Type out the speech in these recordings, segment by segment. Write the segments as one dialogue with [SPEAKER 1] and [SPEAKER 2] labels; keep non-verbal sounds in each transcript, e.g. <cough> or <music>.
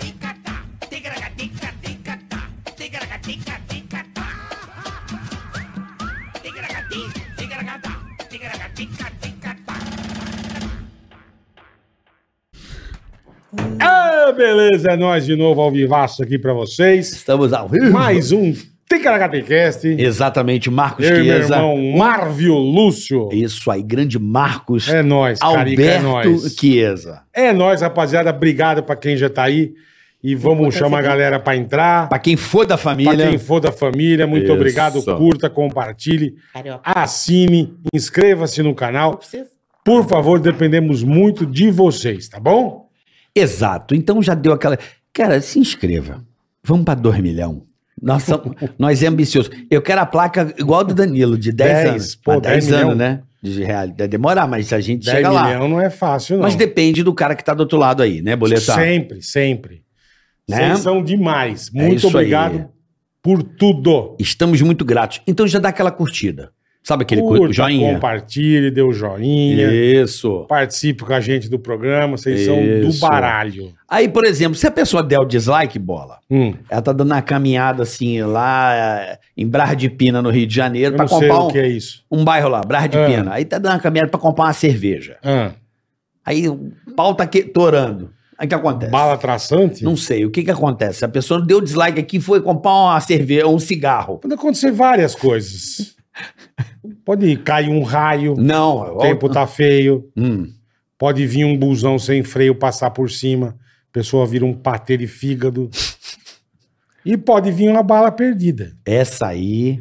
[SPEAKER 1] ticatá. Ticaracatica, ticatá. Ticaracatica, ticatá. Ticaracati, ticaracatá. Ticaracatica, ticatá.
[SPEAKER 2] Ah, beleza, é nós de novo ao vivaço aqui pra vocês.
[SPEAKER 3] Estamos ao vivo.
[SPEAKER 2] Mais um Ticaracatecast.
[SPEAKER 3] Exatamente, Marcos
[SPEAKER 2] Eu e meu
[SPEAKER 3] Chiesa.
[SPEAKER 2] irmão Marvio Lúcio.
[SPEAKER 3] Isso aí, grande Marcos.
[SPEAKER 2] É nóis, Carica, é
[SPEAKER 3] Alberto
[SPEAKER 2] nóis.
[SPEAKER 3] Chiesa.
[SPEAKER 2] É nóis, rapaziada. Obrigado pra quem já tá aí. E vamos chamar a galera pra entrar.
[SPEAKER 3] Pra quem for da
[SPEAKER 2] Pra
[SPEAKER 3] família,
[SPEAKER 2] quem for da família, muito
[SPEAKER 3] Isso.
[SPEAKER 2] obrigado. Curta, compartilhe,
[SPEAKER 1] Carioca.
[SPEAKER 2] assine, inscreva-se no canal. Por favor, dependemos muito de vocês, tá bom?
[SPEAKER 3] Exato. Então já deu aquela. Cara, se inscreva. Vamos para 2 milhão. Nós,
[SPEAKER 2] <laughs>
[SPEAKER 3] somos, nós é ambicioso. Eu quero a placa igual a do Danilo, de 10
[SPEAKER 2] Dez,
[SPEAKER 3] anos.
[SPEAKER 2] pô,
[SPEAKER 3] Pô, 10
[SPEAKER 2] dez
[SPEAKER 3] anos,
[SPEAKER 2] milhão.
[SPEAKER 3] né? De real, deve demorar, mas a gente
[SPEAKER 2] 10
[SPEAKER 3] chega lá.
[SPEAKER 2] milhão não é fácil, não.
[SPEAKER 3] Mas depende do cara que tá do outro lado aí, né, Boletar?
[SPEAKER 2] Sempre, sempre.
[SPEAKER 3] Né?
[SPEAKER 2] Vocês são demais.
[SPEAKER 3] É
[SPEAKER 2] Muito
[SPEAKER 3] isso aí.
[SPEAKER 2] obrigado por tudo.
[SPEAKER 3] Estamos muito gratos. Então já dá aquela curtida. Sabe aquele cu- joinha?
[SPEAKER 2] compartilhe, dê o joinha.
[SPEAKER 3] Isso.
[SPEAKER 2] Participe com a gente do programa. Vocês são do
[SPEAKER 3] Isso.
[SPEAKER 2] baralho.
[SPEAKER 3] Aí, por exemplo, se a pessoa der o dislike, bola,
[SPEAKER 2] Hum.
[SPEAKER 3] ela tá dando uma caminhada assim lá eh, em Barra de Pina, no Rio de Janeiro,
[SPEAKER 2] Eu
[SPEAKER 3] pra
[SPEAKER 2] não sei
[SPEAKER 3] comprar
[SPEAKER 2] o
[SPEAKER 3] um,
[SPEAKER 2] que é isso.
[SPEAKER 3] um bairro lá, Barra de
[SPEAKER 2] Ah.
[SPEAKER 3] Pena. Aí tá dando uma caminhada pra comprar uma cerveja.
[SPEAKER 2] Ah,
[SPEAKER 3] Aí o pau tá que... torando. Aí o que acontece?
[SPEAKER 2] bala traçante?
[SPEAKER 3] Não sei. O que que acontece? A pessoa deu dislike aqui e foi comprar uma cerveja ou um cigarro.
[SPEAKER 2] Pode acontecer várias coisas. Pode cair um raio,
[SPEAKER 3] Não.
[SPEAKER 2] o tempo tá feio,
[SPEAKER 3] Hum.
[SPEAKER 2] pode vir um busão sem freio passar por cima, a pessoa vira um patê de fígado. E pode vir uma bala perdida.
[SPEAKER 3] Essa aí...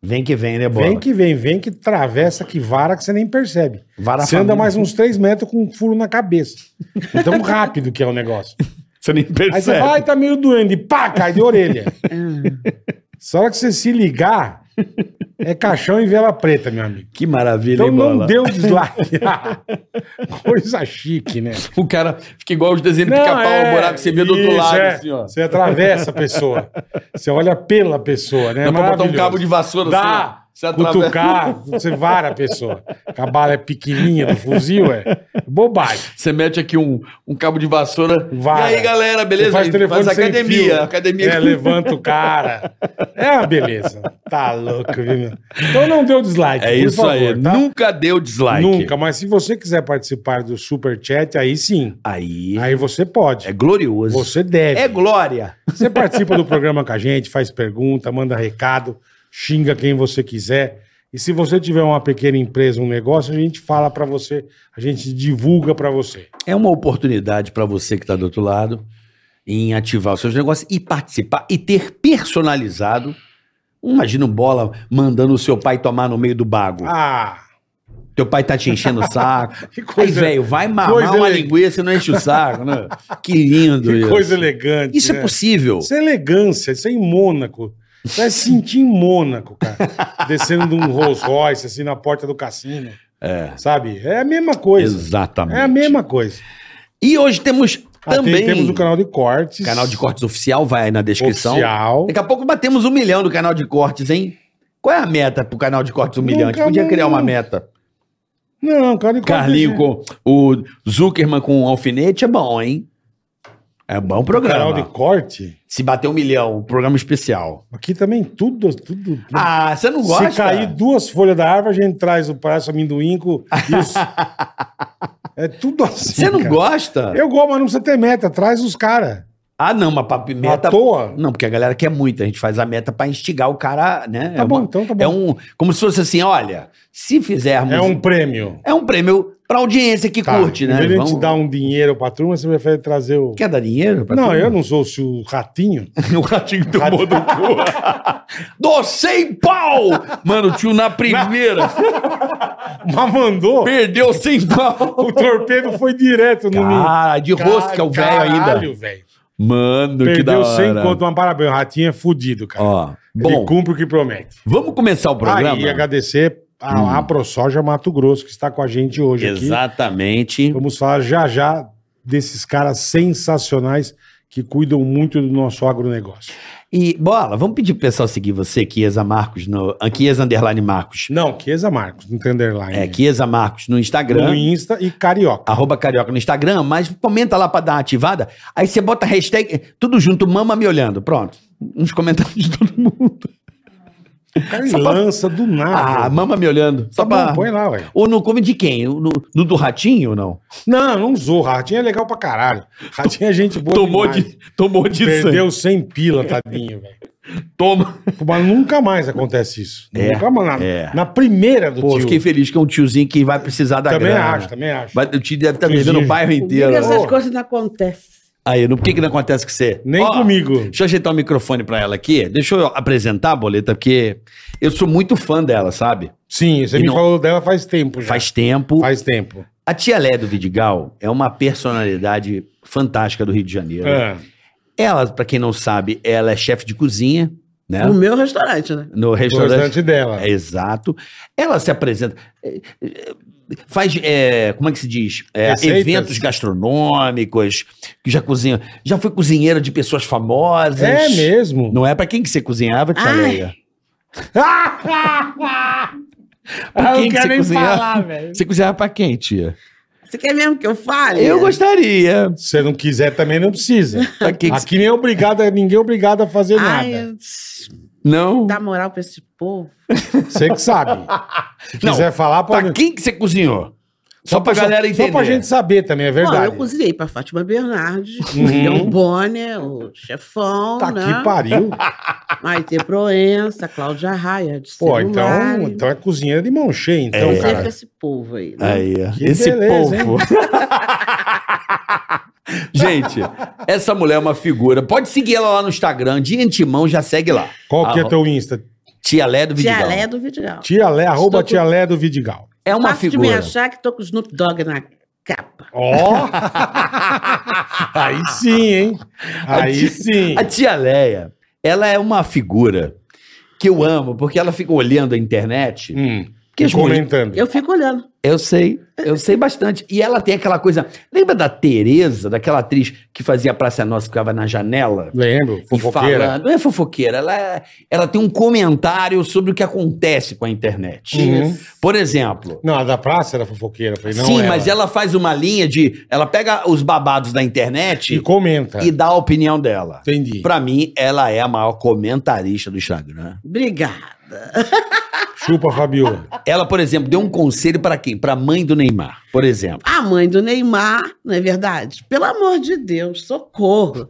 [SPEAKER 3] Vem que vem, né, Bola?
[SPEAKER 2] Vem que vem, vem que atravessa, que vara que você nem percebe.
[SPEAKER 3] Vara
[SPEAKER 2] Você anda mais uns 3 metros com um furo na cabeça.
[SPEAKER 3] <laughs>
[SPEAKER 2] Então rápido que é o negócio.
[SPEAKER 3] Você nem
[SPEAKER 2] Aí você vai, tá meio doendo, e pá, cai de orelha.
[SPEAKER 3] Ah.
[SPEAKER 2] Só hora que você se ligar, é caixão e vela preta, meu amigo.
[SPEAKER 3] Que maravilha,
[SPEAKER 2] Então
[SPEAKER 3] hein,
[SPEAKER 2] não
[SPEAKER 3] Bola?
[SPEAKER 2] deu dislike. Coisa chique, né? é
[SPEAKER 3] O cara fica igual os desenhos do pica-pau, o buraco que você vê do outro
[SPEAKER 2] isso,
[SPEAKER 3] lado,
[SPEAKER 2] é.
[SPEAKER 3] assim, ó.
[SPEAKER 2] Você atravessa a pessoa. Você olha pela pessoa, né?
[SPEAKER 3] Dá pra botar um
[SPEAKER 2] Maravilhoso.
[SPEAKER 3] cabo de vassoura
[SPEAKER 2] Dá.
[SPEAKER 3] assim, ó. Você atravessa.
[SPEAKER 2] Cutucar, você vara a pessoa. A bala é pequenininha do fuzil, é bobagem.
[SPEAKER 3] Você mete aqui um, um cabo de vassoura.
[SPEAKER 2] Vara.
[SPEAKER 3] E aí, galera, beleza?
[SPEAKER 2] Você faz
[SPEAKER 3] Aí
[SPEAKER 2] telefone sem
[SPEAKER 3] academia.
[SPEAKER 2] fio.
[SPEAKER 3] Academia.
[SPEAKER 2] É, levanta o cara. É uma beleza. Tá louco, viu? meu? Então não deu dislike,
[SPEAKER 3] É isso aí.
[SPEAKER 2] tá?
[SPEAKER 3] Nunca deu dislike.
[SPEAKER 2] Nunca, mas se você quiser participar do Super Chat, aí sim.
[SPEAKER 3] Aí
[SPEAKER 2] Aí você pode.
[SPEAKER 3] é glorioso.
[SPEAKER 2] Você deve.
[SPEAKER 3] É glória.
[SPEAKER 2] Você participa do programa com a gente, faz pergunta, manda recado, xinga quem você quiser. E se você tiver uma pequena empresa, um negócio, a gente fala pra você, a gente divulga pra você.
[SPEAKER 3] É uma oportunidade para você que está do outro lado em ativar os seus negócios e participar e ter personalizado. Imagina um bola mandando o seu pai tomar no meio do bago.
[SPEAKER 2] Ah,
[SPEAKER 3] Teu pai tá te enchendo o saco.
[SPEAKER 2] que <laughs>
[SPEAKER 3] Aí,
[SPEAKER 2] coisa,
[SPEAKER 3] velho, vai mamar
[SPEAKER 2] coisa
[SPEAKER 3] uma
[SPEAKER 2] ele-
[SPEAKER 3] linguiça e não enche o saco,
[SPEAKER 2] <laughs>
[SPEAKER 3] né? Que lindo
[SPEAKER 2] que
[SPEAKER 3] isso.
[SPEAKER 2] coisa elegante.
[SPEAKER 3] Isso
[SPEAKER 2] né?
[SPEAKER 3] é possível.
[SPEAKER 2] Isso é elegância, isso é em Mônaco. Você vai se sentir em Mônaco,
[SPEAKER 3] <laughs>
[SPEAKER 2] cara. Descendo de um Rolls Royce, assim, na porta do cassino.
[SPEAKER 3] É.
[SPEAKER 2] Sabe? É a mesma coisa.
[SPEAKER 3] Exatamente.
[SPEAKER 2] É a mesma coisa.
[SPEAKER 3] E hoje temos
[SPEAKER 2] Ah, tem-
[SPEAKER 3] também
[SPEAKER 2] temos o canal de cortes.
[SPEAKER 3] canal de cortes oficial, vai aí na descrição.
[SPEAKER 2] Oficial.
[SPEAKER 3] Daqui a pouco batemos um milhão do canal de cortes, hein? Qual é a meta pro canal de cortes um
[SPEAKER 2] Nunca
[SPEAKER 3] milhão? A gente podia
[SPEAKER 2] não-
[SPEAKER 3] criar uma meta.
[SPEAKER 2] Não, canal de é cortes.
[SPEAKER 3] Carlinho com o Zuckerman com um alfinete é bom, hein? É bom
[SPEAKER 2] Canal
[SPEAKER 3] programa.
[SPEAKER 2] de corte.
[SPEAKER 3] Se bater um milhão, programa especial.
[SPEAKER 2] Aqui também tudo, tudo. tudo.
[SPEAKER 3] Ah, você não gosta?
[SPEAKER 2] Se cair duas folhas da árvore, a gente traz o palhaço amendoim com isso.
[SPEAKER 3] <laughs>
[SPEAKER 2] é tudo assim.
[SPEAKER 3] Você não
[SPEAKER 2] cara.
[SPEAKER 3] gosta?
[SPEAKER 2] Eu gosto, mas não precisa ter meta. Traz os caras.
[SPEAKER 3] Ah, não, mas pra meta.
[SPEAKER 2] À toa?
[SPEAKER 3] Não, porque a galera quer muito. A gente faz a meta pra instigar o cara, né?
[SPEAKER 2] Tá
[SPEAKER 3] é
[SPEAKER 2] bom,
[SPEAKER 3] uma-
[SPEAKER 2] então tá bom.
[SPEAKER 3] É um. Como se fosse assim: olha, se fizermos.
[SPEAKER 2] É um prêmio.
[SPEAKER 3] é um prêmio pra audiência que
[SPEAKER 2] Tá.
[SPEAKER 3] curte,
[SPEAKER 2] Em
[SPEAKER 3] né?
[SPEAKER 2] vez de a gente
[SPEAKER 3] Vamos-
[SPEAKER 2] dar um dinheiro pra turma, você prefere trazer o.
[SPEAKER 3] Quer dar dinheiro? pra
[SPEAKER 2] Não,
[SPEAKER 3] tu?
[SPEAKER 2] eu não sou se o ratinho.
[SPEAKER 3] O ratinho tomou <laughs> do cu. Dou 100 pau! Mano, o tio na
[SPEAKER 2] <laughs>
[SPEAKER 3] primeira
[SPEAKER 2] <laughs> Mas mandou.
[SPEAKER 3] perdeu 100 pau.
[SPEAKER 2] O torpedo foi direto no mim.
[SPEAKER 3] Cara, de rosca o velho ainda.
[SPEAKER 2] Caralho, velho.
[SPEAKER 3] Mano, que da
[SPEAKER 2] Perdeu
[SPEAKER 3] hora.
[SPEAKER 2] 100 conto, mas parabéns. O ratinho é fudido, cara.
[SPEAKER 3] Ó,
[SPEAKER 2] Ele
[SPEAKER 3] bom,
[SPEAKER 2] cumpre o que promete.
[SPEAKER 3] vamos começar o programa? Hum.
[SPEAKER 2] Aí, agradecer a, a ProSoja Mato Grosso, que está com a gente hoje aqui.
[SPEAKER 3] Exatamente.
[SPEAKER 2] Vamos falar já já desses caras sensacionais que cuidam muito do nosso agronegócio.
[SPEAKER 3] E, bola, vamos pedir pro pessoal seguir você, Kiesa Marcos, no. ah, Kiesa Underline Marcos.
[SPEAKER 2] Não, Kiesa Marcos, no Tenderline.
[SPEAKER 3] É, Kiesa Marcos no Instagram.
[SPEAKER 2] No Insta e Carioca.
[SPEAKER 3] Arroba Carioca no Instagram, mas comenta lá pra dar uma ativada. Aí você bota hashtag, tudo junto, mama me olhando. Pronto. Uns comentários de todo mundo.
[SPEAKER 2] O cara lança do nada.
[SPEAKER 3] Ah, mama me olhando. Só
[SPEAKER 2] tá
[SPEAKER 3] pra...
[SPEAKER 2] bom, põe lá, ué.
[SPEAKER 3] Ou no come de quem? No, no do Ratinho ou não?
[SPEAKER 2] Não, não usou. Ratinho é legal pra caralho. Ratinho é gente boa demais.
[SPEAKER 3] tomou de
[SPEAKER 2] Perdeu 100 pila, tadinho, velho.
[SPEAKER 3] Toma.
[SPEAKER 2] Mas nunca mais acontece isso.
[SPEAKER 3] É,
[SPEAKER 2] nunca mais. Na,
[SPEAKER 3] é.
[SPEAKER 2] na primeira do
[SPEAKER 3] Pô,
[SPEAKER 2] tio.
[SPEAKER 3] fiquei feliz que é um tiozinho que vai precisar da
[SPEAKER 2] também
[SPEAKER 3] grana.
[SPEAKER 2] acho, também acho.
[SPEAKER 3] Vai, o tio deve estar devendo o
[SPEAKER 2] Tiozinho.
[SPEAKER 3] bairro
[SPEAKER 4] Comigo
[SPEAKER 3] inteiro.
[SPEAKER 4] essas
[SPEAKER 2] Pô.
[SPEAKER 4] coisas não acontecem.
[SPEAKER 3] Aí, no, por que, que não acontece com você?
[SPEAKER 2] Nem
[SPEAKER 3] Ó,
[SPEAKER 2] comigo.
[SPEAKER 3] Deixa eu ajeitar o microfone pra ela aqui. Deixa eu apresentar a boleta, porque eu sou muito fã dela, sabe?
[SPEAKER 2] Sim, você
[SPEAKER 3] E
[SPEAKER 2] me
[SPEAKER 3] não-
[SPEAKER 2] falou dela faz tempo já.
[SPEAKER 3] Faz tempo.
[SPEAKER 2] Faz tempo.
[SPEAKER 3] A tia Lé do Vidigal é uma personalidade fantástica do Rio de Janeiro.
[SPEAKER 2] É.
[SPEAKER 3] Ela, pra quem não sabe, ela é chefe de cozinha,
[SPEAKER 2] É?
[SPEAKER 3] né?
[SPEAKER 4] No meu restaurante, né?
[SPEAKER 3] No
[SPEAKER 2] O
[SPEAKER 3] restaurante.
[SPEAKER 2] Hum. restaurante dela.
[SPEAKER 3] É, exato. Ela se apresenta. é, é, Faz, é, como é que se diz? É,
[SPEAKER 2] Receitas?
[SPEAKER 3] eventos gastronômicos, que já cozinha. Já foi cozinheira de pessoas famosas. <laughs>
[SPEAKER 2] É mesmo. Ah,
[SPEAKER 3] Não é pra quem que você cozinhava, tia
[SPEAKER 4] Ai.
[SPEAKER 3] Leia? pra quem que você cozinhava?
[SPEAKER 4] velho.
[SPEAKER 3] Você cozinhava pra quem, tia?
[SPEAKER 4] Você quer mesmo que eu fale?
[SPEAKER 3] Eu gostaria.
[SPEAKER 2] Se você não quiser também, não precisa.
[SPEAKER 3] Pra quem que você-
[SPEAKER 2] Aqui nem é obrigado, ninguém é obrigado a fazer
[SPEAKER 3] Ah,
[SPEAKER 4] Ai,
[SPEAKER 2] nada.
[SPEAKER 4] eu- tss,
[SPEAKER 3] Não.
[SPEAKER 4] dá moral pra esse povo.
[SPEAKER 2] Você
[SPEAKER 3] <laughs>
[SPEAKER 2] que sabe. Se
[SPEAKER 3] Não,
[SPEAKER 2] quiser falar,
[SPEAKER 3] Pra
[SPEAKER 2] pode.
[SPEAKER 3] quem que você cozinhou? Só, pra galera entender.
[SPEAKER 2] Só pra gente saber também, é
[SPEAKER 4] Bom,
[SPEAKER 2] verdade.
[SPEAKER 4] eu cozinhei pra Fátima Bernardes,
[SPEAKER 2] Uhum.
[SPEAKER 4] Leon Bonner, o chefão,
[SPEAKER 2] Tá
[SPEAKER 4] né?
[SPEAKER 2] que
[SPEAKER 3] <laughs>
[SPEAKER 2] pariu.
[SPEAKER 4] Maite Proença, Cláudia Raia, de
[SPEAKER 2] Pô, então, então é cozinheira de mão cheia, então,
[SPEAKER 3] É.
[SPEAKER 2] cara.
[SPEAKER 4] pra esse povo aí, né?
[SPEAKER 3] Aí, ó.
[SPEAKER 2] Que
[SPEAKER 3] esse
[SPEAKER 2] beleza,
[SPEAKER 3] povo. <laughs> gente, essa mulher é uma figura. Pode seguir ela lá no Instagram, de antemão, já segue lá.
[SPEAKER 2] Qual que é
[SPEAKER 3] Ah,
[SPEAKER 2] teu Insta?
[SPEAKER 3] Tia Lé do é Vidigal.
[SPEAKER 4] Dialé do Vidigal.
[SPEAKER 2] Tia Lé, arroba
[SPEAKER 4] com-
[SPEAKER 2] Tia Lé do Vidigal.
[SPEAKER 3] É uma
[SPEAKER 4] Fácil de me
[SPEAKER 3] figura.
[SPEAKER 4] achar que tô com o Snoop Dogg na capa.
[SPEAKER 2] Ó!
[SPEAKER 3] <laughs>
[SPEAKER 2] Aí sim, hein? Aí sim.
[SPEAKER 3] A tia Leia, ela é uma figura que eu amo, porque ela fica olhando a internet.
[SPEAKER 2] Hum,
[SPEAKER 3] Que as mulheres-
[SPEAKER 2] comentando.
[SPEAKER 4] Eu fico olhando.
[SPEAKER 3] Eu sei, eu sei bastante. E ela tem aquela coisa. Lembra da Tereza, daquela atriz que fazia Praça Nossa, que ficava na janela?
[SPEAKER 2] Lembro,
[SPEAKER 3] E
[SPEAKER 2] fofoqueira.
[SPEAKER 3] fala- não é fofoqueira, ela, ela tem um comentário sobre o que acontece com a internet.
[SPEAKER 2] Uhum.
[SPEAKER 3] Por exemplo.
[SPEAKER 2] Não, a da praça era fofoqueira. Falei, não é
[SPEAKER 3] sim, mas ela faz uma linha de. Ela pega os babados da internet
[SPEAKER 2] E É.
[SPEAKER 3] e,
[SPEAKER 2] comenta.
[SPEAKER 3] dá a opinião dela.
[SPEAKER 2] Entendi.
[SPEAKER 3] Pra mim, ela é a maior comentarista do Instagram.
[SPEAKER 4] Obrigada.
[SPEAKER 2] Chupa, Fabiola.
[SPEAKER 3] Ela, por exemplo, deu um conselho pra quem? Pra mãe do Neymar, por exemplo.
[SPEAKER 4] A mãe do Neymar, não é verdade? Pelo amor de
[SPEAKER 3] <laughs>
[SPEAKER 4] Deus, socorro.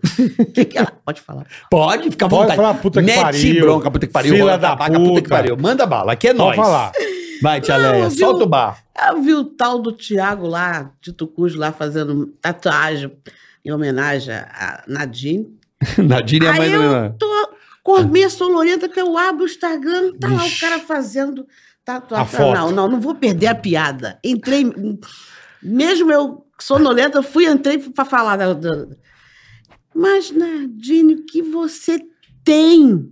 [SPEAKER 4] que que ela pode falar?
[SPEAKER 3] Pode ficar à
[SPEAKER 2] Pode
[SPEAKER 3] vontade.
[SPEAKER 2] falar, puta que
[SPEAKER 3] Mete
[SPEAKER 2] pariu.
[SPEAKER 3] bronca, puta que pariu.
[SPEAKER 2] Fila
[SPEAKER 3] rola
[SPEAKER 2] da
[SPEAKER 3] tabaca, puta que
[SPEAKER 2] puta.
[SPEAKER 3] pariu. Manda bala, aqui é nóis.
[SPEAKER 2] Pode falar.
[SPEAKER 3] Vai, Tia
[SPEAKER 4] Não,
[SPEAKER 3] Leia,
[SPEAKER 4] viu?
[SPEAKER 3] solta o
[SPEAKER 2] <laughs>
[SPEAKER 3] bar.
[SPEAKER 4] Eu vi o tal do Tiago lá, Tito Cujo, lá fazendo tatuagem em homenagem a Nadine.
[SPEAKER 3] Nadine é a mãe
[SPEAKER 4] Aí
[SPEAKER 3] do
[SPEAKER 4] eu
[SPEAKER 3] Neymar.
[SPEAKER 4] tô cormia solorenta que eu abro o Instagram, tá lá o
[SPEAKER 3] Vixe.
[SPEAKER 4] cara fazendo tá,
[SPEAKER 2] A
[SPEAKER 4] tatuagem.
[SPEAKER 2] foto.
[SPEAKER 4] Falei, Não, não, não vou perder a piada. Entrei, mesmo eu sonolenta, fui, entrei pra falar. Da, da- Mas, Nadine, o que você tem? O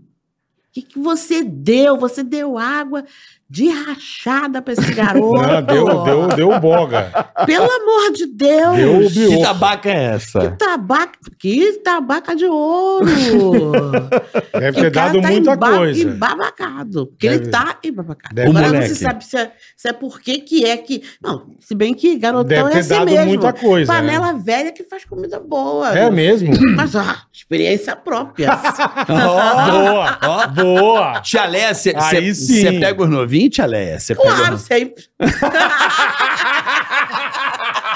[SPEAKER 4] que, que você deu? Você deu água de rachada pra
[SPEAKER 2] <laughs>
[SPEAKER 4] esse garoto.
[SPEAKER 2] Não, Ah, deu, deu, deu boga.
[SPEAKER 4] Pelo amor de Deus!
[SPEAKER 2] Deu o
[SPEAKER 3] Que
[SPEAKER 2] bioco.
[SPEAKER 3] tabaca é
[SPEAKER 4] Que
[SPEAKER 3] essa?
[SPEAKER 4] tabaca, que tabaca de ouro!
[SPEAKER 2] <laughs> Deve
[SPEAKER 4] E
[SPEAKER 2] ter
[SPEAKER 4] o cara
[SPEAKER 2] É dado
[SPEAKER 4] tá
[SPEAKER 2] muita
[SPEAKER 4] emba-
[SPEAKER 2] coisa.
[SPEAKER 4] Embabacado. Porque
[SPEAKER 2] Deve-
[SPEAKER 4] ele tá embabacado.
[SPEAKER 2] Deve-
[SPEAKER 3] O
[SPEAKER 4] Agora não
[SPEAKER 3] moleque.
[SPEAKER 4] se sabe se é, se é por que que é que. Não, se bem que garotão
[SPEAKER 2] Deve
[SPEAKER 4] é
[SPEAKER 2] ter
[SPEAKER 4] assim
[SPEAKER 2] dado
[SPEAKER 4] mesmo.
[SPEAKER 2] muita coisa. né?
[SPEAKER 4] Panela velha que faz comida boa.
[SPEAKER 2] É mesmo?
[SPEAKER 4] Mas, ó,
[SPEAKER 2] <laughs>
[SPEAKER 4] experiência própria. Ah.
[SPEAKER 3] Ó,
[SPEAKER 2] <laughs> Boa!
[SPEAKER 3] ó.
[SPEAKER 2] Boa!
[SPEAKER 3] Tia Leia, você
[SPEAKER 2] Aí sim.
[SPEAKER 3] pega os novinhos, Tia Leia? Você pega
[SPEAKER 4] claro,
[SPEAKER 3] os-
[SPEAKER 4] sempre.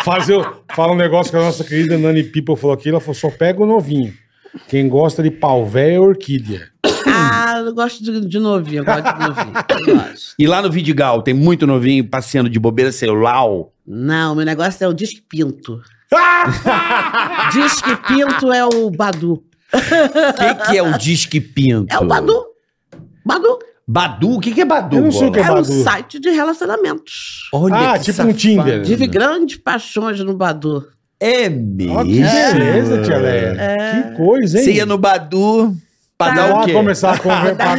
[SPEAKER 4] <laughs>
[SPEAKER 2] Fazer, o- fala um negócio que a nossa querida Nani People falou aqui. Ela falou: só pega o novinho. Quem gosta de pau velho é orquídea.
[SPEAKER 4] Ah, eu gosto de, de novinho, eu gosto de novinho. Eu gosto.
[SPEAKER 3] E lá no Vidigal tem muito novinho passeando de bobeira celular.
[SPEAKER 4] Não, meu negócio é o disque pinto.
[SPEAKER 3] Ah!
[SPEAKER 4] disque pinto é o Badu.
[SPEAKER 3] O que, que é o Disque Pinto?
[SPEAKER 4] É o Badu. Badu
[SPEAKER 3] Badu? O que, que é Badu?
[SPEAKER 2] Eu não sei o que
[SPEAKER 3] Bola?
[SPEAKER 4] é um
[SPEAKER 2] Badu?
[SPEAKER 4] site de relacionamentos.
[SPEAKER 3] Olha
[SPEAKER 2] ah,
[SPEAKER 3] que
[SPEAKER 2] tipo
[SPEAKER 3] safado.
[SPEAKER 2] um Tinder.
[SPEAKER 4] Tive grandes paixões no Badu.
[SPEAKER 3] É
[SPEAKER 2] Ó,
[SPEAKER 3] mesmo?
[SPEAKER 2] que beleza, tia Leia.
[SPEAKER 4] É.
[SPEAKER 2] Que coisa, hein?
[SPEAKER 3] Você ia no Badu pra
[SPEAKER 4] Tá.
[SPEAKER 3] dar o
[SPEAKER 2] Lá
[SPEAKER 3] quê?
[SPEAKER 4] <laughs>
[SPEAKER 2] começar a conversar.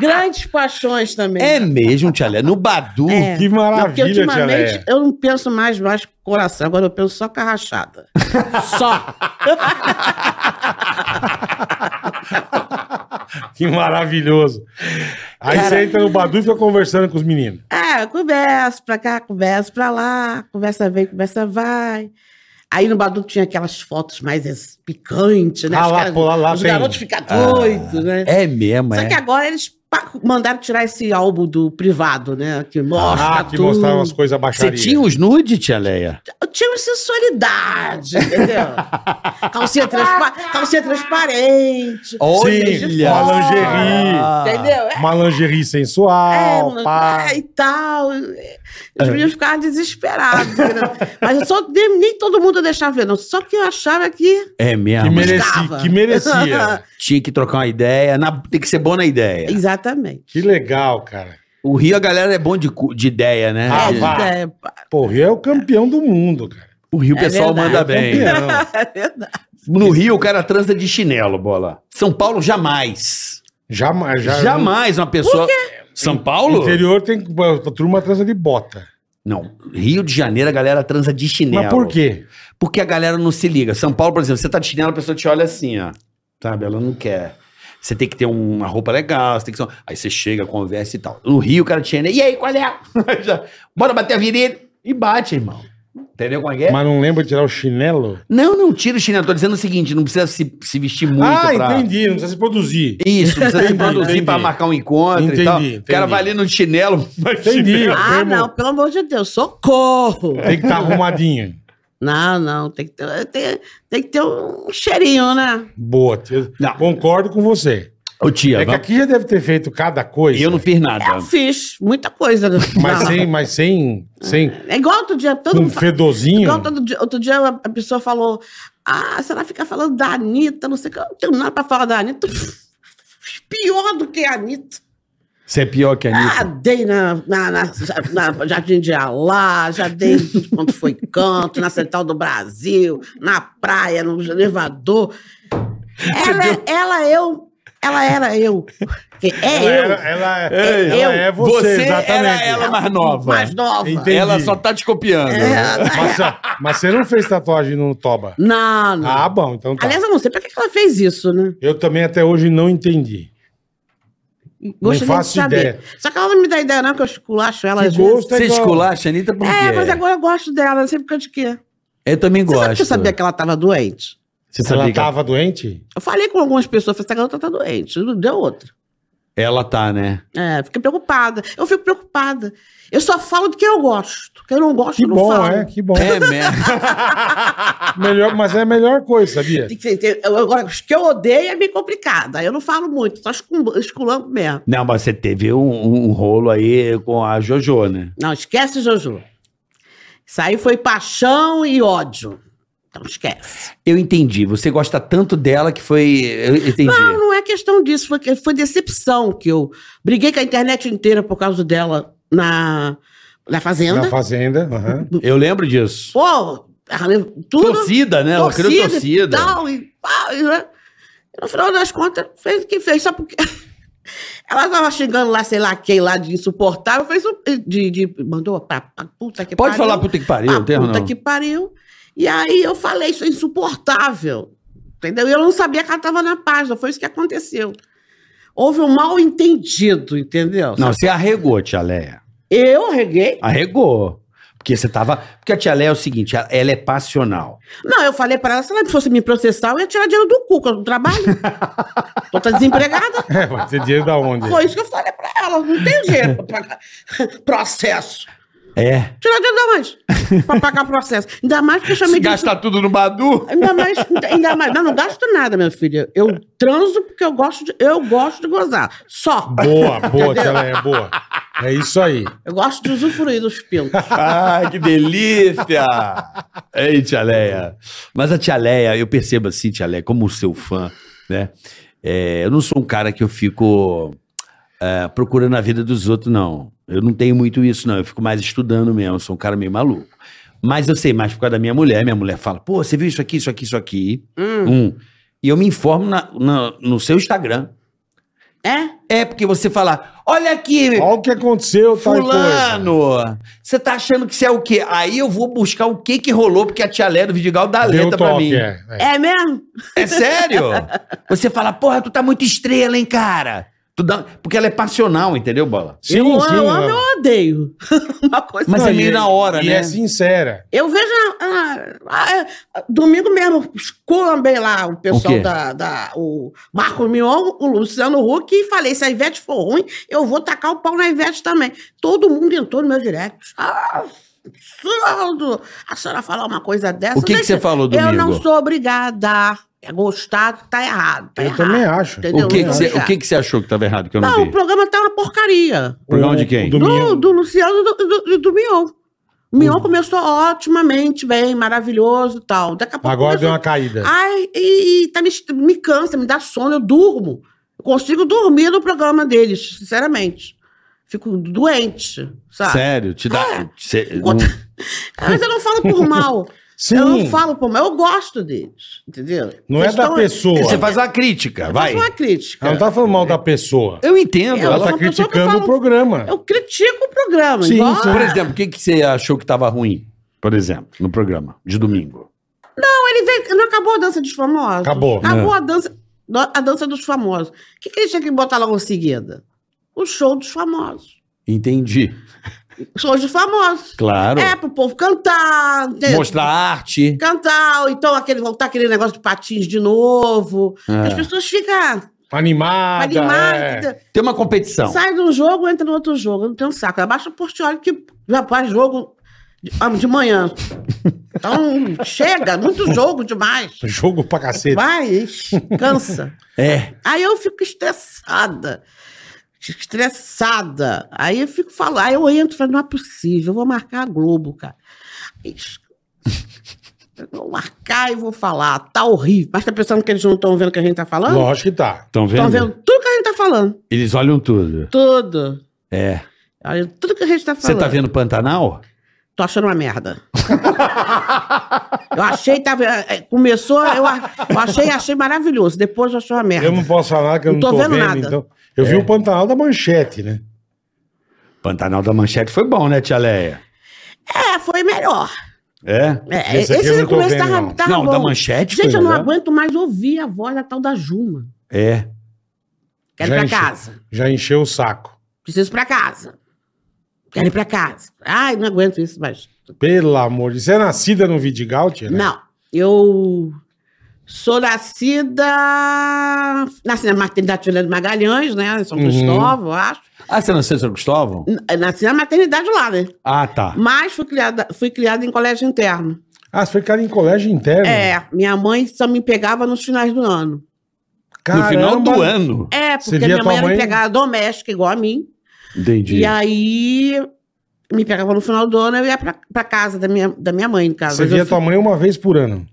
[SPEAKER 4] grandes paixões também.
[SPEAKER 3] É mesmo, tia Leia? No Badu?
[SPEAKER 4] É.
[SPEAKER 2] Que
[SPEAKER 4] Não, porque
[SPEAKER 2] maravilha, tia
[SPEAKER 4] ultimamente
[SPEAKER 2] Leia.
[SPEAKER 4] eu não penso mais mais com coração, agora eu penso só <laughs> carrachada. só.
[SPEAKER 2] <laughs> Que maravilhoso. Aí você entra no Badu e fica conversando com os meninos.
[SPEAKER 4] É, conversa pra cá, conversa pra lá, conversa vem, conversa vai. Aí no Badu tinha aquelas fotos mais es- picantes, né?
[SPEAKER 2] Ah,
[SPEAKER 4] Os
[SPEAKER 2] lá, pô, lá, lá
[SPEAKER 4] os
[SPEAKER 2] tem.
[SPEAKER 4] garotos ficam doidos, né?
[SPEAKER 3] É mesmo,
[SPEAKER 4] Só
[SPEAKER 3] é.
[SPEAKER 4] que agora eles pa- mandaram tirar esse álbum do privado, né? Que mostra
[SPEAKER 2] Ah, que
[SPEAKER 4] tudo. um-
[SPEAKER 2] mostrava umas coisas
[SPEAKER 3] Você
[SPEAKER 2] baixarias.
[SPEAKER 3] tinha os nude, tia Leia?
[SPEAKER 4] Eu tinha uma
[SPEAKER 2] <laughs>
[SPEAKER 4] sensualidade, entendeu? calcinha, transpa calcinha transparente.
[SPEAKER 2] Sim, uma lingerie.
[SPEAKER 4] Entendeu? É,
[SPEAKER 2] Uma lingerie
[SPEAKER 4] é,
[SPEAKER 2] sensual,
[SPEAKER 4] mano,
[SPEAKER 2] Ah. pá.
[SPEAKER 4] é, e tal. Os meninos ficavam desesperados. entendeu? Mas eu só nem, nem todo mundo eu deixava ver, não. Só que eu achava que.
[SPEAKER 3] É mesmo.
[SPEAKER 2] Que merecia.
[SPEAKER 4] Buscava.
[SPEAKER 2] Que
[SPEAKER 4] <laughs>
[SPEAKER 2] merecia.
[SPEAKER 3] Tinha que trocar uma ideia. na- Tem que ser bom na
[SPEAKER 2] É.
[SPEAKER 3] ideia.
[SPEAKER 4] Exatamente.
[SPEAKER 2] Que legal, cara.
[SPEAKER 3] O Rio, a galera é bom de, cu- de ideia, né?
[SPEAKER 2] Ah,
[SPEAKER 4] É,
[SPEAKER 2] vá.
[SPEAKER 4] é,
[SPEAKER 2] Pô, o Rio é o campeão do mundo, cara.
[SPEAKER 3] O Rio, o
[SPEAKER 4] É
[SPEAKER 3] pessoal
[SPEAKER 4] verdade.
[SPEAKER 3] manda bem.
[SPEAKER 2] Campeão.
[SPEAKER 4] <laughs> é verdade.
[SPEAKER 3] No Rio, o cara transa de chinelo, bola. São Paulo, jamais.
[SPEAKER 2] Jamais, já,
[SPEAKER 3] Jamais uma pessoa. São
[SPEAKER 2] No
[SPEAKER 3] Paulo?
[SPEAKER 2] interior tem a turma transa de bota.
[SPEAKER 3] Não. Rio de Janeiro, a galera transa de chinelo.
[SPEAKER 2] Mas por quê?
[SPEAKER 3] Porque a galera não se liga. São Paulo, por exemplo, você tá de chinelo, a pessoa te olha assim, ó. Sabe? Ela não quer. Você tem que ter um, uma roupa legal, você tem que ser... um, Aí você chega, conversa e tal. No Rio, o cara te chega, e aí, qual é? <laughs> Já, Bora bater a virilha. E bate, irmão. Entendeu como é que é?
[SPEAKER 2] Mas não lembra de tirar o chinelo?
[SPEAKER 3] Não, não tira o chinelo. Tô dizendo o seguinte, não precisa se, se vestir muito
[SPEAKER 2] ah,
[SPEAKER 3] pra...
[SPEAKER 2] entendi. Não precisa se produzir.
[SPEAKER 3] Isso, não precisa se
[SPEAKER 2] Entendi,
[SPEAKER 3] produzir
[SPEAKER 2] entendi.
[SPEAKER 3] pra marcar um encontro
[SPEAKER 2] Entendi,
[SPEAKER 3] e tal. O cara
[SPEAKER 2] entendi.
[SPEAKER 3] vai ali no chinelo, mas
[SPEAKER 2] Entendi.
[SPEAKER 3] chinelo.
[SPEAKER 4] Ah,
[SPEAKER 2] Termo-
[SPEAKER 4] não, pelo amor de Deus, socorro!
[SPEAKER 2] Tem que estar arrumadinho.
[SPEAKER 4] Não, não, tem que ter, tem, tem que ter um cheirinho, né?
[SPEAKER 2] Boa. tia.
[SPEAKER 3] Não.
[SPEAKER 2] Concordo com você.
[SPEAKER 3] Ô tia,
[SPEAKER 2] É que
[SPEAKER 3] vamos-
[SPEAKER 2] aqui já deve ter feito cada coisa.
[SPEAKER 3] eu não fiz nada.
[SPEAKER 4] Eu fiz muita coisa. né?
[SPEAKER 2] Ah. Mas
[SPEAKER 4] Não.
[SPEAKER 2] sem, mas sem, sem
[SPEAKER 4] É igual outro dia, todo
[SPEAKER 2] um
[SPEAKER 4] mundo fa-
[SPEAKER 2] fedozinho.
[SPEAKER 4] Igual todo dia, outro dia a pessoa falou: Ah, se ela ficar falando da Anitta, não sei o que, eu não tenho nada pra falar da Anitta. Pior do que a Anitta.
[SPEAKER 3] Você é pior que a
[SPEAKER 4] Ah, dei na, na, na, na Jardim de Alá, já dei <laughs> em tudo quanto foi canto, na Central do Brasil, na praia, no elevador. Ela, ela, eu, ela era eu. Que
[SPEAKER 2] Ela,
[SPEAKER 4] É eu,
[SPEAKER 2] era- ela é-
[SPEAKER 3] Ei,
[SPEAKER 2] ela
[SPEAKER 4] eu-
[SPEAKER 2] é você,
[SPEAKER 3] era
[SPEAKER 2] exatamente.
[SPEAKER 3] ela mais nova.
[SPEAKER 4] mais nova.
[SPEAKER 2] Entendi.
[SPEAKER 3] Ela só tá te copiando.
[SPEAKER 4] É.
[SPEAKER 2] Mas, mas você não fez tatuagem no Toba?
[SPEAKER 4] Não, não.
[SPEAKER 2] Ah, bom, então tá.
[SPEAKER 4] Aliás, eu não sei pra que que ela fez isso, né?
[SPEAKER 2] Eu também até hoje não entendi.
[SPEAKER 4] Gostaria
[SPEAKER 2] faço
[SPEAKER 4] de saber.
[SPEAKER 2] ideia.
[SPEAKER 4] Só que ela não me dá ideia, não, porque eu esculacho ela.
[SPEAKER 2] Que
[SPEAKER 4] às vezes.
[SPEAKER 2] gosto é
[SPEAKER 3] Você
[SPEAKER 2] igual-
[SPEAKER 3] esculacha a Anitta por quê?
[SPEAKER 4] É, mas agora eu gosto dela, não sei por causa de quê.
[SPEAKER 3] Eu também
[SPEAKER 4] Você sabe
[SPEAKER 3] gosto.
[SPEAKER 4] que eu sabia que ela tava doente?
[SPEAKER 3] Você sabia
[SPEAKER 2] Ela
[SPEAKER 3] que ela... tá-
[SPEAKER 2] tava doente?
[SPEAKER 4] Eu falei com algumas pessoas, falei, essa garota tá doente, não deu outra.
[SPEAKER 3] ela tá, né?
[SPEAKER 4] É, fiquei preocupada. Eu fico preocupada. Eu só falo do que eu gosto. Que eu não gosto,
[SPEAKER 2] Que
[SPEAKER 4] eu não
[SPEAKER 2] bom,
[SPEAKER 4] falo.
[SPEAKER 2] é, que bom.
[SPEAKER 3] <laughs> É mesmo.
[SPEAKER 2] Melhor, mas é a melhor coisa, sabia?
[SPEAKER 4] Tem que ter- eu- Agora, os que eu odeio é meio complicado. Aí eu não falo muito, só escul- esculando mesmo.
[SPEAKER 3] Não, mas você teve um, um- um rolo aí com a Jojo, né?
[SPEAKER 4] Não, esquece, Jojo. Isso aí foi paixão e ódio. Então esquece.
[SPEAKER 3] Eu entendi. Você gosta tanto dela que foi. Eu entendi.
[SPEAKER 4] Não, não é questão disso. Foi, que- foi decepção que eu briguei com a internet inteira por causa dela na, na Fazenda.
[SPEAKER 2] Na
[SPEAKER 3] <laughs>
[SPEAKER 2] fazenda. aham.
[SPEAKER 3] Eu lembro disso.
[SPEAKER 4] Pô, arranhei tudo.
[SPEAKER 3] torcida, né? Ela criou
[SPEAKER 4] e
[SPEAKER 3] torcida.
[SPEAKER 4] tal, e pau, e, né? E no final das contas, fez o que fez, só porque. <laughs> Ela tava xingando lá, sei lá, quem lá de insuportável, fez um. De, de- mandou pra, pra puta que
[SPEAKER 3] Pode
[SPEAKER 4] pariu.
[SPEAKER 3] falar puta que
[SPEAKER 4] pra
[SPEAKER 3] pariu, tem ou
[SPEAKER 4] Ah, puta
[SPEAKER 3] não?
[SPEAKER 4] que pariu. E aí eu falei, isso é insuportável. Entendeu? E eu não sabia que ela estava na página, foi isso que aconteceu. Houve um mal entendido, entendeu?
[SPEAKER 3] Não, você arregou, tia Leia.
[SPEAKER 4] Eu reguei.
[SPEAKER 3] Arregou. Porque você tava. Porque a tia Léa é o seguinte, ela- ela é passional.
[SPEAKER 4] Não, eu falei pra ela, se ela fosse me processar, eu ia tirar dinheiro do cu, que eu
[SPEAKER 3] <laughs>
[SPEAKER 4] não trabalho. Tô tá desempregada.
[SPEAKER 2] É, vai ter dinheiro da onde?
[SPEAKER 4] Foi isso que eu falei pra ela. Não tem dinheiro pra pagar <laughs> processo.
[SPEAKER 3] É.
[SPEAKER 4] Tirar dinheiro da onde? Pra pagar processo. Ainda mais que eu
[SPEAKER 3] Se
[SPEAKER 4] chamei de.
[SPEAKER 3] gastar tudo no Badu.
[SPEAKER 4] Ainda mais, ainda mais. Não, não gasto nada, minha filha. Eu transo porque eu gosto de, eu gosto de gozar. Só.
[SPEAKER 2] Boa, boa, ela é boa. É isso aí.
[SPEAKER 4] Eu gosto de usufruir dos pintos.
[SPEAKER 3] Ai, que delícia! Ei, tia Leia. Mas a tia Leia, eu percebo assim, tia Leia, como seu fã, né? É, eu não sou um cara que eu fico é, procurando a vida dos outros, não. Eu não tenho muito isso, não. Eu fico mais estudando mesmo. Eu sou um cara meio maluco. Mas eu sei mais por causa da minha mulher. Minha mulher fala, pô, você viu isso aqui, isso aqui, isso aqui. Um. E eu me informo na- na- no seu Instagram.
[SPEAKER 4] É?
[SPEAKER 3] É porque você fala, olha aqui,
[SPEAKER 2] Olha o que aconteceu, tal coisa.
[SPEAKER 3] Fulano, você tá achando que você é o quê? Aí eu vou buscar o que que rolou, porque a tia Léa do Vidigal dá a
[SPEAKER 2] Deu
[SPEAKER 3] letra pra
[SPEAKER 2] toque,
[SPEAKER 3] mim. É.
[SPEAKER 2] é, é.
[SPEAKER 4] É mesmo?
[SPEAKER 3] sério? Você fala, porra, tu tá muito estrela, hein, cara? Tu dá- Porque ela é passional, entendeu, Bola?
[SPEAKER 2] Sim,
[SPEAKER 4] eu
[SPEAKER 2] sim.
[SPEAKER 4] eu amo,
[SPEAKER 2] ela-
[SPEAKER 4] eu odeio. <laughs> Uma coisa.
[SPEAKER 3] Mas
[SPEAKER 2] Não,
[SPEAKER 3] é
[SPEAKER 2] e
[SPEAKER 3] meio na hora,
[SPEAKER 2] e
[SPEAKER 3] né?
[SPEAKER 2] é sincera.
[SPEAKER 4] Eu vejo. ah, ah, ah, domingo mesmo, esculambei lá o pessoal
[SPEAKER 3] O quê?
[SPEAKER 4] da, da. O Marco Mion, o Luciano Huck, e falei: se a Ivete for ruim, eu vou tacar o pau na Ivete também. Todo mundo entrou no meu direct. Ah, absurdo! A senhora falar uma coisa dessa.
[SPEAKER 3] O que que
[SPEAKER 4] deixa-
[SPEAKER 3] você falou,
[SPEAKER 4] Eu não
[SPEAKER 3] Domingo?
[SPEAKER 4] sou obrigada. É gostado, tá errado. Tá
[SPEAKER 2] Eu
[SPEAKER 4] errado.
[SPEAKER 2] também acho.
[SPEAKER 4] Entendeu?
[SPEAKER 3] o que,
[SPEAKER 4] Não
[SPEAKER 3] que, você,
[SPEAKER 4] deixar.
[SPEAKER 3] o que que você achou que tava errado, que eu não,
[SPEAKER 4] Não, o
[SPEAKER 3] vi?
[SPEAKER 4] programa tá uma porcaria.
[SPEAKER 3] Programa de quem?
[SPEAKER 2] O
[SPEAKER 4] Do,
[SPEAKER 2] Domingo.
[SPEAKER 4] do Luciano e do, do, do Mion. O Mion
[SPEAKER 2] Uhum.
[SPEAKER 4] começou otimamente, bem, maravilhoso e tal. Daqui a pouco.
[SPEAKER 2] Agora deu
[SPEAKER 4] começou...
[SPEAKER 2] uma caída.
[SPEAKER 4] Ai, e, e tá me, me cansa, me dá sono, eu durmo. Eu consigo dormir no programa deles, sinceramente. Fico doente, sabe?
[SPEAKER 3] Sério, te dá.
[SPEAKER 4] Tá. É.
[SPEAKER 3] cê-
[SPEAKER 4] Enquanto- <laughs> Mas eu não falo por mal.
[SPEAKER 2] Hum. <laughs> Sim,
[SPEAKER 4] Eu não
[SPEAKER 2] não,
[SPEAKER 4] falo por mal. Eu gosto deles, entendeu?
[SPEAKER 2] é
[SPEAKER 4] Vocês
[SPEAKER 2] da
[SPEAKER 4] estão-
[SPEAKER 2] pessoa.
[SPEAKER 3] Você
[SPEAKER 2] Ela
[SPEAKER 3] faz uma crítica,
[SPEAKER 4] Eu
[SPEAKER 3] vai.
[SPEAKER 4] faço uma crítica.
[SPEAKER 2] não tá falando mal da pessoa.
[SPEAKER 3] Eu entendo.
[SPEAKER 4] Eu-
[SPEAKER 2] Ela
[SPEAKER 3] ela-
[SPEAKER 2] tá
[SPEAKER 4] sou uma pessoa que
[SPEAKER 2] criticando
[SPEAKER 4] fala-
[SPEAKER 2] o programa.
[SPEAKER 4] Eu critico o programa.
[SPEAKER 2] Sim,
[SPEAKER 4] igual-
[SPEAKER 2] sim.
[SPEAKER 3] Por exemplo, o que que você achou que tava ruim? Por exemplo, no programa de domingo.
[SPEAKER 4] Ele veio, não acabou a dança dos famosos?
[SPEAKER 2] Acabou.
[SPEAKER 4] Acabou a dança, do- a dança dos famosos. O que, que eles tinham que botar logo em seguida? O show dos famosos.
[SPEAKER 3] Entendi.
[SPEAKER 4] Show dos famosos.
[SPEAKER 3] Claro.
[SPEAKER 4] É, pro povo cantar. entendeu?
[SPEAKER 3] Mostrar arte.
[SPEAKER 4] Cantar, ou então aquele, voltar aquele negócio de patins de novo.
[SPEAKER 3] É.
[SPEAKER 4] As pessoas ficam
[SPEAKER 2] Animada. é.
[SPEAKER 4] animadas.
[SPEAKER 3] Tem uma competição.
[SPEAKER 4] Sai de um jogo, entra no outro jogo. Não tem um saco. Abaixa o portiólio que já faz jogo de, ah, de manhã. Então, chega, muito jogo demais.
[SPEAKER 2] é. Jogo pra cacete.
[SPEAKER 4] Vai, cansa.
[SPEAKER 3] É.
[SPEAKER 4] Aí eu fico estressada. Estressada. Aí eu fico falando, aí eu entro e falo, não é possível, eu vou marcar a Globo, cara. Ixi. <laughs> Eu vou marcar e vou falar, tá horrível. Mas tá pensando que eles não estão vendo o que a gente tá falando?
[SPEAKER 2] Lógico que tá.
[SPEAKER 3] Estão
[SPEAKER 4] Estão vendo tudo que a gente tá falando.
[SPEAKER 3] Eles olham tudo.
[SPEAKER 4] Tudo.
[SPEAKER 3] É.
[SPEAKER 4] Olha, tudo que a gente tá
[SPEAKER 3] Você
[SPEAKER 4] falando.
[SPEAKER 3] tá vendo Pantanal?
[SPEAKER 4] Tô achando uma merda. eu achei, tava, eh, começou, eu, a- eu achei, achei maravilhoso. Depois eu achei uma merda.
[SPEAKER 2] Eu não posso falar que eu não tô, vendo,
[SPEAKER 4] nada.
[SPEAKER 2] então. Eu
[SPEAKER 3] É.
[SPEAKER 2] vi o Pantanal da manchete, né?
[SPEAKER 3] Pantanal da Manchete foi bom, né, Tia Leia?
[SPEAKER 4] É, foi melhor.
[SPEAKER 3] É?
[SPEAKER 4] É,
[SPEAKER 2] Esse
[SPEAKER 4] esse,
[SPEAKER 2] aqui eu não
[SPEAKER 4] no
[SPEAKER 2] tô
[SPEAKER 4] começo
[SPEAKER 2] vendo,
[SPEAKER 4] tava,
[SPEAKER 2] não.
[SPEAKER 4] tava
[SPEAKER 3] não,
[SPEAKER 4] Tá bom.
[SPEAKER 3] da Manchete foi
[SPEAKER 4] Gente, eu não
[SPEAKER 2] né?
[SPEAKER 3] melhor.
[SPEAKER 4] aguento mais ouvir a voz da tal da Juma.
[SPEAKER 3] É.
[SPEAKER 4] Quero
[SPEAKER 2] Já
[SPEAKER 4] ir pra
[SPEAKER 2] encheu.
[SPEAKER 4] casa.
[SPEAKER 2] Já encheu o saco.
[SPEAKER 4] Preciso ir pra casa. Quero ir pra casa. Ai, não aguento isso mais.
[SPEAKER 2] Pelo amor de Você é nascida no Vidigal, tia? né?
[SPEAKER 4] Não, eu sou nascida... Nasci na maternidade Fernando Magalhães, né? Em São
[SPEAKER 2] Uhum.
[SPEAKER 4] Cristóvão, eu acho.
[SPEAKER 3] Ah, você nasceu em São Cristóvão?
[SPEAKER 4] N- Nasci na maternidade lá, né?
[SPEAKER 3] Ah, tá.
[SPEAKER 4] Mas fui criada, fui criada em colégio interno.
[SPEAKER 2] Ah, você foi criada em colégio interno?
[SPEAKER 4] É, minha mãe só me pegava nos finais do ano.
[SPEAKER 3] No final do ano.
[SPEAKER 4] É,
[SPEAKER 2] Você
[SPEAKER 4] porque
[SPEAKER 2] via
[SPEAKER 4] minha
[SPEAKER 2] tua
[SPEAKER 4] mãe era
[SPEAKER 2] mãe-
[SPEAKER 4] empregada doméstica, igual a mim.
[SPEAKER 3] Entendi.
[SPEAKER 4] E aí me pegava no final do ano, eu ia pra, pra casa da minha, da minha mãe, em casa.
[SPEAKER 2] Você
[SPEAKER 4] Mas eu
[SPEAKER 2] via
[SPEAKER 4] fi-
[SPEAKER 2] tua mãe uma vez por ano.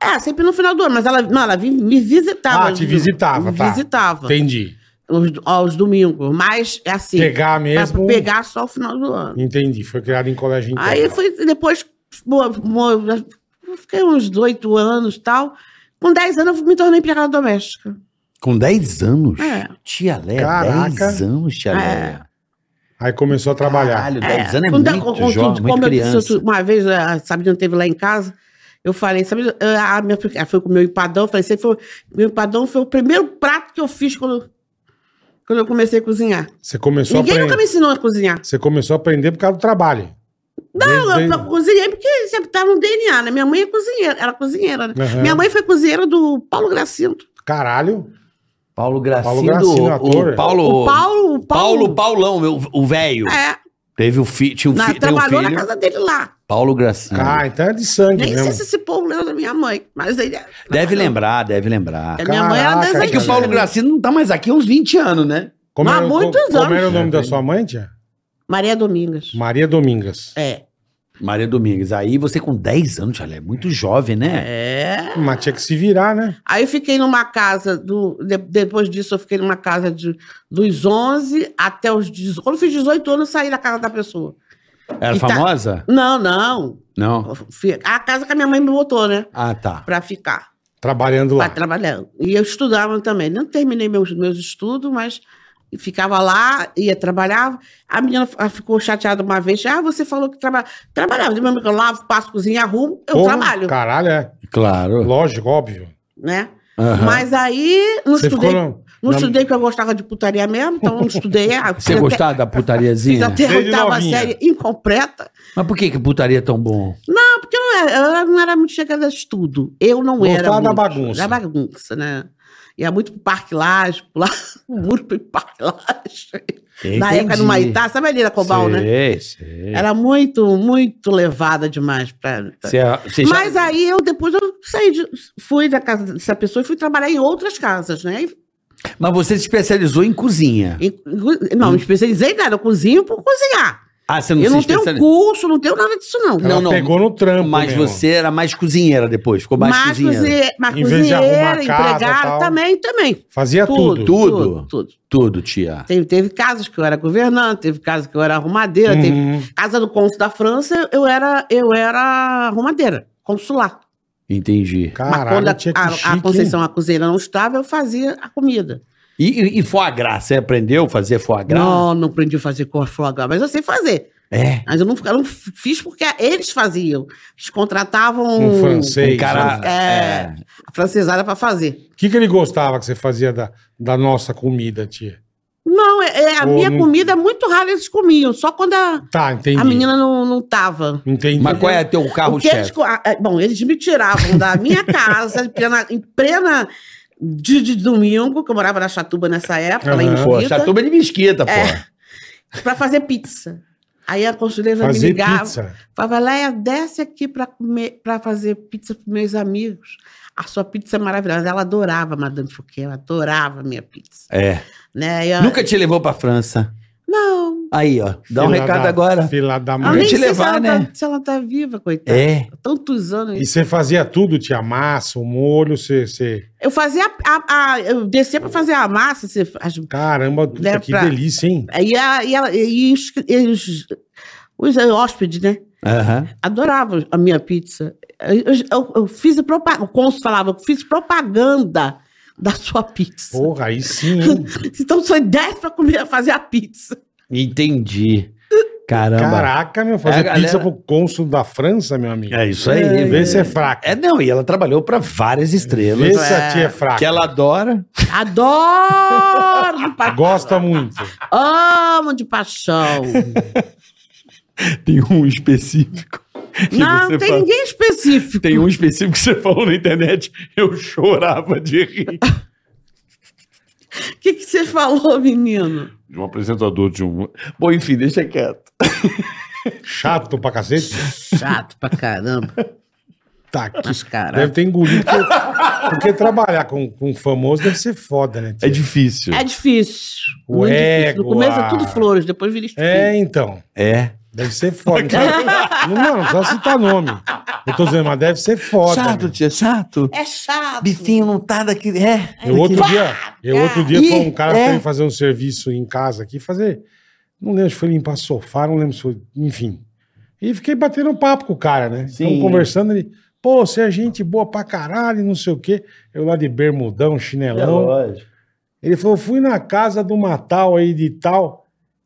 [SPEAKER 4] É, sempre no final do ano, mas ela, não, ela vinha- me visitava.
[SPEAKER 2] Ah, te visitava,
[SPEAKER 4] me
[SPEAKER 2] tá.
[SPEAKER 4] visitava.
[SPEAKER 2] Entendi.
[SPEAKER 4] Aos, aos domingos. Mas é assim.
[SPEAKER 2] Pegar mesmo.
[SPEAKER 4] Pra pegar só o final do ano.
[SPEAKER 2] Entendi. Foi criada em colégio interno.
[SPEAKER 4] Aí foi depois. mo- mo- eu Fiquei uns 18 anos e tal. Com 10 anos eu me tornei empregada doméstica.
[SPEAKER 3] Com 10 anos?
[SPEAKER 4] É.
[SPEAKER 3] Tia Leia,
[SPEAKER 2] Caraca.
[SPEAKER 3] 10 anos, Tia
[SPEAKER 4] É.
[SPEAKER 3] Leia.
[SPEAKER 2] Aí começou a trabalhar.
[SPEAKER 3] Caralho, 10 anos é
[SPEAKER 4] com-
[SPEAKER 3] muito
[SPEAKER 4] com- com-
[SPEAKER 3] jovem,
[SPEAKER 4] como
[SPEAKER 3] muito
[SPEAKER 4] eu disse
[SPEAKER 3] criança.
[SPEAKER 4] outro- uma vez, a Sabrina esteve lá em casa, eu falei, Sabrina, eh, a minha, ela foi com o meu empadão, eu falei, você foi, meu empadão foi o primeiro prato que eu fiz quando, quando eu comecei a cozinhar.
[SPEAKER 2] Você começou a
[SPEAKER 4] Ninguém
[SPEAKER 2] aprender.
[SPEAKER 4] nunca me ensinou a cozinhar.
[SPEAKER 2] Você começou a aprender por causa do trabalho.
[SPEAKER 4] Não, eu,
[SPEAKER 2] Desde-
[SPEAKER 4] eu cozinhei porque sempre tá no DNA, né? Minha mãe é cozinheira, era cozinheira, né?
[SPEAKER 2] Aham.
[SPEAKER 4] Minha mãe foi cozinheira do Paulo Gracinto.
[SPEAKER 2] Caralho.
[SPEAKER 3] Paulo Gracindo.
[SPEAKER 2] Gracindo,
[SPEAKER 3] o- o
[SPEAKER 2] ator.
[SPEAKER 3] Paulo,
[SPEAKER 4] o Paulo... O
[SPEAKER 3] Paulo
[SPEAKER 4] Paulo,
[SPEAKER 3] Paulão, meu, o velho.
[SPEAKER 4] É,
[SPEAKER 3] Teve o filho, tinha um,
[SPEAKER 4] Na-
[SPEAKER 3] fi tem um
[SPEAKER 4] trabalhou
[SPEAKER 3] filho,
[SPEAKER 4] na casa dele lá.
[SPEAKER 3] Paulo Gracinha.
[SPEAKER 2] Ah, então é de sangue
[SPEAKER 4] Nem sei
[SPEAKER 2] mesmo.
[SPEAKER 4] se esse povo lembra da minha mãe, mas ele.
[SPEAKER 3] deve lembrar, deve lembrar.
[SPEAKER 4] É, minha mãe era
[SPEAKER 2] Caraca,
[SPEAKER 3] É que o
[SPEAKER 4] desenhista.
[SPEAKER 3] Paulo Gracinha não tá mais aqui há uns 20 anos, né?
[SPEAKER 2] Como
[SPEAKER 4] Há
[SPEAKER 2] era,
[SPEAKER 4] muitos
[SPEAKER 2] como, como
[SPEAKER 4] anos.
[SPEAKER 2] era o nome da sua mãe, tia?
[SPEAKER 4] Maria Domingas.
[SPEAKER 2] Maria Domingas.
[SPEAKER 4] É.
[SPEAKER 3] Maria Domingues. Aí você com 10 anos, olha, é muito jovem, né?
[SPEAKER 4] É.
[SPEAKER 2] Mas tinha que se virar, né?
[SPEAKER 4] Aí eu fiquei numa casa do. de- depois disso, eu fiquei numa casa de, dos 11 até os 18. Quando eu fiz 18 anos, eu saí da casa da pessoa.
[SPEAKER 3] Era
[SPEAKER 4] E tá-
[SPEAKER 3] famosa?
[SPEAKER 4] Não, não.
[SPEAKER 3] Não.
[SPEAKER 4] Fi- A casa que a minha mãe me botou, né?
[SPEAKER 3] Ah, tá.
[SPEAKER 4] Pra ficar.
[SPEAKER 2] Trabalhando lá.
[SPEAKER 4] Pra trabalhar. E eu estudava também. Não terminei meus, meus estudos, mas ficava lá, ia trabalhava. A menina f- ficou chateada uma vez. Ah, você falou que trabalha. Trabalhava. Lembra que eu lavo, passo, cozinha, arrumo. Eu
[SPEAKER 2] Porra,
[SPEAKER 4] trabalho,
[SPEAKER 2] Caralho, é.
[SPEAKER 3] Claro.
[SPEAKER 2] Lógico, óbvio.
[SPEAKER 4] né?
[SPEAKER 3] Aham.
[SPEAKER 4] Mas aí não
[SPEAKER 2] Você
[SPEAKER 4] estudei.
[SPEAKER 2] ficou no...
[SPEAKER 4] Não
[SPEAKER 2] na-
[SPEAKER 4] estudei porque eu gostava de putaria mesmo, então não estudei. Ah,
[SPEAKER 3] Você
[SPEAKER 4] fiz
[SPEAKER 3] gostava da
[SPEAKER 4] Até, fiz
[SPEAKER 3] putariazinha?
[SPEAKER 4] até a
[SPEAKER 2] Desde
[SPEAKER 4] oitava
[SPEAKER 2] novinha.
[SPEAKER 4] série incompleta.
[SPEAKER 3] Mas por que que putaria é tão bom?
[SPEAKER 4] Não, porque eu não era, eu não era muito chegada a estudo. Eu não
[SPEAKER 2] Gostava
[SPEAKER 4] era.
[SPEAKER 2] da
[SPEAKER 4] muito,
[SPEAKER 2] bagunça.
[SPEAKER 4] Da bagunça, né? Ia muito pro Parque Laje, pular <laughs> muito pro Parque Laje. Na época do Maitá, sabe ali na Cobal, né?
[SPEAKER 3] Sei, sei.
[SPEAKER 4] Era muito, muito levada demais pra. pra-
[SPEAKER 3] Você- é- você já-
[SPEAKER 4] Mas aí eu depois eu saí de- fui da casa dessa pessoa e fui trabalhar em outras casas, né? E-
[SPEAKER 3] Mas você se especializou em cozinha.
[SPEAKER 4] e- não,
[SPEAKER 3] Hum.
[SPEAKER 4] me especializei nada, eu cozinho por cozinhar.
[SPEAKER 3] Ah, você não
[SPEAKER 4] Eu
[SPEAKER 3] se
[SPEAKER 4] não tenho
[SPEAKER 3] especializou.
[SPEAKER 4] curso, não tenho nada disso, não.
[SPEAKER 2] Ela
[SPEAKER 3] Não, não.
[SPEAKER 2] pegou no trampo
[SPEAKER 3] Mas
[SPEAKER 2] mesmo.
[SPEAKER 3] você era mais cozinheira depois, ficou mais
[SPEAKER 4] Mas
[SPEAKER 3] cozinheira.
[SPEAKER 4] cozinhe- mas
[SPEAKER 2] Em vez de
[SPEAKER 4] cozinheira,
[SPEAKER 2] arrumar casa,
[SPEAKER 4] empregada,
[SPEAKER 2] tal.
[SPEAKER 4] também, também.
[SPEAKER 2] Fazia tudo.
[SPEAKER 4] Tudo, tudo,
[SPEAKER 3] Tudo?
[SPEAKER 4] tudo.
[SPEAKER 3] Tudo, tia.
[SPEAKER 4] Teve, teve casas que eu era governante, teve casas que eu era arrumadeira, teve
[SPEAKER 2] Uhum.
[SPEAKER 4] casa do cônsul da França, eu era, eu era arrumadeira, consular.
[SPEAKER 3] Entendi.
[SPEAKER 4] Mas quando
[SPEAKER 2] Caralho,
[SPEAKER 4] a,
[SPEAKER 2] tinha que
[SPEAKER 4] a- a
[SPEAKER 2] chique, hein?
[SPEAKER 4] Conceição, a cozinheira, não estava, eu fazia a comida.
[SPEAKER 3] E, e, e foie gras? Você aprendeu a fazer foie gras?
[SPEAKER 4] Não, não aprendi a fazer com a foga, mas eu sei fazer.
[SPEAKER 3] É.
[SPEAKER 4] Mas eu não, eu não fiz porque eles faziam. Eles contratavam
[SPEAKER 2] Um francês.
[SPEAKER 3] Um cara-
[SPEAKER 2] né?
[SPEAKER 3] É.
[SPEAKER 4] É. a francesada para fazer.
[SPEAKER 2] O que, que ele gostava que você fazia da, da nossa comida, tia?
[SPEAKER 4] Não, é, é, a
[SPEAKER 2] Ou
[SPEAKER 4] minha
[SPEAKER 2] não-
[SPEAKER 4] comida é muito rara, eles comiam, só quando a,
[SPEAKER 2] Tá, entendi.
[SPEAKER 4] a menina não, não tava.
[SPEAKER 2] Entendi.
[SPEAKER 3] Mas qual é teu
[SPEAKER 4] O que eles
[SPEAKER 3] carro-chefe?
[SPEAKER 4] co- ah, é, bom, eles me tiravam
[SPEAKER 3] <laughs>
[SPEAKER 4] da minha casa em plena, em plena de, de domingo, que eu morava na Chatuba nessa época, lá em
[SPEAKER 2] Aham.
[SPEAKER 3] Pô,
[SPEAKER 4] Chatuba,
[SPEAKER 3] chatuba de mesquita, pô.
[SPEAKER 4] É. pra fazer pizza. Aí a consultora me
[SPEAKER 2] Fazer
[SPEAKER 4] ligava,
[SPEAKER 2] pizza.
[SPEAKER 4] falava, Leia, desce aqui pra, comer, pra fazer pizza pros meus amigos. A sua pizza é maravilhosa. Ela adorava Madame Fouquet, ela adorava a minha pizza.
[SPEAKER 3] É.
[SPEAKER 4] Né? E eu-
[SPEAKER 3] Nunca te levou pra França.
[SPEAKER 4] Não,
[SPEAKER 3] Aí, ó. Dá um
[SPEAKER 2] Fila
[SPEAKER 3] recado
[SPEAKER 2] da-
[SPEAKER 3] agora. Ah,
[SPEAKER 2] Fila da
[SPEAKER 4] Eu
[SPEAKER 3] Alguém
[SPEAKER 2] mãe.
[SPEAKER 4] nem
[SPEAKER 3] te
[SPEAKER 4] sei
[SPEAKER 3] levar,
[SPEAKER 4] se, ela
[SPEAKER 3] né?
[SPEAKER 4] tá, se ela tá viva, coitada.
[SPEAKER 3] É.
[SPEAKER 4] Tantos anos.
[SPEAKER 2] E você fazia tudo, tia? Massa, o molho, você... você-
[SPEAKER 4] Eu fazia. a- a- a- eu descia pra fazer a massa. Assim, as,
[SPEAKER 2] Caramba, puta,
[SPEAKER 4] Né,
[SPEAKER 2] que
[SPEAKER 4] pra-
[SPEAKER 2] delícia, hein?
[SPEAKER 4] aí a- e, ela- e os, e os, os hóspedes, né?
[SPEAKER 3] Aham.
[SPEAKER 4] Adoravam a minha pizza. Eu, eu- eu fiz a propaganda. O cônsul falava, eu fiz propaganda da sua pizza.
[SPEAKER 2] Porra, aí sim, hein?
[SPEAKER 4] Então só desce pra comer, fazer a pizza.
[SPEAKER 3] Entendi. <laughs> Caramba.
[SPEAKER 2] Caraca, meu, fazer
[SPEAKER 3] É, a galera-
[SPEAKER 2] pizza pro cônsul da França, meu amigo.
[SPEAKER 3] É isso aí.
[SPEAKER 2] Vê
[SPEAKER 3] velho.
[SPEAKER 2] se é fraca.
[SPEAKER 3] É, não, e ela trabalhou pra várias
[SPEAKER 2] Vê
[SPEAKER 3] estrelas.
[SPEAKER 2] se a tia é fraca.
[SPEAKER 3] Que ela adora.
[SPEAKER 4] Adoro! pa-
[SPEAKER 2] Gosta muito.
[SPEAKER 4] Amo de
[SPEAKER 3] <laughs>
[SPEAKER 4] paixão.
[SPEAKER 3] Tem um específico. que
[SPEAKER 4] Não,
[SPEAKER 3] você
[SPEAKER 4] tem
[SPEAKER 3] fala-
[SPEAKER 4] ninguém específico.
[SPEAKER 3] Tem um específico que você falou na internet. Eu chorava de rir.
[SPEAKER 4] O que, que você falou, menino?
[SPEAKER 3] De um apresentador de um. Bom, enfim, deixa quieto.
[SPEAKER 2] Chato pra cacete.
[SPEAKER 4] Chato pra caramba.
[SPEAKER 2] Tá, que
[SPEAKER 4] Mas, cara.
[SPEAKER 2] deve ter engolido. Porque, porque trabalhar com, com famoso deve ser foda, né,
[SPEAKER 3] É
[SPEAKER 2] tia?
[SPEAKER 3] difícil.
[SPEAKER 4] É difícil.
[SPEAKER 2] O
[SPEAKER 4] muito
[SPEAKER 2] ego,
[SPEAKER 4] difícil. No começo
[SPEAKER 2] a-
[SPEAKER 4] é tudo flores, depois vira estudo.
[SPEAKER 2] É, então.
[SPEAKER 3] É.
[SPEAKER 2] Deve ser foda. Não, precisa- não, não precisa citar nome. Eu tô dizendo, mas deve ser foda. né?
[SPEAKER 3] Chato,
[SPEAKER 2] meu.
[SPEAKER 3] tia, chato.
[SPEAKER 4] É chato.
[SPEAKER 3] Bifinho não tá daqui. É.
[SPEAKER 2] Eu outro
[SPEAKER 3] Daqui.
[SPEAKER 2] dia, eu outro dia
[SPEAKER 3] Ih,
[SPEAKER 2] foi um cara
[SPEAKER 3] é.
[SPEAKER 2] que foi fazer um serviço em casa aqui, fazer. Não lembro se foi limpar sofá, não lembro se foi. Enfim. E fiquei batendo um papo com o cara, né?
[SPEAKER 3] Sim.
[SPEAKER 2] Sim. conversando, ele. Pô, você é gente boa pra caralho, não sei o quê. Eu lá de bermudão,
[SPEAKER 3] É
[SPEAKER 2] chinelão. Ele falou: fui na casa do Matal aí de tal.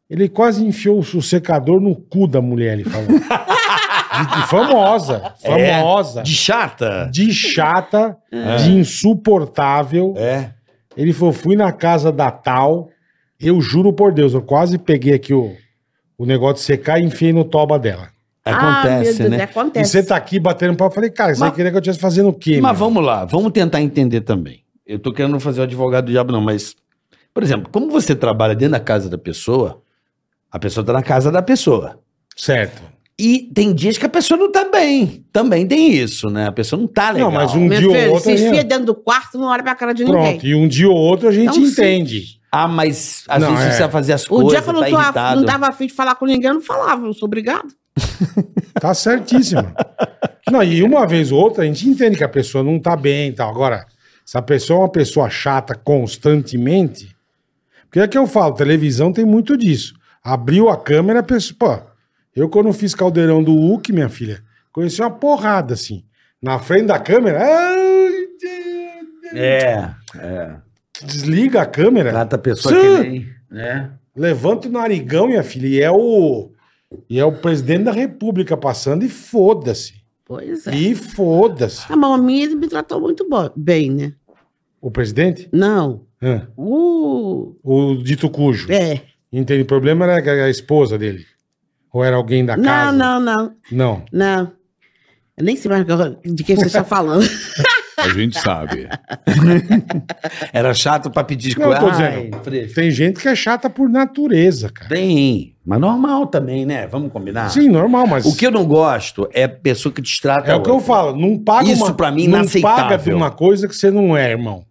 [SPEAKER 2] Ele quase enfiou o secador no cu da mulher,
[SPEAKER 3] <laughs>
[SPEAKER 2] ele falou. de, de famosa,
[SPEAKER 3] É.
[SPEAKER 2] famosa.
[SPEAKER 3] De chata?
[SPEAKER 2] De chata,
[SPEAKER 3] É.
[SPEAKER 2] de insuportável.
[SPEAKER 3] É.
[SPEAKER 2] Ele falou: fui na casa da tal. Eu juro por Deus, eu quase peguei aqui o, o negócio de secar e enfiei no toba dela.
[SPEAKER 4] Ah,
[SPEAKER 3] Acontece, né?
[SPEAKER 2] E
[SPEAKER 4] é, Acontece.
[SPEAKER 2] você tá aqui batendo papo. Eu falei, cara, isso aí
[SPEAKER 3] Mas-
[SPEAKER 2] queria que eu estivesse fazendo o quê?
[SPEAKER 3] Mas
[SPEAKER 2] meu?
[SPEAKER 3] vamos lá, vamos tentar entender também. Eu tô querendo fazer o advogado do diabo, não, mas. Por exemplo, como você trabalha dentro da casa da pessoa, A pessoa tá na casa da pessoa.
[SPEAKER 2] Certo.
[SPEAKER 3] E tem dias que a pessoa não tá bem. Também tem isso, né? A pessoa não tá legal.
[SPEAKER 2] Não, mas um
[SPEAKER 4] Meu
[SPEAKER 2] dia ou
[SPEAKER 4] filho,
[SPEAKER 2] outro.
[SPEAKER 4] se
[SPEAKER 2] a gente-
[SPEAKER 4] enfia dentro do quarto, não olha pra cara de ninguém.
[SPEAKER 2] Pronto, e um dia ou outro a gente
[SPEAKER 4] Então, sim.
[SPEAKER 2] entende.
[SPEAKER 3] Ah, mas às
[SPEAKER 2] Não,
[SPEAKER 3] vezes
[SPEAKER 2] é.
[SPEAKER 3] você precisa fazer as
[SPEAKER 4] O
[SPEAKER 3] coisas,
[SPEAKER 4] dia que eu não,
[SPEAKER 3] tá
[SPEAKER 4] tô af-
[SPEAKER 3] irritado.
[SPEAKER 4] não tava afim de falar com ninguém, eu não falava, eu não sou obrigado.
[SPEAKER 2] Tá certíssimo. não, e uma vez ou outra a gente entende que a pessoa não tá bem e tal. Agora, se a pessoa é uma pessoa chata constantemente. Porque é que eu falo, televisão tem muito disso. Abriu a câmera, a pessoa. Pô, eu quando fiz caldeirão do Hulk, minha filha, conheci uma porrada assim. Na frente da câmera. ai,
[SPEAKER 3] É, é.
[SPEAKER 2] Desliga a câmera.
[SPEAKER 3] Trata a pessoa
[SPEAKER 2] Sim.
[SPEAKER 3] que nem... Né?
[SPEAKER 2] Levanta o narigão, minha filha, e é o. E é o presidente da república passando e foda-se.
[SPEAKER 4] Pois é.
[SPEAKER 2] E foda-se.
[SPEAKER 4] A maminha ele me tratou muito bo- bem, né?
[SPEAKER 2] O presidente?
[SPEAKER 4] Não.
[SPEAKER 2] Hã.
[SPEAKER 4] O.
[SPEAKER 2] O dito cujo.
[SPEAKER 4] É.
[SPEAKER 2] Entende? O problema era que a esposa dele. Ou era alguém da
[SPEAKER 4] Não,
[SPEAKER 2] casa.
[SPEAKER 4] não, não,
[SPEAKER 2] Não.
[SPEAKER 4] não. Eu nem sei mais de quem você está falando.
[SPEAKER 5] A gente sabe.
[SPEAKER 3] <laughs> Era chato pra pedir
[SPEAKER 2] Não, eu tô
[SPEAKER 3] Ai,
[SPEAKER 2] dizendo.
[SPEAKER 3] Fred.
[SPEAKER 2] Tem gente que é chata por natureza, cara.
[SPEAKER 3] Tem, mas normal também, né? Vamos combinar.
[SPEAKER 2] Sim, normal, mas.
[SPEAKER 3] O que eu não gosto é pessoa que destrata
[SPEAKER 2] É o que eu
[SPEAKER 3] outra.
[SPEAKER 2] falo, não paga
[SPEAKER 3] Isso
[SPEAKER 2] uma,
[SPEAKER 3] pra mim é
[SPEAKER 2] não
[SPEAKER 3] inaceitável.
[SPEAKER 2] paga de uma coisa que você não é, irmão.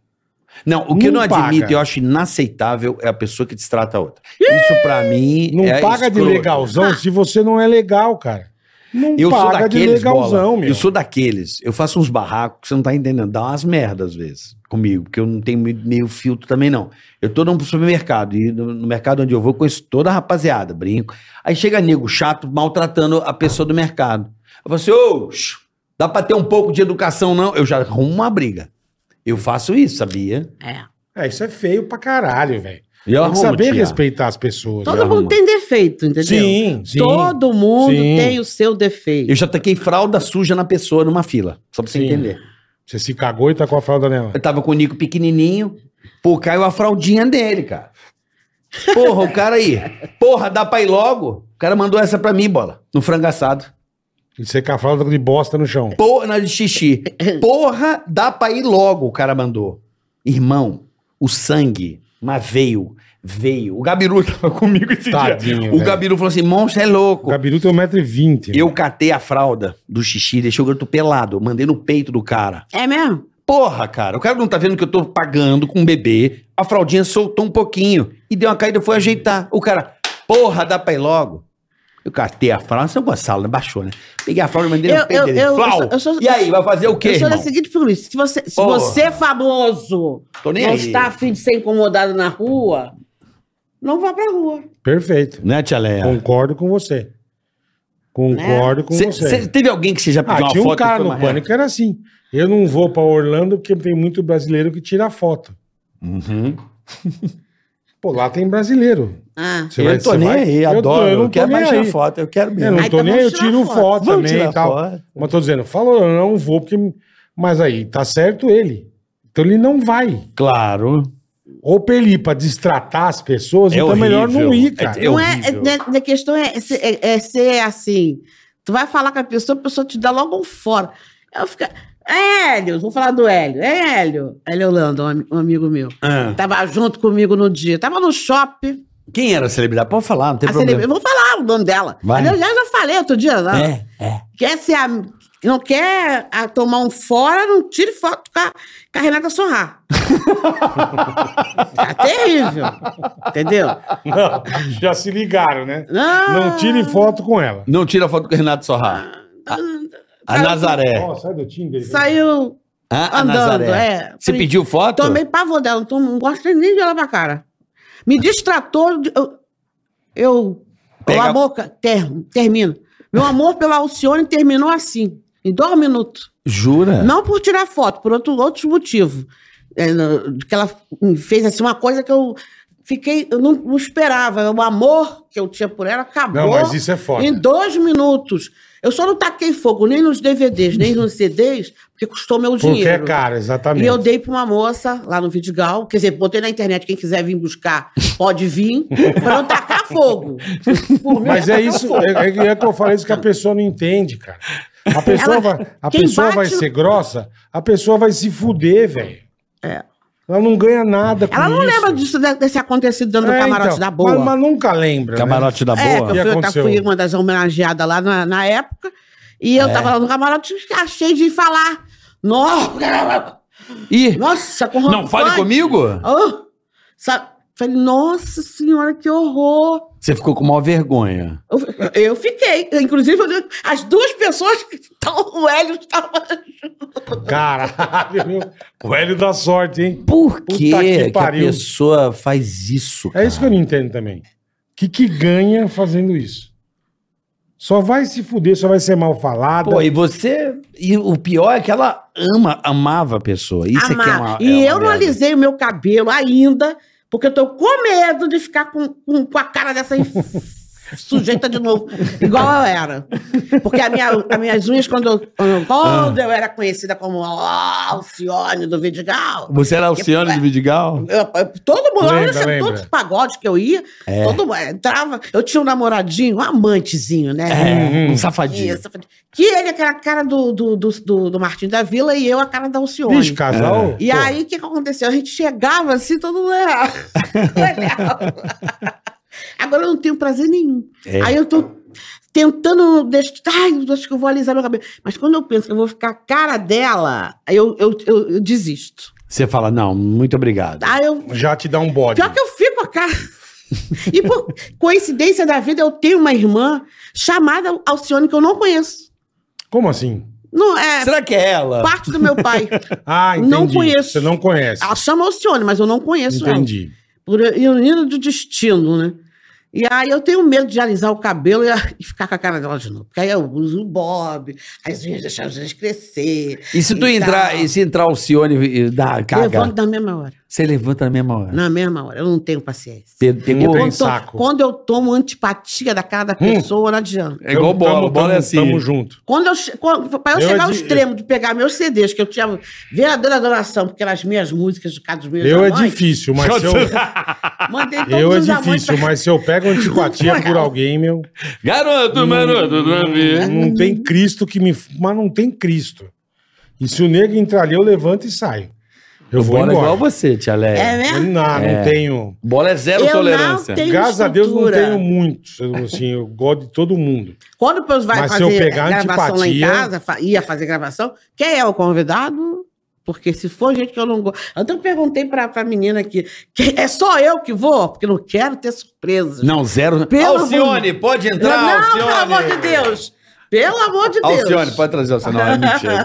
[SPEAKER 3] Não, o que eu não
[SPEAKER 2] Não paga.
[SPEAKER 3] admito, eu acho inaceitável, é a pessoa que destrata a outra. Isso pra mim
[SPEAKER 2] Não
[SPEAKER 3] é
[SPEAKER 2] paga de
[SPEAKER 3] escroto. Ah.
[SPEAKER 2] legalzão se você não é legal, cara. Não
[SPEAKER 3] Eu sou
[SPEAKER 2] paga de
[SPEAKER 3] daqueles,
[SPEAKER 2] legalzão,
[SPEAKER 3] bola.
[SPEAKER 2] meu.
[SPEAKER 3] Eu sou daqueles. Eu faço uns barracos que você não tá entendendo. Dá umas merdas às vezes comigo, porque eu não tenho meio, meio filtro também, não. Eu tô num supermercado, e no, no mercado onde eu vou, eu conheço toda a rapaziada, brinco. Aí chega nego chato, maltratando a pessoa do mercado. Eu falo assim, ô, shh, dá pra ter um pouco de educação, não? Eu já arrumo uma briga. Eu faço isso, sabia?
[SPEAKER 4] É.
[SPEAKER 2] É, isso é feio pra caralho, velho.
[SPEAKER 3] E eu
[SPEAKER 2] Tem que
[SPEAKER 3] arrumo,
[SPEAKER 2] saber
[SPEAKER 3] tia.
[SPEAKER 2] respeitar as pessoas.
[SPEAKER 4] Todo
[SPEAKER 3] Já
[SPEAKER 4] mundo
[SPEAKER 3] arruma.
[SPEAKER 4] tem defeito, entendeu?
[SPEAKER 2] Sim, sim.
[SPEAKER 4] Todo mundo
[SPEAKER 2] Sim.
[SPEAKER 4] tem o seu defeito.
[SPEAKER 3] Eu já taquei fralda suja na pessoa numa fila, só pra você
[SPEAKER 2] Sim.
[SPEAKER 3] entender.
[SPEAKER 2] Você se cagou e tá com a fralda nela.
[SPEAKER 3] Eu tava com o Nico pequenininho. Pô, caiu a fraldinha dele, cara. Porra, o cara aí. Porra, dá pra ir logo? O cara mandou essa pra mim, bola. No frango assado.
[SPEAKER 2] E você com a fralda de bosta no chão.
[SPEAKER 3] Porra, na de xixi. Porra, dá pra ir logo, o cara mandou. Irmão, o sangue, mas veio, veio. O Gabiru <laughs> tava comigo esse
[SPEAKER 2] Tadinho,
[SPEAKER 3] dia. O
[SPEAKER 2] velho.
[SPEAKER 3] Gabiru falou assim, monstro, é
[SPEAKER 2] O
[SPEAKER 3] louco.
[SPEAKER 2] Gabiru tem 1,20m.
[SPEAKER 3] Eu catei a fralda do xixi, deixei o garoto pelado, mandei no peito do cara.
[SPEAKER 4] É mesmo?
[SPEAKER 3] Porra, cara, o cara não tá vendo que eu tô pagando com um bebê. A fraldinha soltou um pouquinho e deu uma caída, foi ajeitar. O cara, porra, dá pra ir logo. Eu catei a fralda, São Gonçalo, né? Baixou, né? Peguei a fralda, mandei
[SPEAKER 4] Eu-
[SPEAKER 3] no peito
[SPEAKER 4] eu-
[SPEAKER 3] dele.
[SPEAKER 4] eu-
[SPEAKER 3] Flau!
[SPEAKER 4] eu sou- eu sou-
[SPEAKER 3] e aí, vai fazer o quê,
[SPEAKER 4] eu sou da
[SPEAKER 3] irmão?
[SPEAKER 4] seguinte polícia. Se você, se
[SPEAKER 3] Porra.
[SPEAKER 4] você é famoso
[SPEAKER 3] Tô nem
[SPEAKER 4] não
[SPEAKER 3] aí.
[SPEAKER 4] está afim de ser incomodado na rua, não vá pra rua.
[SPEAKER 2] Perfeito.
[SPEAKER 3] Né, Tia Leia?
[SPEAKER 2] Concordo com você. Concordo
[SPEAKER 4] Né?
[SPEAKER 2] com
[SPEAKER 3] Cê-
[SPEAKER 2] você.
[SPEAKER 3] cê- teve alguém que você já
[SPEAKER 2] Ah,
[SPEAKER 3] pediu uma
[SPEAKER 2] tinha um
[SPEAKER 3] foto? e
[SPEAKER 2] cara
[SPEAKER 3] foi
[SPEAKER 2] no
[SPEAKER 3] uma reta?
[SPEAKER 2] pânico que era assim. Eu não vou pra Orlando porque tem muito brasileiro que tira foto.
[SPEAKER 3] Uhum.
[SPEAKER 2] Pô, lá tem brasileiro.
[SPEAKER 4] Ah.
[SPEAKER 2] Você
[SPEAKER 3] eu tô
[SPEAKER 2] você
[SPEAKER 3] nem aí, adoro. Eu,
[SPEAKER 2] não tô
[SPEAKER 3] quero
[SPEAKER 2] nem
[SPEAKER 3] mais tirar
[SPEAKER 2] aí.
[SPEAKER 3] foto, eu quero
[SPEAKER 2] Eu
[SPEAKER 3] mesmo.
[SPEAKER 2] não
[SPEAKER 4] Aí,
[SPEAKER 2] tô
[SPEAKER 4] então
[SPEAKER 2] nem aí, eu
[SPEAKER 4] vamos tirar
[SPEAKER 2] tiro
[SPEAKER 4] foto.
[SPEAKER 2] foto
[SPEAKER 3] Vamos
[SPEAKER 2] também e
[SPEAKER 3] tirar
[SPEAKER 2] tal.
[SPEAKER 3] foto.
[SPEAKER 2] Mas tô dizendo, falou, eu não vou porque. Mas aí, tá certo ele. Então ele não vai.
[SPEAKER 3] Claro.
[SPEAKER 2] Ou pra ele ir pra destratar as pessoas,
[SPEAKER 3] É
[SPEAKER 2] então é melhor
[SPEAKER 3] horrível.
[SPEAKER 2] não ir,
[SPEAKER 3] <laughs>
[SPEAKER 2] cara.
[SPEAKER 3] É
[SPEAKER 4] não é,
[SPEAKER 3] horrível.
[SPEAKER 4] é- né, a questão é, ser- é- é ser assim. Tu vai falar com a pessoa, a pessoa te dá logo um fora. Eu fico. É Hélio, vou falar do Hélio. É Hélio. Hélio Holanda, um, am- um amigo meu.
[SPEAKER 3] Ah,
[SPEAKER 4] Tava junto comigo no dia. Tava no shopping.
[SPEAKER 3] Quem era a celebridade? Pode falar, não tem
[SPEAKER 4] a
[SPEAKER 3] problema.
[SPEAKER 4] celebra- Eu vou falar o nome dela.
[SPEAKER 3] Vai.
[SPEAKER 4] Mas eu já, já falei outro dia. Não,
[SPEAKER 3] É, é.
[SPEAKER 4] quer ser a- não quer a- tomar um fora, não tire foto com a, com a
[SPEAKER 2] <laughs>
[SPEAKER 4] Renata Sorrar. tá terrível. Entendeu?
[SPEAKER 2] Não, já se ligaram, né?
[SPEAKER 4] Não,
[SPEAKER 2] Não tire foto com ela.
[SPEAKER 3] Não tira foto com o Renato Sorrar. A
[SPEAKER 4] Saiu-
[SPEAKER 3] Nazaré.
[SPEAKER 2] Ó, sai do Tinder.
[SPEAKER 4] Saiu
[SPEAKER 3] Hã? a
[SPEAKER 4] andando,
[SPEAKER 3] Nazaré.
[SPEAKER 4] é.
[SPEAKER 3] Você
[SPEAKER 4] Falei,
[SPEAKER 3] pediu foto?
[SPEAKER 2] Tá.
[SPEAKER 4] Tomei pavor dela, não, tô- não gosto nem de olhar pra cara. Me distratou, de- eu... eu
[SPEAKER 3] Pega-
[SPEAKER 4] Pela boca, ter, termino. Meu amor pela Alcione terminou assim, em dois minutos.
[SPEAKER 2] É.
[SPEAKER 3] Jura?
[SPEAKER 4] Não por tirar foto, por outro, outros motivos. É, no- que ela fez assim, uma coisa que eu fiquei, eu não, não esperava. O amor que eu tinha por ela acabou
[SPEAKER 2] Não, mas isso é foda.
[SPEAKER 4] em dois minutos. Eu só não taquei fogo nem nos DVDs, nem nos CDs, porque custou meu
[SPEAKER 2] Porque é
[SPEAKER 4] dinheiro.
[SPEAKER 2] cara,
[SPEAKER 4] E
[SPEAKER 2] exatamente.
[SPEAKER 4] eu dei pra uma moça lá no Vidigal, quer dizer, botei na internet, quem quiser vir buscar, pode vir, pra não tacar fogo. Por
[SPEAKER 2] <laughs>
[SPEAKER 4] mim,
[SPEAKER 2] Mas
[SPEAKER 4] tacar
[SPEAKER 2] é isso,
[SPEAKER 4] fogo.
[SPEAKER 2] é, é- é que eu falei isso que a pessoa não entende, cara. A pessoa,
[SPEAKER 4] Ela-
[SPEAKER 2] vai, a
[SPEAKER 4] quem
[SPEAKER 2] pessoa
[SPEAKER 4] bate
[SPEAKER 2] vai
[SPEAKER 4] no-
[SPEAKER 2] ser grossa, a pessoa vai se fuder, velho. Ela não ganha nada com
[SPEAKER 4] É. Ela não
[SPEAKER 2] isso.
[SPEAKER 4] lembra disso, de- desse acontecido dentro
[SPEAKER 2] É,
[SPEAKER 4] do camarote
[SPEAKER 2] então,
[SPEAKER 4] da boa.
[SPEAKER 2] Mas, mas nunca lembra. né?
[SPEAKER 5] Camarote
[SPEAKER 3] Ah,
[SPEAKER 5] da
[SPEAKER 4] É,
[SPEAKER 5] boa.
[SPEAKER 4] que eu fui, eu ta-
[SPEAKER 2] aconteceu?
[SPEAKER 4] fui uma das homenageadas lá na, na época. E eu tava lá no camarote, achei de falar. Nossa,
[SPEAKER 3] Ih,
[SPEAKER 4] nossa com
[SPEAKER 3] não fale
[SPEAKER 4] foi?
[SPEAKER 3] comigo?
[SPEAKER 4] Ah, sabe? Falei, nossa senhora, que horror.
[SPEAKER 3] Você ficou com maior vergonha.
[SPEAKER 4] Eu, eu fiquei. Inclusive, eu- as duas pessoas que estão, o Hélio estava.
[SPEAKER 2] né? Caralho, meu. O Hélio dá sorte, hein?
[SPEAKER 3] Por
[SPEAKER 2] Puta
[SPEAKER 3] que,
[SPEAKER 2] que
[SPEAKER 3] que, a
[SPEAKER 2] pariu.
[SPEAKER 3] pessoa faz isso,
[SPEAKER 2] É isso que eu não entendo também. O que, que ganha fazendo isso? Só vai se fuder, só vai ser mal falada.
[SPEAKER 3] Pô, e você. E o pior é que ela ama, amava a pessoa. Isso é que é uma,
[SPEAKER 4] Amar.
[SPEAKER 3] é uma
[SPEAKER 4] E eu não
[SPEAKER 3] merda.
[SPEAKER 4] alisei o meu cabelo ainda, porque eu tô com medo de ficar com, com, com a cara dessa
[SPEAKER 3] <laughs>
[SPEAKER 4] inf- sujeita de novo, igual eu era. Porque a minha, as minhas unhas, quando, eu-
[SPEAKER 3] Ah.
[SPEAKER 4] quando eu era conhecida como a Alcione do Vidigal,
[SPEAKER 3] Você era Alcione do Vidigal?
[SPEAKER 4] eu- eu- todo mundo,
[SPEAKER 2] Lembra,
[SPEAKER 4] olha, assim,
[SPEAKER 2] lembra.
[SPEAKER 4] todos os pagodes que eu ia,
[SPEAKER 3] É.
[SPEAKER 4] todo mundo entrava. Eu tinha um namoradinho, um amantezinho, né?
[SPEAKER 3] É, um
[SPEAKER 4] E
[SPEAKER 3] safadinho.
[SPEAKER 4] essa- Que ele era a cara do, do, do, do, do Martim da Vila e eu a cara da Alcione.
[SPEAKER 2] Bicho, casal.
[SPEAKER 4] E
[SPEAKER 2] pô.
[SPEAKER 4] aí, o que, que aconteceu? A gente chegava assim, todo mundo <laughs> olhava. Olhava. Agora eu não tenho prazer nenhum.
[SPEAKER 3] É.
[SPEAKER 4] Aí eu tô tentando deixar. Ai, acho que eu vou alisar meu cabelo. Mas quando eu penso que eu vou ficar a cara dela, aí eu, eu, eu, eu desisto.
[SPEAKER 3] Você fala, não, muito obrigado.
[SPEAKER 4] Aí eu.
[SPEAKER 2] Já te dá um bode.
[SPEAKER 4] Pior que eu fico a cara. E por coincidência da vida, eu tenho uma irmã chamada Alcione que eu não conheço.
[SPEAKER 2] Como assim?
[SPEAKER 4] Não é
[SPEAKER 3] Será que é ela?
[SPEAKER 4] parte do meu pai.
[SPEAKER 2] Ah, entendi.
[SPEAKER 4] Não conheço.
[SPEAKER 2] Você não conhece.
[SPEAKER 4] Ela chama Alcione, mas eu não conheço ela.
[SPEAKER 2] entendi.
[SPEAKER 4] por ironia do destino, né? E aí eu tenho medo de alisar o cabelo e, e ficar com a cara dela de novo. Porque aí eu uso o bob, as unhas deixam as unhas crescer.
[SPEAKER 3] E se tu
[SPEAKER 4] Então.
[SPEAKER 3] entrar, e se entrar Alcione e dá caga?
[SPEAKER 4] Levanto na mesma hora.
[SPEAKER 3] Você levanta na mesma hora.
[SPEAKER 4] Na mesma hora. Eu não tenho paciência.
[SPEAKER 3] Pe- Pegou?
[SPEAKER 2] Não tem
[SPEAKER 4] Quando, to-
[SPEAKER 2] saco. Hum.
[SPEAKER 4] quando eu tomo antipatia da cara da pessoa, não adianta.
[SPEAKER 3] É igual
[SPEAKER 2] Tamo-
[SPEAKER 3] bola,
[SPEAKER 2] tamo-
[SPEAKER 3] bola é
[SPEAKER 2] tamo-
[SPEAKER 3] assim.
[SPEAKER 2] Tamo junto.
[SPEAKER 4] Quando eu, che- quando- pra eu,
[SPEAKER 2] Eu
[SPEAKER 4] chegar ao
[SPEAKER 2] adi-
[SPEAKER 4] extremo de pegar meus CDs, que eu tinha verdadeira adoração, porque eram as minhas músicas de cada dos meus
[SPEAKER 2] Eu é
[SPEAKER 4] amantes,
[SPEAKER 2] difícil, mas
[SPEAKER 3] <laughs>
[SPEAKER 2] se eu,
[SPEAKER 4] Mandei todos
[SPEAKER 2] eu é
[SPEAKER 4] os amantes
[SPEAKER 2] difícil,
[SPEAKER 4] pra-
[SPEAKER 2] mas se eu pego antipatia por alguém, meu,
[SPEAKER 3] Garoto, maroto,
[SPEAKER 4] Hum.
[SPEAKER 3] do navio.
[SPEAKER 2] não tem Cristo que me. Mas não tem Cristo. E se o nego entrar ali, eu levanto e saio. Eu vou
[SPEAKER 3] Bola é igual
[SPEAKER 2] embora.
[SPEAKER 3] você, Tia Léa.
[SPEAKER 4] É
[SPEAKER 2] Não,
[SPEAKER 4] mesmo?
[SPEAKER 2] não tenho.
[SPEAKER 3] Bola é zero
[SPEAKER 4] Eu não
[SPEAKER 3] tolerância.
[SPEAKER 4] tenho-
[SPEAKER 2] Graças a Deus não
[SPEAKER 4] estrutura.
[SPEAKER 2] tenho muito. Eu, Assim, eu gosto de todo mundo.
[SPEAKER 4] Quando o Peus vai
[SPEAKER 2] Mas se eu
[SPEAKER 4] fazer
[SPEAKER 2] pegar
[SPEAKER 4] gravação lá em
[SPEAKER 2] antipatia-
[SPEAKER 4] casa, fa- ia fazer gravação, quem é o convidado? Porque se for gente que eu não gosto. Então eu perguntei pra, pra menina aqui: que é só eu que vou? Porque eu não quero ter surpresa.
[SPEAKER 3] Não, zero.
[SPEAKER 4] Pelo
[SPEAKER 3] Alcione, pode
[SPEAKER 4] não,
[SPEAKER 3] entrar, Alcione.
[SPEAKER 4] pelo amor de Deus! Pelo amor de Deus!
[SPEAKER 3] Alcione, pode trazer o Alcione.
[SPEAKER 4] <laughs>
[SPEAKER 3] Não, é mentira.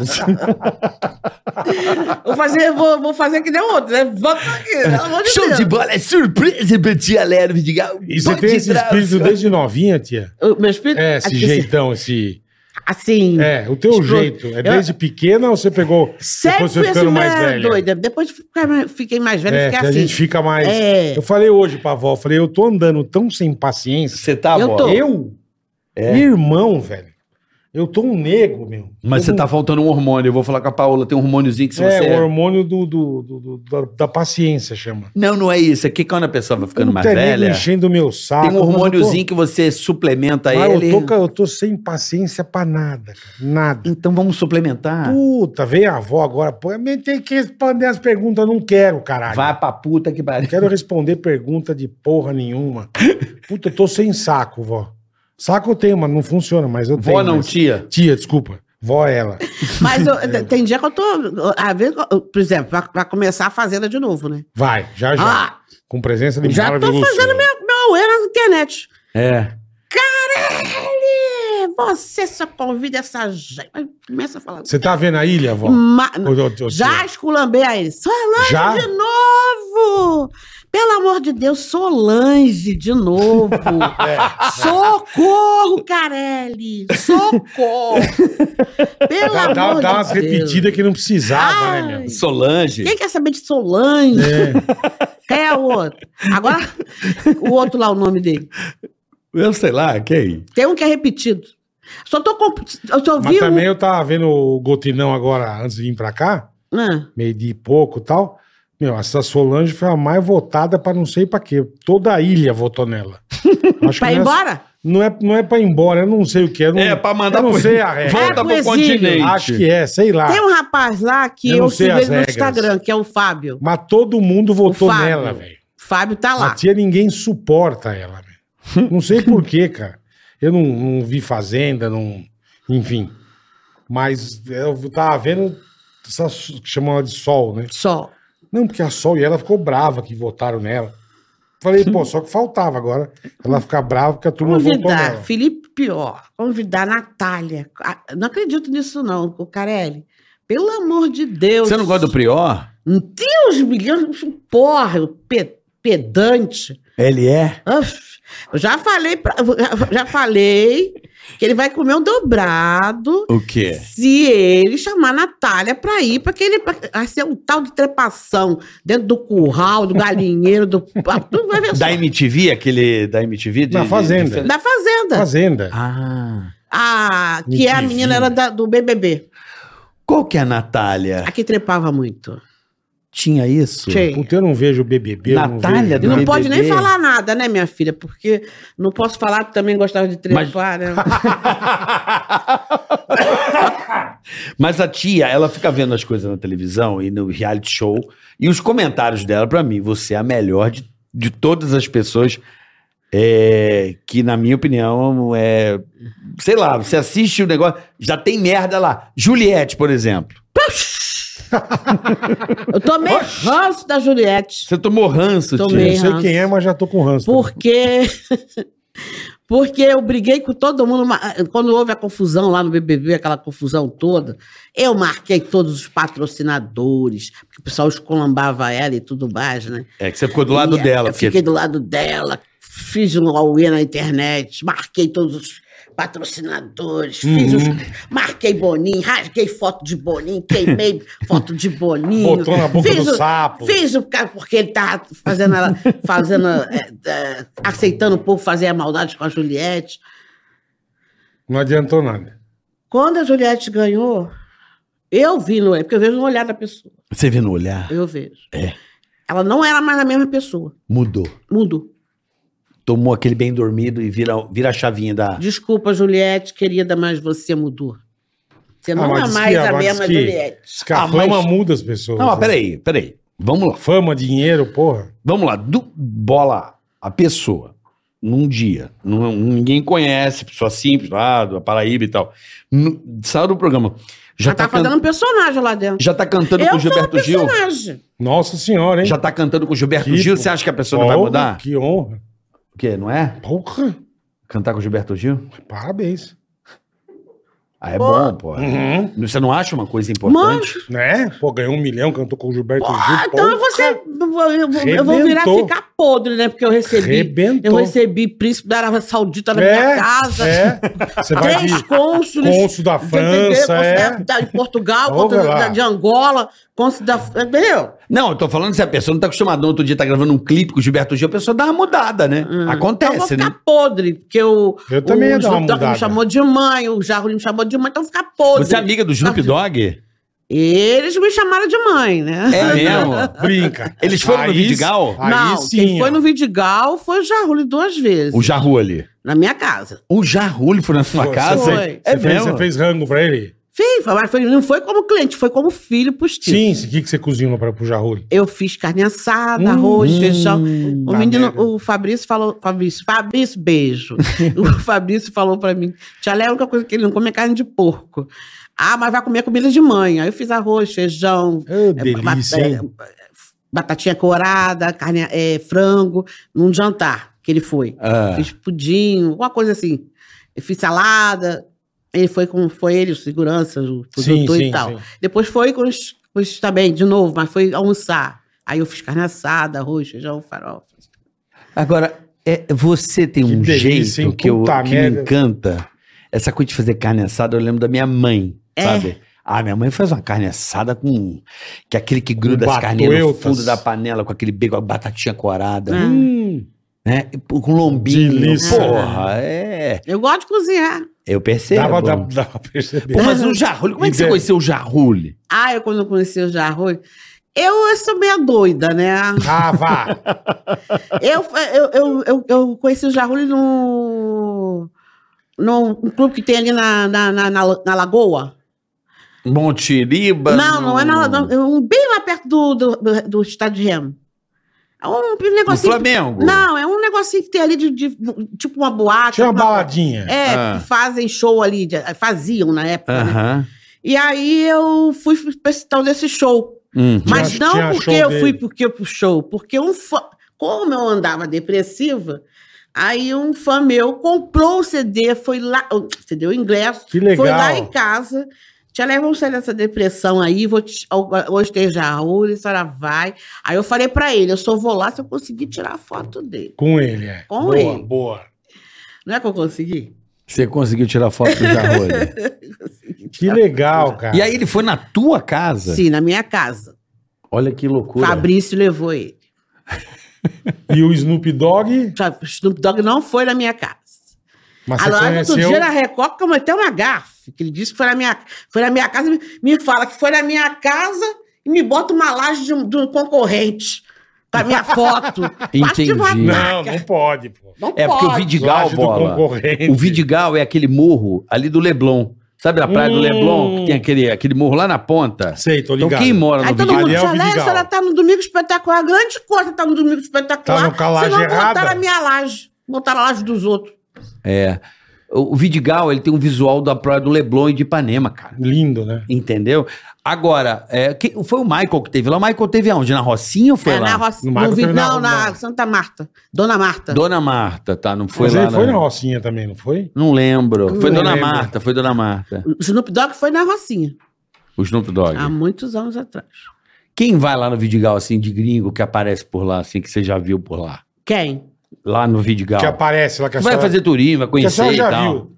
[SPEAKER 4] Vou fazer, vou, vou fazer que nem outro, né? Vamos aqui, pelo amor de
[SPEAKER 3] Show
[SPEAKER 4] Deus!
[SPEAKER 3] de bola, é surpresa pra Tia Léa do Vidigal.
[SPEAKER 2] E você
[SPEAKER 3] Pode
[SPEAKER 2] tem esse
[SPEAKER 3] entrar,
[SPEAKER 2] espírito
[SPEAKER 3] Alcione.
[SPEAKER 2] desde novinha, tia?
[SPEAKER 4] O meu espírito.
[SPEAKER 2] É, esse
[SPEAKER 4] aqui,
[SPEAKER 2] jeitão, esse.
[SPEAKER 4] Assim.
[SPEAKER 2] É, o teu
[SPEAKER 4] Explo-
[SPEAKER 2] jeito. É
[SPEAKER 4] Eu-
[SPEAKER 2] desde pequena ou você pegou
[SPEAKER 4] Sempre
[SPEAKER 2] depois você
[SPEAKER 4] fui assim,
[SPEAKER 2] ficando mais
[SPEAKER 4] mas
[SPEAKER 2] velha?
[SPEAKER 4] doida. Depois que fica- fiquei mais velha,
[SPEAKER 2] É,
[SPEAKER 4] fiquei
[SPEAKER 2] que a
[SPEAKER 4] assim.
[SPEAKER 2] gente fica mais.
[SPEAKER 4] É.
[SPEAKER 2] Eu falei hoje pra avó, falei, eu tô andando tão sem paciência.
[SPEAKER 3] Você tá,
[SPEAKER 4] Eu
[SPEAKER 3] bola?
[SPEAKER 4] tô.
[SPEAKER 2] Eu?
[SPEAKER 3] É.
[SPEAKER 2] Meu irmão, velho. Eu tô um nego, meu.
[SPEAKER 3] Mas
[SPEAKER 2] Eu
[SPEAKER 3] você
[SPEAKER 2] não-
[SPEAKER 3] tá faltando um hormônio. Eu vou falar com a Paola, tem um hormôniozinho que se
[SPEAKER 2] É,
[SPEAKER 3] você...
[SPEAKER 2] o hormônio do, do- do- do- da, da paciência, chama.
[SPEAKER 3] Não, não é isso. É que quando a pessoa vai ficando mais
[SPEAKER 2] Puta, é nego
[SPEAKER 3] velha,
[SPEAKER 2] enchendo o meu saco.
[SPEAKER 3] tem um
[SPEAKER 2] mas Ah, eu tô-
[SPEAKER 3] hormôniozinho que você suplementa
[SPEAKER 2] mas
[SPEAKER 3] ele.
[SPEAKER 2] Eu tô, ca- eu tô sem paciência pra nada, cara. Nada.
[SPEAKER 3] Então vamos suplementar.
[SPEAKER 2] Puta, vem a avó agora. Pô, eu tenho que responder as perguntas, eu não quero, caralho.
[SPEAKER 3] Vai pra puta que pariu.
[SPEAKER 2] Não quero responder pergunta de porra nenhuma. Puta, eu tô sem saco, vó. Saco eu tenho, mas não funciona, mas eu tenho.
[SPEAKER 3] Vó não,
[SPEAKER 2] mas-
[SPEAKER 3] tia.
[SPEAKER 2] Tia, desculpa. Vó é ela. <laughs>
[SPEAKER 4] Mas eu-
[SPEAKER 2] É.
[SPEAKER 4] tem dia que eu tô. às vezes, eu- por exemplo, vai, vai começar a fazenda de novo, né?
[SPEAKER 2] Vai, já já.
[SPEAKER 4] Ah,
[SPEAKER 2] Com presença de
[SPEAKER 4] já
[SPEAKER 2] Marvel
[SPEAKER 4] tô
[SPEAKER 2] Luciano.
[SPEAKER 4] fazendo minha, minha aueira na internet.
[SPEAKER 3] É.
[SPEAKER 4] Caralho! Você só convida essa gente. Aí Começa a falar.
[SPEAKER 2] Você tá vendo a ilha, vó?
[SPEAKER 4] Ma-
[SPEAKER 2] Ô, ô, ô,
[SPEAKER 4] Hum, Já
[SPEAKER 2] tia.
[SPEAKER 4] esculambei a ele. Solange
[SPEAKER 2] Já?
[SPEAKER 4] de novo! Pelo amor de Deus, Solange
[SPEAKER 2] <laughs>
[SPEAKER 4] de novo!
[SPEAKER 2] É.
[SPEAKER 4] Ah, Socorro, Carelli!
[SPEAKER 2] <laughs>
[SPEAKER 4] Socorro! Pelo
[SPEAKER 2] Dá,
[SPEAKER 4] amor
[SPEAKER 2] dá,
[SPEAKER 4] de
[SPEAKER 2] dá umas
[SPEAKER 4] Deus!
[SPEAKER 2] repetidas que não precisava, né, meu?
[SPEAKER 3] Solange.
[SPEAKER 4] Quem quer saber de Solange? Quem é o outro? Agora, o outro lá, o nome dele.
[SPEAKER 3] Eu sei lá, quem?
[SPEAKER 4] Tem um que é repetido. Só tô. comp- Eu só
[SPEAKER 2] Mas
[SPEAKER 4] vi um.
[SPEAKER 2] também eu tava vendo o Gotinão agora, antes de vir pra cá,
[SPEAKER 4] Ah,
[SPEAKER 2] meio dia e pouco e tal. Meu, essa
[SPEAKER 4] <laughs>
[SPEAKER 2] Solange foi a mais votada pra não sei pra quê. Toda a ilha votou nela. Acho
[SPEAKER 4] pra ir
[SPEAKER 2] nessa-
[SPEAKER 4] embora?
[SPEAKER 2] Não é, não é pra ir embora, eu não sei o que é. não-
[SPEAKER 3] É, pra mandar
[SPEAKER 2] eu não
[SPEAKER 3] pro-
[SPEAKER 2] sei a regra.
[SPEAKER 4] É
[SPEAKER 3] Volta
[SPEAKER 4] pro
[SPEAKER 3] pro
[SPEAKER 4] exílio.
[SPEAKER 3] continente.
[SPEAKER 2] Acho que é, sei lá.
[SPEAKER 4] Tem um rapaz lá que
[SPEAKER 2] Eu
[SPEAKER 4] eu,
[SPEAKER 2] não sei
[SPEAKER 4] sigo
[SPEAKER 2] as
[SPEAKER 4] ele no
[SPEAKER 2] regras.
[SPEAKER 4] Instagram, que é o Fábio.
[SPEAKER 2] Mas todo mundo votou
[SPEAKER 4] Fábio.
[SPEAKER 2] nela, velho.
[SPEAKER 4] Fábio tá lá.
[SPEAKER 2] A tia ninguém suporta ela, velho. Não sei porquê, cara. Eu não, não vi Fazenda, não. Enfim. Mas eu tava vendo essa su- que chamam ela de Sol, né?
[SPEAKER 4] Só.
[SPEAKER 2] Não, porque a Sol e ela ficou brava que votaram nela. Falei, pô, só que faltava agora ela ficar brava porque a turma votou
[SPEAKER 4] Convidar
[SPEAKER 2] nela.
[SPEAKER 4] Felipe Pior, convidar Natália. Ah, Não acredito nisso, não, o Carelli. Pelo amor de Deus.
[SPEAKER 3] Você não gosta do Prior?
[SPEAKER 4] Deus, milhões. Porra, o pe- pedante.
[SPEAKER 3] Ele é.
[SPEAKER 4] Uf, eu já falei, pra- já falei que ele vai comer um dobrado
[SPEAKER 3] O quê?
[SPEAKER 4] se ele chamar a Natália pra ir, pra que ele pra, vai ser um tal de trepação dentro do curral, do galinheiro, do. Tu vai ver só.
[SPEAKER 3] Da MTV, aquele da MTV?
[SPEAKER 2] Na Fazenda.
[SPEAKER 4] Da fazenda.
[SPEAKER 2] Fazenda.
[SPEAKER 3] Ah.
[SPEAKER 4] A, que é a
[SPEAKER 2] MTV.
[SPEAKER 4] menina era da- do BBB.
[SPEAKER 3] Qual que é a Natália?
[SPEAKER 4] A que trepava muito.
[SPEAKER 3] Tinha isso?
[SPEAKER 4] Tinha.
[SPEAKER 2] Puta, eu não vejo o BBB. eu
[SPEAKER 3] Natália
[SPEAKER 4] E
[SPEAKER 2] não
[SPEAKER 4] não
[SPEAKER 2] vejo...
[SPEAKER 3] do-
[SPEAKER 4] pode nem
[SPEAKER 3] BBB.
[SPEAKER 4] falar nada, né, minha filha? Porque não posso falar que também gostava de trepar, né?
[SPEAKER 3] <laughs> Mas a tia, ela fica vendo as coisas na televisão e no reality show. E os comentários dela, pra mim, você é a melhor de, de todas as pessoas. é, que, na minha opinião, é. Sei lá, você assiste o negócio, já tem merda lá. Juliette, por exemplo.
[SPEAKER 4] Eu tomei ranço da Juliette.
[SPEAKER 3] Você tomou ranço,
[SPEAKER 2] Eu
[SPEAKER 4] Tomei.
[SPEAKER 3] tia.
[SPEAKER 2] não sei quem é, mas já tô com ranço.
[SPEAKER 4] Porque. <laughs> Porque eu briguei com todo mundo. ma- Quando houve a confusão lá no BBB, aquela confusão toda, eu marquei todos os patrocinadores, porque o pessoal escolambava ela e tudo mais, né?
[SPEAKER 3] É que você ficou do lado
[SPEAKER 4] E
[SPEAKER 3] dela.
[SPEAKER 4] Eu
[SPEAKER 3] Porque...
[SPEAKER 4] fiquei do lado dela, fiz um auê na internet, marquei todos os patrocinadores, fiz os, marquei Boninho, rasguei foto de Boninho, queimei foto de Boninho.
[SPEAKER 2] Botou na boca
[SPEAKER 4] fiz
[SPEAKER 2] do
[SPEAKER 4] o-
[SPEAKER 2] sapo.
[SPEAKER 4] Fiz o cara porque ele tava fazendo, ela- fazendo é, é, aceitando o povo fazer a maldade com a Juliette.
[SPEAKER 2] Não adiantou nada.
[SPEAKER 4] Quando a Juliette ganhou, eu vi no olhar, porque eu vejo no olhar da pessoa,
[SPEAKER 3] Você vê no olhar,
[SPEAKER 4] eu vejo.
[SPEAKER 3] É.
[SPEAKER 4] Ela não era mais a mesma pessoa,
[SPEAKER 3] mudou.
[SPEAKER 4] mudou.
[SPEAKER 3] Tomou aquele bem dormido e vira, vira a chavinha da.
[SPEAKER 4] Desculpa, Juliette, querida, mas você mudou.
[SPEAKER 2] Ah,
[SPEAKER 4] Você não é mais a mesma Juliette.
[SPEAKER 2] Que a
[SPEAKER 3] Ah,
[SPEAKER 2] fama
[SPEAKER 3] mas-
[SPEAKER 2] muda as pessoas.
[SPEAKER 3] Não, mas
[SPEAKER 2] né?
[SPEAKER 3] peraí, peraí. Vamos lá.
[SPEAKER 2] Fama, dinheiro, porra.
[SPEAKER 3] Vamos lá, do, bola a pessoa num dia, não- é um, ninguém conhece, pessoa simples lá do Paraíba e tal. Nu- saiu do programa. Já
[SPEAKER 4] Ela
[SPEAKER 3] tá,
[SPEAKER 4] tá
[SPEAKER 3] can-
[SPEAKER 4] fazendo um personagem lá dentro.
[SPEAKER 3] já tá cantando com
[SPEAKER 4] Eu
[SPEAKER 3] o
[SPEAKER 4] sou um
[SPEAKER 3] Gilberto Gil?
[SPEAKER 4] personagem.
[SPEAKER 2] Nossa senhora, hein?
[SPEAKER 3] Já tá cantando com o Gilberto
[SPEAKER 2] Tipo,
[SPEAKER 3] Gil? Você acha que a pessoa não vai
[SPEAKER 2] Porra,
[SPEAKER 3] mudar?
[SPEAKER 2] Que honra.
[SPEAKER 3] O quê? Não é?
[SPEAKER 2] Porra.
[SPEAKER 3] Cantar com o Gilberto Gil?
[SPEAKER 2] Parabéns.
[SPEAKER 3] Ah, é
[SPEAKER 4] Pô.
[SPEAKER 3] bom, pô.
[SPEAKER 2] Uhum.
[SPEAKER 3] Você não acha uma coisa importante?
[SPEAKER 2] Né? Pô, ganhou um milhão, cantou com o Gilberto
[SPEAKER 4] Ah,
[SPEAKER 2] Gil.
[SPEAKER 4] então eu
[SPEAKER 2] Porra.
[SPEAKER 4] vou, ser, eu vou- eu vou- eu vou virar
[SPEAKER 2] Rebentou.
[SPEAKER 4] ficar podre, né? Porque eu recebi.
[SPEAKER 2] Arrebentou.
[SPEAKER 4] Eu recebi príncipe da Arábia Saudita na minha
[SPEAKER 2] Então- É,
[SPEAKER 4] casa.
[SPEAKER 2] é. Você vai
[SPEAKER 4] Três
[SPEAKER 2] vir
[SPEAKER 4] cônsules.
[SPEAKER 2] cônsul da França,
[SPEAKER 4] entendeu?
[SPEAKER 2] é.
[SPEAKER 4] Cônsul da- de Portugal,
[SPEAKER 2] Ouve
[SPEAKER 4] cônsul
[SPEAKER 2] lá.
[SPEAKER 4] da- de Angola, cônsul da. Entendeu?
[SPEAKER 3] Não, eu tô falando se a pessoa não tá acostumada. No outro dia tá gravando um clipe com o Gilberto Gil, a pessoa dá uma mudada, né?
[SPEAKER 4] Então eu vou
[SPEAKER 3] Acontece,
[SPEAKER 4] ficar
[SPEAKER 3] né?
[SPEAKER 4] podre, porque o,
[SPEAKER 2] Eu também ia
[SPEAKER 4] o
[SPEAKER 2] dar uma
[SPEAKER 4] Snoop Dogg me
[SPEAKER 2] mudada.
[SPEAKER 4] chamou de mãe, o Jarro me chamou de mãe, então eu vou ficar podre.
[SPEAKER 3] Você é amiga do Snoop Dogg?
[SPEAKER 4] Eles me chamaram de mãe, né?
[SPEAKER 3] É mesmo?
[SPEAKER 2] Brinca.
[SPEAKER 3] Eles foram no Vidigal?
[SPEAKER 2] Aí
[SPEAKER 4] não,
[SPEAKER 2] sim.
[SPEAKER 4] quem foi
[SPEAKER 2] ó.
[SPEAKER 4] no Vidigal foi o Jarrulho duas vezes.
[SPEAKER 3] O Jarrulli.
[SPEAKER 4] Na minha casa.
[SPEAKER 3] O Jarrulho foi na sua
[SPEAKER 2] Foi,
[SPEAKER 3] casa?
[SPEAKER 4] foi.
[SPEAKER 3] hein?
[SPEAKER 2] Você,
[SPEAKER 3] É
[SPEAKER 2] fez,
[SPEAKER 3] mesmo?
[SPEAKER 2] você fez rango pra ele?
[SPEAKER 4] Sim, foi- mas foi- não foi como cliente, foi como filho pros tios.
[SPEAKER 2] Sim, sim. o que, que você cozinhou pra puxar rolho?
[SPEAKER 4] Eu fiz carne assada,
[SPEAKER 2] Hum,
[SPEAKER 4] arroz, feijão. O
[SPEAKER 3] um
[SPEAKER 2] tá
[SPEAKER 4] menino,
[SPEAKER 2] merda.
[SPEAKER 4] o Fabrício falou, Fabrício, Fabrício, beijo. o Fabrício falou pra mim, tia Léo, a única coisa que ele não come é carne de porco. Ah, mas vai comer comida de mãe. Aí eu fiz arroz, feijão,
[SPEAKER 2] Ô,
[SPEAKER 4] É,
[SPEAKER 2] delícia, hein?
[SPEAKER 4] bat- é, Batatinha corada, carne, é, frango, num jantar que ele foi.
[SPEAKER 3] Ah.
[SPEAKER 4] Fiz pudim, alguma coisa assim. Eu fiz salada. Ele foi com foi ele, o segurança, o produtor e tal. Depois foi com os, com os também, de novo, mas foi almoçar. Aí eu fiz carne assada, arroz, feijão, farofa.
[SPEAKER 3] Agora, é, você tem
[SPEAKER 2] Que
[SPEAKER 3] um
[SPEAKER 2] delícia, hein?
[SPEAKER 3] jeito que, eu,
[SPEAKER 2] Puta
[SPEAKER 3] que me
[SPEAKER 2] merda.
[SPEAKER 3] encanta. Essa coisa de fazer carne assada, eu lembro da minha mãe,
[SPEAKER 4] É.
[SPEAKER 3] sabe? Ah, minha mãe faz uma carne assada com. Que é aquele que gruda as carninhas no
[SPEAKER 2] batueltas.
[SPEAKER 3] fundo da panela, com aquele bacon, a batatinha corada,
[SPEAKER 4] É.
[SPEAKER 2] Hum,
[SPEAKER 3] né? E pô, Com lombinho.
[SPEAKER 2] Delícia,
[SPEAKER 3] Porra, é.
[SPEAKER 4] Eu gosto de cozinhar.
[SPEAKER 3] Eu percebo.
[SPEAKER 2] dava, dava, dava pra perceber.
[SPEAKER 3] Pô, mas o Jarrulho, como é que você
[SPEAKER 2] Ideia.
[SPEAKER 3] conheceu o Jarrulho?
[SPEAKER 4] Ah, eu quando eu conheci o Jarroi, Eu, eu sou meio doida, né?
[SPEAKER 2] Ah, vá.
[SPEAKER 4] Eu, eu, eu, eu, eu conheci o Jarulho no, no um clube que tem ali na, na, na, na- na Lagoa.
[SPEAKER 3] Montiriba.
[SPEAKER 4] não, não é na Lagoa.
[SPEAKER 3] No
[SPEAKER 4] é um Bem lá perto do, do, do, do estádio de Remo. É
[SPEAKER 3] no
[SPEAKER 4] um negocinho.
[SPEAKER 3] Flamengo.
[SPEAKER 4] Não, é um negocinho que tem ali de, de- tipo uma boate.
[SPEAKER 2] Tinha uma
[SPEAKER 4] alguma-
[SPEAKER 2] baladinha.
[SPEAKER 4] É,
[SPEAKER 3] Ah.
[SPEAKER 4] que fazem show ali, de- faziam na época, né?
[SPEAKER 3] Aham.
[SPEAKER 4] E aí eu fui pra esse tal desse show.
[SPEAKER 3] Uhum.
[SPEAKER 2] Tinha-
[SPEAKER 4] Mas não
[SPEAKER 2] tinha
[SPEAKER 4] porque
[SPEAKER 2] show
[SPEAKER 4] eu
[SPEAKER 2] dele.
[SPEAKER 4] fui porque pro show, porque um fã, como eu andava depressiva, aí um fã meu comprou o CD, foi lá, o CD, o ingresso,
[SPEAKER 2] Que legal.
[SPEAKER 4] foi lá em casa. Tia um Lé, vamos sair dessa depressão aí, vou te ostejar a Uri, a senhora vai. Aí eu falei pra ele, eu só vou lá se eu conseguir tirar a foto dele.
[SPEAKER 2] Com ele, é.
[SPEAKER 4] Com
[SPEAKER 2] boa,
[SPEAKER 4] ele.
[SPEAKER 2] boa.
[SPEAKER 4] Não é que eu consegui?
[SPEAKER 3] Você conseguiu tirar foto do Jarolho.
[SPEAKER 2] Que legal,
[SPEAKER 3] <laughs>
[SPEAKER 2] cara.
[SPEAKER 3] e aí ele foi na tua casa?
[SPEAKER 4] Ah, Sim, na minha casa.
[SPEAKER 3] Olha que loucura.
[SPEAKER 4] Fabrício levou ele.
[SPEAKER 2] E o Snoop Dogg,
[SPEAKER 4] Já- Snoop Dogg não foi na minha casa.
[SPEAKER 2] mas você
[SPEAKER 4] Agora, outro
[SPEAKER 2] conheceu...
[SPEAKER 4] dia na Record, que eu até uma garfo, que ele disse que foi na minha, foi na minha casa, me- me fala que foi na minha casa e me bota uma laje de um, de um concorrente
[SPEAKER 2] <laughs>
[SPEAKER 4] pra minha foto. Parte de uma
[SPEAKER 3] Entendi.
[SPEAKER 2] Não,
[SPEAKER 4] vaca.
[SPEAKER 2] não pode, pô.
[SPEAKER 4] Não
[SPEAKER 3] É porque o
[SPEAKER 4] pode.
[SPEAKER 3] Vidigal,
[SPEAKER 2] Laje do
[SPEAKER 3] bola.
[SPEAKER 2] concorrente.
[SPEAKER 3] O Vidigal é aquele morro ali do Leblon. Sabe a praia do
[SPEAKER 2] Hum.
[SPEAKER 3] Leblon, que tem aquele, aquele morro lá na ponta?
[SPEAKER 2] Sei, tô
[SPEAKER 3] Então
[SPEAKER 2] ligado.
[SPEAKER 3] quem mora
[SPEAKER 4] Aí
[SPEAKER 3] no
[SPEAKER 4] todo
[SPEAKER 3] Vidigal?
[SPEAKER 2] Ali
[SPEAKER 4] mundo
[SPEAKER 2] é o
[SPEAKER 4] já lê, a
[SPEAKER 2] Vidigal.
[SPEAKER 4] senhora tá no domingo espetacular. Grande coisa tá no domingo espetacular.
[SPEAKER 2] Tá no calagem
[SPEAKER 4] senão botaram
[SPEAKER 2] errada.
[SPEAKER 4] a minha laje. Botaram a laje dos outros.
[SPEAKER 3] É. O o Vidigal, ele tem um visual da praia do Leblon e de Ipanema, cara.
[SPEAKER 2] Lindo, né?
[SPEAKER 3] Entendeu? Agora, é, que- foi o Michael que teve lá. O Michael teve aonde? Na Rocinha ou foi
[SPEAKER 4] É,
[SPEAKER 3] lá?
[SPEAKER 4] na Roça.
[SPEAKER 2] No Marco
[SPEAKER 4] no Vi-
[SPEAKER 2] teve na
[SPEAKER 4] não,
[SPEAKER 2] Ro-
[SPEAKER 4] na
[SPEAKER 2] na-
[SPEAKER 4] Santa Marta. Dona Marta.
[SPEAKER 3] Dona Marta, tá? Não foi
[SPEAKER 2] Mas
[SPEAKER 3] lá.
[SPEAKER 2] ele foi
[SPEAKER 3] não.
[SPEAKER 2] na Rocinha também, não foi?
[SPEAKER 3] Não lembro. foi
[SPEAKER 2] Não
[SPEAKER 3] Dona
[SPEAKER 2] lembro.
[SPEAKER 3] Marta, foi Dona Marta.
[SPEAKER 4] O Snoop Dogg foi na Rocinha.
[SPEAKER 3] O Snoop Dogg.
[SPEAKER 4] Há muitos anos atrás.
[SPEAKER 3] Ah, Quem vai lá no Vidigal, assim, de gringo, que aparece por lá, assim, que você já viu por lá?
[SPEAKER 4] Quem?
[SPEAKER 3] Lá no Vidigal.
[SPEAKER 2] Que aparece lá que a
[SPEAKER 3] vai
[SPEAKER 2] senhora-
[SPEAKER 3] fazer turismo, vai
[SPEAKER 2] que a
[SPEAKER 3] conhecer
[SPEAKER 2] senhora
[SPEAKER 3] e
[SPEAKER 2] já
[SPEAKER 3] tal.
[SPEAKER 2] viu.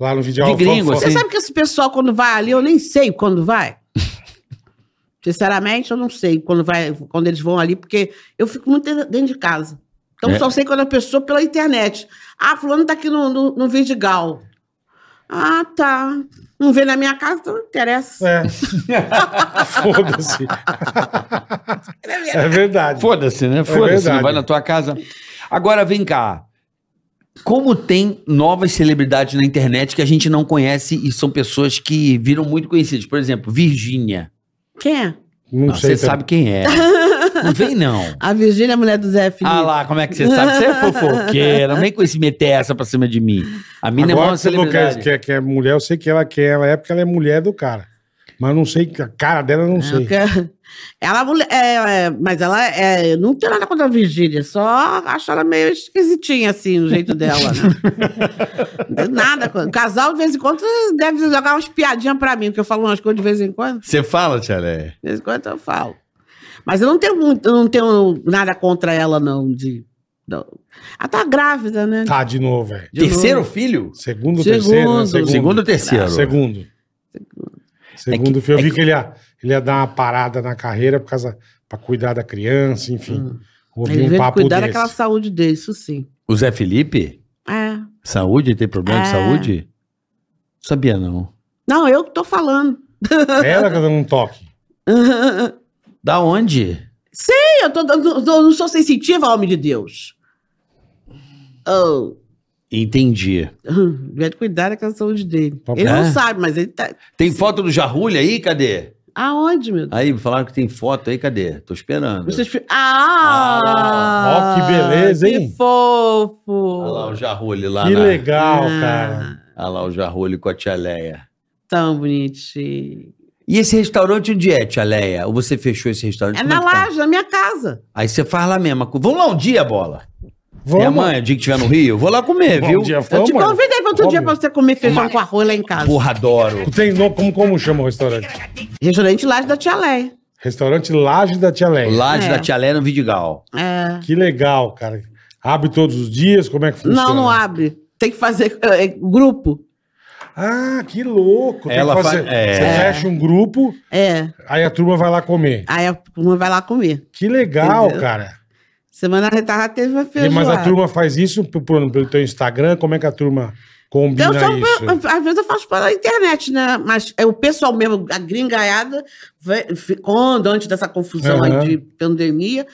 [SPEAKER 2] Lá no vídeo.
[SPEAKER 3] De gringo, Sim.
[SPEAKER 4] Você sabe que esse pessoal, quando vai ali, eu nem sei
[SPEAKER 3] <laughs>
[SPEAKER 4] quando vai. Sinceramente, eu não sei quando, vai, quando eles vão ali, porque eu fico muito dentro dentro de casa. Então,
[SPEAKER 3] É.
[SPEAKER 4] só sei quando a pessoa pela internet. Ah, fulano tá aqui no, no, no Vidigal. Ah, tá. Não vê na minha casa, então não interessa.
[SPEAKER 2] É. <laughs> Foda-se. É verdade.
[SPEAKER 3] Foda-se, né? Foda-se,
[SPEAKER 2] É verdade.
[SPEAKER 3] não vai na tua casa. Agora, vem cá. Como tem novas celebridades na internet que a gente não conhece e são pessoas que viram muito conhecidas? Por exemplo, Virgínia.
[SPEAKER 4] Quem é?
[SPEAKER 2] Não,
[SPEAKER 3] Ah,
[SPEAKER 2] sei.
[SPEAKER 3] Você sabe quem
[SPEAKER 2] <laughs>
[SPEAKER 3] é. Não vem, não.
[SPEAKER 4] A Virgínia, mulher do Zé Felipe.
[SPEAKER 3] Ah lá, como é que você sabe? Você é fofoqueira. Vem com esse meter essa pra cima de mim. A mina é
[SPEAKER 2] Agora
[SPEAKER 3] uma
[SPEAKER 2] você falou que é,
[SPEAKER 3] celebridade.
[SPEAKER 2] que, é, que é mulher, eu sei que ela, que ela é porque ela é mulher do cara. Mas não sei, a cara dela eu
[SPEAKER 3] É,
[SPEAKER 2] não sei.
[SPEAKER 4] Porque Ela, é mulher- é, é, mas ela é, não tem nada contra a Virgínia, só acho ela meio esquisitinha, assim, o jeito dela. Né? não tem nada contra. O casal, de vez em quando, deve jogar umas piadinhas pra mim, porque eu falo umas coisas de vez em quando.
[SPEAKER 3] Você fala, Tchalé?
[SPEAKER 4] De vez em quando eu falo. Mas eu não tenho, muito, eu não tenho nada contra ela, não. De, não. Ela tá grávida, né?
[SPEAKER 2] Tá, de novo, velho.
[SPEAKER 4] De
[SPEAKER 3] Terceiro
[SPEAKER 4] novo.
[SPEAKER 3] filho?
[SPEAKER 2] Segundo,
[SPEAKER 4] Segundo.
[SPEAKER 2] terceiro, né? Segundo.
[SPEAKER 3] Segundo ou terceiro? É
[SPEAKER 2] Segundo. Segundo filho. Eu vi que, ele, ia, ele ia dar uma parada na carreira por causa, pra cuidar da criança, enfim.
[SPEAKER 3] Hum.
[SPEAKER 2] Ouvi
[SPEAKER 4] Ele
[SPEAKER 2] um
[SPEAKER 4] veio
[SPEAKER 2] papo
[SPEAKER 4] cuidar
[SPEAKER 2] desse.
[SPEAKER 4] daquela saúde dele, isso sim.
[SPEAKER 3] O Zé Felipe?
[SPEAKER 4] É.
[SPEAKER 3] Saúde? Tem problema de
[SPEAKER 4] É.
[SPEAKER 3] saúde? Sabia, não.
[SPEAKER 4] Não, eu que tô falando. <laughs>
[SPEAKER 2] Ela que tá dando
[SPEAKER 3] <laughs>
[SPEAKER 2] um toque.
[SPEAKER 3] Da onde?
[SPEAKER 4] Eu tô- tô- tô- não sou sensitiva, homem de Deus. Oh. <laughs>
[SPEAKER 3] Entendi.
[SPEAKER 4] Devia cuidar daquela saúde dele.
[SPEAKER 2] Tá
[SPEAKER 4] Ele
[SPEAKER 3] bom.
[SPEAKER 4] não sabe, mas ele tá.
[SPEAKER 3] Tem foto do Jarulho aí? Cadê?
[SPEAKER 4] Aonde, meu Deus?
[SPEAKER 3] Aí, falaram que tem foto aí, cadê? Tô esperando.
[SPEAKER 4] Vocês... fi- Ah!
[SPEAKER 2] Ah, ó, que beleza, hein?
[SPEAKER 4] Que fofo!
[SPEAKER 3] Olha lá o Jarulho lá.
[SPEAKER 2] que
[SPEAKER 3] na-
[SPEAKER 2] legal,
[SPEAKER 4] Ah,
[SPEAKER 2] cara.
[SPEAKER 3] Olha lá o Jarulho com a Tia Leia.
[SPEAKER 4] Tão bonitinho.
[SPEAKER 3] E esse restaurante onde é, Tia Leia? Ou você fechou esse restaurante?
[SPEAKER 4] É
[SPEAKER 3] Como
[SPEAKER 4] na
[SPEAKER 3] que tá?
[SPEAKER 4] laje, na minha casa.
[SPEAKER 3] Aí você faz lá mesmo. Vamos lá um dia, bola.
[SPEAKER 2] Vamos.
[SPEAKER 3] Minha mãe, o dia que estiver no Rio, vou lá comer,
[SPEAKER 2] Bom
[SPEAKER 3] viu?
[SPEAKER 2] dia,
[SPEAKER 4] Eu te
[SPEAKER 2] vamos.
[SPEAKER 4] convidei para outro dia para
[SPEAKER 2] Vamos.
[SPEAKER 4] você comer feijão com arroz lá em casa.
[SPEAKER 3] Porra, adoro.
[SPEAKER 2] Tem nome, como, como chama o restaurante?
[SPEAKER 4] Restaurante Laje da Tia Leia.
[SPEAKER 2] Restaurante Laje da Tia Leia.
[SPEAKER 3] Laje
[SPEAKER 4] É.
[SPEAKER 3] da Tia Leia no Vidigal.
[SPEAKER 4] É.
[SPEAKER 2] Que legal, cara. Abre todos os dias, como é que funciona?
[SPEAKER 4] Não, não abre. Tem que fazer <laughs> é, é, grupo.
[SPEAKER 2] Ah, que louco. Tem
[SPEAKER 3] Ela
[SPEAKER 2] que fazer-
[SPEAKER 3] faz- é.
[SPEAKER 2] Você fecha um grupo,
[SPEAKER 4] É.
[SPEAKER 2] aí a turma vai lá comer.
[SPEAKER 4] Aí a turma vai lá comer.
[SPEAKER 2] Que legal,
[SPEAKER 4] Entendeu?
[SPEAKER 2] cara.
[SPEAKER 4] Semana retrasada teve uma
[SPEAKER 2] E-
[SPEAKER 4] feijoada.
[SPEAKER 2] mas a turma faz isso por- por- pelo teu Instagram? Como é que a turma Combina
[SPEAKER 4] Então, só
[SPEAKER 2] isso.
[SPEAKER 4] pra- às vezes eu faço pela internet, né? Mas é o pessoal mesmo, a gringaiada, ve- fi- quando, antes dessa confusão
[SPEAKER 2] Aham.
[SPEAKER 4] aí de pandemia,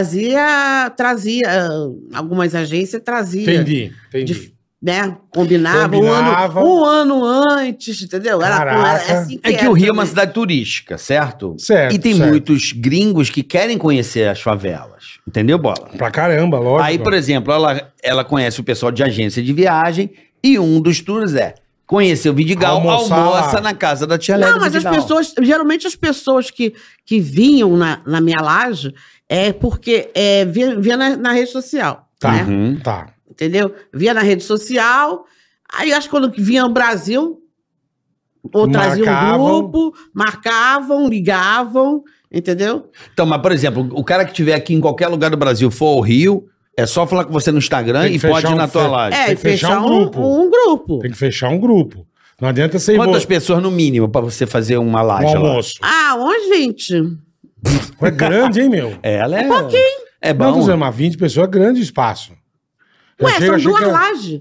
[SPEAKER 4] fazia, trazia, ah, algumas agências traziam.
[SPEAKER 2] Entendi, entendi.
[SPEAKER 4] de- né? Combinava,
[SPEAKER 2] Combinava.
[SPEAKER 4] Um, ano, um ano antes, entendeu? Era,
[SPEAKER 2] Caraca.
[SPEAKER 4] era assim
[SPEAKER 3] É que o Rio é uma
[SPEAKER 4] também.
[SPEAKER 3] cidade turística, certo?
[SPEAKER 2] Certo,
[SPEAKER 3] E tem
[SPEAKER 2] certo.
[SPEAKER 3] muitos gringos que querem conhecer as favelas. Entendeu, Bola?
[SPEAKER 2] Pra caramba, lógico.
[SPEAKER 3] Aí, por exemplo, ela, ela conhece o pessoal de agência de viagem e um dos tours é conhecer o Vidigal,
[SPEAKER 2] Almoçar
[SPEAKER 3] almoça
[SPEAKER 2] lá.
[SPEAKER 3] na casa da tia Lélia
[SPEAKER 4] Não, mas as
[SPEAKER 3] Vidigal.
[SPEAKER 4] pessoas, geralmente as pessoas que, que vinham na, na minha laje é porque é, via, via na, na rede social,
[SPEAKER 2] Tá.
[SPEAKER 4] né?
[SPEAKER 3] Uhum.
[SPEAKER 2] Tá.
[SPEAKER 4] entendeu? Via na rede social, aí acho que quando vinha ao Brasil, ou trazia um
[SPEAKER 2] Marcavam.
[SPEAKER 4] grupo, marcavam, ligavam, entendeu?
[SPEAKER 3] Então, mas, por exemplo, o cara que estiver aqui em qualquer lugar do Brasil for ao Rio, é só falar com você no Instagram
[SPEAKER 2] Tem que
[SPEAKER 3] e pode
[SPEAKER 2] fechar
[SPEAKER 3] ir na
[SPEAKER 2] um
[SPEAKER 3] tua
[SPEAKER 2] fe-
[SPEAKER 3] live.
[SPEAKER 4] é,
[SPEAKER 2] tem
[SPEAKER 4] e
[SPEAKER 2] que fechar
[SPEAKER 4] fechar
[SPEAKER 2] um
[SPEAKER 4] um
[SPEAKER 2] grupo.
[SPEAKER 4] um grupo.
[SPEAKER 2] Tem que fechar um grupo. Não adianta você ir
[SPEAKER 3] Quantas
[SPEAKER 2] vo-
[SPEAKER 3] pessoas no mínimo pra você fazer uma
[SPEAKER 2] um
[SPEAKER 3] laje lá?
[SPEAKER 2] almoço.
[SPEAKER 4] Ah, onde, gente?
[SPEAKER 2] É grande, hein, meu?
[SPEAKER 3] Ela é. Um pouquinho. É
[SPEAKER 2] Não,
[SPEAKER 3] bom.
[SPEAKER 2] tô dizendo, mas 20 pessoas é grande espaço. Eu
[SPEAKER 4] Ué,
[SPEAKER 2] achei-
[SPEAKER 4] são
[SPEAKER 2] achei
[SPEAKER 4] duas
[SPEAKER 2] que era-
[SPEAKER 4] lajes.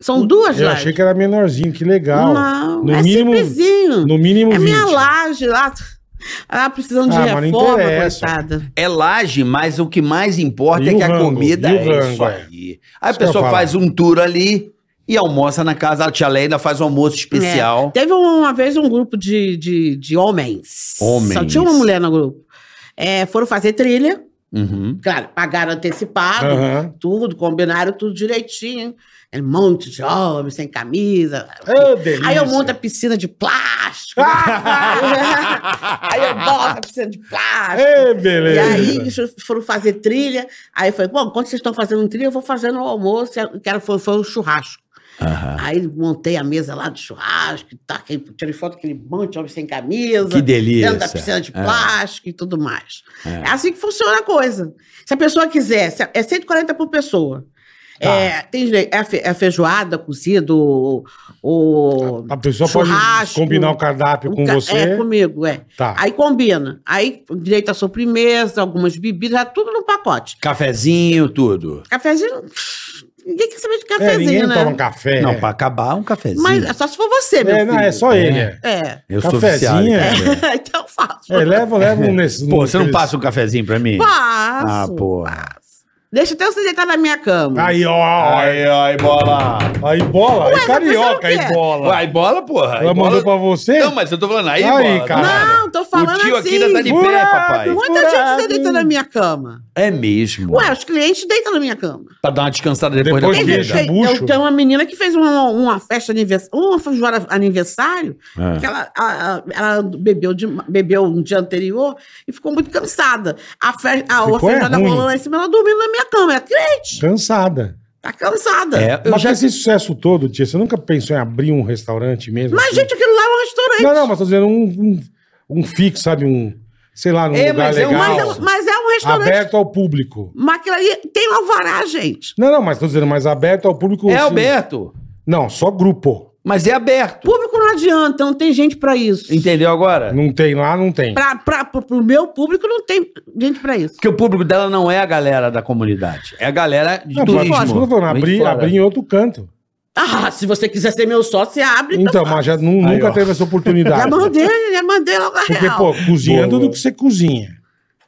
[SPEAKER 4] São duas
[SPEAKER 2] Eu
[SPEAKER 4] lajes.
[SPEAKER 2] achei que era menorzinho, que legal.
[SPEAKER 4] Não,
[SPEAKER 2] No
[SPEAKER 4] é
[SPEAKER 2] mínimo-
[SPEAKER 4] simplesinho.
[SPEAKER 2] No mínimo
[SPEAKER 4] É
[SPEAKER 2] 20.
[SPEAKER 4] minha laje lá. Ah, precisando de
[SPEAKER 2] Ah, mas não
[SPEAKER 4] reforma,
[SPEAKER 2] interessa.
[SPEAKER 4] coitada.
[SPEAKER 3] É laje, mas o que mais importa
[SPEAKER 2] E
[SPEAKER 3] é
[SPEAKER 2] o
[SPEAKER 3] que a
[SPEAKER 2] rango,
[SPEAKER 3] comida
[SPEAKER 2] e o
[SPEAKER 3] é
[SPEAKER 2] rango,
[SPEAKER 3] isso
[SPEAKER 2] é.
[SPEAKER 3] aí. Aí a
[SPEAKER 2] Isso que eu
[SPEAKER 3] pessoa
[SPEAKER 2] ia
[SPEAKER 3] faz um tour ali e almoça na casa. A tia Leila faz um almoço especial.
[SPEAKER 4] Teve uma vez um grupo de, de, de homens.
[SPEAKER 3] Homens.
[SPEAKER 4] Só tinha uma mulher no grupo. É, foram fazer trilha.
[SPEAKER 3] Uhum.
[SPEAKER 4] Claro, pagaram antecipado,
[SPEAKER 2] Aham.
[SPEAKER 4] tudo, combinaram tudo direitinho. Era um monte de homens sem camisa.
[SPEAKER 2] Ô, delícia.
[SPEAKER 4] Aí eu monto a piscina
[SPEAKER 2] <laughs>
[SPEAKER 4] de plástico. <laughs> aí eu boto a piscina de plástico.
[SPEAKER 2] Ê,
[SPEAKER 4] E
[SPEAKER 2] beleza.
[SPEAKER 4] aí eles foram fazer trilha. Aí eu falei, bom, quando vocês estão fazendo trilha, eu vou fazendo o almoço. Que era, foi, foi um churrasco.
[SPEAKER 3] Aham.
[SPEAKER 4] Aí montei a mesa lá do churrasco, e tá, que- tirei foto daquele monte de homem sem camisa.
[SPEAKER 3] Que delícia.
[SPEAKER 4] Dentro da piscina de
[SPEAKER 3] É.
[SPEAKER 4] plástico e tudo mais.
[SPEAKER 3] É.
[SPEAKER 4] É assim que funciona a coisa. Se a pessoa quiser, se- é 140 por pessoa.
[SPEAKER 2] Tá.
[SPEAKER 4] É, tem direito- é fe- é feijoada, cozido, o
[SPEAKER 2] A pessoa pode
[SPEAKER 4] Churrasco.
[SPEAKER 2] combinar o cardápio Ah, com
[SPEAKER 4] o ca-
[SPEAKER 2] você.
[SPEAKER 4] É, comigo, é.
[SPEAKER 2] Tá.
[SPEAKER 4] Aí combina. Aí direito à sobremesa, algumas bebidas, é tudo no pacote.
[SPEAKER 3] Cafezinho, tudo.
[SPEAKER 4] Cafézinho, ninguém quer saber de
[SPEAKER 2] é,
[SPEAKER 4] cafezinho,
[SPEAKER 2] ninguém
[SPEAKER 4] né?
[SPEAKER 2] toma café.
[SPEAKER 3] Não, pra acabar, um cafezinho.
[SPEAKER 4] Mas é só se for você, meu
[SPEAKER 2] é,
[SPEAKER 4] filho.
[SPEAKER 2] não, é só ele.
[SPEAKER 3] É.
[SPEAKER 2] É.
[SPEAKER 4] É. <laughs>
[SPEAKER 3] Eu sou
[SPEAKER 2] Cafezinho,
[SPEAKER 3] viciado. em
[SPEAKER 2] é.
[SPEAKER 3] café.
[SPEAKER 4] então eu faço.
[SPEAKER 2] É, leva, leva um nesse.
[SPEAKER 3] Pô, você não
[SPEAKER 2] naqueles-
[SPEAKER 3] passa um cafezinho pra mim?
[SPEAKER 4] Passo.
[SPEAKER 3] Ah, porra.
[SPEAKER 4] passo. Deixa até você deitar na minha cama.
[SPEAKER 2] Aí, ó, ó. Aí,
[SPEAKER 3] ai, bola.
[SPEAKER 2] bola. aí,
[SPEAKER 4] Ué, é mas
[SPEAKER 2] carioca,
[SPEAKER 4] você não
[SPEAKER 2] aí,
[SPEAKER 4] quer?
[SPEAKER 2] bola.
[SPEAKER 3] Ai, bola, porra. Aí,
[SPEAKER 2] Ela
[SPEAKER 3] bola...
[SPEAKER 2] mandou pra você?
[SPEAKER 3] Não, mas eu tô falando aí,
[SPEAKER 2] Aí,
[SPEAKER 3] bola.
[SPEAKER 2] cara.
[SPEAKER 4] Não, tô falando
[SPEAKER 3] o tio
[SPEAKER 4] assim.
[SPEAKER 3] aqui ainda tá de pé,
[SPEAKER 2] Furado,
[SPEAKER 3] papai.
[SPEAKER 2] furado.
[SPEAKER 4] Muita gente tá
[SPEAKER 2] furado.
[SPEAKER 4] deitando na minha cama.
[SPEAKER 3] É mesmo.
[SPEAKER 4] Ué, os clientes deitam na minha cama.
[SPEAKER 3] pra dar uma descansada depois,
[SPEAKER 2] Depois
[SPEAKER 3] da
[SPEAKER 4] Tem,
[SPEAKER 2] Porque
[SPEAKER 4] gente,
[SPEAKER 3] comida.
[SPEAKER 2] deixa-
[SPEAKER 4] tem,
[SPEAKER 2] bucho.
[SPEAKER 4] eu tenho uma menina que fez uma, uma festa aniversário, uma feijoada aniversário,
[SPEAKER 3] Ah.
[SPEAKER 4] que ela, a- a- ela bebeu, de, bebeu um dia anterior e ficou muito cansada. A, fe, a, a
[SPEAKER 2] Ficou é
[SPEAKER 4] feijoada
[SPEAKER 2] ruim.
[SPEAKER 4] rolando lá em cima, ela dormindo na minha cama. É cliente,
[SPEAKER 2] Cansada.
[SPEAKER 4] tá cansada.
[SPEAKER 3] É, eu
[SPEAKER 2] mas
[SPEAKER 3] já
[SPEAKER 2] com esse sucesso todo, tia, você nunca pensou em abrir um restaurante mesmo?
[SPEAKER 4] Mas,
[SPEAKER 2] assim?
[SPEAKER 4] gente, aquilo lá é um restaurante.
[SPEAKER 2] Não, não, mas tô dizendo um, um, um fixo, sabe? Um, sei lá, num
[SPEAKER 3] É,
[SPEAKER 2] lugar
[SPEAKER 3] mas é um-
[SPEAKER 2] legal.
[SPEAKER 4] mas, é, mas é um restaurante.
[SPEAKER 2] Aberto ao público.
[SPEAKER 4] Mas aquilo ali tem alvará, gente.
[SPEAKER 2] Não, não, mas tô dizendo, mas aberto ao público.
[SPEAKER 3] É
[SPEAKER 2] assim-
[SPEAKER 3] aberto.
[SPEAKER 2] Não, só grupo.
[SPEAKER 3] Mas é aberto.
[SPEAKER 4] Público não adianta, não tem gente pra isso.
[SPEAKER 3] Entendeu agora?
[SPEAKER 2] Não tem lá, não tem.
[SPEAKER 4] Pra, pra, pro, pro meu público não tem gente pra isso.
[SPEAKER 3] Porque o público dela não é a galera da comunidade. É a galera de
[SPEAKER 2] Não,
[SPEAKER 3] turismo.
[SPEAKER 2] mas eu tô falando,
[SPEAKER 3] Vem
[SPEAKER 2] abrir,
[SPEAKER 3] fora.
[SPEAKER 2] abrir em outro canto.
[SPEAKER 4] Ah, se você quiser ser meu sócio, você abre.
[SPEAKER 2] Então, mas já nu-
[SPEAKER 3] Aí,
[SPEAKER 2] nunca
[SPEAKER 3] ó.
[SPEAKER 2] teve essa oportunidade.
[SPEAKER 4] <laughs> Já mandei, já mandei logo a
[SPEAKER 2] Porque,
[SPEAKER 4] real.
[SPEAKER 2] pô, cozinhando
[SPEAKER 3] Boa.
[SPEAKER 2] tudo que você cozinha.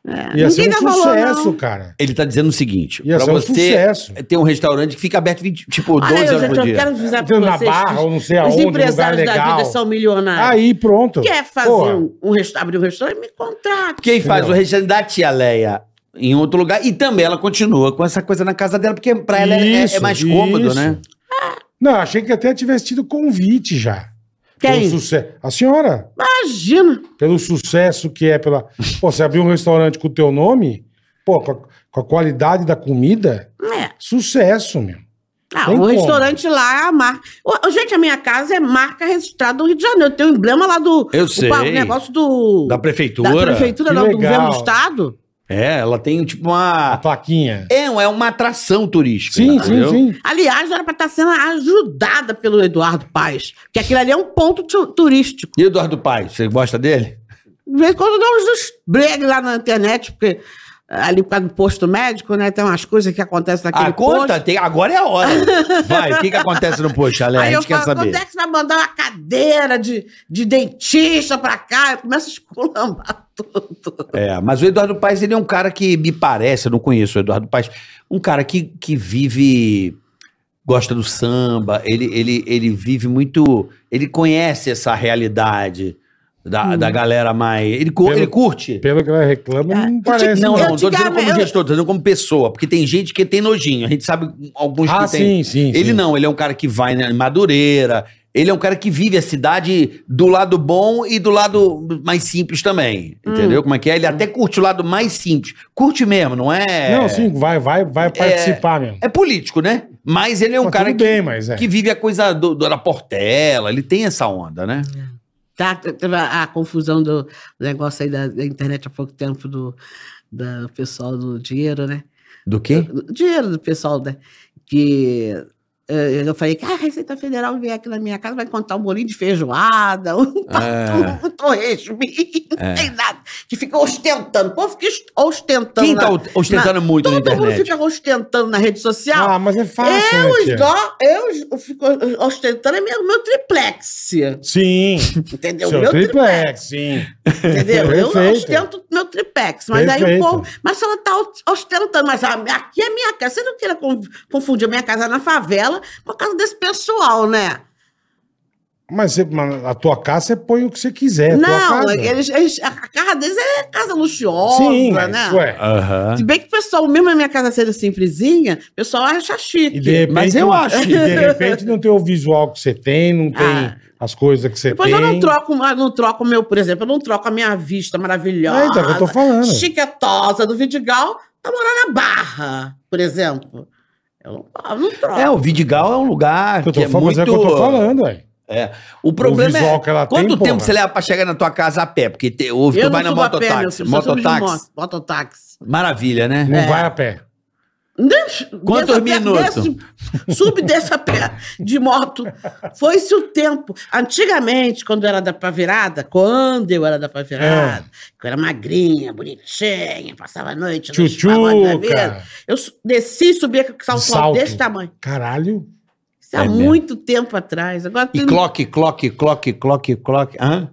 [SPEAKER 4] É,
[SPEAKER 2] Ia ser um
[SPEAKER 4] dá valor,
[SPEAKER 2] sucesso,
[SPEAKER 4] não. É,
[SPEAKER 2] cara.
[SPEAKER 3] Ele tá dizendo o seguinte:
[SPEAKER 2] Ia
[SPEAKER 3] pra
[SPEAKER 2] ser um
[SPEAKER 3] você
[SPEAKER 2] sucesso.
[SPEAKER 3] ter um restaurante que fica aberto 20, tipo,
[SPEAKER 4] Olha,
[SPEAKER 3] 12
[SPEAKER 4] Ah, eu,
[SPEAKER 3] horas
[SPEAKER 4] gente,
[SPEAKER 3] por
[SPEAKER 4] eu
[SPEAKER 3] dia.
[SPEAKER 4] quero avisar pra
[SPEAKER 2] Entendeu? Na
[SPEAKER 4] vocês
[SPEAKER 2] Barra,
[SPEAKER 4] que
[SPEAKER 2] ou não sei
[SPEAKER 4] os
[SPEAKER 2] aonde, um lugar
[SPEAKER 4] empresários da
[SPEAKER 2] legal.
[SPEAKER 4] vida são milionários.
[SPEAKER 2] Aí, pronto.
[SPEAKER 4] Ah, Quer fazer
[SPEAKER 2] Porra.
[SPEAKER 4] um, um resta- abrir um restaurante? Me contrata.
[SPEAKER 3] Quem faz
[SPEAKER 2] Entendeu?
[SPEAKER 3] o restaurante da tia Leia em outro lugar e também ela continua com essa coisa na casa dela, porque pra ela é- é- é,
[SPEAKER 2] Isso,
[SPEAKER 3] mais cômodo,
[SPEAKER 2] isso.
[SPEAKER 3] né?
[SPEAKER 4] Ah.
[SPEAKER 2] Não, achei que até tivesse tido convite já. Pelo
[SPEAKER 4] Quem?
[SPEAKER 2] sucesso. A senhora,
[SPEAKER 4] Imagina.
[SPEAKER 2] pelo sucesso que é pela. Pô, você abriu um restaurante com o teu nome, pô, com a, com a qualidade da comida,
[SPEAKER 4] É.
[SPEAKER 2] sucesso, meu.
[SPEAKER 4] Ah,
[SPEAKER 2] Tem
[SPEAKER 4] o
[SPEAKER 2] como.
[SPEAKER 4] restaurante lá é a marca. Ô, gente, a minha casa é marca registrada do Rio de Janeiro. Tem o emblema lá do.
[SPEAKER 3] Eu
[SPEAKER 4] o
[SPEAKER 3] sei.
[SPEAKER 4] pa- O negócio do.
[SPEAKER 3] Da prefeitura.
[SPEAKER 4] Da prefeitura,
[SPEAKER 2] Que
[SPEAKER 4] não, do
[SPEAKER 2] legal.
[SPEAKER 4] governo do estado.
[SPEAKER 3] É, ela tem tipo
[SPEAKER 2] A
[SPEAKER 3] uma.
[SPEAKER 2] plaquinha.
[SPEAKER 3] É, é uma atração turística.
[SPEAKER 2] Sim,
[SPEAKER 3] entendeu?
[SPEAKER 2] sim, sim.
[SPEAKER 4] Aliás, era para estar sendo ajudada pelo Eduardo Paes, que aquilo ali é um ponto tu- turístico.
[SPEAKER 3] E Eduardo Paes, você gosta dele?
[SPEAKER 4] De vez em quando eu dou uns bregues lá na internet, porque eh, ali por causa do posto médico, né? Tem umas coisas que acontecem naquele
[SPEAKER 3] Ah, conta,
[SPEAKER 4] posto.
[SPEAKER 3] tem- agora é a <laughs> hora. Vai, o que, que acontece no posto, Ale? A
[SPEAKER 4] Aí eu
[SPEAKER 3] gente quer
[SPEAKER 4] falo, quando
[SPEAKER 3] saber.
[SPEAKER 4] é que você vai mandar uma cadeira de, de dentista pra cá? Eu começo a esculambar <laughs> tudo.
[SPEAKER 3] É, mas o Eduardo Paes, ele é um cara que me parece, eu não conheço o Eduardo Paes, um cara que, que vive, gosta do samba, ele, ele, ele vive muito, ele conhece essa realidade da, da galera mais, ele, cu-
[SPEAKER 2] Hum. Pelo-
[SPEAKER 3] ele curte.
[SPEAKER 2] Pelo que ela
[SPEAKER 4] Ah,
[SPEAKER 2] reclama, não parece.
[SPEAKER 3] Não, não, não tô dizendo
[SPEAKER 4] Antigamente-
[SPEAKER 3] como gestor, tô dizendo como pessoa, porque tem gente que tem nojinho, a gente sabe alguns
[SPEAKER 2] Ah,
[SPEAKER 3] que tem.
[SPEAKER 2] sim, sim.
[SPEAKER 3] Ele
[SPEAKER 2] sim.
[SPEAKER 3] não, ele é um cara que vai na Madureira. Ele é um cara que vive a cidade do lado bom e do lado mais simples também.
[SPEAKER 2] Hum.
[SPEAKER 3] Entendeu como é que é? Ele até curte o lado mais simples. Curte mesmo, não é?
[SPEAKER 2] Não, sim, vai, vai, vai participar mesmo.
[SPEAKER 3] É político, né? Mas ele é um
[SPEAKER 2] Tá
[SPEAKER 3] cara
[SPEAKER 2] tudo
[SPEAKER 3] que,
[SPEAKER 2] bem, mas é.
[SPEAKER 3] que vive a coisa do, do, da Portela. Ele tem essa onda, né?
[SPEAKER 4] Tá, teve a, a confusão do negócio aí da, da internet há pouco tempo do, da- do pessoal do dinheiro, né?
[SPEAKER 3] Do quê?
[SPEAKER 4] O dinheiro do pessoal, né? Que eh, eu falei que ah, a Receita Federal vem aqui na minha casa, vai contar um bolinho de feijoada, <laughs> um
[SPEAKER 3] É.
[SPEAKER 2] Ah.
[SPEAKER 4] pato, um torresminho, <laughs> não tem nada. Que fica ostentando. O povo fica est- ostentando.
[SPEAKER 3] Quem tá
[SPEAKER 4] na-
[SPEAKER 3] ostentando muito na
[SPEAKER 4] Todo mundo
[SPEAKER 3] internet?
[SPEAKER 4] fica ostentando na rede social.
[SPEAKER 2] Ah, mas é fácil, né,
[SPEAKER 4] eu,
[SPEAKER 2] tia?
[SPEAKER 4] esgo- eu fico ostentando é meu, meu triplex.
[SPEAKER 2] Sim,
[SPEAKER 4] Entendeu?
[SPEAKER 2] seu
[SPEAKER 4] meu
[SPEAKER 2] triplex, sim.
[SPEAKER 4] Entendeu? Eu
[SPEAKER 2] Perfeito.
[SPEAKER 4] ostento meu triplex, mas aí o
[SPEAKER 2] Perfeito.
[SPEAKER 4] povo. Mas se ela está ostentando, mas a- aqui é minha casa. Você não queira con- confundir a minha casa na favela por causa desse pessoal, né?
[SPEAKER 2] Mas, você- mas a tua casa você põe o que você quiser. é a tua
[SPEAKER 4] não,
[SPEAKER 2] casa.
[SPEAKER 4] eles, eles- a casa deles é casa luxuosa,
[SPEAKER 2] Sim, mas,
[SPEAKER 4] né?
[SPEAKER 2] ué,
[SPEAKER 3] Aham.
[SPEAKER 4] Se bem que o pessoal, mesmo a minha casa sendo simplesinha, o pessoal acha chique.
[SPEAKER 2] e de repente,
[SPEAKER 3] Mas eu acho.
[SPEAKER 2] <laughs> E de repente não tem o visual que você tem, não tem
[SPEAKER 4] Ah.
[SPEAKER 2] as coisas que você
[SPEAKER 4] Depois
[SPEAKER 2] tem.
[SPEAKER 4] eu não troco, eu não troco o meu, por exemplo, eu não troco a minha vista maravilhosa.
[SPEAKER 2] É, então, é o que eu tô falando.
[SPEAKER 4] Chiquetosa do Vidigal, tá morando na Barra, por exemplo. Eu não, eu não troco.
[SPEAKER 3] É, o Vidigal é um lugar
[SPEAKER 2] Que eu
[SPEAKER 3] que
[SPEAKER 2] tô
[SPEAKER 3] é
[SPEAKER 2] falando, mas
[SPEAKER 3] muito...
[SPEAKER 2] é o que eu tô falando, ué.
[SPEAKER 3] É. O problema
[SPEAKER 2] visual
[SPEAKER 3] é
[SPEAKER 2] que ela Ah, tem,
[SPEAKER 3] quanto tempo
[SPEAKER 2] porra.
[SPEAKER 3] você leva pra chegar na tua casa a pé? Porque te, ou
[SPEAKER 4] Eu
[SPEAKER 3] tu vai
[SPEAKER 4] não
[SPEAKER 3] na
[SPEAKER 4] subo a pé,
[SPEAKER 3] mototáxi.
[SPEAKER 4] meu filho, eu sou de
[SPEAKER 3] Mototáxi.
[SPEAKER 4] moto, Mototáxi.
[SPEAKER 3] Maravilha, né?
[SPEAKER 2] Não
[SPEAKER 4] É.
[SPEAKER 2] vai a pé.
[SPEAKER 4] Deixa-
[SPEAKER 3] Quantos
[SPEAKER 4] desça a pé,
[SPEAKER 3] minutos?
[SPEAKER 4] desce, Sube dessa pé de moto. Foi-se o tempo. Antigamente, quando eu era da pavirada, quando eu era da pavirada,
[SPEAKER 3] É.
[SPEAKER 4] que eu era magrinha, bonitinha, passava a noite nos pagodes da vida,
[SPEAKER 2] Tchutchuca.
[SPEAKER 4] Eu su- desci e subi com salto,
[SPEAKER 2] De salto.
[SPEAKER 4] desse tamanho.
[SPEAKER 2] Caralho.
[SPEAKER 4] Isso há
[SPEAKER 3] É mesmo.
[SPEAKER 4] muito tempo atrás. Agora,
[SPEAKER 3] E
[SPEAKER 4] tem-
[SPEAKER 3] clock, clock, clock, clock, clock. Hã?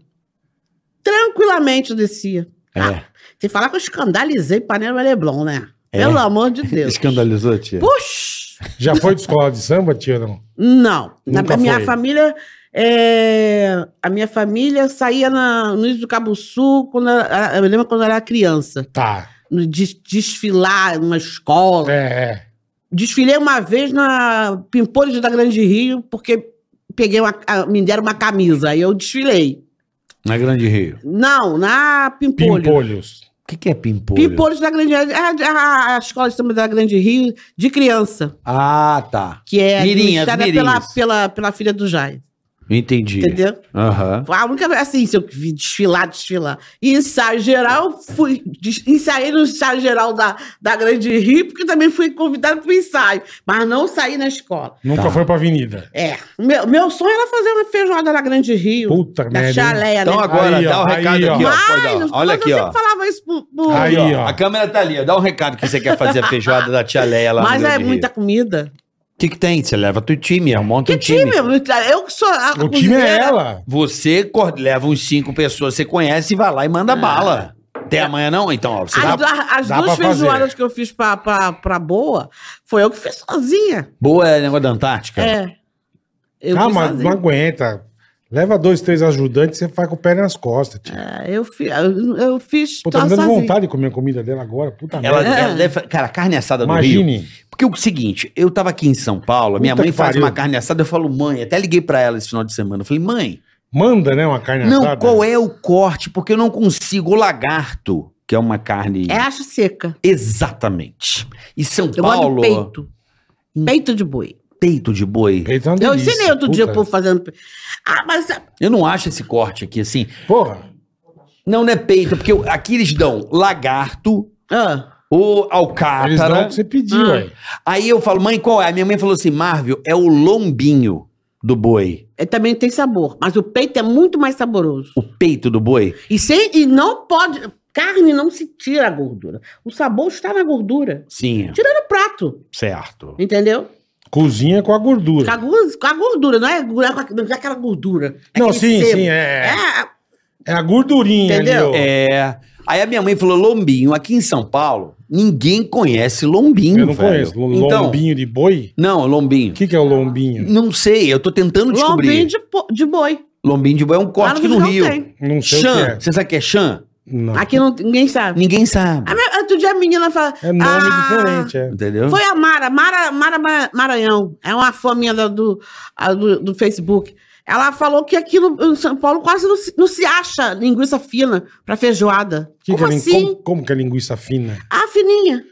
[SPEAKER 4] tranquilamente eu descia.
[SPEAKER 3] É.
[SPEAKER 4] Sem falar que eu escandalizei Panela Leblon, né?
[SPEAKER 3] É.
[SPEAKER 4] Pelo amor de Deus.
[SPEAKER 3] Escandalizou, tia?
[SPEAKER 4] Puxa!
[SPEAKER 2] Já foi de escola de samba, tia, não?
[SPEAKER 4] Não. Na-
[SPEAKER 2] Nunca
[SPEAKER 4] a minha
[SPEAKER 2] foi.
[SPEAKER 4] família. é, a minha família saía na, no Rio do Cabo Sul, quando era- eu me lembro quando eu era criança,
[SPEAKER 2] Tá.
[SPEAKER 4] no de- desfilar numa escola.
[SPEAKER 2] É, é.
[SPEAKER 4] Desfilei uma vez na Pimpolhos da Grande Rio, porque peguei uma, a- me deram uma camisa, aí eu desfilei.
[SPEAKER 3] Na Grande Rio.
[SPEAKER 4] Não, na Pimpolho. Pimpolhos.
[SPEAKER 2] Pimpolhos.
[SPEAKER 3] O que, que é pimpolho?
[SPEAKER 4] da Grande Rio, é a, a escola de samba da Grande Rio de criança,
[SPEAKER 3] Ah, tá.
[SPEAKER 4] que é
[SPEAKER 3] Mirim, as
[SPEAKER 4] administrada pela,
[SPEAKER 3] mirins.
[SPEAKER 4] pela, pela filha do Jai,
[SPEAKER 3] Entendi.
[SPEAKER 4] entendeu?
[SPEAKER 3] Aham.
[SPEAKER 4] A única vez, assim, se eu vi desfilar, desfilar. E ensaio geral, eu fui, des- ensaiei no ensaio geral da, da Grande Rio, porque também fui convidado para o ensaio, mas não saí na escola.
[SPEAKER 2] Nunca
[SPEAKER 3] Tá.
[SPEAKER 2] foi pra avenida.
[SPEAKER 4] É, meu, meu sonho era fazer uma feijoada na Grande Rio,
[SPEAKER 2] Puta
[SPEAKER 4] na
[SPEAKER 2] merda. hein?
[SPEAKER 4] chaleia,
[SPEAKER 3] Então
[SPEAKER 4] né?
[SPEAKER 3] agora,
[SPEAKER 2] Aí, ó,
[SPEAKER 3] dá o
[SPEAKER 2] aí,
[SPEAKER 3] recado
[SPEAKER 2] ó.
[SPEAKER 3] aqui, ó.
[SPEAKER 4] Mas,
[SPEAKER 3] Pode dar.
[SPEAKER 4] mas
[SPEAKER 3] Olha aqui,
[SPEAKER 4] eu
[SPEAKER 3] ó.
[SPEAKER 4] sempre falava isso pro... pro-
[SPEAKER 2] Aí,
[SPEAKER 3] Aqui, ó.
[SPEAKER 2] ó.
[SPEAKER 3] A câmera tá ali, ó. Dá um recado que você quer fazer a feijoada da tia Leia lá
[SPEAKER 4] Mas
[SPEAKER 3] no
[SPEAKER 4] é
[SPEAKER 3] Grande Rio.
[SPEAKER 4] muita comida.
[SPEAKER 3] O que, que tem? Você leva teu time, ó, monta
[SPEAKER 4] Que
[SPEAKER 3] um time.
[SPEAKER 4] time? Eu que sou. A, a
[SPEAKER 2] O time é
[SPEAKER 4] cozinheira.
[SPEAKER 2] ela.
[SPEAKER 3] Você cor- leva uns cinco pessoas que você conhece e vai lá e manda bala. Até amanhã não? Então, ó, você
[SPEAKER 4] As,
[SPEAKER 3] dá...
[SPEAKER 4] du- as
[SPEAKER 2] dá pra
[SPEAKER 4] duas
[SPEAKER 2] fazer.
[SPEAKER 4] feijoadas que eu fiz pra, pra, pra boa, foi eu que fiz sozinha.
[SPEAKER 3] Boa é negócio da Antártica?
[SPEAKER 4] É. Eu
[SPEAKER 2] ah,
[SPEAKER 4] fiz
[SPEAKER 2] mas não
[SPEAKER 4] sozinha.
[SPEAKER 2] aguenta. Leva dois, três ajudantes, você faz com o pé nas costas, tia.
[SPEAKER 4] É, eu, fi, eu, eu fiz
[SPEAKER 2] Pô,
[SPEAKER 4] só
[SPEAKER 2] tá me dando
[SPEAKER 4] sozinha.
[SPEAKER 2] vontade de comer a comida dela agora. Puta
[SPEAKER 3] Ela,
[SPEAKER 2] merda.
[SPEAKER 3] ela deve- cara, carne assada do Rio.
[SPEAKER 2] Imagine.
[SPEAKER 3] Porque o seguinte, eu tava aqui em São Paulo, a minha
[SPEAKER 2] Puta
[SPEAKER 3] mãe
[SPEAKER 2] que
[SPEAKER 3] faz
[SPEAKER 2] pariu.
[SPEAKER 3] uma carne assada, eu falo, mãe, até liguei pra ela esse final de semana. Eu falei, mãe,
[SPEAKER 2] Manda, né, uma carne
[SPEAKER 3] não,
[SPEAKER 2] assada.
[SPEAKER 3] qual é o corte? Porque eu não consigo. O lagarto, que é uma carne.
[SPEAKER 4] É acha seca.
[SPEAKER 3] Exatamente. E São
[SPEAKER 4] Eu
[SPEAKER 3] Paulo,
[SPEAKER 4] gosto de peito. Peito de boi.
[SPEAKER 3] peito de boi.
[SPEAKER 2] Peito é uma
[SPEAKER 4] eu
[SPEAKER 2] delícia,
[SPEAKER 4] ensinei outro
[SPEAKER 2] puta.
[SPEAKER 4] dia pro fazendo. pe- Ah, mas. ah,
[SPEAKER 3] Eu não acho esse corte aqui assim.
[SPEAKER 2] Porra,
[SPEAKER 3] Não, não é peito, porque eu- aqui eles dão lagarto
[SPEAKER 4] Ah,
[SPEAKER 3] ou
[SPEAKER 2] eles dão o
[SPEAKER 3] alcatra.
[SPEAKER 2] que você pediu,
[SPEAKER 4] Ah.
[SPEAKER 2] ué.
[SPEAKER 3] Aí eu falo, mãe, qual é? A minha mãe falou assim: Marvel, é o lombinho do boi.
[SPEAKER 4] é, também tem sabor. Mas o peito é muito mais saboroso.
[SPEAKER 3] O peito do boi.
[SPEAKER 4] E, sem, e não pode. Carne não se tira a gordura. O sabor está na gordura.
[SPEAKER 3] Sim,
[SPEAKER 4] Tira no prato,
[SPEAKER 3] certo.
[SPEAKER 4] entendeu?
[SPEAKER 2] Cozinha com a
[SPEAKER 4] Com a
[SPEAKER 2] gordura.
[SPEAKER 4] gu- com a gordura, não é, gu- não é aquela gordura.
[SPEAKER 2] Não,
[SPEAKER 4] aquele
[SPEAKER 2] sim,
[SPEAKER 4] sebo.
[SPEAKER 2] sim,
[SPEAKER 4] um É,
[SPEAKER 2] é.
[SPEAKER 4] a-
[SPEAKER 2] É a gordurinha
[SPEAKER 4] Entendeu?
[SPEAKER 2] ali, ó.
[SPEAKER 3] É. Aí a minha mãe falou: Lombinho, aqui em São Paulo, ninguém conhece Lombinho.
[SPEAKER 2] Eu não
[SPEAKER 3] velho.
[SPEAKER 2] conheço. Lo-
[SPEAKER 3] Então,
[SPEAKER 2] Lombinho de boi?
[SPEAKER 3] Não, Lombinho.
[SPEAKER 2] O que, que é o lombinho?
[SPEAKER 3] Não sei, eu tô tentando descobrir.
[SPEAKER 4] lombinho um de, po- de boi.
[SPEAKER 3] Lombinho de boi é um
[SPEAKER 4] Lá
[SPEAKER 3] corte aqui no
[SPEAKER 4] Visão
[SPEAKER 3] Rio.
[SPEAKER 4] tem.
[SPEAKER 2] Não sei o que
[SPEAKER 3] Chan,
[SPEAKER 2] é.
[SPEAKER 3] você sabe o que é Chan?
[SPEAKER 2] Não.
[SPEAKER 4] Aqui não, ninguém sabe.
[SPEAKER 3] Ninguém sabe.
[SPEAKER 4] Ah, mas Outro dia a menina fala.
[SPEAKER 2] É nome
[SPEAKER 4] ah,
[SPEAKER 2] diferente, é.
[SPEAKER 3] Entendeu?
[SPEAKER 4] Foi a Mara, Mara, Mara Ma- Maranhão. É uma fã minha da- do, a do, do Facebook. Ela falou que aqui no, em São Paulo quase não se, não se acha linguiça fina para feijoada.
[SPEAKER 2] Que
[SPEAKER 4] Como
[SPEAKER 2] que é lin-
[SPEAKER 4] assim?
[SPEAKER 2] como, como que é linguiça fina?
[SPEAKER 4] A fininha.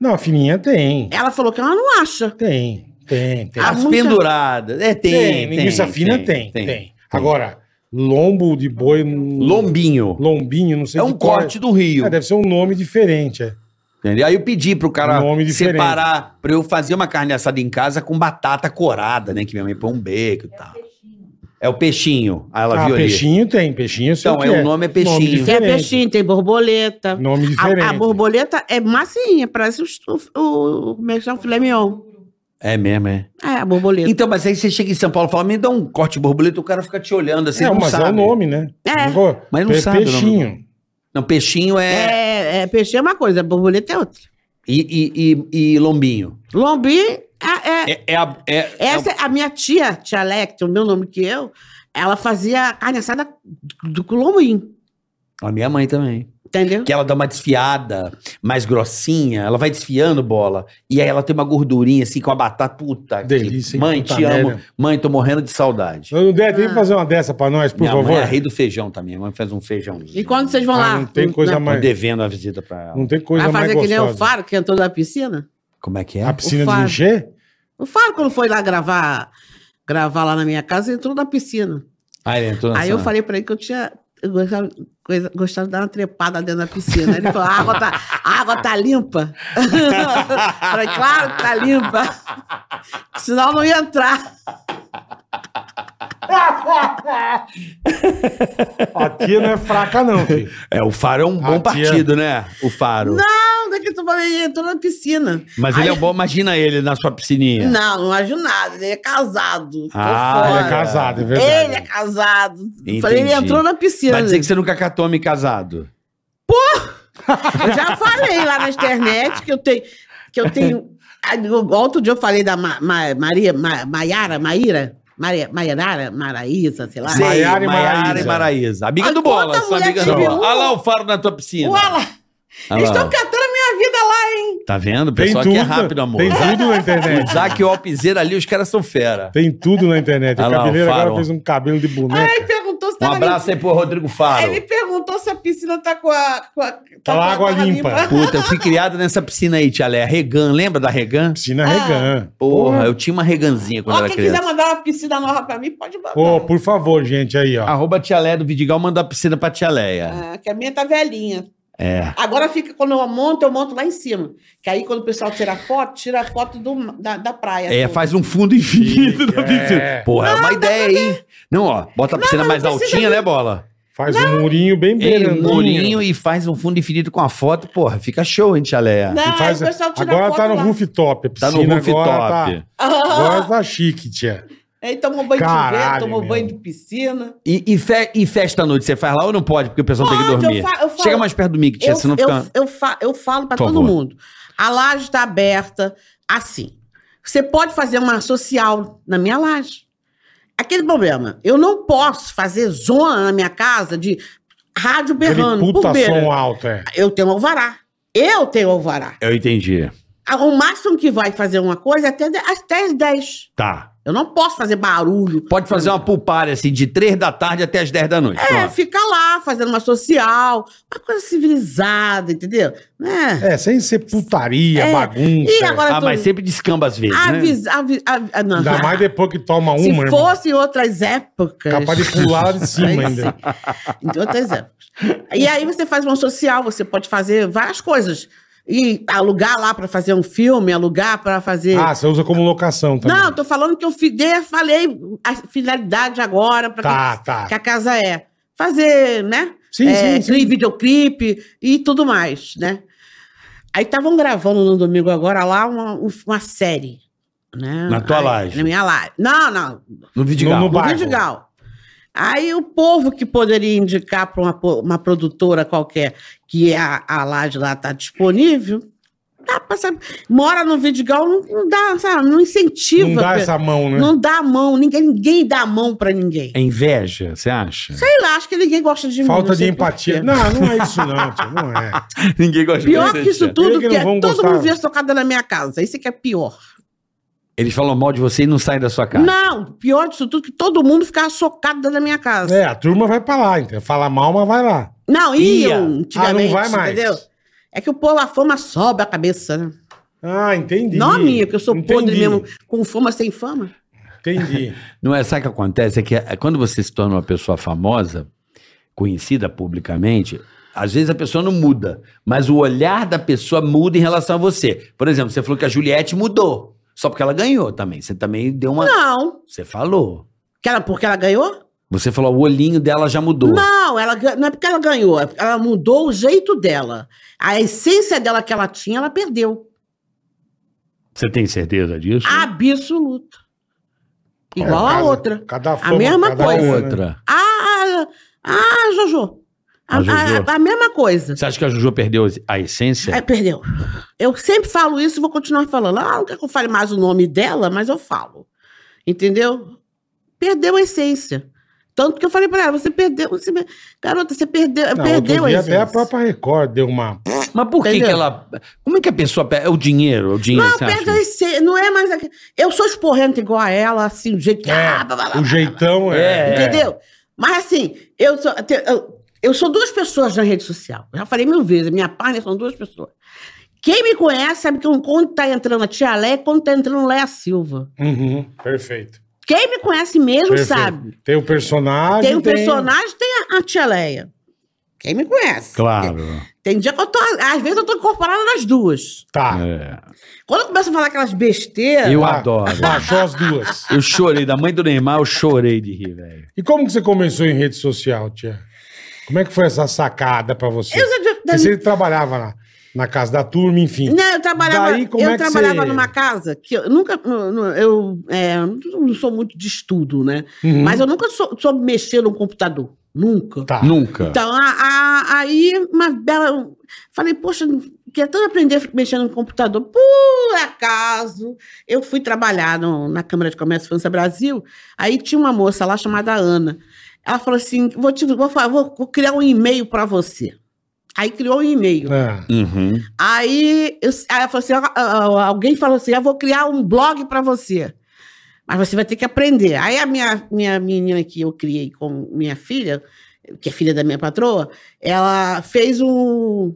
[SPEAKER 2] Não, a fininha tem.
[SPEAKER 4] Ela falou que ela não
[SPEAKER 2] É
[SPEAKER 4] acha.
[SPEAKER 2] Tem, tem, tem.
[SPEAKER 4] Ah,
[SPEAKER 3] As
[SPEAKER 4] muita-
[SPEAKER 3] penduradas. É, tem. tem
[SPEAKER 2] linguiça fina tem, tem, Agora, lombo de boi. n-
[SPEAKER 3] Lombinho.
[SPEAKER 2] Lombinho, não sei
[SPEAKER 3] É
[SPEAKER 2] de
[SPEAKER 3] um
[SPEAKER 2] qual
[SPEAKER 3] corte do Rio.
[SPEAKER 2] É, deve ser um nome diferente. É.
[SPEAKER 3] Entendeu? Aí eu pedi pro cara
[SPEAKER 2] Um Nome diferente.
[SPEAKER 3] separar, pra eu fazer uma carne assada em casa com batata corada, né? Que minha mãe põe um bacon e tal. É o peixinho. Aí ela
[SPEAKER 2] ah,
[SPEAKER 3] viu
[SPEAKER 2] peixinho tem, peixinho eu sei
[SPEAKER 3] Então,
[SPEAKER 2] o que
[SPEAKER 3] é, o
[SPEAKER 2] é.
[SPEAKER 3] nome é peixinho.
[SPEAKER 2] Nome
[SPEAKER 3] É
[SPEAKER 4] Tem a
[SPEAKER 2] diferente.
[SPEAKER 4] peixinho, tem borboleta.
[SPEAKER 2] Nome diferente.
[SPEAKER 4] A, a borboleta é massinha, parece o, o, o, como é que chama? filé mignon.
[SPEAKER 3] ali. É mesmo, é.
[SPEAKER 4] É, a borboleta.
[SPEAKER 3] Então, mas aí você chega em São Paulo e fala, me dá um corte de borboleta, o cara fica te olhando assim,
[SPEAKER 2] é,
[SPEAKER 3] não
[SPEAKER 2] mas
[SPEAKER 3] sabe.
[SPEAKER 2] é o nome, né?
[SPEAKER 4] É.
[SPEAKER 2] Agora,
[SPEAKER 3] Mas não
[SPEAKER 2] pe-
[SPEAKER 3] sabe o nome.
[SPEAKER 2] Peixinho.
[SPEAKER 3] Não, peixinho é...
[SPEAKER 4] É, é, peixe é uma coisa, borboleta é outra.
[SPEAKER 3] E, e, e, e lombinho.
[SPEAKER 4] Lombi é- é,
[SPEAKER 3] É, é, a- é-
[SPEAKER 4] Essa, a minha tia, tia Lecter, o meu nome que eu, ela fazia carne assada do colombim,
[SPEAKER 3] A minha mãe também.
[SPEAKER 4] entendeu?
[SPEAKER 3] que ela dá uma desfiada mais grossinha, ela vai desfiando bola, e aí ela tem uma gordurinha assim com a batata, puta. que-
[SPEAKER 2] Delícia, hein?
[SPEAKER 3] mãe,
[SPEAKER 2] Puta
[SPEAKER 3] te amo.
[SPEAKER 2] merda.
[SPEAKER 3] Mãe, tô morrendo de saudade.
[SPEAKER 2] Ô, Dé, tem que
[SPEAKER 4] Ah.
[SPEAKER 2] fazer uma dessa pra nós, por
[SPEAKER 3] minha
[SPEAKER 2] favor.
[SPEAKER 3] mãe é rei do feijão também, minha mãe faz um feijãozinho.
[SPEAKER 4] E quando vocês vão
[SPEAKER 2] Ah,
[SPEAKER 4] lá?
[SPEAKER 2] não tem coisa
[SPEAKER 4] na-
[SPEAKER 3] Tô
[SPEAKER 2] mais.
[SPEAKER 3] devendo a visita pra ela.
[SPEAKER 2] Não tem coisa
[SPEAKER 4] Vai
[SPEAKER 2] mais
[SPEAKER 4] fazer que nem o
[SPEAKER 2] gostosa.
[SPEAKER 4] Faro, que entrou na piscina?
[SPEAKER 3] Como é que é?
[SPEAKER 2] A piscina
[SPEAKER 4] O
[SPEAKER 2] de
[SPEAKER 4] Fábio. <laughs>
[SPEAKER 2] encher?
[SPEAKER 4] O Faro, quando foi lá gravar, gravar lá na minha casa, entrou na piscina.
[SPEAKER 3] Ah, ele entrou
[SPEAKER 4] Aí eu falei pra ele que eu tinha. Eu gostava, coisa- gostava de dar uma trepada dentro da piscina. Ele falou: a água tá, a água tá limpa. <laughs> falei, claro que tá limpa. Senão eu não ia entrar.
[SPEAKER 2] A tia não é fraca, não, filho.
[SPEAKER 3] É, o Faro é um bom
[SPEAKER 2] A Ah, tia-
[SPEAKER 3] partido, né? O Faro.
[SPEAKER 4] Não, daqui é tu falei, ele entrou na piscina.
[SPEAKER 3] Mas ele é bom, imagina ele na sua
[SPEAKER 2] É.
[SPEAKER 3] piscininha.
[SPEAKER 4] Não, não acho nada. Ele é casado. ficou
[SPEAKER 3] Ah,
[SPEAKER 2] Ela
[SPEAKER 4] fora.
[SPEAKER 2] é casada, é verdade.
[SPEAKER 4] Ele é casado.
[SPEAKER 3] Entendi.
[SPEAKER 4] Falei, ele entrou na
[SPEAKER 3] Vai
[SPEAKER 4] piscina.
[SPEAKER 3] dizer que você nunca catou homem casado.
[SPEAKER 4] Eu já falei lá na internet que eu tenho. Que eu tenho Ah, o- outro dia eu falei da Ma- Ma- Maria, Ma- Maiara, Maíra, Maria, Maiara, Maraísa, sei lá.
[SPEAKER 3] Sei,
[SPEAKER 2] Maiara e
[SPEAKER 3] e
[SPEAKER 2] Maraísa.
[SPEAKER 3] Maraísa. Amiga
[SPEAKER 4] Ah,
[SPEAKER 3] do
[SPEAKER 4] quanta
[SPEAKER 3] Bola, sua
[SPEAKER 4] mulher
[SPEAKER 3] amiga
[SPEAKER 4] teve
[SPEAKER 3] do Bola.
[SPEAKER 4] um?
[SPEAKER 3] Olha lá o Faro na tua piscina.
[SPEAKER 4] Olha lá,
[SPEAKER 3] Olha
[SPEAKER 4] eles
[SPEAKER 3] lá, ó.
[SPEAKER 4] estão cantando a minha vida lá, hein?
[SPEAKER 3] Tá vendo? O
[SPEAKER 2] Tem
[SPEAKER 3] pessoal
[SPEAKER 2] tudo,
[SPEAKER 3] aqui é rápido, amor.
[SPEAKER 2] Tem tudo né? na
[SPEAKER 3] O
[SPEAKER 2] internet.
[SPEAKER 3] Isaac e o Alpizeira ali, os caras são fera.
[SPEAKER 2] Tem tudo na internet.
[SPEAKER 3] Ah
[SPEAKER 2] o
[SPEAKER 3] lá, o
[SPEAKER 2] cabeleiro agora
[SPEAKER 3] Faro.
[SPEAKER 2] fez um cabelo de boneca.
[SPEAKER 4] Aí perguntou se
[SPEAKER 3] Um
[SPEAKER 4] tava
[SPEAKER 3] abraço aí pro Rodrigo
[SPEAKER 4] limpa.
[SPEAKER 3] Faro.
[SPEAKER 4] Ele perguntou se a piscina tá com a. Com a
[SPEAKER 2] Tá lá,
[SPEAKER 4] com a
[SPEAKER 2] água limpa.
[SPEAKER 3] Puta, eu fui criado nessa piscina aí, tia Léa. Regan, lembra da Regan?
[SPEAKER 4] ah.
[SPEAKER 2] Piscina Regan.
[SPEAKER 3] Porra, eu tinha uma Reganzinha quando
[SPEAKER 4] Ó,
[SPEAKER 3] era
[SPEAKER 4] quem quiser
[SPEAKER 3] criança.
[SPEAKER 4] mandar uma piscina nova pra mim, pode mandar.
[SPEAKER 2] Ô, por favor, gente, aí, ó.
[SPEAKER 3] Arroba tia Léa do Vidigal manda a piscina pra tia Léa.
[SPEAKER 4] Ah, que a minha tá velhinha.
[SPEAKER 3] É.
[SPEAKER 4] Agora fica, quando eu monto, eu monto lá em cima. Que aí quando o pessoal tira foto, tira a foto do- da, da praia. Assim.
[SPEAKER 3] É,
[SPEAKER 4] toda.
[SPEAKER 3] faz um fundo infinito na
[SPEAKER 2] É.
[SPEAKER 3] piscina. Porra, é uma ideia, hein? Não, ó, bota a piscina mais
[SPEAKER 4] não precisa
[SPEAKER 3] altinha, né, Bola?
[SPEAKER 2] Faz um murinho bem
[SPEAKER 3] Ei,
[SPEAKER 2] beirandinho.
[SPEAKER 3] murinho e faz um fundo infinito com a foto, porra, fica show, hein, tia Léa?
[SPEAKER 4] Não,
[SPEAKER 2] Ah, E faz-
[SPEAKER 4] aí o pessoal tira
[SPEAKER 2] Agora
[SPEAKER 4] foto
[SPEAKER 2] tá no
[SPEAKER 4] lá. <laughs>
[SPEAKER 2] rooftop. A
[SPEAKER 3] Tá
[SPEAKER 2] piscina
[SPEAKER 3] no rooftop.
[SPEAKER 2] Agora tá, agora tá chique, tia.
[SPEAKER 4] Aí tomou banho de vento,
[SPEAKER 2] Caralho,
[SPEAKER 4] tomou
[SPEAKER 2] meu.
[SPEAKER 4] banho de piscina.
[SPEAKER 3] E, e fe- e festa à noite, você faz lá ou não pode? Porque o pessoal tem que
[SPEAKER 4] Pode,
[SPEAKER 3] dormir.
[SPEAKER 4] eu fa- eu falo-
[SPEAKER 3] Chega mais perto do mic, tia,
[SPEAKER 4] Eu,
[SPEAKER 3] senão
[SPEAKER 4] eu,
[SPEAKER 3] fica.
[SPEAKER 4] eu, fa- eu falo pra
[SPEAKER 3] Por
[SPEAKER 4] todo
[SPEAKER 3] favor.
[SPEAKER 4] mundo. A laje está aberta assim. Você pode fazer uma social na minha laje. Aquele problema. Eu não posso fazer zona na minha casa de rádio
[SPEAKER 2] Aquele
[SPEAKER 4] berrando.
[SPEAKER 2] puta
[SPEAKER 4] Por beira.
[SPEAKER 2] som alto, é.
[SPEAKER 4] Eu tenho alvará. Eu tenho alvará.
[SPEAKER 3] Eu entendi.
[SPEAKER 4] Ah, O máximo que vai fazer uma coisa é até, de- até as 10.
[SPEAKER 3] Tá.
[SPEAKER 4] Eu não posso fazer barulho.
[SPEAKER 3] Pode fazer uma pulpária assim, de 3 da tarde até as 10 da noite.
[SPEAKER 4] É,
[SPEAKER 3] Pronto.
[SPEAKER 4] ficar lá fazendo uma social, uma coisa civilizada, entendeu? Né?
[SPEAKER 2] É, sem ser putaria,
[SPEAKER 4] É.
[SPEAKER 2] bagunça.
[SPEAKER 4] E agora
[SPEAKER 3] ah,
[SPEAKER 4] tu-
[SPEAKER 3] mas sempre descamba às vezes, né?
[SPEAKER 4] avisa, avi- avi- ah, não.
[SPEAKER 2] Ainda mais depois que toma uma,
[SPEAKER 4] Se
[SPEAKER 2] irmão.
[SPEAKER 4] fossem outras épocas.
[SPEAKER 2] Capaz de pular lá de cima
[SPEAKER 4] Aí sim.
[SPEAKER 2] ainda.
[SPEAKER 4] Em outras épocas. E aí você faz uma social, você pode fazer várias coisas. E alugar lá pra fazer um filme, alugar pra fazer.
[SPEAKER 2] Ah, tá você usa como locação também.
[SPEAKER 4] não, tô falando que eu fi- dei- falei a finalidade agora. Pra
[SPEAKER 2] Tá,
[SPEAKER 4] que,
[SPEAKER 2] tá.
[SPEAKER 4] que a casa é. fazer, né?
[SPEAKER 2] Sim,
[SPEAKER 4] é,
[SPEAKER 2] sim, sim.
[SPEAKER 4] cli- videoclipe e tudo mais, né? Aí estavam gravando no domingo agora lá uma, uma série, né?
[SPEAKER 3] Na tua
[SPEAKER 4] Aí,
[SPEAKER 3] laje.
[SPEAKER 4] Na minha laje. Não, não,
[SPEAKER 3] No vídeo
[SPEAKER 2] No- no
[SPEAKER 4] no
[SPEAKER 2] Bairro.
[SPEAKER 4] Vidigal. Aí o povo que poderia indicar para uma, po- uma produtora qualquer que é a, a laje lá está disponível, dá pra saber. mora no Vidigal, não, não dá, sabe, não incentiva.
[SPEAKER 2] Não dá
[SPEAKER 4] pe-
[SPEAKER 2] essa mão, né?
[SPEAKER 4] não dá a mão, ninguém, ninguém dá a mão para ninguém.
[SPEAKER 3] É inveja, você acha?
[SPEAKER 4] Sei lá, acho que ninguém gosta de mim.
[SPEAKER 2] Falta
[SPEAKER 4] não
[SPEAKER 2] de
[SPEAKER 4] sei por
[SPEAKER 2] empatia.
[SPEAKER 4] quê.
[SPEAKER 2] Não, não é isso não, tio, não
[SPEAKER 4] <laughs>
[SPEAKER 2] é.
[SPEAKER 3] <laughs> Ninguém gosta
[SPEAKER 4] Pior
[SPEAKER 3] você,
[SPEAKER 4] que isso
[SPEAKER 3] tia.
[SPEAKER 4] tudo,
[SPEAKER 2] Eles que
[SPEAKER 4] que,
[SPEAKER 2] não
[SPEAKER 4] é,
[SPEAKER 2] vão
[SPEAKER 4] todo
[SPEAKER 2] gostar.
[SPEAKER 4] mundo vê socada na minha casa. Isso que é pior.
[SPEAKER 3] Eles falam mal de você e não saem da sua casa.
[SPEAKER 4] Não, pior disso tudo, que todo mundo ficava socado na minha casa.
[SPEAKER 2] É, a turma vai pra lá, entendeu? Fala mal, mas vai lá.
[SPEAKER 4] Não,
[SPEAKER 3] Ia.
[SPEAKER 4] iam
[SPEAKER 3] Ah, não
[SPEAKER 4] antigamente,
[SPEAKER 2] vai mais.
[SPEAKER 4] entendeu? É que o povo, a fama sobe a cabeça, né?
[SPEAKER 2] Ah, entendi.
[SPEAKER 4] Não a minha, que eu sou podre
[SPEAKER 2] Entendi,
[SPEAKER 4] mesmo, com fama sem fama.
[SPEAKER 2] Entendi.
[SPEAKER 3] Não é, sabe o que acontece? É que é, quando você se torna uma pessoa famosa, conhecida publicamente, às vezes a pessoa não muda, mas o olhar da pessoa muda em relação a você. Por exemplo, você falou que a Juliette mudou, só porque ela ganhou também. Você também deu uma.
[SPEAKER 4] Não.
[SPEAKER 3] Você falou.
[SPEAKER 4] Que ela, porque ela ganhou?
[SPEAKER 3] Você falou, o olhinho dela já mudou.
[SPEAKER 4] Não, ela, gan- não é porque ela ganhou, é porque ela mudou o jeito dela. A essência dela que ela tinha, ela perdeu.
[SPEAKER 3] Você tem certeza disso?
[SPEAKER 4] Ah, Absoluta. <laughs> Igual a
[SPEAKER 2] Cada-
[SPEAKER 4] outra.
[SPEAKER 2] Cada
[SPEAKER 4] A mesma
[SPEAKER 2] cada
[SPEAKER 3] Qual
[SPEAKER 4] coisa.
[SPEAKER 2] uma, né?
[SPEAKER 3] outra?
[SPEAKER 4] Ah, ah, Jojo. A,
[SPEAKER 3] A
[SPEAKER 2] Ah,
[SPEAKER 3] Jojo.
[SPEAKER 4] a- a mesma coisa.
[SPEAKER 3] Você acha que a Juju perdeu a essência?
[SPEAKER 4] Aí perdeu. Eu sempre falo isso e vou continuar falando. Ah, não quer que eu fale mais o nome dela, mas eu falo. Entendeu? Perdeu a essência. Tanto que eu falei pra ela, você perdeu. Você... Garota, você perdeu,
[SPEAKER 2] Não,
[SPEAKER 4] perdeu
[SPEAKER 2] outro
[SPEAKER 4] a
[SPEAKER 2] dia
[SPEAKER 4] essência.
[SPEAKER 2] até a própria Record deu uma.
[SPEAKER 4] Ah,
[SPEAKER 3] Mas por que,
[SPEAKER 4] Entendeu?
[SPEAKER 3] que ela. Como é que a pessoa perde? É o dinheiro? É o dinheiro,
[SPEAKER 4] Não,
[SPEAKER 3] você
[SPEAKER 4] perde
[SPEAKER 3] acha?
[SPEAKER 4] a essência. Não é mais. aqu- Eu sou esporrenta igual a ela, assim, o jeito. que-
[SPEAKER 2] É.
[SPEAKER 4] Ah, blá, blá, blá,
[SPEAKER 2] né? O jeitão é.
[SPEAKER 3] É.
[SPEAKER 4] Entendeu? Mas assim, eu sou, te- eu, eu sou duas pessoas na rede social. Já falei mil vezes, minha página são duas pessoas. Quem me conhece sabe que eu- quando tá entrando a Tia Lé, quando tá entrando Léa Silva.
[SPEAKER 2] Uhum, perfeito.
[SPEAKER 4] Quem me conhece mesmo
[SPEAKER 2] perfeito.
[SPEAKER 4] sabe.
[SPEAKER 2] Tem o personagem.
[SPEAKER 4] Tem um personagem, tem a, a Tia Leia. Quem me conhece.
[SPEAKER 3] Claro.
[SPEAKER 4] Tem dia que eu tô. Às vezes eu tô incorporada nas duas.
[SPEAKER 2] Tá.
[SPEAKER 3] É.
[SPEAKER 4] Quando eu começo a falar aquelas besteiras.
[SPEAKER 3] Eu
[SPEAKER 2] Ah,
[SPEAKER 3] adoro.
[SPEAKER 2] Baixou as duas.
[SPEAKER 3] Eu chorei, da mãe do Neymar, eu chorei de rir, velho.
[SPEAKER 2] E como que você começou em rede social, tia? Como é que foi essa sacada pra você?
[SPEAKER 4] Eu já-
[SPEAKER 2] Porque você trabalhava lá, na casa da turma, enfim.
[SPEAKER 4] Não, né, eu trabalhava,
[SPEAKER 2] Daí, como
[SPEAKER 4] eu
[SPEAKER 2] é que
[SPEAKER 4] trabalhava
[SPEAKER 2] você-
[SPEAKER 4] numa casa que eu nunca. nu- nu- Eu é, não sou muito de estudo, né?
[SPEAKER 2] Uhum.
[SPEAKER 4] Mas eu nunca sou- soube mexer no computador. Nunca.
[SPEAKER 3] Ah.
[SPEAKER 2] Tá.
[SPEAKER 3] Nunca.
[SPEAKER 4] Então, a- a- aí, uma bela. um, Falei, poxa, queria tanto aprender a mexer no computador. Por acaso, eu fui trabalhar no- na Câmara de Comércio França Brasil. Aí tinha uma moça lá chamada Ana. Ela falou assim: vou, te, vou, fa- vou- vou criar um e-mail para você. Aí criou um e-mail.
[SPEAKER 2] Ah,
[SPEAKER 3] Uhum.
[SPEAKER 4] Aí, eu, aí ela falou assim, "Ah, ah, alguém falou assim, eu vou criar um blog para você, mas você vai ter que aprender. Aí a minha, minha menina que eu criei com minha filha, que é filha da minha patroa, ela fez um...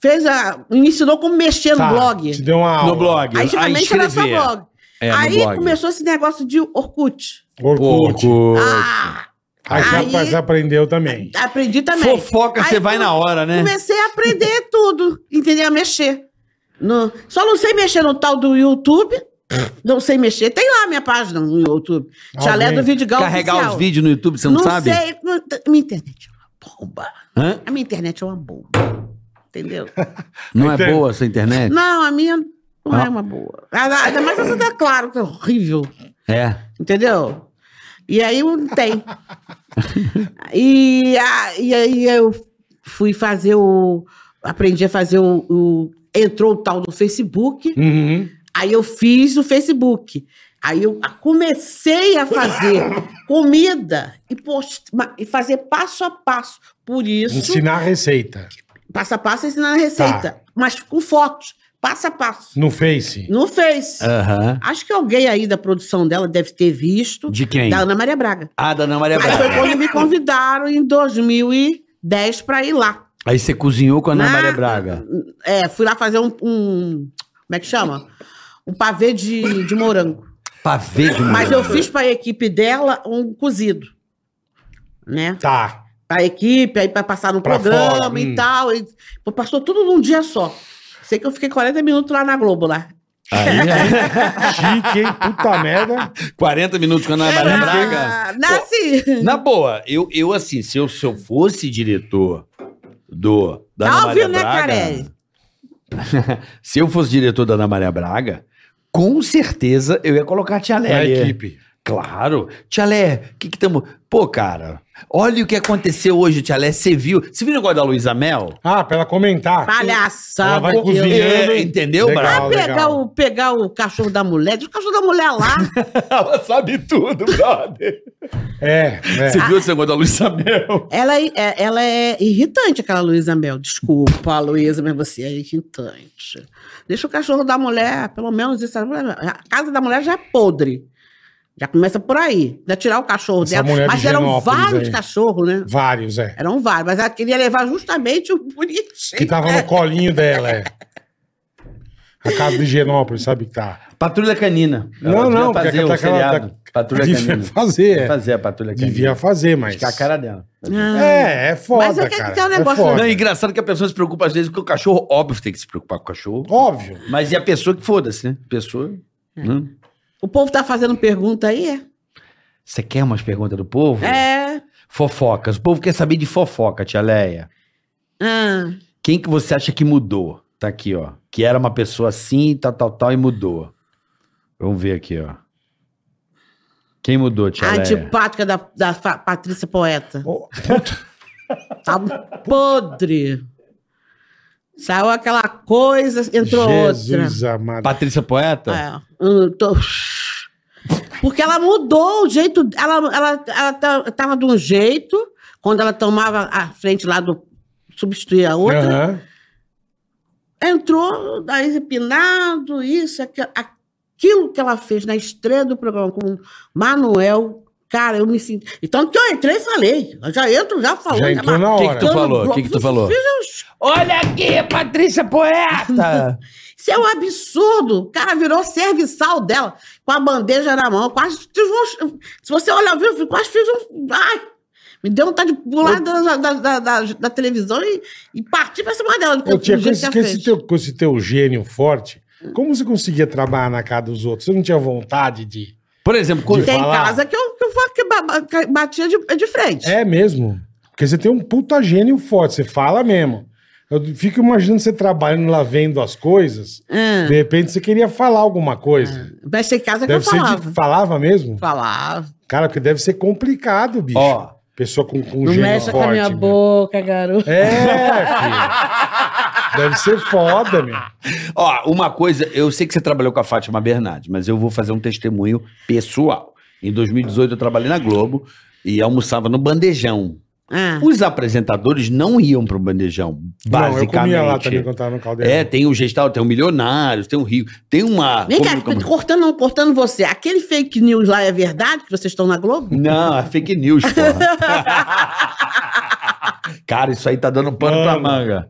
[SPEAKER 4] Fez a, me ensinou como mexer
[SPEAKER 2] tá.
[SPEAKER 4] no blog.
[SPEAKER 2] Te deu uma aula.
[SPEAKER 3] No blog.
[SPEAKER 4] Aí, geralmente, era só
[SPEAKER 3] escrever.
[SPEAKER 4] blog.
[SPEAKER 3] É, no
[SPEAKER 4] aí
[SPEAKER 3] blog.
[SPEAKER 4] começou esse negócio de Orkut.
[SPEAKER 2] Orkut.
[SPEAKER 3] Porco.
[SPEAKER 4] Ah,
[SPEAKER 2] Aí, você-
[SPEAKER 4] Aí-
[SPEAKER 2] você aprendeu também.
[SPEAKER 4] aprendi também.
[SPEAKER 3] Fofoca,
[SPEAKER 4] Aí
[SPEAKER 3] você vai na hora, né?
[SPEAKER 4] Comecei a aprender tudo, entendeu? A mexer. No- só não sei mexer no tal do YouTube. Não sei mexer. Tem lá a minha página no YouTube. Chalé
[SPEAKER 2] Alguém
[SPEAKER 4] do Vidigal
[SPEAKER 3] Carregar
[SPEAKER 4] Oficial.
[SPEAKER 3] os vídeos no YouTube, você não, sabe?
[SPEAKER 4] sei. não- a minha internet é uma bomba.
[SPEAKER 3] Hã?
[SPEAKER 4] A minha internet é uma bomba.
[SPEAKER 3] <laughs>
[SPEAKER 4] Entendeu?
[SPEAKER 3] Não é
[SPEAKER 2] Entendo.
[SPEAKER 3] boa essa internet?
[SPEAKER 4] Não, a minha não
[SPEAKER 3] Ah.
[SPEAKER 4] é uma boa. A- Ainda mais essa da Claro, que é horrível.
[SPEAKER 3] É.
[SPEAKER 4] Entendeu? E aí não tem. e, a- e aí eu fui fazer o. Aprendi a fazer o, o- Entrou o tal do Facebook.
[SPEAKER 2] Uhum.
[SPEAKER 4] Aí eu fiz o Facebook. Aí eu comecei a fazer comida e, post, ma- e fazer passo a passo. Por isso,
[SPEAKER 2] Ensinar a receita.
[SPEAKER 4] passo a passo ensinando a receita. Mas com fotos, passo a passo.
[SPEAKER 2] No Face.
[SPEAKER 4] No Face.
[SPEAKER 3] É. Aham.
[SPEAKER 4] Acho que alguém aí da produção dela deve ter visto.
[SPEAKER 3] De quem?
[SPEAKER 4] Da Ana Maria Braga.
[SPEAKER 3] Ah, da Ana
[SPEAKER 2] É
[SPEAKER 3] Maria
[SPEAKER 4] Aí foi
[SPEAKER 3] Braga.
[SPEAKER 4] quando me convidaram em 2010 para ir lá.
[SPEAKER 3] Aí você cozinhou com a Ana
[SPEAKER 4] Na-
[SPEAKER 3] Maria Braga.
[SPEAKER 4] É, fui lá fazer um, um- Como é que chama? Um pavê de, de morango.
[SPEAKER 3] Pavê de
[SPEAKER 4] Mas eu
[SPEAKER 3] morango.
[SPEAKER 4] fiz para a equipe dela um cozido. Né?
[SPEAKER 2] Tá.
[SPEAKER 4] Para a equipe, aí para passar no
[SPEAKER 2] Pra
[SPEAKER 4] programa
[SPEAKER 2] fora,
[SPEAKER 4] e
[SPEAKER 2] hum.
[SPEAKER 4] tal. e- pô, passou tudo num dia só. Sei que eu fiquei 40 minutos lá na Globo lá.
[SPEAKER 5] Aí,
[SPEAKER 3] é.
[SPEAKER 4] <laughs>
[SPEAKER 5] aí,
[SPEAKER 2] é. <laughs> Chique, hein? Puta merda.
[SPEAKER 3] 40 minutos com
[SPEAKER 2] é
[SPEAKER 3] a Ana Maria Braga.
[SPEAKER 4] Ah, Nasce!
[SPEAKER 3] Na boa, eu, eu assim, se eu, se eu fosse diretor do da Ana
[SPEAKER 4] Tá
[SPEAKER 3] Maria
[SPEAKER 4] ouvindo, né,
[SPEAKER 3] Braga,
[SPEAKER 4] Carelli?
[SPEAKER 3] <laughs> se eu fosse diretor da Ana Maria Braga, com certeza eu ia colocar a Tia
[SPEAKER 2] É a
[SPEAKER 3] Lélia.
[SPEAKER 2] equipe.
[SPEAKER 3] Claro. Tia Lé, o que que tamo... Pô, cara, olha o que aconteceu hoje, Tia Lé. Você viu... Você viu o negócio da Luísa Mel?
[SPEAKER 2] Ah, pra ela comentar. Ela
[SPEAKER 4] Palhaçada.
[SPEAKER 2] vai
[SPEAKER 4] que eu-
[SPEAKER 2] cozinhar. Leandro, hein?
[SPEAKER 3] É, entendeu,
[SPEAKER 2] Legal.
[SPEAKER 3] Brau? <laughs>
[SPEAKER 4] Vai pegar o, pegar o cachorro da mulher. Deixa o cachorro da mulher lá.
[SPEAKER 3] Ela sabe tudo, brother.
[SPEAKER 2] É,
[SPEAKER 3] Você
[SPEAKER 2] é.
[SPEAKER 3] viu esse negócio da Luísa Mel?
[SPEAKER 4] Ela é, é- ela é irritante, aquela Luísa Mel. Desculpa, Luísa, mas você é irritante. Deixa o cachorro da mulher, pelo menos isso. A casa da mulher já é podre. Já começa por aí. Né? Tirar o cachorro
[SPEAKER 2] Essa
[SPEAKER 4] dela.
[SPEAKER 2] mulher de
[SPEAKER 4] Mas eram
[SPEAKER 2] Genópolis
[SPEAKER 4] vários
[SPEAKER 2] aí.
[SPEAKER 4] cachorros, né?
[SPEAKER 2] Vários, é.
[SPEAKER 4] Eram vários. Mas ela queria levar justamente o bonitinho.
[SPEAKER 2] Que tava no colinho dela, é. A casa de Genópolis, sabe que tá.
[SPEAKER 3] Patrulha Canina.
[SPEAKER 2] Não,
[SPEAKER 3] Ela devia
[SPEAKER 2] não, porque
[SPEAKER 3] fazer o
[SPEAKER 2] aquela-
[SPEAKER 3] seriado.
[SPEAKER 2] <laughs>
[SPEAKER 3] Patrulha
[SPEAKER 2] Devia
[SPEAKER 3] Canina.
[SPEAKER 2] é fazer, é.
[SPEAKER 3] Fazer a Patrulha Canina.
[SPEAKER 2] Devia fazer, mas.
[SPEAKER 3] Acho que é a cara dela.
[SPEAKER 4] Ah.
[SPEAKER 2] É, é foda.
[SPEAKER 4] Mas é que
[SPEAKER 2] cara.
[SPEAKER 4] tem um negócio-
[SPEAKER 2] foda.
[SPEAKER 3] Não, é engraçado que a pessoa se preocupa às vezes com o cachorro. Óbvio que tem que se preocupar com o cachorro.
[SPEAKER 2] Óbvio.
[SPEAKER 3] Mas e a pessoa que foda-se, né? Pessoa... né?
[SPEAKER 4] O povo tá fazendo pergunta aí, é?
[SPEAKER 3] Você quer umas perguntas do povo?
[SPEAKER 4] É.
[SPEAKER 3] Fofocas. O povo quer saber de fofoca, tia Leia.
[SPEAKER 4] Ah.
[SPEAKER 3] Quem que você acha que mudou? Tá aqui, ó. Que era uma pessoa assim, tal, tal, tal, e mudou. Vamos ver aqui, ó. Quem mudou, tia
[SPEAKER 4] A
[SPEAKER 3] Leia?
[SPEAKER 4] antipática da, da Fa- Patrícia Poeta.
[SPEAKER 2] Ô,
[SPEAKER 4] Tá podre. Saiu aquela coisa, entrou
[SPEAKER 2] Jesus amado.
[SPEAKER 3] Patrícia Poeta?
[SPEAKER 4] outra. É, hum, tô- Porque ela mudou o jeito. Ela, ela, ela ta- tava de um jeito, quando ela tomava a frente lá do. substituir a outra.
[SPEAKER 2] Aham.
[SPEAKER 4] entrou daí Pinado, isso, aqua- aquilo que ela fez na estreia do programa com o Manuel. Cara, eu me senti. Então que eu entrei e falei. Eu já entro, já falei.
[SPEAKER 2] Já entrou na
[SPEAKER 3] O que,
[SPEAKER 2] hora.
[SPEAKER 3] que tu falou? O que, que tu falou? Olha aqui, Patrícia Poeta!
[SPEAKER 4] Isso é um absurdo. O cara virou serviçal dela, com a bandeja na mão. Quase tive um- Se você olhar o vídeo, quase fiz um. Ai! Me deu vontade de pular da, da, da, da- da televisão e, e partir pra cima dela.
[SPEAKER 2] Ô, tia,
[SPEAKER 4] do jeito
[SPEAKER 2] com
[SPEAKER 4] que
[SPEAKER 2] esse,
[SPEAKER 4] ela
[SPEAKER 2] com esse
[SPEAKER 4] fez.
[SPEAKER 2] teu, com esse teu gênio forte, como você conseguia trabalhar na casa dos outros? Você não tinha vontade de.
[SPEAKER 3] Por exemplo, quando...
[SPEAKER 2] De-
[SPEAKER 4] Tem
[SPEAKER 2] falar.
[SPEAKER 4] casa que eu, que eu fa- que ba- ba- que batia de, de frente.
[SPEAKER 2] É mesmo? Porque você tem um puta gênio forte, você fala mesmo. Eu fico imaginando você trabalhando lá vendo as coisas.
[SPEAKER 4] Ah,
[SPEAKER 2] De repente você queria falar alguma coisa.
[SPEAKER 4] mas tem casa que
[SPEAKER 2] Deve
[SPEAKER 4] É. eu
[SPEAKER 2] ser
[SPEAKER 4] falava.
[SPEAKER 2] de... falava mesmo?
[SPEAKER 4] Falava.
[SPEAKER 2] Cara, porque deve ser complicado, bicho.
[SPEAKER 3] Ó,
[SPEAKER 2] Pessoa com, com
[SPEAKER 4] Não
[SPEAKER 2] um gênio
[SPEAKER 4] mexa
[SPEAKER 2] forte. né?
[SPEAKER 4] com a minha
[SPEAKER 2] meu.
[SPEAKER 4] boca, garoto.
[SPEAKER 2] É, filho. Deve ser foda, meu.
[SPEAKER 3] Ó, uma coisa, eu sei que você trabalhou com a Fátima Bernardes, mas eu vou fazer um testemunho pessoal. Em 2018 eu trabalhei na Globo e almoçava no Bandejão.
[SPEAKER 4] Ah,
[SPEAKER 3] Os apresentadores não iam pro Bandejão,
[SPEAKER 2] Não, eu
[SPEAKER 3] basicamente.
[SPEAKER 2] comia lá tá também quando tava no caldeirão.
[SPEAKER 3] é, tem o gestal, tem o Milionários, tem o Rio, tem uma...
[SPEAKER 4] Vem cá,
[SPEAKER 3] como-
[SPEAKER 2] é
[SPEAKER 3] como-
[SPEAKER 4] cortando, não, cortando você. Aquele fake news lá é verdade que vocês estão na Globo?
[SPEAKER 3] <laughs> Não, é fake news,
[SPEAKER 2] <laughs>
[SPEAKER 3] porra. Cara, isso aí tá dando pano pra
[SPEAKER 2] Mano.
[SPEAKER 3] manga.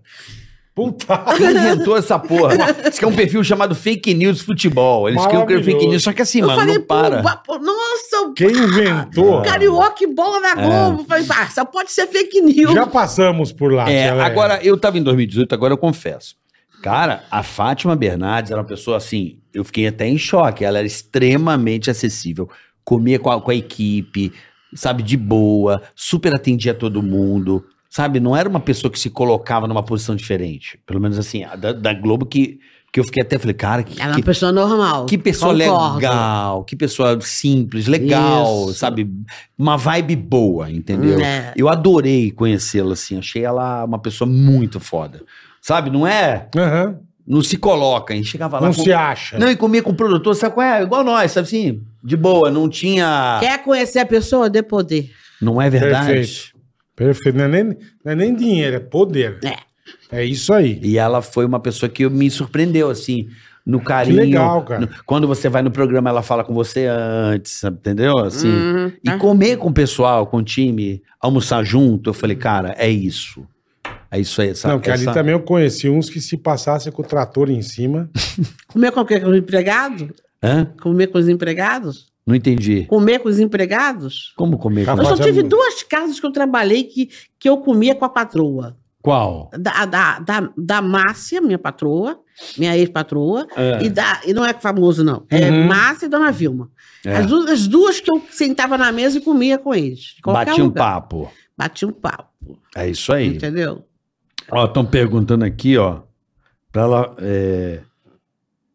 [SPEAKER 2] Puta.
[SPEAKER 3] Quem inventou essa porra? Isso que é um perfil chamado Fake News Futebol. Eles queriam criar fake
[SPEAKER 2] Maravilhoso.
[SPEAKER 3] news, só que assim,
[SPEAKER 4] eu
[SPEAKER 3] mano,
[SPEAKER 4] falei,
[SPEAKER 3] não para.
[SPEAKER 4] pô, ba- pô, nossa, o
[SPEAKER 2] Quem inventou?
[SPEAKER 4] carioca e bola
[SPEAKER 3] É.
[SPEAKER 4] na Globo. Eu Falei, ah, só pode ser fake news.
[SPEAKER 2] Já passamos por lá.
[SPEAKER 3] É,
[SPEAKER 2] tia Leia.
[SPEAKER 3] agora, eu tava em 2018, agora eu confesso. Cara, a Fátima Bernardes era uma pessoa assim, eu fiquei até em choque. Ela era extremamente acessível, comia com a, com a equipe, sabe, de boa, super atendia todo mundo, sabe? Não era uma pessoa que se colocava numa posição diferente. Pelo menos assim, a da, da Globo que, que eu fiquei até, falei, cara, que,
[SPEAKER 4] Ela é
[SPEAKER 3] que-
[SPEAKER 4] uma pessoa normal.
[SPEAKER 3] que pessoa
[SPEAKER 4] Concordo.
[SPEAKER 3] legal, que pessoa simples, legal,
[SPEAKER 4] Isso.
[SPEAKER 3] sabe? Uma vibe boa, entendeu?
[SPEAKER 4] É.
[SPEAKER 3] Eu adorei conhecê-la, assim. Achei ela uma pessoa muito foda. Sabe? Não é.
[SPEAKER 2] Aham.
[SPEAKER 3] Não se coloca, hein? Chegava lá.
[SPEAKER 2] Não
[SPEAKER 3] com-
[SPEAKER 2] se é. acha.
[SPEAKER 3] Não, e comia com o produtor, sabe qual é? Igual nós, sabe assim? De boa, não tinha.
[SPEAKER 4] Quer conhecer a pessoa? Dê poder.
[SPEAKER 3] Não é verdade?
[SPEAKER 2] Perfeito. Perfeito. Não é, nem, não é nem dinheiro, é poder. É. isso aí.
[SPEAKER 3] E ela foi uma pessoa que me surpreendeu, assim, no carinho.
[SPEAKER 2] legal, cara.
[SPEAKER 3] no- quando você vai no programa, ela fala com você antes, sabe? entendeu? Assim.
[SPEAKER 4] Uhum,
[SPEAKER 3] E
[SPEAKER 4] tá.
[SPEAKER 3] comer com o pessoal, com o time, almoçar junto, eu
[SPEAKER 4] Uhum.
[SPEAKER 3] falei, cara, é isso. É isso aí, essa,
[SPEAKER 2] não, que ali tá
[SPEAKER 3] essa-
[SPEAKER 2] também eu conheci uns que se passasse com o trator em cima.
[SPEAKER 4] Comer com o quê? Com os empregados?
[SPEAKER 3] Hã?
[SPEAKER 4] Comer com os empregados?
[SPEAKER 3] Não entendi.
[SPEAKER 4] Comer com os empregados?
[SPEAKER 3] Como comer
[SPEAKER 2] Tá
[SPEAKER 3] com
[SPEAKER 4] Eu só
[SPEAKER 2] Mas é
[SPEAKER 4] tive
[SPEAKER 2] muito.
[SPEAKER 4] duas casas que eu trabalhei que, que eu comia com a patroa.
[SPEAKER 5] Qual?
[SPEAKER 4] da, da, da, da Márcia, minha patroa, minha ex-patroa,
[SPEAKER 3] É.
[SPEAKER 4] e, da, e não é famoso, não. É
[SPEAKER 2] Uhum.
[SPEAKER 4] Márcia e Dona Vilma.
[SPEAKER 3] É.
[SPEAKER 4] As, du- as duas que eu sentava na mesa e comia com eles. de qualquer
[SPEAKER 3] Bati um
[SPEAKER 4] lugar.
[SPEAKER 3] papo.
[SPEAKER 4] Bati um papo,
[SPEAKER 3] É isso aí.
[SPEAKER 4] entendeu?
[SPEAKER 3] Ó, estão perguntando aqui, ó, pra ela é,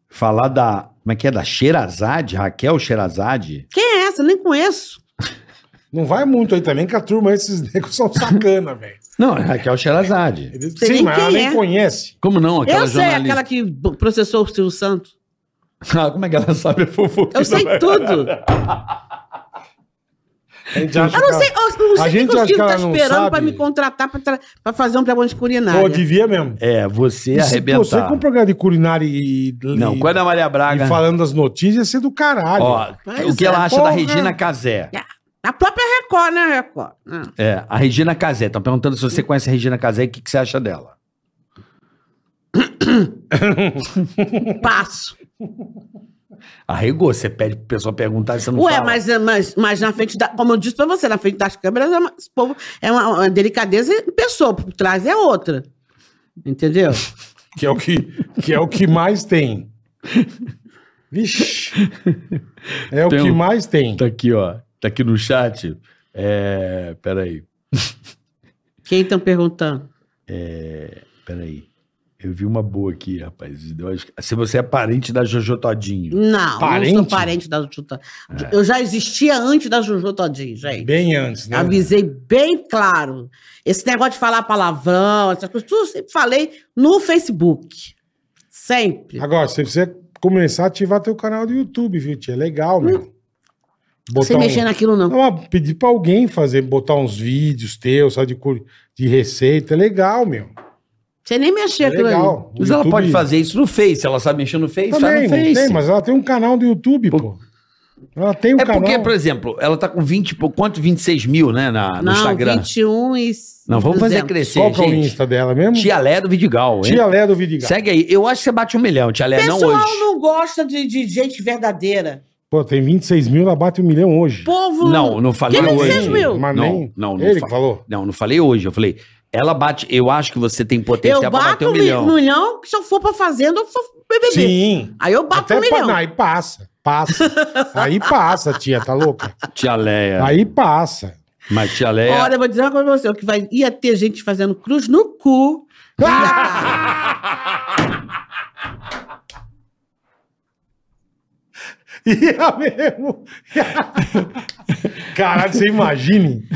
[SPEAKER 3] falar da. Como é que é? Da Xerazade, Raquel Xerazade.
[SPEAKER 4] Quem é essa? Nem conheço.
[SPEAKER 2] Não vai muito aí também, que a turma, esses <laughs> negros são sacana, velho.
[SPEAKER 3] Não, é Raquel Xerazade.
[SPEAKER 2] Eles-
[SPEAKER 4] Sei
[SPEAKER 2] Sim,
[SPEAKER 4] nem
[SPEAKER 2] mas ela
[SPEAKER 4] quem
[SPEAKER 2] nem
[SPEAKER 4] é.
[SPEAKER 2] conhece.
[SPEAKER 3] Como não? Aquela
[SPEAKER 4] eu sei,
[SPEAKER 3] jornalista.
[SPEAKER 4] é aquela que b- processou o Silvio Santos.
[SPEAKER 3] <laughs> Ah, como é que ela sabe a fofoca? é.
[SPEAKER 4] Eu sei tudo.
[SPEAKER 2] A gente acha
[SPEAKER 4] Eu
[SPEAKER 2] que
[SPEAKER 4] não sei, eu não
[SPEAKER 2] A
[SPEAKER 4] sei o que
[SPEAKER 2] gente
[SPEAKER 4] que o
[SPEAKER 2] acha que
[SPEAKER 4] Silvio
[SPEAKER 2] ela
[SPEAKER 4] tá
[SPEAKER 2] não
[SPEAKER 4] esperando para
[SPEAKER 2] sabe.
[SPEAKER 4] me contratar para fazer um programa de
[SPEAKER 2] ela- Pô,
[SPEAKER 4] culinária.
[SPEAKER 2] devia mesmo.
[SPEAKER 3] É, você
[SPEAKER 2] E se Você
[SPEAKER 3] arrebentar.
[SPEAKER 2] com o programa de culinária e,
[SPEAKER 3] Não,
[SPEAKER 2] e,
[SPEAKER 3] quando a Maria
[SPEAKER 2] e
[SPEAKER 3] Braga.
[SPEAKER 2] falando das notícias, ia ser do caralho.
[SPEAKER 3] Ó,
[SPEAKER 4] Pois
[SPEAKER 3] o que
[SPEAKER 4] é,
[SPEAKER 3] ela acha da
[SPEAKER 2] porra.
[SPEAKER 3] Regina Casé?
[SPEAKER 4] A própria Record, né, Record? Ah.
[SPEAKER 3] É, a Regina Casé. Estão perguntando se você conhece a Regina Casé e o que, que você acha dela.
[SPEAKER 4] um Passo.
[SPEAKER 3] Arregou, você pede pra pessoa perguntar e você não
[SPEAKER 4] Ué,
[SPEAKER 3] fala.
[SPEAKER 4] mas, mas, mas na frente da. Como eu disse pra você, na frente das câmeras, é uma- esse povo é uma, uma delicadeza em pessoa, por trás é outra. Entendeu?
[SPEAKER 2] Que, é o que, que é o que mais tem. Vixe. É o
[SPEAKER 3] Tem
[SPEAKER 2] que
[SPEAKER 3] um-
[SPEAKER 2] mais tem.
[SPEAKER 3] Tá aqui, ó. Tá aqui no chat. É. Peraí,
[SPEAKER 4] Quem estão perguntando?
[SPEAKER 3] peraí. Eu vi uma boa aqui, rapaz. Eu acho que- Se você é parente da Jojo Todinho.
[SPEAKER 4] Não,
[SPEAKER 2] Parente? É.
[SPEAKER 4] não sou parente da Juju Todinho. Eu já existia antes da Juju Todinho, gente.
[SPEAKER 2] Bem antes, né?
[SPEAKER 4] Avisei bem claro. Esse negócio de falar palavrão, essas coisas, tudo eu sempre falei no Facebook. Sempre.
[SPEAKER 2] Agora, você precisa começar a ativar teu canal do YouTube, viu, tia? É legal, meu. Botar
[SPEAKER 4] Hum.
[SPEAKER 2] um-
[SPEAKER 4] Sem mexer naquilo, não.
[SPEAKER 2] Não, mas pedir pra alguém fazer, botar uns vídeos teus, sabe, de, cu- de receita. É legal, meu.
[SPEAKER 4] Sem nem mexer
[SPEAKER 2] É
[SPEAKER 4] aquilo ali.
[SPEAKER 2] legal. O
[SPEAKER 3] Mas ela
[SPEAKER 2] YouTube-
[SPEAKER 3] pode fazer isso no Face. Ela sabe mexer no Face, faz
[SPEAKER 2] Também,
[SPEAKER 3] no
[SPEAKER 2] não
[SPEAKER 3] Face.
[SPEAKER 2] tem, mas ela tem um canal do YouTube, pô. Ela tem um
[SPEAKER 3] É
[SPEAKER 2] canal.
[SPEAKER 3] porque, por exemplo, ela tá com 20, e pou- quanto? 26 mil, né? Na, no
[SPEAKER 4] Não,
[SPEAKER 3] Instagram.
[SPEAKER 4] 21 e.
[SPEAKER 3] Não, vamos fazer
[SPEAKER 4] 200.
[SPEAKER 3] crescer,
[SPEAKER 2] Qual que é o
[SPEAKER 3] gente.
[SPEAKER 2] Insta dela mesmo? Tia,
[SPEAKER 3] Tia Lé do Vidigal, hein?
[SPEAKER 2] Lé do Vidigal.
[SPEAKER 3] Segue aí. Eu acho que você bate um milhão, Tia Lé, não
[SPEAKER 4] pessoal não,
[SPEAKER 3] hoje.
[SPEAKER 4] gosta de, de gente verdadeira.
[SPEAKER 2] Pô, tem 26 mil, ela bate um milhão hoje.
[SPEAKER 4] Povo.
[SPEAKER 3] Não, não falei
[SPEAKER 4] Quem
[SPEAKER 2] Mas
[SPEAKER 4] não
[SPEAKER 3] hoje.
[SPEAKER 4] fez, meu?
[SPEAKER 2] Mas
[SPEAKER 3] Não,
[SPEAKER 2] nem-
[SPEAKER 3] não, não
[SPEAKER 2] Ele
[SPEAKER 3] fa-
[SPEAKER 2] que falou.
[SPEAKER 3] Não, não falei hoje. Eu falei, ela bate. Eu acho que você tem potencial
[SPEAKER 4] eu
[SPEAKER 3] pra
[SPEAKER 4] bato
[SPEAKER 3] bater um
[SPEAKER 4] um mi-
[SPEAKER 3] milhão.
[SPEAKER 4] milhão. se eu for pra fazenda, eu for BBB.
[SPEAKER 2] Sim.
[SPEAKER 4] Aí eu bato
[SPEAKER 2] Até
[SPEAKER 4] um
[SPEAKER 2] pa-
[SPEAKER 4] milhão.
[SPEAKER 2] não, aí passa. Passa. aí passa, tia, tá louca?
[SPEAKER 3] Tia Leia.
[SPEAKER 2] Aí passa.
[SPEAKER 3] Mas Tia Leia.
[SPEAKER 4] Olha, eu vou dizer uma coisa pra você, o que vai, ia ter gente fazendo cruz no cu.
[SPEAKER 2] Ia mesmo. <laughs> Caralho, você imagine.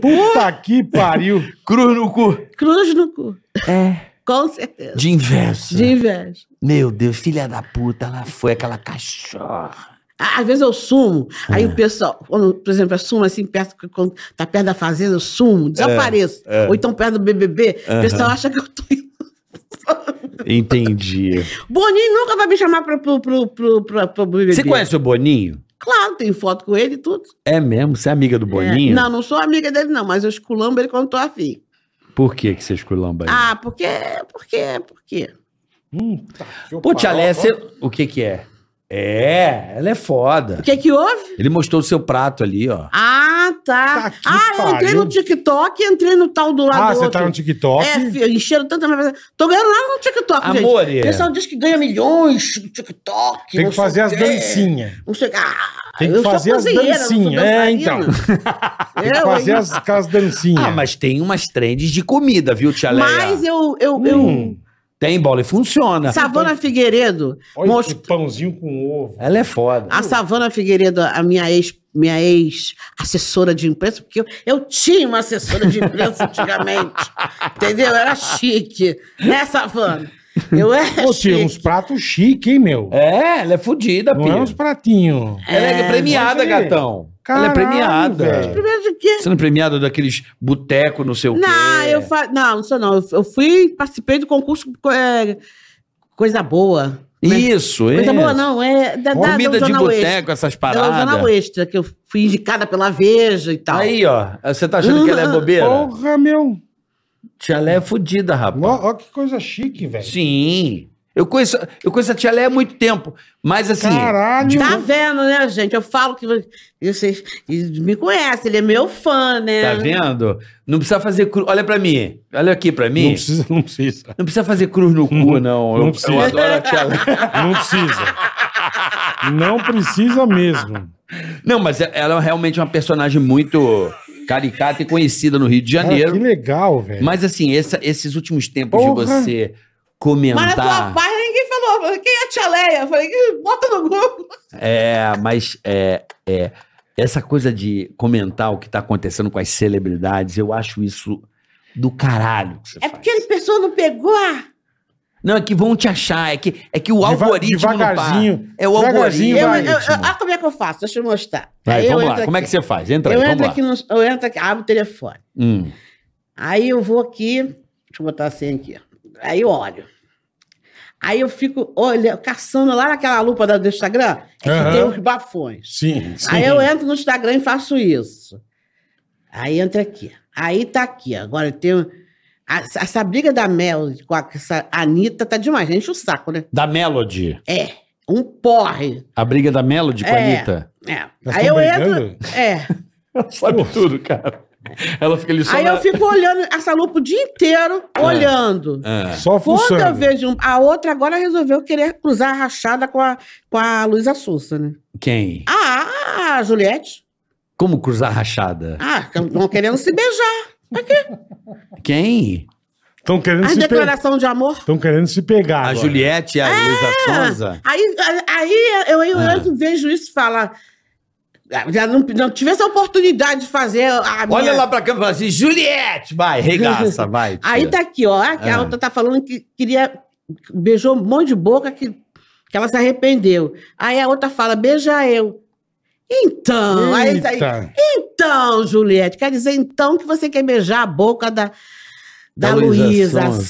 [SPEAKER 2] Puta que pariu.
[SPEAKER 3] Cruz no cu.
[SPEAKER 4] Cruz no cu. É. Com certeza.
[SPEAKER 3] De inverso.
[SPEAKER 4] De inveja.
[SPEAKER 3] Meu Deus, filha da puta, ela foi aquela cachorra.
[SPEAKER 4] Á- Às vezes eu sumo, aí o pessoal, quando, por exemplo, eu sumo assim, perto, quando tá perto da fazenda, eu sumo, desapareço. Ou então perto do BBB, o pessoal acha que eu tô indo <laughs>
[SPEAKER 3] Entendi.
[SPEAKER 4] Boninho nunca vai me chamar pro, pro, pro, pro, pro, pro BBB.
[SPEAKER 3] Você conhece o Boninho?
[SPEAKER 4] Claro, tem foto com ele e tudo.
[SPEAKER 3] É mesmo? Você é amiga do Boninho?
[SPEAKER 4] É. Não, não sou amiga dele, não, mas eu esculambo ele quando tô afim.
[SPEAKER 3] Por que, que você esculamba ele?
[SPEAKER 4] Ah, porque, porque, porque.
[SPEAKER 2] Hum, tá, que eu
[SPEAKER 3] Pô, Tia
[SPEAKER 2] paro.
[SPEAKER 3] Leia, você... o que que é? É, ela é foda.
[SPEAKER 4] O que que houve?
[SPEAKER 3] Ele mostrou o seu prato ali, ó.
[SPEAKER 4] Ah, tá.
[SPEAKER 2] Tá que
[SPEAKER 4] ah, eu entrei
[SPEAKER 2] pariu.
[SPEAKER 4] no TikTok e entrei no tal do lado
[SPEAKER 2] Ah,
[SPEAKER 4] do
[SPEAKER 2] você
[SPEAKER 4] outro.
[SPEAKER 2] tá no TikTok?
[SPEAKER 4] É, filho, encheram tanta... Tô ganhando nada no TikTok, gente. é
[SPEAKER 3] Amore.
[SPEAKER 4] O pessoal diz que ganha milhões no TikTok.
[SPEAKER 2] Tem
[SPEAKER 4] não
[SPEAKER 2] que
[SPEAKER 4] sei
[SPEAKER 2] fazer
[SPEAKER 4] o
[SPEAKER 2] as
[SPEAKER 4] quê.
[SPEAKER 2] dancinhas.
[SPEAKER 4] Não sei o quê. Ah,
[SPEAKER 2] Tem que
[SPEAKER 4] eu sou
[SPEAKER 2] fazer as
[SPEAKER 4] cozinheira, não sou
[SPEAKER 2] dancinhas. É,
[SPEAKER 4] dançarina. <laughs> É,
[SPEAKER 2] então. Tem que
[SPEAKER 4] Eu,
[SPEAKER 2] fazer
[SPEAKER 4] hein?
[SPEAKER 2] as, aquelas dancinhas.
[SPEAKER 3] Ah, mas tem umas trends de comida, viu, Tia Leia?
[SPEAKER 4] Mas eu, eu, eu,
[SPEAKER 2] Hum,
[SPEAKER 3] Tem bola e funciona.
[SPEAKER 4] Savana Figueiredo,
[SPEAKER 2] olha
[SPEAKER 4] most-
[SPEAKER 2] que pãozinho com ovo.
[SPEAKER 3] Ela é foda.
[SPEAKER 4] a Savana Figueiredo, a minha ex, minha ex assessora de imprensa, porque eu, eu tinha uma assessora de imprensa antigamente,
[SPEAKER 3] <laughs>
[SPEAKER 4] entendeu? Era chique, né, Savana? Eu era
[SPEAKER 2] Pô, tia, uns
[SPEAKER 4] É chique.
[SPEAKER 2] pratos chiques, hein, meu?
[SPEAKER 3] É, ela é fodida,
[SPEAKER 2] Não é
[SPEAKER 3] Pia.
[SPEAKER 2] uns pratinhos.
[SPEAKER 3] Ela é, premiada,
[SPEAKER 2] Mas,
[SPEAKER 3] gatão. ela é
[SPEAKER 2] caralho,
[SPEAKER 3] premiada.
[SPEAKER 2] velho.
[SPEAKER 4] Primeiro de quê?
[SPEAKER 3] Você não é premiada daqueles boteco, não sei o quê.
[SPEAKER 4] Não, eu fa... não, não sou não. Eu- Eu fui, participei do concurso co- é, Coisa Boa.
[SPEAKER 3] Isso,
[SPEAKER 4] né?
[SPEAKER 3] isso.
[SPEAKER 4] Coisa Boa não, é da, da,
[SPEAKER 3] Comida de
[SPEAKER 4] do Jornal Extra.
[SPEAKER 3] boteco, essas
[SPEAKER 4] É o Jornal
[SPEAKER 3] paradas.
[SPEAKER 4] Extra, que eu fui indicada pela Veja e tal.
[SPEAKER 3] Aí, ó. Você tá achando que ela é bobeira?
[SPEAKER 2] Porra, meu.
[SPEAKER 3] Tia Lé é fodida, rapaz.
[SPEAKER 2] Ó, ó que coisa chique, velho.
[SPEAKER 3] Sim. Eu conheço, eu conheço a tia Léa há muito tempo, mas assim.
[SPEAKER 2] Caralho.
[SPEAKER 4] Tá vendo, né, gente? Eu falo que vocês e me conhecem, ele é meu fã, né?
[SPEAKER 3] Tá vendo? Não precisa fazer cruz. Olha pra mim. Olha aqui pra mim.
[SPEAKER 2] Não precisa, não precisa.
[SPEAKER 3] Não precisa fazer cruz no cu, não.
[SPEAKER 2] não
[SPEAKER 3] eu,
[SPEAKER 2] precisa.
[SPEAKER 3] eu adoro a tia Léa.
[SPEAKER 2] Não precisa. Não precisa mesmo.
[SPEAKER 3] Não, mas e- ela é realmente uma personagem muito caricata e conhecida no Rio de
[SPEAKER 2] Cara,
[SPEAKER 3] Janeiro.
[SPEAKER 2] É, que legal, velho.
[SPEAKER 3] Mas assim, essa- esses últimos tempos de
[SPEAKER 2] Porra.
[SPEAKER 3] você
[SPEAKER 4] Mas na tua
[SPEAKER 3] comentar.
[SPEAKER 4] página ninguém falou. Quem é a tia Leia? Eu falei, "Ih, bota no Google.
[SPEAKER 3] é, mas é, é, essa coisa de comentar o que tá acontecendo com as celebridades, eu acho isso do caralho que você
[SPEAKER 4] É
[SPEAKER 3] faz.
[SPEAKER 4] porque a pessoa não pegou ah. a.
[SPEAKER 3] Não, é que vão te achar, é que, é que o
[SPEAKER 2] Deva-
[SPEAKER 3] algoritmo. não para.
[SPEAKER 2] devagarzinho,
[SPEAKER 3] É o
[SPEAKER 2] devagarzinho
[SPEAKER 3] algoritmo.
[SPEAKER 4] Eu,
[SPEAKER 2] vai,
[SPEAKER 4] eu- eu-
[SPEAKER 2] Edson.
[SPEAKER 4] ah, como é que eu faço? Deixa eu mostrar.
[SPEAKER 3] Vai,
[SPEAKER 4] eu
[SPEAKER 3] vamos lá.
[SPEAKER 4] entro
[SPEAKER 3] Como é
[SPEAKER 4] aqui.
[SPEAKER 3] que você faz? Entra
[SPEAKER 4] eu
[SPEAKER 3] aí, vamos
[SPEAKER 4] entro
[SPEAKER 3] lá.
[SPEAKER 4] aqui, no, eu entro aqui, abro o telefone.
[SPEAKER 3] Hum.
[SPEAKER 4] Aí eu vou aqui, deixa eu botar a senha aqui. ó. Aí eu olho. Aí eu fico olha, caçando lá naquela lupa da- do Instagram, é que
[SPEAKER 2] Aham.
[SPEAKER 4] tem os bafões.
[SPEAKER 2] Sim, sim.
[SPEAKER 4] Aí eu entro no Instagram e faço isso. Aí entra aqui. Aí tá aqui. Agora tem. a- Essa briga da Mel com a, essa Anitta tá demais. Enche o saco, né?
[SPEAKER 3] Da Melody.
[SPEAKER 4] É. Um porre.
[SPEAKER 3] A briga da Melody com a
[SPEAKER 4] É.
[SPEAKER 3] Anitta.
[SPEAKER 4] É.
[SPEAKER 2] Elas
[SPEAKER 4] Aí eu
[SPEAKER 2] tão
[SPEAKER 4] entro.
[SPEAKER 2] brigando?
[SPEAKER 4] É.
[SPEAKER 3] Ela sabe tudo, cara. Ela fica ali só.
[SPEAKER 4] Aí
[SPEAKER 3] na-
[SPEAKER 4] eu fico olhando essa lupa o dia inteiro,
[SPEAKER 2] É.
[SPEAKER 4] olhando.
[SPEAKER 3] Ah.
[SPEAKER 2] Só
[SPEAKER 4] Quando eu
[SPEAKER 2] fuçando.
[SPEAKER 4] vejo um- a outra agora resolveu querer cruzar a rachada com a, com a Luísa Souza, né?
[SPEAKER 3] Quem?
[SPEAKER 4] Ah, a Juliette.
[SPEAKER 3] Como cruzar rachada?
[SPEAKER 4] Ah, estão querendo se beijar.
[SPEAKER 3] Quem?
[SPEAKER 2] Estão querendo,
[SPEAKER 4] As
[SPEAKER 2] se pe-
[SPEAKER 4] declaração de amor.
[SPEAKER 2] tão querendo se pegar.
[SPEAKER 3] A
[SPEAKER 2] agora.
[SPEAKER 3] Juliette e
[SPEAKER 4] Ah!
[SPEAKER 3] a Luísa Sonza?
[SPEAKER 4] Aí, aí eu, eu
[SPEAKER 3] Ah.
[SPEAKER 4] entro, vejo isso e falo. ah, Já não, não tive essa oportunidade de fazer a minha...
[SPEAKER 3] Olha lá pra câmera e fala assim: Juliette! Vai,
[SPEAKER 4] <laughs>
[SPEAKER 3] regaça, vai. tia.
[SPEAKER 4] Aí tá aqui, ó. A, a
[SPEAKER 3] Ah.
[SPEAKER 4] outra tá falando que queria. Beijou um monte de boca que, que ela se arrependeu. Aí a outra fala, beija eu. Então, aí, aí
[SPEAKER 2] Eita.
[SPEAKER 4] Então, Juliette, quer dizer então que você quer beijar a boca da, da,
[SPEAKER 3] Da Luísa
[SPEAKER 4] Luísa
[SPEAKER 3] Sonza.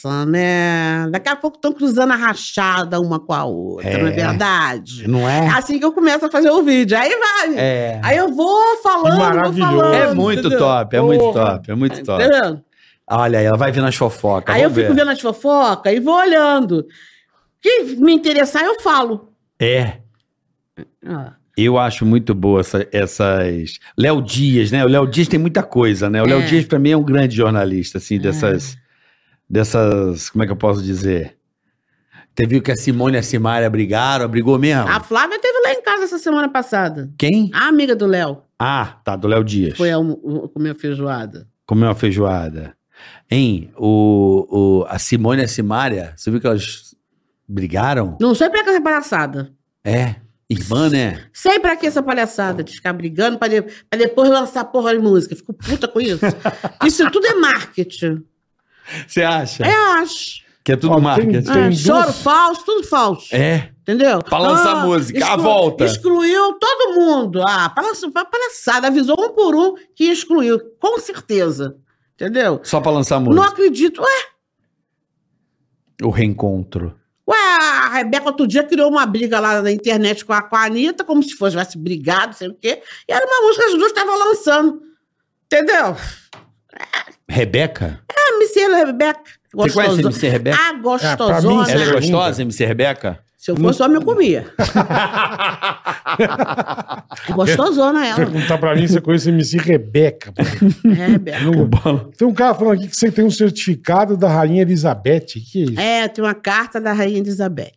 [SPEAKER 4] Sonsa, né? Daqui a pouco estão cruzando a rachada uma com a outra,
[SPEAKER 3] É.
[SPEAKER 4] não é verdade?
[SPEAKER 3] Não é?
[SPEAKER 4] Assim que eu começo a fazer o vídeo. Aí vai.
[SPEAKER 3] É.
[SPEAKER 4] Aí eu vou falando, vou
[SPEAKER 2] Maravilhoso.
[SPEAKER 4] falando.
[SPEAKER 3] É muito
[SPEAKER 4] entendeu?
[SPEAKER 3] top, é muito
[SPEAKER 2] Porra.
[SPEAKER 3] top, é muito top.
[SPEAKER 4] Entendeu?
[SPEAKER 3] Olha aí, ela vai vir nas fofocas.
[SPEAKER 4] Aí eu
[SPEAKER 3] vamos
[SPEAKER 4] fico
[SPEAKER 3] ver.
[SPEAKER 4] vendo as fofocas e vou olhando. Que me interessar, eu falo.
[SPEAKER 3] É.
[SPEAKER 4] Ah,
[SPEAKER 3] Eu acho muito boa essa- essas. Léo Dias, né? O Léo Dias tem muita coisa, né? O Léo
[SPEAKER 4] É.
[SPEAKER 3] Dias, pra mim, é um grande jornalista, assim, dessas. Dessas. Como é que eu posso dizer? Teve o que a Simone e a Simária brigaram, brigou mesmo?
[SPEAKER 4] A Flávia teve lá em casa essa semana passada.
[SPEAKER 3] Quem?
[SPEAKER 4] A amiga do Léo
[SPEAKER 3] Ah, tá, do Léo Dias.
[SPEAKER 4] foi almo- o- comer feijoada.
[SPEAKER 3] Comeu uma feijoada. Hein? O, o- a Simone e a Simária, você viu que elas brigaram?
[SPEAKER 4] Não sei pra que essa palhaçada.
[SPEAKER 3] É. Irmã, né?
[SPEAKER 4] Sei pra que essa palhaçada de ficar brigando pra, de- pra depois lançar porra de música. Fico puta com
[SPEAKER 3] <laughs>
[SPEAKER 4] isso. isso tudo é marketing.
[SPEAKER 3] Você acha?
[SPEAKER 4] Eu acho.
[SPEAKER 3] Que é tudo
[SPEAKER 2] Ó, tem-
[SPEAKER 3] marketing.
[SPEAKER 2] tem
[SPEAKER 4] É,
[SPEAKER 2] duas-
[SPEAKER 4] Choro falso, tudo falso.
[SPEAKER 3] É.
[SPEAKER 4] Entendeu? Ah,
[SPEAKER 3] Pra lançar música, a volta.
[SPEAKER 4] Excluiu todo mundo. Ah, palhaço- pa- palhaçada. Avisou um por um que excluiu, com certeza. Entendeu?
[SPEAKER 3] Só pra lançar
[SPEAKER 4] Não
[SPEAKER 3] música.
[SPEAKER 4] acredito. Ué,
[SPEAKER 3] O reencontro.
[SPEAKER 4] ué, a Rebeca outro dia criou uma briga lá na internet com a, com a Anitta, como se fosse tivesse brigado, sei o quê. E era uma música que as duas estavam lançando. Entendeu?
[SPEAKER 3] Rebeca?
[SPEAKER 4] A MC é Rebeca.
[SPEAKER 3] Você conhece a
[SPEAKER 4] Gostoso- Ah,
[SPEAKER 3] MC Rebeca?
[SPEAKER 4] A
[SPEAKER 2] É, pra mim,
[SPEAKER 4] gostosona.
[SPEAKER 3] Ela é
[SPEAKER 2] Pergunta.
[SPEAKER 3] gostosa, MC Rebeca?
[SPEAKER 4] Se eu fosse homem, eu comia.
[SPEAKER 3] <laughs>
[SPEAKER 4] Gostosona ela.
[SPEAKER 2] Perguntar pra mim se eu conheço a MC Rebeca. pô.
[SPEAKER 4] É, Rebeca.
[SPEAKER 2] Não- Tem um cara falando aqui que você tem um certificado da Rainha Elizabeth. Que é isso?
[SPEAKER 4] É, tem uma carta da Rainha Elizabeth.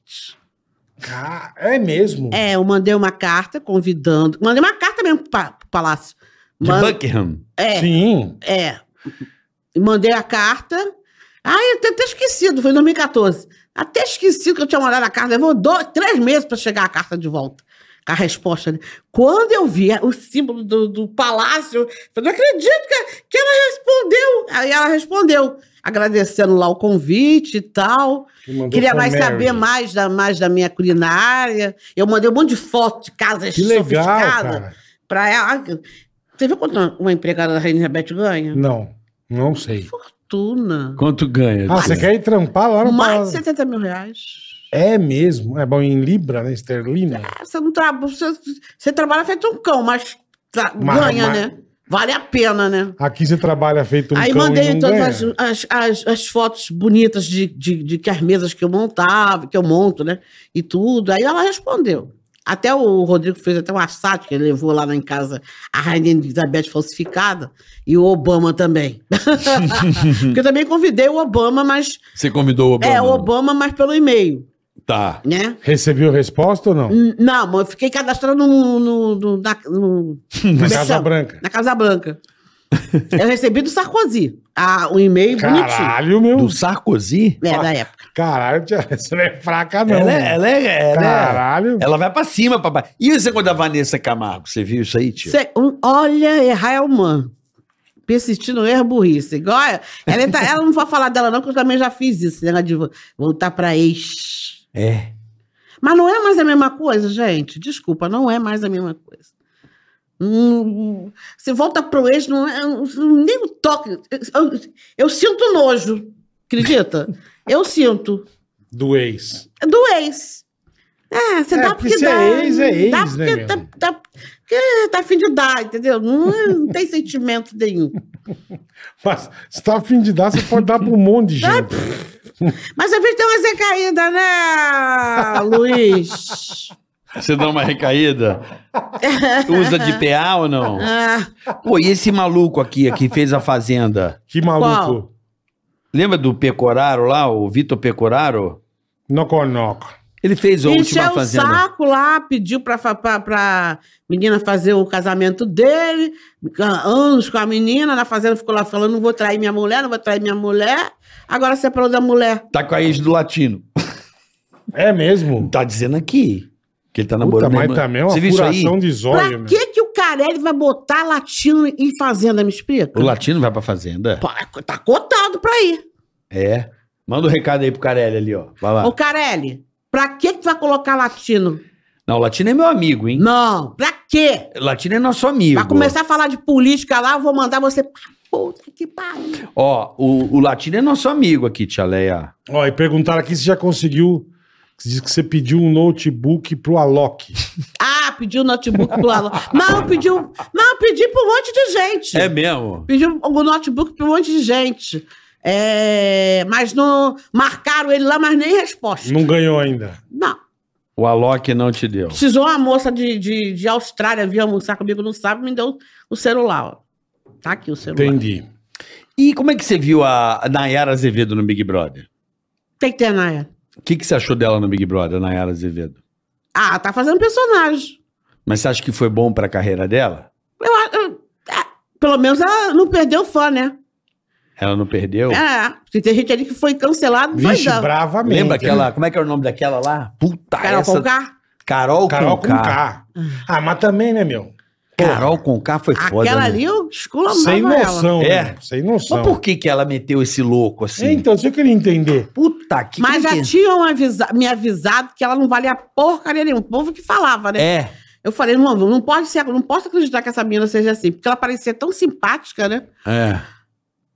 [SPEAKER 2] Ca- É mesmo?
[SPEAKER 4] É, eu mandei uma carta convidando. Mandei uma carta mesmo pro, pa- pro palácio.
[SPEAKER 3] De
[SPEAKER 4] Man-
[SPEAKER 3] Buckingham.
[SPEAKER 4] É,
[SPEAKER 2] Sim.
[SPEAKER 4] é. Mandei a carta. Ai, eu tinha até esquecido, foi em 2014. Até esquecido que eu tinha mandado a carta. Levou dois, três meses para chegar a carta de volta. Com a resposta. né? Quando eu vi o símbolo do, do palácio, eu falei, não acredito que, que ela respondeu. Aí ela respondeu, agradecendo lá o convite e tal.
[SPEAKER 2] Que mandou
[SPEAKER 4] Queria
[SPEAKER 2] pra
[SPEAKER 4] mais
[SPEAKER 2] Mary.
[SPEAKER 4] saber mais da, mais da minha culinária. Eu mandei um monte de foto de casas
[SPEAKER 2] Que legal,
[SPEAKER 4] sofisticadas
[SPEAKER 2] cara.
[SPEAKER 4] para ela. Ah, Você viu quanto uma empregada da Rainha Elizabeth ganha?
[SPEAKER 2] Não, não sei.
[SPEAKER 4] Fortuna.
[SPEAKER 3] Quanto ganha?
[SPEAKER 2] Ah, você quer ir trampar lá no
[SPEAKER 4] Mais de
[SPEAKER 2] Palácio?
[SPEAKER 4] 70 mil reais.
[SPEAKER 2] É mesmo. É bom em Libra, né? Esterlina.
[SPEAKER 4] Ah, Você, não tra... você, você trabalha feito um cão, mas tra-
[SPEAKER 2] Mas-
[SPEAKER 4] ganha,
[SPEAKER 2] mas-
[SPEAKER 4] né? Vale a pena, né?
[SPEAKER 2] Aqui você trabalha feito um
[SPEAKER 4] Aí
[SPEAKER 2] cão e
[SPEAKER 4] mandei
[SPEAKER 2] não
[SPEAKER 4] todas
[SPEAKER 2] ganha.
[SPEAKER 4] as, as, as, as fotos bonitas de, de, de que as mesas que eu montava, que eu monto, né? E tudo. Aí ela respondeu. Até o Rodrigo fez até uma sátira, ele levou lá em casa a Rainha Elizabeth falsificada e o Obama também. <laughs> Porque eu também convidei o Obama, mas.
[SPEAKER 5] Você convidou o Obama?
[SPEAKER 4] É, o Obama, mas pelo e-mail,
[SPEAKER 3] Tá.
[SPEAKER 4] né?
[SPEAKER 2] Recebeu resposta ou não?
[SPEAKER 4] N- Não, mas eu fiquei cadastrando no, no, no- na, no- como
[SPEAKER 2] <laughs>
[SPEAKER 4] é
[SPEAKER 2] Na
[SPEAKER 4] que
[SPEAKER 2] Casa
[SPEAKER 4] chama?
[SPEAKER 2] Branca.
[SPEAKER 4] Na Casa Branca. Eu recebi do Sarkozy ah, um e-mail bonitinho.
[SPEAKER 2] Caralho, meu.
[SPEAKER 3] Do Sarkozy?
[SPEAKER 4] É, da época.
[SPEAKER 2] Caralho, tia, essa não é fraca, Ah, não.
[SPEAKER 3] Ela, é- ela é. Ela, é-
[SPEAKER 2] Caralho.
[SPEAKER 3] ela vai pra cima, papai. E o negócio da Vanessa Camargo? Você viu isso aí, tio?
[SPEAKER 4] Cê- um- olha, errar é humano. Persistir no erro é burrice. Igual ela, ela, tá- ela não vai falar dela, não, que eu também já fiz isso, né? De vo- voltar pra ex.
[SPEAKER 3] É.
[SPEAKER 4] Mas não é mais a mesma coisa, gente. Desculpa, não é mais a mesma coisa. Hum, Você volta pro ex, não é, nem o toque. Eu, eu sinto nojo, acredita? Eu sinto.
[SPEAKER 2] Do ex.
[SPEAKER 4] É do ex. É, você
[SPEAKER 2] É,
[SPEAKER 4] dá
[SPEAKER 2] porque
[SPEAKER 4] porque
[SPEAKER 2] se
[SPEAKER 4] dá.
[SPEAKER 2] é ex, é
[SPEAKER 4] dá
[SPEAKER 2] ex, né,
[SPEAKER 4] porque
[SPEAKER 2] meu?
[SPEAKER 4] Tá, tá, porque tá afim de dar, entendeu? Não, é- não <laughs> tem sentimento nenhum.
[SPEAKER 2] Mas se tá afim de dar, você pode dar pra um monte de
[SPEAKER 4] <laughs>
[SPEAKER 2] gente.
[SPEAKER 4] Mas às vezes tem uma recaída, né,
[SPEAKER 3] <laughs>
[SPEAKER 4] Luiz?
[SPEAKER 3] Você dá uma
[SPEAKER 4] <laughs>
[SPEAKER 3] recaída? Usa de PA ou não?
[SPEAKER 4] Ah,
[SPEAKER 3] Pô, e esse maluco aqui que fez a Fazenda?
[SPEAKER 2] Que maluco.
[SPEAKER 3] Lembra do Pecoraro lá, o Vitor Pecoraro?
[SPEAKER 2] Noconoco.
[SPEAKER 3] Ele fez a última
[SPEAKER 4] encheu é o
[SPEAKER 3] Fazenda.
[SPEAKER 4] saco lá, pediu pra, fa- pra, pra menina fazer o casamento dele, ah, anos com a menina, na fazenda ficou lá falando: não vou trair minha mulher, não vou trair minha mulher. Agora separou da mulher.
[SPEAKER 3] Tá com a ex do latino.
[SPEAKER 2] É mesmo?
[SPEAKER 3] Tá dizendo aqui que ele tá
[SPEAKER 2] Puta,
[SPEAKER 3] namorando.
[SPEAKER 2] mas
[SPEAKER 3] irmã.
[SPEAKER 2] também é uma
[SPEAKER 3] Você viu isso aí?
[SPEAKER 2] furação de
[SPEAKER 4] Pra
[SPEAKER 2] zóio, meu.
[SPEAKER 4] que, que o Carelli vai botar latino em fazenda, me explica?
[SPEAKER 3] O latino vai pra Fazenda?
[SPEAKER 4] Pô, Tá cotado pra ir.
[SPEAKER 3] É. Manda um recado aí pro Carelli ali, ó.
[SPEAKER 2] Tá.
[SPEAKER 3] Vai lá.
[SPEAKER 4] Ô, Carelli, pra que que tu vai colocar latino?
[SPEAKER 3] Não, o latino é meu amigo, hein?
[SPEAKER 4] Não, pra quê?
[SPEAKER 3] O Latino é nosso amigo.
[SPEAKER 4] Pra começar a falar de política lá, eu vou mandar você pra puta que pariu.
[SPEAKER 3] Ó, o, o latino é nosso amigo aqui, Tia Leia.
[SPEAKER 2] Ó, e perguntaram aqui se já conseguiu. Você Diz que você pediu um notebook pro Alok.
[SPEAKER 4] Ah, pediu notebook
[SPEAKER 2] <laughs>
[SPEAKER 4] pro Alok. Não, pediu. Não, pedi pra um monte de gente.
[SPEAKER 2] É.
[SPEAKER 3] mesmo?
[SPEAKER 4] Pediu o notebook pra um monte de gente. É, mas não. Marcaram ele lá, mas nem resposta.
[SPEAKER 2] Não ganhou ainda.
[SPEAKER 4] não.
[SPEAKER 3] O Alok não te deu.
[SPEAKER 4] Precisou uma moça de, de, de Austrália vir almoçar comigo no sábado, me deu o celular. Ó. Tá aqui o celular.
[SPEAKER 2] Entendi.
[SPEAKER 3] E como é que você viu a a Nayara Azevedo no Big Brother?
[SPEAKER 4] Tem que ter, Naya.
[SPEAKER 3] O que, que você achou dela no Big Brother, Nayara Azevedo?
[SPEAKER 4] Ah, tá fazendo personagem.
[SPEAKER 3] Mas você acha que foi bom pra carreira dela?
[SPEAKER 4] Eu, a- eu- é, pelo menos ela não perdeu fã, né?
[SPEAKER 3] Ela não perdeu?
[SPEAKER 4] É, porque tem gente ali que foi cancelado
[SPEAKER 2] Vixe,
[SPEAKER 4] doidão.
[SPEAKER 2] bravamente.
[SPEAKER 3] Lembra aquela. Como é que era o nome daquela lá? Puta
[SPEAKER 4] Carol
[SPEAKER 3] essa.
[SPEAKER 4] Conká?
[SPEAKER 3] Carol,
[SPEAKER 2] Carol com
[SPEAKER 3] Conká.
[SPEAKER 2] K. Ah, mas também, né, meu?
[SPEAKER 3] Carol Conká foi foda.
[SPEAKER 4] Aquela
[SPEAKER 3] né?
[SPEAKER 4] ali eu esculambava
[SPEAKER 2] Sem noção,
[SPEAKER 3] É.
[SPEAKER 2] né? Sem noção.
[SPEAKER 3] Mas por que, que ela meteu esse louco assim?
[SPEAKER 2] Então, se eu queria entender.
[SPEAKER 3] Puta que
[SPEAKER 4] Mas já
[SPEAKER 3] que-
[SPEAKER 4] tinham avisa- me avisado que ela não valia porcaria nenhuma. O povo que falava, né?
[SPEAKER 3] É.
[SPEAKER 4] Eu falei, não, não pode ser, não posso acreditar que essa menina seja assim, porque ela parecia tão simpática, né?
[SPEAKER 3] É.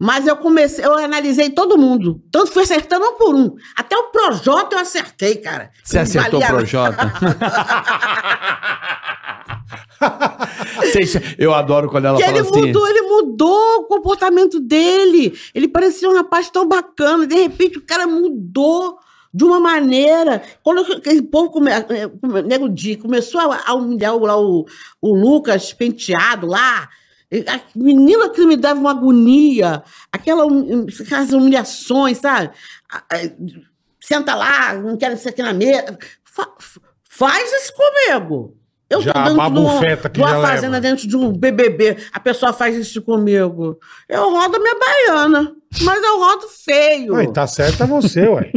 [SPEAKER 4] Mas eu comecei, eu analisei todo mundo. Tanto fui acertando um por um. Até o Projota eu acertei, cara.
[SPEAKER 5] Você
[SPEAKER 4] Não
[SPEAKER 5] acertou o
[SPEAKER 4] valia- <laughs>
[SPEAKER 5] Projota?
[SPEAKER 3] Vocês- Eu adoro quando ela
[SPEAKER 4] Que
[SPEAKER 3] fala
[SPEAKER 4] ele
[SPEAKER 3] assim.
[SPEAKER 4] mudou, ele mudou o comportamento dele. Ele parecia um rapaz tão bacana. De repente, o cara mudou de uma maneira. Quando aquele povo, come, eh, come- nego Di, começou a, a humilhar o, lá o, o Lucas penteado lá. eh, A menina que me dava uma agonia, aquela, hum- aquelas humilhações, sabe? A- a- Senta lá, não quero isso aqui na mesa. Fa- faz isso comigo. Eu
[SPEAKER 2] Já
[SPEAKER 4] tô
[SPEAKER 2] a
[SPEAKER 4] dentro de uma,
[SPEAKER 2] babufeta que
[SPEAKER 4] de uma
[SPEAKER 2] já leva.
[SPEAKER 4] fazenda dentro de um BBB. A pessoa faz isso comigo. Eu rodo a minha baiana, mas eu rodo feio.
[SPEAKER 2] Ai, tá certo é você,
[SPEAKER 4] <laughs>
[SPEAKER 2] ué.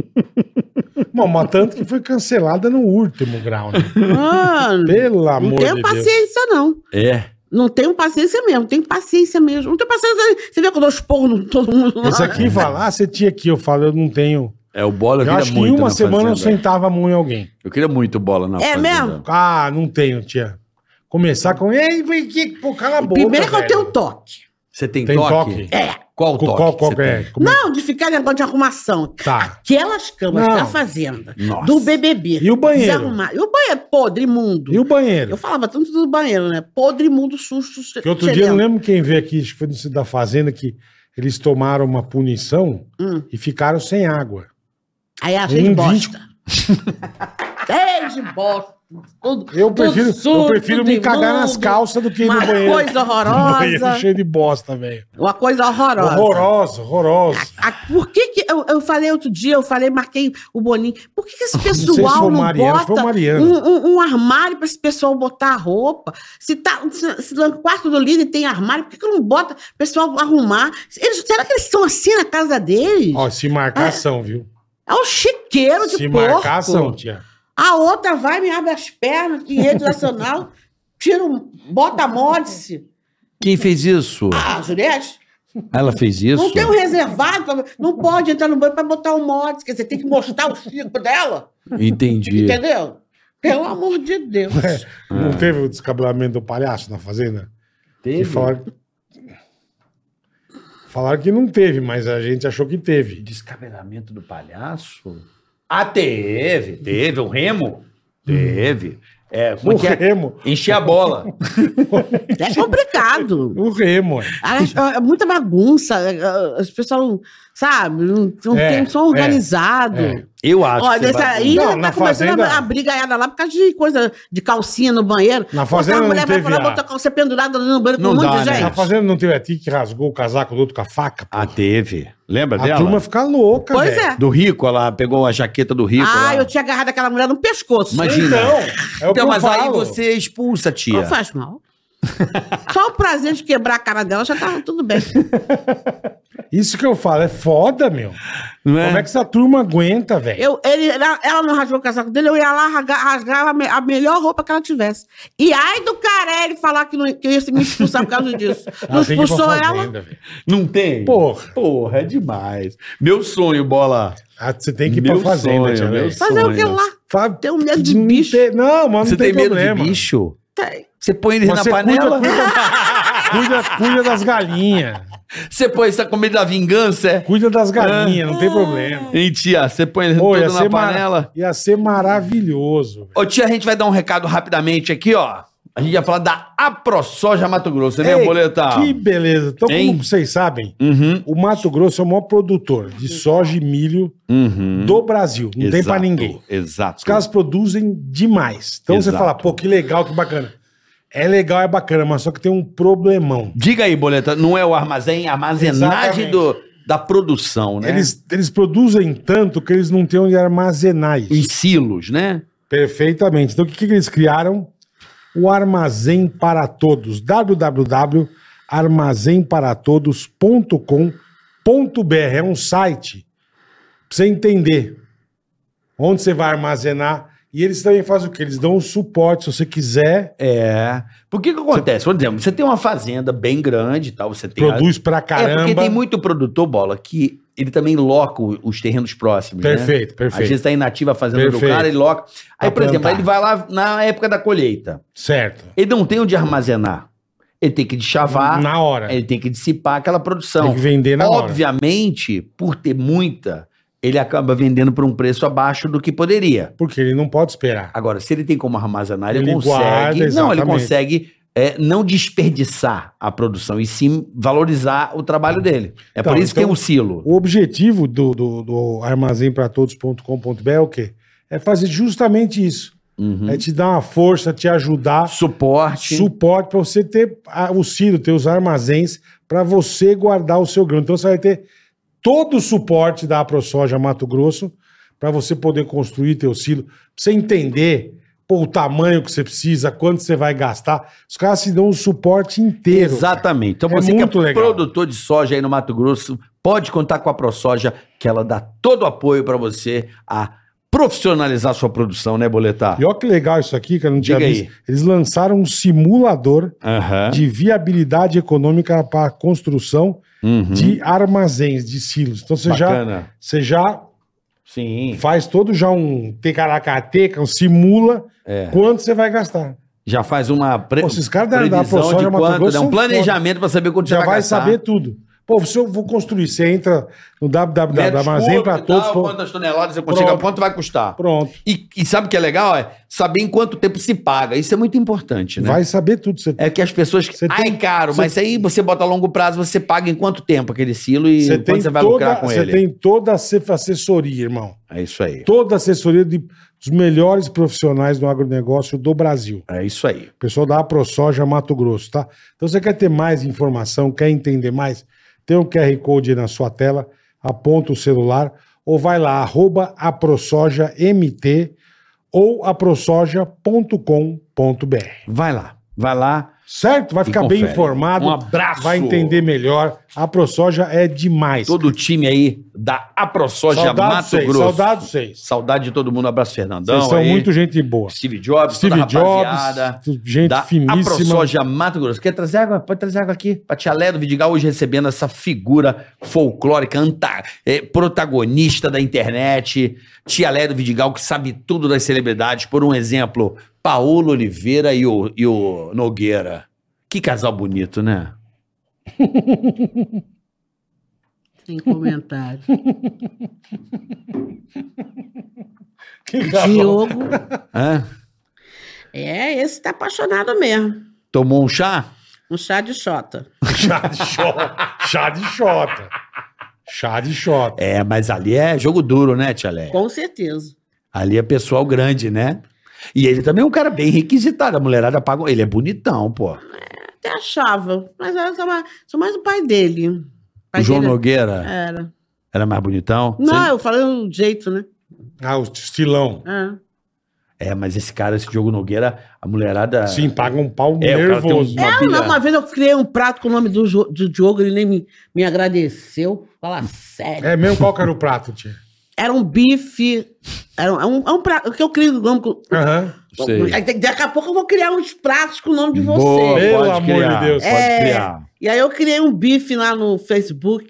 [SPEAKER 2] Bom, mas tanto que foi cancelada no último grau, né?
[SPEAKER 4] Mano,
[SPEAKER 2] Pelo
[SPEAKER 4] não
[SPEAKER 2] amor de
[SPEAKER 4] tenho
[SPEAKER 2] Deus.
[SPEAKER 4] paciência, não.
[SPEAKER 3] É.
[SPEAKER 4] Não tenho paciência mesmo, tenho paciência mesmo. Não tenho paciência. Você vê quando eu expongo no- todo mundo lá.
[SPEAKER 2] Esse aqui fala, ah, você tinha aqui, eu falo, eu não tenho.
[SPEAKER 3] É, o bola eu,
[SPEAKER 2] Eu
[SPEAKER 3] queria
[SPEAKER 2] acho que
[SPEAKER 3] muito.
[SPEAKER 2] em uma
[SPEAKER 3] na
[SPEAKER 2] semana eu
[SPEAKER 3] Fazenda.
[SPEAKER 2] sentava a mão em alguém.
[SPEAKER 3] Eu queria muito bola na
[SPEAKER 4] É
[SPEAKER 3] Fazenda.
[SPEAKER 4] mesmo?
[SPEAKER 2] Ah, não tenho, tia. Começar com. Ei, por que? Pô, cala a é boca.
[SPEAKER 4] Primeiro é que eu
[SPEAKER 2] velho.
[SPEAKER 4] tenho toque.
[SPEAKER 3] Você tem,
[SPEAKER 2] Tem
[SPEAKER 3] toque?
[SPEAKER 2] toque?
[SPEAKER 4] É.
[SPEAKER 3] Qual o
[SPEAKER 2] Co-
[SPEAKER 3] toque?
[SPEAKER 2] Qual,
[SPEAKER 3] que
[SPEAKER 2] qual
[SPEAKER 3] você
[SPEAKER 2] que é?
[SPEAKER 3] tem?
[SPEAKER 2] Como é?
[SPEAKER 4] Não, de ficar negócio de arrumação.
[SPEAKER 2] Tá.
[SPEAKER 4] Aquelas camas
[SPEAKER 2] Não.
[SPEAKER 4] da fazenda,
[SPEAKER 3] Nossa.
[SPEAKER 4] do BBB.
[SPEAKER 2] E o banheiro?
[SPEAKER 4] desarrumado. E o banheiro podre, imundo.
[SPEAKER 2] E o banheiro?
[SPEAKER 4] Eu falava tanto do banheiro, né? Podre, imundo, susto. che-
[SPEAKER 2] Que outro dia, eu não
[SPEAKER 4] cheirento.
[SPEAKER 2] lembro quem veio aqui, acho que foi no da Fazenda, que eles tomaram uma punição
[SPEAKER 4] Hum.
[SPEAKER 2] e ficaram sem água.
[SPEAKER 4] Aí achei de
[SPEAKER 2] Um
[SPEAKER 4] bosta. <laughs> Cheio de bosta. Tudo,
[SPEAKER 2] Eu
[SPEAKER 4] tudo
[SPEAKER 2] prefiro, eu
[SPEAKER 4] sujo,
[SPEAKER 2] prefiro me
[SPEAKER 4] tudo
[SPEAKER 2] cagar nas
[SPEAKER 4] imundo.
[SPEAKER 2] calças do que ir no
[SPEAKER 4] Uma
[SPEAKER 2] banheiro.
[SPEAKER 4] coisa
[SPEAKER 2] <laughs> No banheiro
[SPEAKER 4] horrorosa.
[SPEAKER 2] cheio de bosta, velho.
[SPEAKER 4] Uma coisa horrorosa.
[SPEAKER 2] Horroroso, horroroso.
[SPEAKER 4] A- por que que eu, eu falei outro dia, eu falei, marquei o bolinho. Por que,
[SPEAKER 2] <laughs>
[SPEAKER 4] que esse
[SPEAKER 2] sei se foi
[SPEAKER 4] pessoal não
[SPEAKER 2] Mariana, foi
[SPEAKER 4] bota
[SPEAKER 2] Mariana.
[SPEAKER 4] um, um- um armário para esse pessoal botar a roupa? Se, tá, se, se no quarto do líder tem armário, por que, que não bota o pessoal arrumar? Eles- será que eles estão assim na casa deles?
[SPEAKER 2] Ó, se marcar são, viu?
[SPEAKER 4] É um chiqueiro de
[SPEAKER 2] Se
[SPEAKER 4] porco.
[SPEAKER 2] marcar são, tia.
[SPEAKER 4] A outra vai, me abre as pernas, que rede nacional, <laughs> tira um, bota módice.
[SPEAKER 3] Quem fez isso?
[SPEAKER 4] Ah, Juliette,
[SPEAKER 3] Ela fez isso?
[SPEAKER 4] Não tem um reservado, pra- não pode entrar no banho para botar um mod, quer dizer, tem que mostrar o chico dela,
[SPEAKER 3] Entendi.
[SPEAKER 4] entendeu? Pelo amor de Deus.
[SPEAKER 2] Não teve o descabelamento do palhaço na Fazenda?
[SPEAKER 4] um-
[SPEAKER 2] Que falaram... falaram que não teve, mas a gente achou que teve.
[SPEAKER 3] Descabelamento do palhaço? Ah, teve. Teve. O remo? Teve. É, como
[SPEAKER 2] O
[SPEAKER 3] é que é?
[SPEAKER 2] remo,
[SPEAKER 3] Encher a bola.
[SPEAKER 4] É complicado.
[SPEAKER 2] o remo. é.
[SPEAKER 4] As- É muita bagunça, é, é, as pessoas não, sabe, não, não
[SPEAKER 2] É,
[SPEAKER 4] tem som
[SPEAKER 2] é,
[SPEAKER 4] organizado.
[SPEAKER 2] é.
[SPEAKER 3] Eu acho
[SPEAKER 4] Olha,
[SPEAKER 3] que
[SPEAKER 4] essa
[SPEAKER 3] vai-
[SPEAKER 4] aí
[SPEAKER 2] Não,
[SPEAKER 4] tá
[SPEAKER 2] na
[SPEAKER 4] começando
[SPEAKER 2] fazenda-
[SPEAKER 4] a, a brigaiada lá por causa de coisa de calcinha no banheiro.
[SPEAKER 2] Na
[SPEAKER 4] Botar
[SPEAKER 2] fazenda
[SPEAKER 4] a
[SPEAKER 2] não
[SPEAKER 4] mulher vai
[SPEAKER 2] teve
[SPEAKER 4] pra
[SPEAKER 2] a-
[SPEAKER 4] lá, botar a calcinha pendurada no banheiro com
[SPEAKER 3] Não
[SPEAKER 4] um monte
[SPEAKER 3] dá,
[SPEAKER 4] de
[SPEAKER 3] né?
[SPEAKER 2] Na
[SPEAKER 4] gente.
[SPEAKER 2] Fazenda não teve a tia que rasgou o casaco do outro com a faca?
[SPEAKER 3] Ah, teve. Lembra
[SPEAKER 2] A
[SPEAKER 3] dela?
[SPEAKER 2] turma fica louca,
[SPEAKER 4] Pois
[SPEAKER 2] velho.
[SPEAKER 4] é.
[SPEAKER 3] Do Rico, ela pegou a jaqueta do Rico.
[SPEAKER 4] Ah,
[SPEAKER 3] lá.
[SPEAKER 4] eu tinha agarrado aquela mulher no pescoço.
[SPEAKER 3] Imagina.
[SPEAKER 2] Então, é o que
[SPEAKER 3] Então,
[SPEAKER 2] eu
[SPEAKER 3] mas aí
[SPEAKER 2] falo.
[SPEAKER 3] você expulsa, tia.
[SPEAKER 4] Não faz mal. Só o prazer de quebrar a cara dela já tá tudo bem.
[SPEAKER 2] Isso que eu falo, é foda, meu.
[SPEAKER 3] Não é?
[SPEAKER 2] Como é que essa turma aguenta, velho?
[SPEAKER 4] Eu, ele, ela, ela não rasgou o casaco dele, eu ia lá rasgar, rasgar a, me- a melhor roupa que ela tivesse. E ai do Carelli falar que, não, que ia me expulsar por causa disso. Não
[SPEAKER 2] Ela tem que ir pra
[SPEAKER 4] expulsou ela.
[SPEAKER 2] fazenda, velho.
[SPEAKER 3] Não tem?
[SPEAKER 2] Porra.
[SPEAKER 3] Porra, é demais. Meu sonho, bola.
[SPEAKER 2] Ah, Você tem que ir pra
[SPEAKER 3] Meu
[SPEAKER 2] fazenda,
[SPEAKER 3] sonho,
[SPEAKER 2] tia.
[SPEAKER 3] meu
[SPEAKER 2] velho.
[SPEAKER 3] sonho.
[SPEAKER 4] Fazer o que lá?
[SPEAKER 2] Fábio,
[SPEAKER 4] Tem um medo de
[SPEAKER 2] não
[SPEAKER 4] bicho.
[SPEAKER 2] tem- Não, mas
[SPEAKER 3] Você tem,
[SPEAKER 2] não tem,
[SPEAKER 3] medo
[SPEAKER 2] problema.
[SPEAKER 3] de bicho?
[SPEAKER 4] Tem.
[SPEAKER 3] Você põe ele
[SPEAKER 2] Mas
[SPEAKER 3] na
[SPEAKER 2] você
[SPEAKER 3] panela?
[SPEAKER 2] <laughs> cuida, cuida, cuida, cuida das galinhas.
[SPEAKER 3] Você põe essa comida da vingança? É?
[SPEAKER 2] Cuida das galinhas, não tem problema.
[SPEAKER 3] Hein, tia? Você põe ele
[SPEAKER 2] Pô,
[SPEAKER 3] todo
[SPEAKER 2] ia,
[SPEAKER 3] na
[SPEAKER 2] ser mar-
[SPEAKER 3] panela?
[SPEAKER 2] ia ser maravilhoso. velho.
[SPEAKER 3] Ô, tia, a gente vai dar um recado rapidamente aqui, ó. A gente ia falar da AproSoja Mato Grosso, né,
[SPEAKER 2] Ei,
[SPEAKER 3] Boleta?
[SPEAKER 2] Que beleza. Então,
[SPEAKER 3] Hein?
[SPEAKER 2] como vocês sabem,
[SPEAKER 3] Uhum,
[SPEAKER 2] O Mato Grosso é o maior produtor de soja e milho
[SPEAKER 3] uhum.
[SPEAKER 2] do Brasil. Não tem pra
[SPEAKER 3] Exato,
[SPEAKER 2] ninguém.
[SPEAKER 3] Exato.
[SPEAKER 2] Os caras produzem demais. Então você
[SPEAKER 3] Exato.
[SPEAKER 2] fala, pô, que legal, que bacana. É legal, é bacana, mas só que tem um problemão.
[SPEAKER 3] Diga aí, Boleta, não é o armazém, é a armazenagem
[SPEAKER 2] Exatamente.
[SPEAKER 3] do, da produção, né?
[SPEAKER 2] Eles, eles produzem tanto que eles não têm onde armazenar isso.
[SPEAKER 3] Em silos, né?
[SPEAKER 2] Perfeitamente. Então o que, que eles criaram? O Armazém para Todos. www.armazemparatodos.com.br É um site pra você entender onde você vai armazenar. E eles também fazem o quê? Eles dão um suporte se você quiser,
[SPEAKER 3] É. Por que que acontece? Por exemplo, você tem uma fazenda bem grande e tal, você tem... a-
[SPEAKER 2] produz pra
[SPEAKER 3] É, porque
[SPEAKER 2] caramba.
[SPEAKER 3] tem muito produtor, Bola, que ele também loca o- os terrenos próximos, né?
[SPEAKER 2] Perfeito,
[SPEAKER 3] Às
[SPEAKER 2] perfeito.
[SPEAKER 3] vezes tá inativa a fazenda do
[SPEAKER 2] Perfeito. Tá
[SPEAKER 3] cara, ele loca. Aí,
[SPEAKER 2] Pra
[SPEAKER 3] por exemplo,
[SPEAKER 2] plantar.
[SPEAKER 3] aí ele vai lá na época da colheita.
[SPEAKER 2] Certo.
[SPEAKER 3] Ele não tem onde armazenar. Ele tem que deschavar,
[SPEAKER 2] Na hora.
[SPEAKER 3] ele tem que dissipar aquela
[SPEAKER 2] Tem
[SPEAKER 3] produção.
[SPEAKER 2] que vender na hora.
[SPEAKER 3] Obviamente, por ter muita, ele acaba vendendo por um preço abaixo do que poderia.
[SPEAKER 2] Porque ele não pode esperar.
[SPEAKER 3] Agora, se ele tem como armazenar, ele,
[SPEAKER 2] Ele
[SPEAKER 3] consegue.
[SPEAKER 2] guarda,
[SPEAKER 3] não, ele
[SPEAKER 2] exatamente.
[SPEAKER 3] consegue é, não desperdiçar a produção, e sim valorizar o trabalho dele. É
[SPEAKER 2] Então,
[SPEAKER 3] por isso que
[SPEAKER 2] então-
[SPEAKER 3] tem um silo.
[SPEAKER 2] O objetivo do, do, do armazempratodos.com.br é o quê? É fazer justamente isso.
[SPEAKER 3] Uhum.
[SPEAKER 2] É te dar uma força, te ajudar,
[SPEAKER 3] Suporte.
[SPEAKER 2] suporte para você ter a- o silo, ter os armazéns para você guardar o seu grão. Então você vai ter todo o suporte da AproSoja Mato Grosso para você poder construir teu silo, pra você entender pô, o tamanho que você precisa, quanto você vai gastar. Os caras se dão o suporte inteiro.
[SPEAKER 3] Exatamente. Então
[SPEAKER 2] É
[SPEAKER 3] você que é
[SPEAKER 2] muito legal.
[SPEAKER 3] produtor de soja aí no Mato Grosso, pode contar com a ProSoja, que ela dá todo o apoio para você a profissionalizar a sua produção, né, Boletar?
[SPEAKER 2] E olha que legal isso aqui, que eu não tinha
[SPEAKER 3] Diga aí.
[SPEAKER 2] visto. Eles lançaram um simulador
[SPEAKER 3] Aham.
[SPEAKER 2] de viabilidade econômica para a construção
[SPEAKER 3] Uhum.
[SPEAKER 2] de armazéns, de silos. Então você já,
[SPEAKER 3] Bacana.
[SPEAKER 2] você já
[SPEAKER 3] Sim.
[SPEAKER 2] faz todo já um tecaracateca, um simula
[SPEAKER 3] É.
[SPEAKER 2] quanto você vai gastar.
[SPEAKER 3] Já faz uma pre...
[SPEAKER 2] Pô, esses caras da- da
[SPEAKER 3] previsão
[SPEAKER 2] ProSoja
[SPEAKER 3] de
[SPEAKER 2] Mato
[SPEAKER 3] quanto,
[SPEAKER 2] Grosso
[SPEAKER 3] né? Um
[SPEAKER 2] são
[SPEAKER 3] planejamento para saber quanto você
[SPEAKER 2] Já
[SPEAKER 3] vai
[SPEAKER 2] vai
[SPEAKER 3] gastar.
[SPEAKER 2] saber tudo. Pô, se eu vou construir, você entra no www, armazém pra
[SPEAKER 3] Metros cúbicos
[SPEAKER 2] todos.
[SPEAKER 3] e tal,
[SPEAKER 2] pô,
[SPEAKER 3] Quantas toneladas eu consigo,
[SPEAKER 2] Pronto.
[SPEAKER 3] quanto vai custar?
[SPEAKER 2] Pronto.
[SPEAKER 3] E, e sabe o que é legal? É saber em quanto tempo se paga. Isso é muito importante, né?
[SPEAKER 2] Vai saber tudo. Você
[SPEAKER 3] É que as pessoas.
[SPEAKER 2] Você
[SPEAKER 3] ah,
[SPEAKER 2] tem-
[SPEAKER 3] é caro,
[SPEAKER 2] você-
[SPEAKER 3] mas aí você bota a longo prazo, você paga em quanto tempo aquele silo e
[SPEAKER 2] Você
[SPEAKER 3] quanto
[SPEAKER 2] tem,
[SPEAKER 3] você vai
[SPEAKER 2] toda,
[SPEAKER 3] lucrar com
[SPEAKER 2] você
[SPEAKER 3] ele.
[SPEAKER 2] tem toda a assef- assessoria, irmão.
[SPEAKER 3] É isso aí.
[SPEAKER 2] Toda a assessoria de- dos melhores profissionais do agronegócio do Brasil.
[SPEAKER 3] É isso aí.
[SPEAKER 2] Pessoal da AproSoja Mato Grosso, tá? Então você quer ter mais informação, quer entender mais? Tem um QR Code aí na sua tela, aponta o celular ou vai lá, arroba AproSojaMT ou aprosoja.com.br.
[SPEAKER 3] Vai lá. Vai lá.
[SPEAKER 2] Certo? Vai ficar bem
[SPEAKER 3] confere.
[SPEAKER 2] informado.
[SPEAKER 3] Um abraço.
[SPEAKER 2] Vai entender melhor. A ProSoja é demais.
[SPEAKER 3] Todo o time aí da AproSoja
[SPEAKER 2] Saudade
[SPEAKER 3] Mato
[SPEAKER 2] vocês,
[SPEAKER 3] Grosso. Saudade.
[SPEAKER 2] saudade vocês.
[SPEAKER 3] de todo mundo. Abraço, Fernandão.
[SPEAKER 2] Vocês são
[SPEAKER 3] aí.
[SPEAKER 2] muito gente boa.
[SPEAKER 3] Steve Jobs,
[SPEAKER 2] Steve
[SPEAKER 3] toda a rapaziada.
[SPEAKER 2] Jobs, gente
[SPEAKER 3] da
[SPEAKER 2] finíssima.
[SPEAKER 3] AproSoja Mato Grosso. Quer trazer água? Pode trazer água aqui. Pra Tia Lé do Vidigal, hoje recebendo essa figura folclórica, anta- eh, protagonista da internet. Tia Lé do Vidigal, que sabe tudo das celebridades. Por um exemplo, Paulo Oliveira e o, e o Nogueira. Que casal bonito, né?
[SPEAKER 4] Tem comentário.
[SPEAKER 2] Que garoto.
[SPEAKER 4] Diogo.
[SPEAKER 3] Hã?
[SPEAKER 4] É, esse tá apaixonado mesmo.
[SPEAKER 3] Tomou um chá?
[SPEAKER 4] Um chá de xota.
[SPEAKER 2] Chá de xota. Chá de xota. Chá de xota.
[SPEAKER 3] É, mas ali é jogo duro, né, Tia Lé?
[SPEAKER 4] Com certeza.
[SPEAKER 3] Ali é pessoal grande, né? E ele também é um cara bem requisitado. A mulherada paga. Ele é bonitão, pô.
[SPEAKER 4] Até achava. Mas era só mais, só mais o pai dele. O
[SPEAKER 3] O
[SPEAKER 4] pai
[SPEAKER 3] João
[SPEAKER 4] dele
[SPEAKER 3] Nogueira
[SPEAKER 4] era.
[SPEAKER 3] era mais bonitão?
[SPEAKER 4] Não,
[SPEAKER 3] Sim.
[SPEAKER 4] eu falei um jeito, né?
[SPEAKER 2] Ah, o estilão.
[SPEAKER 4] É.
[SPEAKER 3] É, mas esse cara, esse Diogo Nogueira, a mulherada.
[SPEAKER 2] Sim, paga um pau
[SPEAKER 3] É, o cara tem
[SPEAKER 2] nervoso.
[SPEAKER 3] uma
[SPEAKER 4] Ah, Não, não,
[SPEAKER 3] pilha-
[SPEAKER 4] uma vez eu criei um prato com o nome do, Jo- do Diogo, ele nem me, me agradeceu. Fala sério.
[SPEAKER 2] É mesmo? Qual que era o prato, tia?
[SPEAKER 4] Era um bife. Era um, é um, é um prato. que eu criei o nome. com-
[SPEAKER 2] Aham.
[SPEAKER 3] Sei.
[SPEAKER 4] Aí da- Daqui a pouco eu vou criar uns pratos com o nome de você.
[SPEAKER 3] Boa,
[SPEAKER 2] Pelo
[SPEAKER 3] pode
[SPEAKER 2] amor
[SPEAKER 3] criar,
[SPEAKER 2] de Deus.
[SPEAKER 3] Pode
[SPEAKER 4] É.
[SPEAKER 3] criar.
[SPEAKER 4] E aí eu criei um bife lá no Facebook,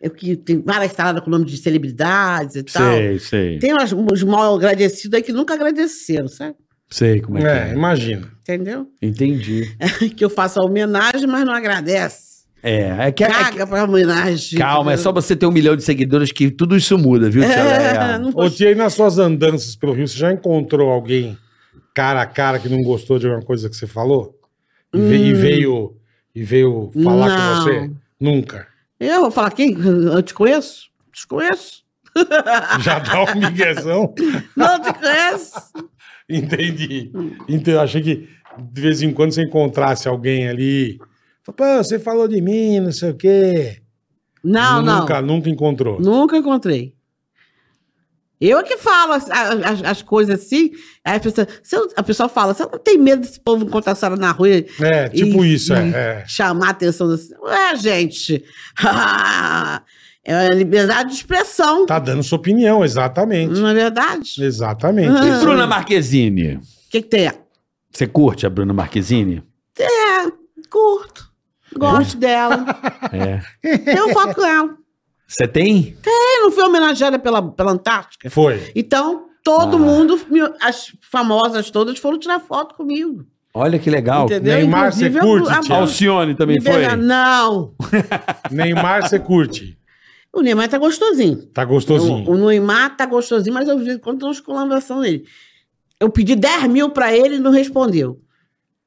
[SPEAKER 4] eu que tem várias saladas com nome de celebridades e tal.
[SPEAKER 3] Sei, sei.
[SPEAKER 4] Tem umas- uns mal agradecidos aí que nunca agradeceram, sabe?
[SPEAKER 3] Sei como é,
[SPEAKER 2] É,
[SPEAKER 3] que é.
[SPEAKER 2] imagina.
[SPEAKER 4] Entendeu?
[SPEAKER 3] Entendi.
[SPEAKER 4] Que eu faço a homenagem, mas não agradece.
[SPEAKER 3] É, é que. É, que-
[SPEAKER 4] Caga pra homenagem.
[SPEAKER 3] calma, é
[SPEAKER 4] <laughs>
[SPEAKER 3] só você ter um milhão de seguidores que tudo isso muda, viu, Tia
[SPEAKER 4] né? É,
[SPEAKER 3] Leia?
[SPEAKER 4] não
[SPEAKER 2] Ô,
[SPEAKER 4] posso-
[SPEAKER 2] tia, e nas suas andanças pelo Rio, você já encontrou alguém cara a cara que não gostou de alguma coisa que você falou? E, ve- e veio, e veio falar
[SPEAKER 4] Hum. Não.
[SPEAKER 2] com você? Nunca.
[SPEAKER 4] Eu vou falar quem? Eu te conheço? Te conheço?
[SPEAKER 2] Já dá uma <laughs> miguezão?
[SPEAKER 4] Não te conheço?
[SPEAKER 2] <laughs> Entendi. Então, eu achei que de vez em quando você encontrasse alguém ali. fala, Pô, você falou de mim, não sei o quê.
[SPEAKER 4] Não, não.
[SPEAKER 2] Nunca, nunca encontrou.
[SPEAKER 4] Nunca encontrei. Eu é que falo as, as- as coisas assim. Aí a pessoa, você não- a pessoa fala: você não tem medo desse povo encontrar a senhora na rua e
[SPEAKER 2] É, tipo
[SPEAKER 4] E-
[SPEAKER 2] isso,
[SPEAKER 4] e-
[SPEAKER 2] é. é.
[SPEAKER 4] chamar a atenção assim? Ué, gente. <laughs> é a liberdade de expressão.
[SPEAKER 2] Tá dando sua opinião, exatamente.
[SPEAKER 4] Não é verdade?
[SPEAKER 2] Exatamente.
[SPEAKER 4] Ah.
[SPEAKER 3] E Bruna Marquezine.
[SPEAKER 4] O que, que tem?
[SPEAKER 3] Você curte a Bruna Marquezine?
[SPEAKER 4] Curto. Gosto
[SPEAKER 2] <laughs>
[SPEAKER 4] dela.
[SPEAKER 3] É.
[SPEAKER 4] Tenho foto com ela.
[SPEAKER 3] Você tem?
[SPEAKER 4] Eu não fui homenageada pela, pela Antártica.
[SPEAKER 2] Foi.
[SPEAKER 4] Então, todo
[SPEAKER 3] Ah.
[SPEAKER 4] mundo, me- as famosas todas, foram tirar foto comigo.
[SPEAKER 3] Olha que legal.
[SPEAKER 4] Entendeu?
[SPEAKER 2] Ah, Neymar, você
[SPEAKER 4] Inclusive,
[SPEAKER 2] curte,
[SPEAKER 4] a- a-
[SPEAKER 2] tia?
[SPEAKER 3] Alcione também foi.
[SPEAKER 4] Liberdade- Não.
[SPEAKER 2] Neymar, você curte.
[SPEAKER 4] O Neymar tá gostosinho.
[SPEAKER 2] Tá
[SPEAKER 4] O,
[SPEAKER 2] gostosinho.
[SPEAKER 4] o Neymar tá gostosinho, mas eu vi quando tem umas colambação dele. Eu pedi 10 mil pra ele e não respondeu.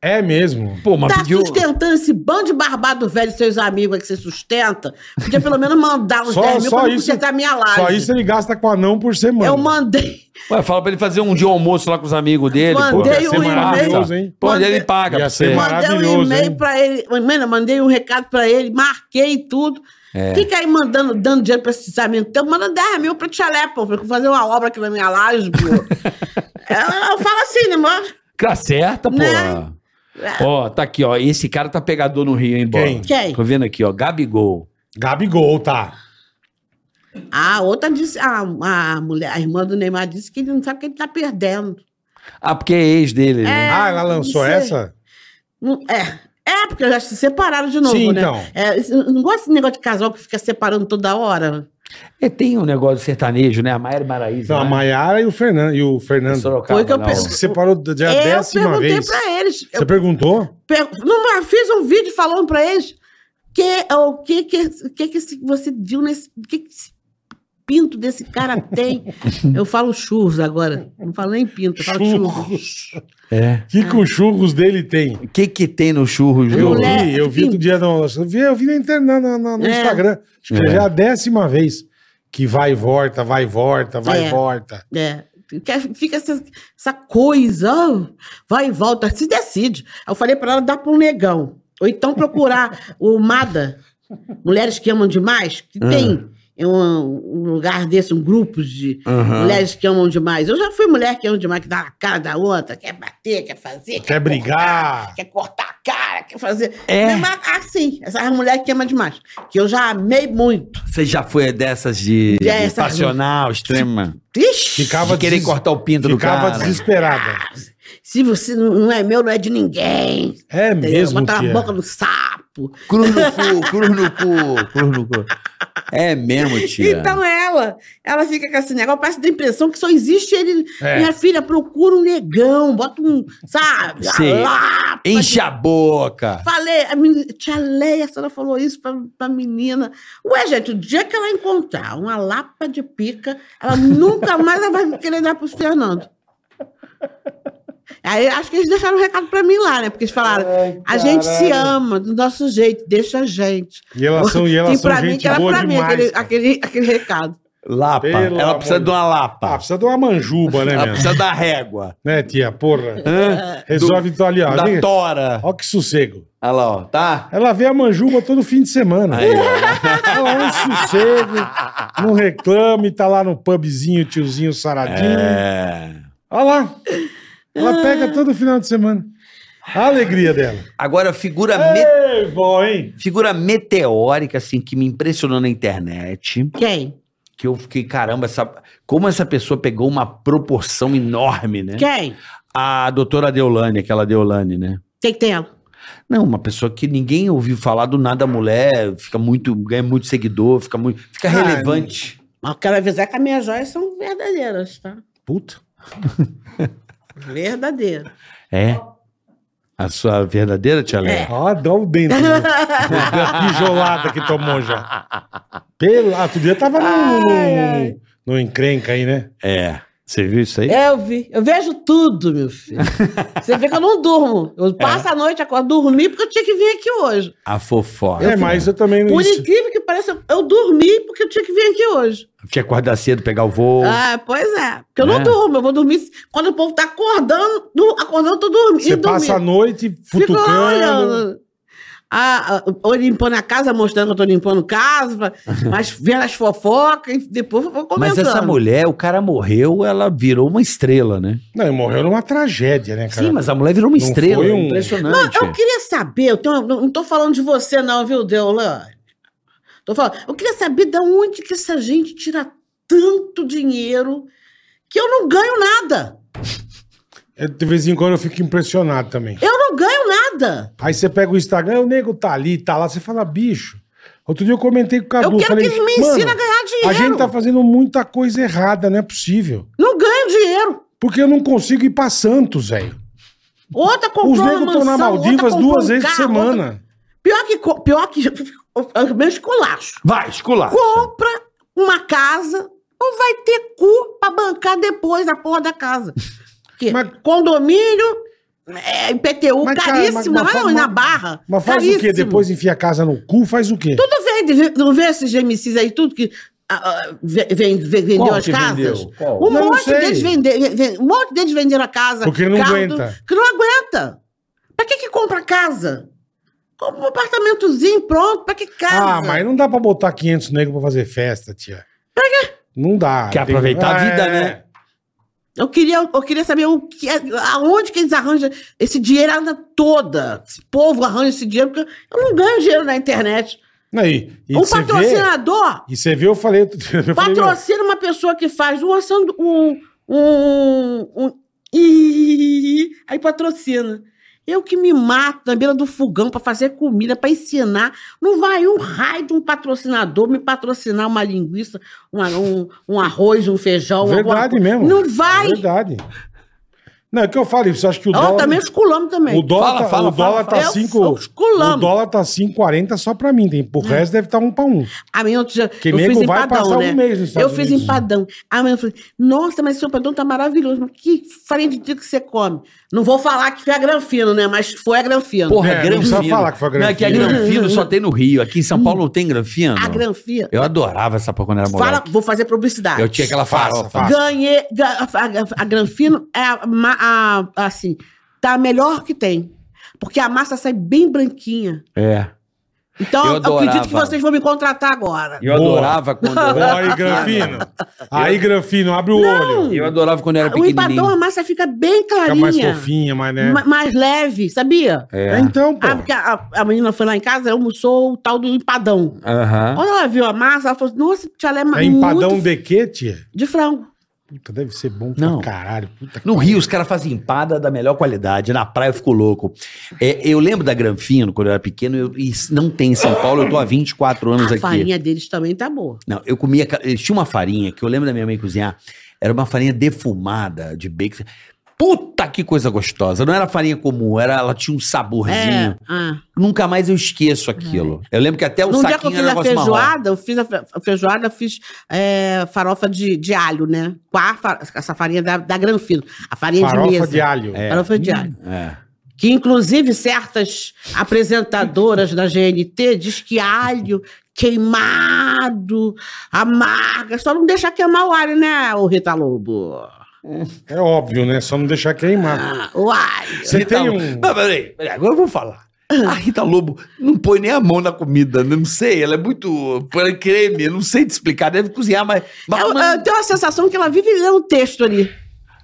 [SPEAKER 2] É mesmo.
[SPEAKER 3] Pô, mas
[SPEAKER 4] tá
[SPEAKER 3] pediu.
[SPEAKER 4] sustentando esse bando de barbado velho, seus amigos aí que você sustenta. Podia pelo menos mandar uns
[SPEAKER 2] Só-
[SPEAKER 4] 10 mil
[SPEAKER 2] só
[SPEAKER 4] pra não
[SPEAKER 2] isso-
[SPEAKER 4] sustentar minha laje.
[SPEAKER 2] Só isso é ele gasta com anão por
[SPEAKER 4] Ah, Eu
[SPEAKER 2] semana.
[SPEAKER 4] mandei.
[SPEAKER 3] Ué, fala pra ele fazer um dia almoço lá com os amigos dele.
[SPEAKER 4] Mandei
[SPEAKER 3] pô,
[SPEAKER 2] é
[SPEAKER 4] um
[SPEAKER 3] Você
[SPEAKER 2] e-mail.
[SPEAKER 3] passa. Pô,
[SPEAKER 4] Mandei-
[SPEAKER 3] ele paga.
[SPEAKER 2] Ia
[SPEAKER 3] pra
[SPEAKER 2] ser
[SPEAKER 3] você.
[SPEAKER 2] É maravilhoso.
[SPEAKER 4] Mandei um e-mail
[SPEAKER 2] hein?
[SPEAKER 4] pra ele. Mano, mandei um recado pra ele, marquei tudo.
[SPEAKER 2] É.
[SPEAKER 4] Fica aí mandando, dando dinheiro pra esses amigos. Então, manda 10 mil pra Tchalé, pô. Vou fazer uma obra aqui na minha
[SPEAKER 2] <laughs>
[SPEAKER 4] laje, pô. eu, eu falo assim, né, mano?
[SPEAKER 3] Tá certa, pô.
[SPEAKER 4] Né?
[SPEAKER 3] Ó, tá aqui, ó. Esse cara tá pegador no Rio, hein, Bola?
[SPEAKER 2] Quem?
[SPEAKER 4] Quem?
[SPEAKER 3] Tô vendo aqui, ó. Gabigol.
[SPEAKER 2] Gabigol, tá.
[SPEAKER 4] A outra disse, a, a mulher, a irmã do Neymar disse que ele não sabe o que ele tá perdendo.
[SPEAKER 3] Ah, porque é ex dele, né?
[SPEAKER 2] ah, ela lançou
[SPEAKER 4] não sei.
[SPEAKER 2] essa?
[SPEAKER 4] Não- é. É, porque já se separaram de novo,
[SPEAKER 2] Sim,
[SPEAKER 4] né?
[SPEAKER 2] então.
[SPEAKER 4] É, isso- eu não gosto desse negócio de casal que fica separando toda hora.
[SPEAKER 3] É, tem um negócio sertanejo, né? A Mayra Maraíza.
[SPEAKER 2] Então, a
[SPEAKER 3] né?
[SPEAKER 2] Maiara e o Fernando. E o
[SPEAKER 3] Em
[SPEAKER 2] Fernando.
[SPEAKER 3] Sorocaba,
[SPEAKER 4] Foi que eu
[SPEAKER 3] não.
[SPEAKER 2] Isso que separou da da
[SPEAKER 4] É, eu
[SPEAKER 2] décima
[SPEAKER 4] perguntei
[SPEAKER 2] assim vez.
[SPEAKER 4] pra eles. Eu
[SPEAKER 2] Você perguntou?
[SPEAKER 4] per- não, mas fiz um vídeo falando pra eles. que, o que, que, o que, que esse- você viu nesse. O que, que esse pinto desse cara tem? eu falo churros agora. Não falo nem pinto, eu falo churros.
[SPEAKER 2] Churros.
[SPEAKER 3] É.
[SPEAKER 2] O <laughs> que, que os churros dele tem?
[SPEAKER 3] O que que tem no churro,
[SPEAKER 2] Eu
[SPEAKER 3] Ju?
[SPEAKER 4] Mulher.
[SPEAKER 2] vi, eu vi outro dia no, eu vi, eu vi na internet, na- na- no
[SPEAKER 4] É.
[SPEAKER 2] Instagram. Acho que
[SPEAKER 3] É.
[SPEAKER 2] já é a décima vez que vai e volta, vai e volta, vai e
[SPEAKER 4] É.
[SPEAKER 2] volta.
[SPEAKER 4] É. que Fica essa, essa coisa, ó, vai e volta, se decide. Eu falei pra ela dar para um negão. Ou então procurar o MADA, Mulheres que Amam Demais, que
[SPEAKER 3] Ah.
[SPEAKER 4] tem é um, um lugar desse, um grupo de
[SPEAKER 3] Aham.
[SPEAKER 4] mulheres que amam demais. Eu já fui mulher que ama demais, que dá na cara da outra, quer bater, quer fazer,
[SPEAKER 2] Quer brigar.
[SPEAKER 4] quer cortar a cara, quer fazer.
[SPEAKER 3] É.
[SPEAKER 4] Mas, assim, essas mulheres que amam demais, que eu já amei muito.
[SPEAKER 3] Você já foi dessas de,
[SPEAKER 4] Já,
[SPEAKER 3] de
[SPEAKER 4] essa-
[SPEAKER 3] passional, extrema?
[SPEAKER 4] Ixi!
[SPEAKER 2] Ficava
[SPEAKER 3] de querer
[SPEAKER 2] des-
[SPEAKER 3] cortar o pinto do
[SPEAKER 2] Ficava
[SPEAKER 3] cara.
[SPEAKER 2] desesperada.
[SPEAKER 4] Se você não não é meu, não é de ninguém.
[SPEAKER 2] É
[SPEAKER 4] Entendeu?
[SPEAKER 2] mesmo,
[SPEAKER 4] Botar a
[SPEAKER 2] tia.
[SPEAKER 4] boca no sapo.
[SPEAKER 3] Cruz no cu, cruz no cu, cruz no cu. É mesmo, tia.
[SPEAKER 4] Então ela, ela fica com esse negócio, parece da impressão que só existe ele.
[SPEAKER 2] É.
[SPEAKER 4] Minha filha, procura um negão, bota um, sabe?
[SPEAKER 3] Sim.
[SPEAKER 4] a lapa de-
[SPEAKER 3] Enche a boca.
[SPEAKER 4] Falei, a meni- tia Leia, a senhora falou isso pra, pra menina. Ué, gente, o dia que ela encontrar uma lapa de pica, ela nunca mais ela vai querer dar pro Fernando. Aí acho que eles deixaram um recado pra mim lá, né? Porque eles falaram, a gente se ama do nosso jeito, deixa a gente.
[SPEAKER 2] E elas são, e elas
[SPEAKER 4] e pra
[SPEAKER 2] são
[SPEAKER 4] mim, que
[SPEAKER 2] gente
[SPEAKER 4] era
[SPEAKER 2] boa
[SPEAKER 4] pra mim
[SPEAKER 2] demais.
[SPEAKER 4] aquele,
[SPEAKER 2] cara.
[SPEAKER 4] aquele, aquele recado.
[SPEAKER 3] Lapa.
[SPEAKER 2] Pelo
[SPEAKER 3] Ela
[SPEAKER 2] amor
[SPEAKER 3] precisa
[SPEAKER 2] de
[SPEAKER 3] de uma
[SPEAKER 2] Ah,
[SPEAKER 3] lapa.
[SPEAKER 2] precisa de uma manjuba, né,
[SPEAKER 3] Ela
[SPEAKER 2] mesmo?
[SPEAKER 3] precisa da régua.
[SPEAKER 2] Né, tia? Porra.
[SPEAKER 3] Hã?
[SPEAKER 2] Resolve então É, ali, ó.
[SPEAKER 3] Da
[SPEAKER 2] Olha
[SPEAKER 3] tora.
[SPEAKER 2] ó que sossego.
[SPEAKER 3] Olha lá, ó. Tá?
[SPEAKER 2] Ela vê a manjuba todo fim de semana.
[SPEAKER 3] Aí, ó.
[SPEAKER 2] Ela é um sossego, não reclame, tá lá no pubzinho, tiozinho saradinho.
[SPEAKER 3] É.
[SPEAKER 2] Olha lá. Ela pega
[SPEAKER 4] Ah.
[SPEAKER 2] todo final de semana. A alegria dela.
[SPEAKER 3] Agora, figura, É
[SPEAKER 2] É.
[SPEAKER 3] me-
[SPEAKER 2] Ei, vó, hein?
[SPEAKER 3] figura meteórica, assim, que me impressionou na internet.
[SPEAKER 4] Quem?
[SPEAKER 3] Que eu fiquei, caramba, essa... como essa pessoa pegou uma proporção enorme,
[SPEAKER 2] É.
[SPEAKER 3] né?
[SPEAKER 4] Quem?
[SPEAKER 3] A doutora Deolane, aquela Deolane, né?
[SPEAKER 4] Quem tem ela?
[SPEAKER 3] Não, uma pessoa que ninguém ouviu falar do nada, a mulher fica muito, ganha muito seguidor, fica muito, fica
[SPEAKER 2] Ah,
[SPEAKER 3] relevante.
[SPEAKER 4] Mas eu quero avisar que as minhas joias são verdadeiras, tá?
[SPEAKER 3] Puta.
[SPEAKER 4] Verdadeiras.
[SPEAKER 3] É. A sua verdadeira tia <laughs> Léa?
[SPEAKER 2] Ó, dá o dente. né? A Tijolada que tomou já. Pela... Ah, outro dia tava no, no, no, no encrenca aí, né?
[SPEAKER 3] É. Você viu isso aí?
[SPEAKER 4] É, Eu vi. Eu vejo tudo, meu filho.
[SPEAKER 2] <laughs>
[SPEAKER 4] Você vê que eu não durmo.
[SPEAKER 2] É.
[SPEAKER 4] Eu passo a noite, acordo, dormi, porque eu tinha que vir aqui hoje.
[SPEAKER 3] A fofoca.
[SPEAKER 2] É, mas eu também não.
[SPEAKER 4] Por
[SPEAKER 2] Isso.
[SPEAKER 4] incrível que pareça, eu dormi porque eu tinha que vir aqui hoje.
[SPEAKER 3] Tinha que acordar cedo, pegar o voo.
[SPEAKER 4] Ah, pois é. Porque eu não
[SPEAKER 3] É.
[SPEAKER 4] durmo. Eu vou dormir. Quando o povo tá acordando, du- acordando, eu tô dormindo.
[SPEAKER 2] Você
[SPEAKER 4] e dormindo.
[SPEAKER 2] passa a noite
[SPEAKER 4] Fico lá
[SPEAKER 2] futucando.
[SPEAKER 4] olhando. Ah, ah, ou limpando a casa, mostrando que eu tô
[SPEAKER 2] <laughs>
[SPEAKER 4] limpando casa, mas vendo as fofocas, e depois eu vou comentando.
[SPEAKER 3] Mas essa mulher, o cara morreu, ela virou uma estrela, né?
[SPEAKER 2] Não, e morreu numa tragédia, né, cara?
[SPEAKER 3] Sim, mas a mulher virou uma
[SPEAKER 2] Não
[SPEAKER 3] estrela. é
[SPEAKER 2] foi um-
[SPEAKER 3] Impressionante.
[SPEAKER 4] Eu queria saber, eu tenho- não tô falando de você não, viu, Deolan? Tô falando, eu queria saber de onde que essa gente tira tanto dinheiro que eu não ganho nada.
[SPEAKER 2] Eu, É, de vez em quando eu fico impressionado também.
[SPEAKER 4] Eu não ganho nada.
[SPEAKER 2] Aí você pega o Instagram, o nego tá ali, tá lá, você fala, bicho. Outro dia eu comentei com o Cadu.
[SPEAKER 4] eu quero
[SPEAKER 2] Tá falei,
[SPEAKER 4] que eles me ensinem a
[SPEAKER 2] "Mano,
[SPEAKER 4] ganhar dinheiro.
[SPEAKER 2] A gente tá fazendo muita coisa errada, não é possível.
[SPEAKER 4] Não ganho dinheiro.
[SPEAKER 2] Porque eu não consigo ir pra Santos, velho.
[SPEAKER 4] Outra comprou
[SPEAKER 2] Os
[SPEAKER 4] uma
[SPEAKER 2] negros estão na
[SPEAKER 4] mansão, outra
[SPEAKER 2] Maldivas
[SPEAKER 4] comprou
[SPEAKER 2] duas
[SPEAKER 4] um
[SPEAKER 2] vezes por
[SPEAKER 4] carro, outra-
[SPEAKER 2] semana.
[SPEAKER 4] Pior que. co- Pior que. <laughs> o Meu esculacho.
[SPEAKER 3] Vai, esculacha.
[SPEAKER 4] Compra uma casa ou vai ter cu pra bancar depois a porra
[SPEAKER 2] <laughs>
[SPEAKER 4] da casa. Porque
[SPEAKER 2] Mas-
[SPEAKER 4] Condomínio, é, IPTU,
[SPEAKER 2] Mas, cara,
[SPEAKER 4] caríssimo,
[SPEAKER 2] mas- mas
[SPEAKER 4] lá
[SPEAKER 2] fa-
[SPEAKER 4] na
[SPEAKER 2] mas-
[SPEAKER 4] barra.
[SPEAKER 2] Mas faz o
[SPEAKER 4] caríssimo.
[SPEAKER 2] quê? Depois enfia a casa no cu, faz o quê?
[SPEAKER 4] Tá Tudo vende, não vê esses MCs aí, tudo que. ah, ah, ve- ve- ve- vendeu
[SPEAKER 3] Qual
[SPEAKER 4] as
[SPEAKER 3] que
[SPEAKER 4] casas?
[SPEAKER 3] vendeu? Qual?
[SPEAKER 4] Um,
[SPEAKER 2] Não, não
[SPEAKER 4] monte
[SPEAKER 2] sei.
[SPEAKER 4] deles vende, ve- ve- um monte deles venderam a casa.
[SPEAKER 2] Porque não
[SPEAKER 4] carro,
[SPEAKER 2] aguenta.
[SPEAKER 4] Que não aguenta. Pra que, que compra casa? Compra um apartamentozinho pronto, pra que casa?
[SPEAKER 2] Ah, mas não dá pra botar 500 negros pra fazer festa, tia. Não dá.
[SPEAKER 3] Quer
[SPEAKER 2] Tem-
[SPEAKER 3] aproveitar a
[SPEAKER 2] Ah,
[SPEAKER 3] vida,
[SPEAKER 2] é.
[SPEAKER 3] né?
[SPEAKER 4] Eu queria, eu queria saber o que, é- aonde que eles arranjam esse dinheiro anda toda. Esse povo arranja esse dinheiro, porque eu não ganho dinheiro na internet.
[SPEAKER 2] Aí, e
[SPEAKER 4] um
[SPEAKER 2] você vê,
[SPEAKER 4] patrocinador
[SPEAKER 2] e você vê, eu falei... <laughs> outro dia, Eu falei, meu,
[SPEAKER 4] patrocina uma pessoa que faz um assando- um, um, um ih, aí patrocina. Eu que me mato na beira do fogão para fazer comida, para ensinar. Não vai um raio de um patrocinador me patrocinar uma linguiça, uma- um, um arroz, um feijão. alguma
[SPEAKER 2] Verdade
[SPEAKER 4] coisa.
[SPEAKER 2] mesmo.
[SPEAKER 4] Não vai.
[SPEAKER 2] Verdade. Não, é que eu falei, você acha que o
[SPEAKER 4] Ó,
[SPEAKER 2] dólar.
[SPEAKER 4] também os culamos também.
[SPEAKER 2] O dólar
[SPEAKER 3] Fala,
[SPEAKER 2] tá-
[SPEAKER 3] fala,
[SPEAKER 2] o dólar
[SPEAKER 3] fala,
[SPEAKER 2] tá
[SPEAKER 4] fala.
[SPEAKER 2] cinco-
[SPEAKER 4] Eu sou os culamos.
[SPEAKER 2] O dólar tá 5,40 só pra mim. Tem, pro resto deve estar tá um pra um.
[SPEAKER 4] A minha outro dia,
[SPEAKER 2] Que
[SPEAKER 4] eu
[SPEAKER 2] nego
[SPEAKER 4] fiz
[SPEAKER 2] vai passar
[SPEAKER 4] empadão,
[SPEAKER 2] um
[SPEAKER 4] né?
[SPEAKER 2] mês nos
[SPEAKER 4] eu
[SPEAKER 2] Estados
[SPEAKER 4] fiz
[SPEAKER 2] Unidos.
[SPEAKER 4] empadão. A mãe falou, nossa, mas seu empadão tá maravilhoso. Mas que farinha de trigo que você come? Não vou falar que foi a granfino, né? Mas foi a granfino.
[SPEAKER 3] Porra,
[SPEAKER 2] É, não
[SPEAKER 3] granfino.
[SPEAKER 2] precisa falar que foi
[SPEAKER 3] Não, é que a
[SPEAKER 2] granfino.
[SPEAKER 3] granfino só tem no Rio. Aqui em São Paulo não tem granfino.
[SPEAKER 4] Hum. a granfino.
[SPEAKER 3] Eu adorava essa porra quando era moleque.
[SPEAKER 4] Fala, vou fazer publicidade.
[SPEAKER 3] Eu tinha aquela
[SPEAKER 2] Faça,
[SPEAKER 3] farofa.
[SPEAKER 2] faça.
[SPEAKER 4] Ganhei. ga- A, a- a Granfino é a, ma- a- assim, tá a melhor que tem. Porque a massa sai bem branquinha.
[SPEAKER 3] É.
[SPEAKER 4] Então,
[SPEAKER 3] Eu
[SPEAKER 4] eu, acredito
[SPEAKER 3] adorava.
[SPEAKER 4] que vocês vão me contratar agora.
[SPEAKER 3] Eu
[SPEAKER 2] Boa.
[SPEAKER 3] adorava quando.
[SPEAKER 2] Ó, aí,
[SPEAKER 4] <laughs>
[SPEAKER 2] Granfino. Aí, Granfino, abre o
[SPEAKER 3] <laughs>
[SPEAKER 2] olho.
[SPEAKER 3] Eu adorava quando era
[SPEAKER 4] O empadão, a
[SPEAKER 3] pequenininho.
[SPEAKER 4] massa fica bem
[SPEAKER 2] É Fica
[SPEAKER 4] clarinha.
[SPEAKER 2] mais fofinha, mas né?
[SPEAKER 4] ma- mais leve, sabia?
[SPEAKER 2] É, Então, pô.
[SPEAKER 4] Ah, porque a, a menina foi lá em casa, almoçou o tal do empadão.
[SPEAKER 3] Aham.
[SPEAKER 4] Quando ela viu a massa, ela falou: assim, Nossa, tia Lé,
[SPEAKER 2] É empadão de quê, tia?
[SPEAKER 4] de frango.
[SPEAKER 2] Puta, deve ser bom
[SPEAKER 3] Não.
[SPEAKER 2] pra caralho. Puta que
[SPEAKER 3] No Rio, os caras fazem empada da melhor qualidade. Na praia eu fico louco. É, eu lembro da Granfino, quando eu era pequeno, eu- e não tem em São Paulo, eu tô há 24 anos
[SPEAKER 4] A
[SPEAKER 3] aqui.
[SPEAKER 4] farinha deles também tá boa.
[SPEAKER 3] Não, eu comia. ca- eh, Tinha uma farinha que eu lembro da minha mãe cozinhar. Era uma farinha defumada de bacon. Puta que coisa gostosa. Não era farinha comum, era, ela tinha um saborzinho.
[SPEAKER 4] É. ah.
[SPEAKER 3] Nunca mais eu esqueço aquilo. Eu lembro que até É o
[SPEAKER 4] Num dia que
[SPEAKER 3] saquinho
[SPEAKER 4] eu fiz
[SPEAKER 3] era um
[SPEAKER 4] a
[SPEAKER 3] negócio marrom.
[SPEAKER 4] feijoada, eu fiz a fe- a feijoada, eu fiz é, farofa de, de alho, né? Com a, fa- essa farinha da, da Granfino. A farinha
[SPEAKER 2] Farofa
[SPEAKER 4] de mesa.
[SPEAKER 2] de alho. É.
[SPEAKER 4] Farofa de alho.
[SPEAKER 3] É.
[SPEAKER 4] Que inclusive certas apresentadoras da GNT diz que alho queimado, amarga, só não deixar queimar o alho, né, o Rita Lobo?
[SPEAKER 2] óbvio, né? Só não deixar queimar.
[SPEAKER 4] Ah, o alho.
[SPEAKER 2] Você
[SPEAKER 3] Rita
[SPEAKER 2] tem
[SPEAKER 3] Lobo-
[SPEAKER 2] um.
[SPEAKER 3] tá Não, peraí, peraí, agora eu vou falar. A Rita Lobo não põe nem a mão na comida, né? não sei, ela é muito põe creme, eu não sei te explicar, deve cozinhar, mas. mas-
[SPEAKER 4] Eu,
[SPEAKER 3] mas-
[SPEAKER 4] É eu tenho a sensação que ela vive lendo texto ali.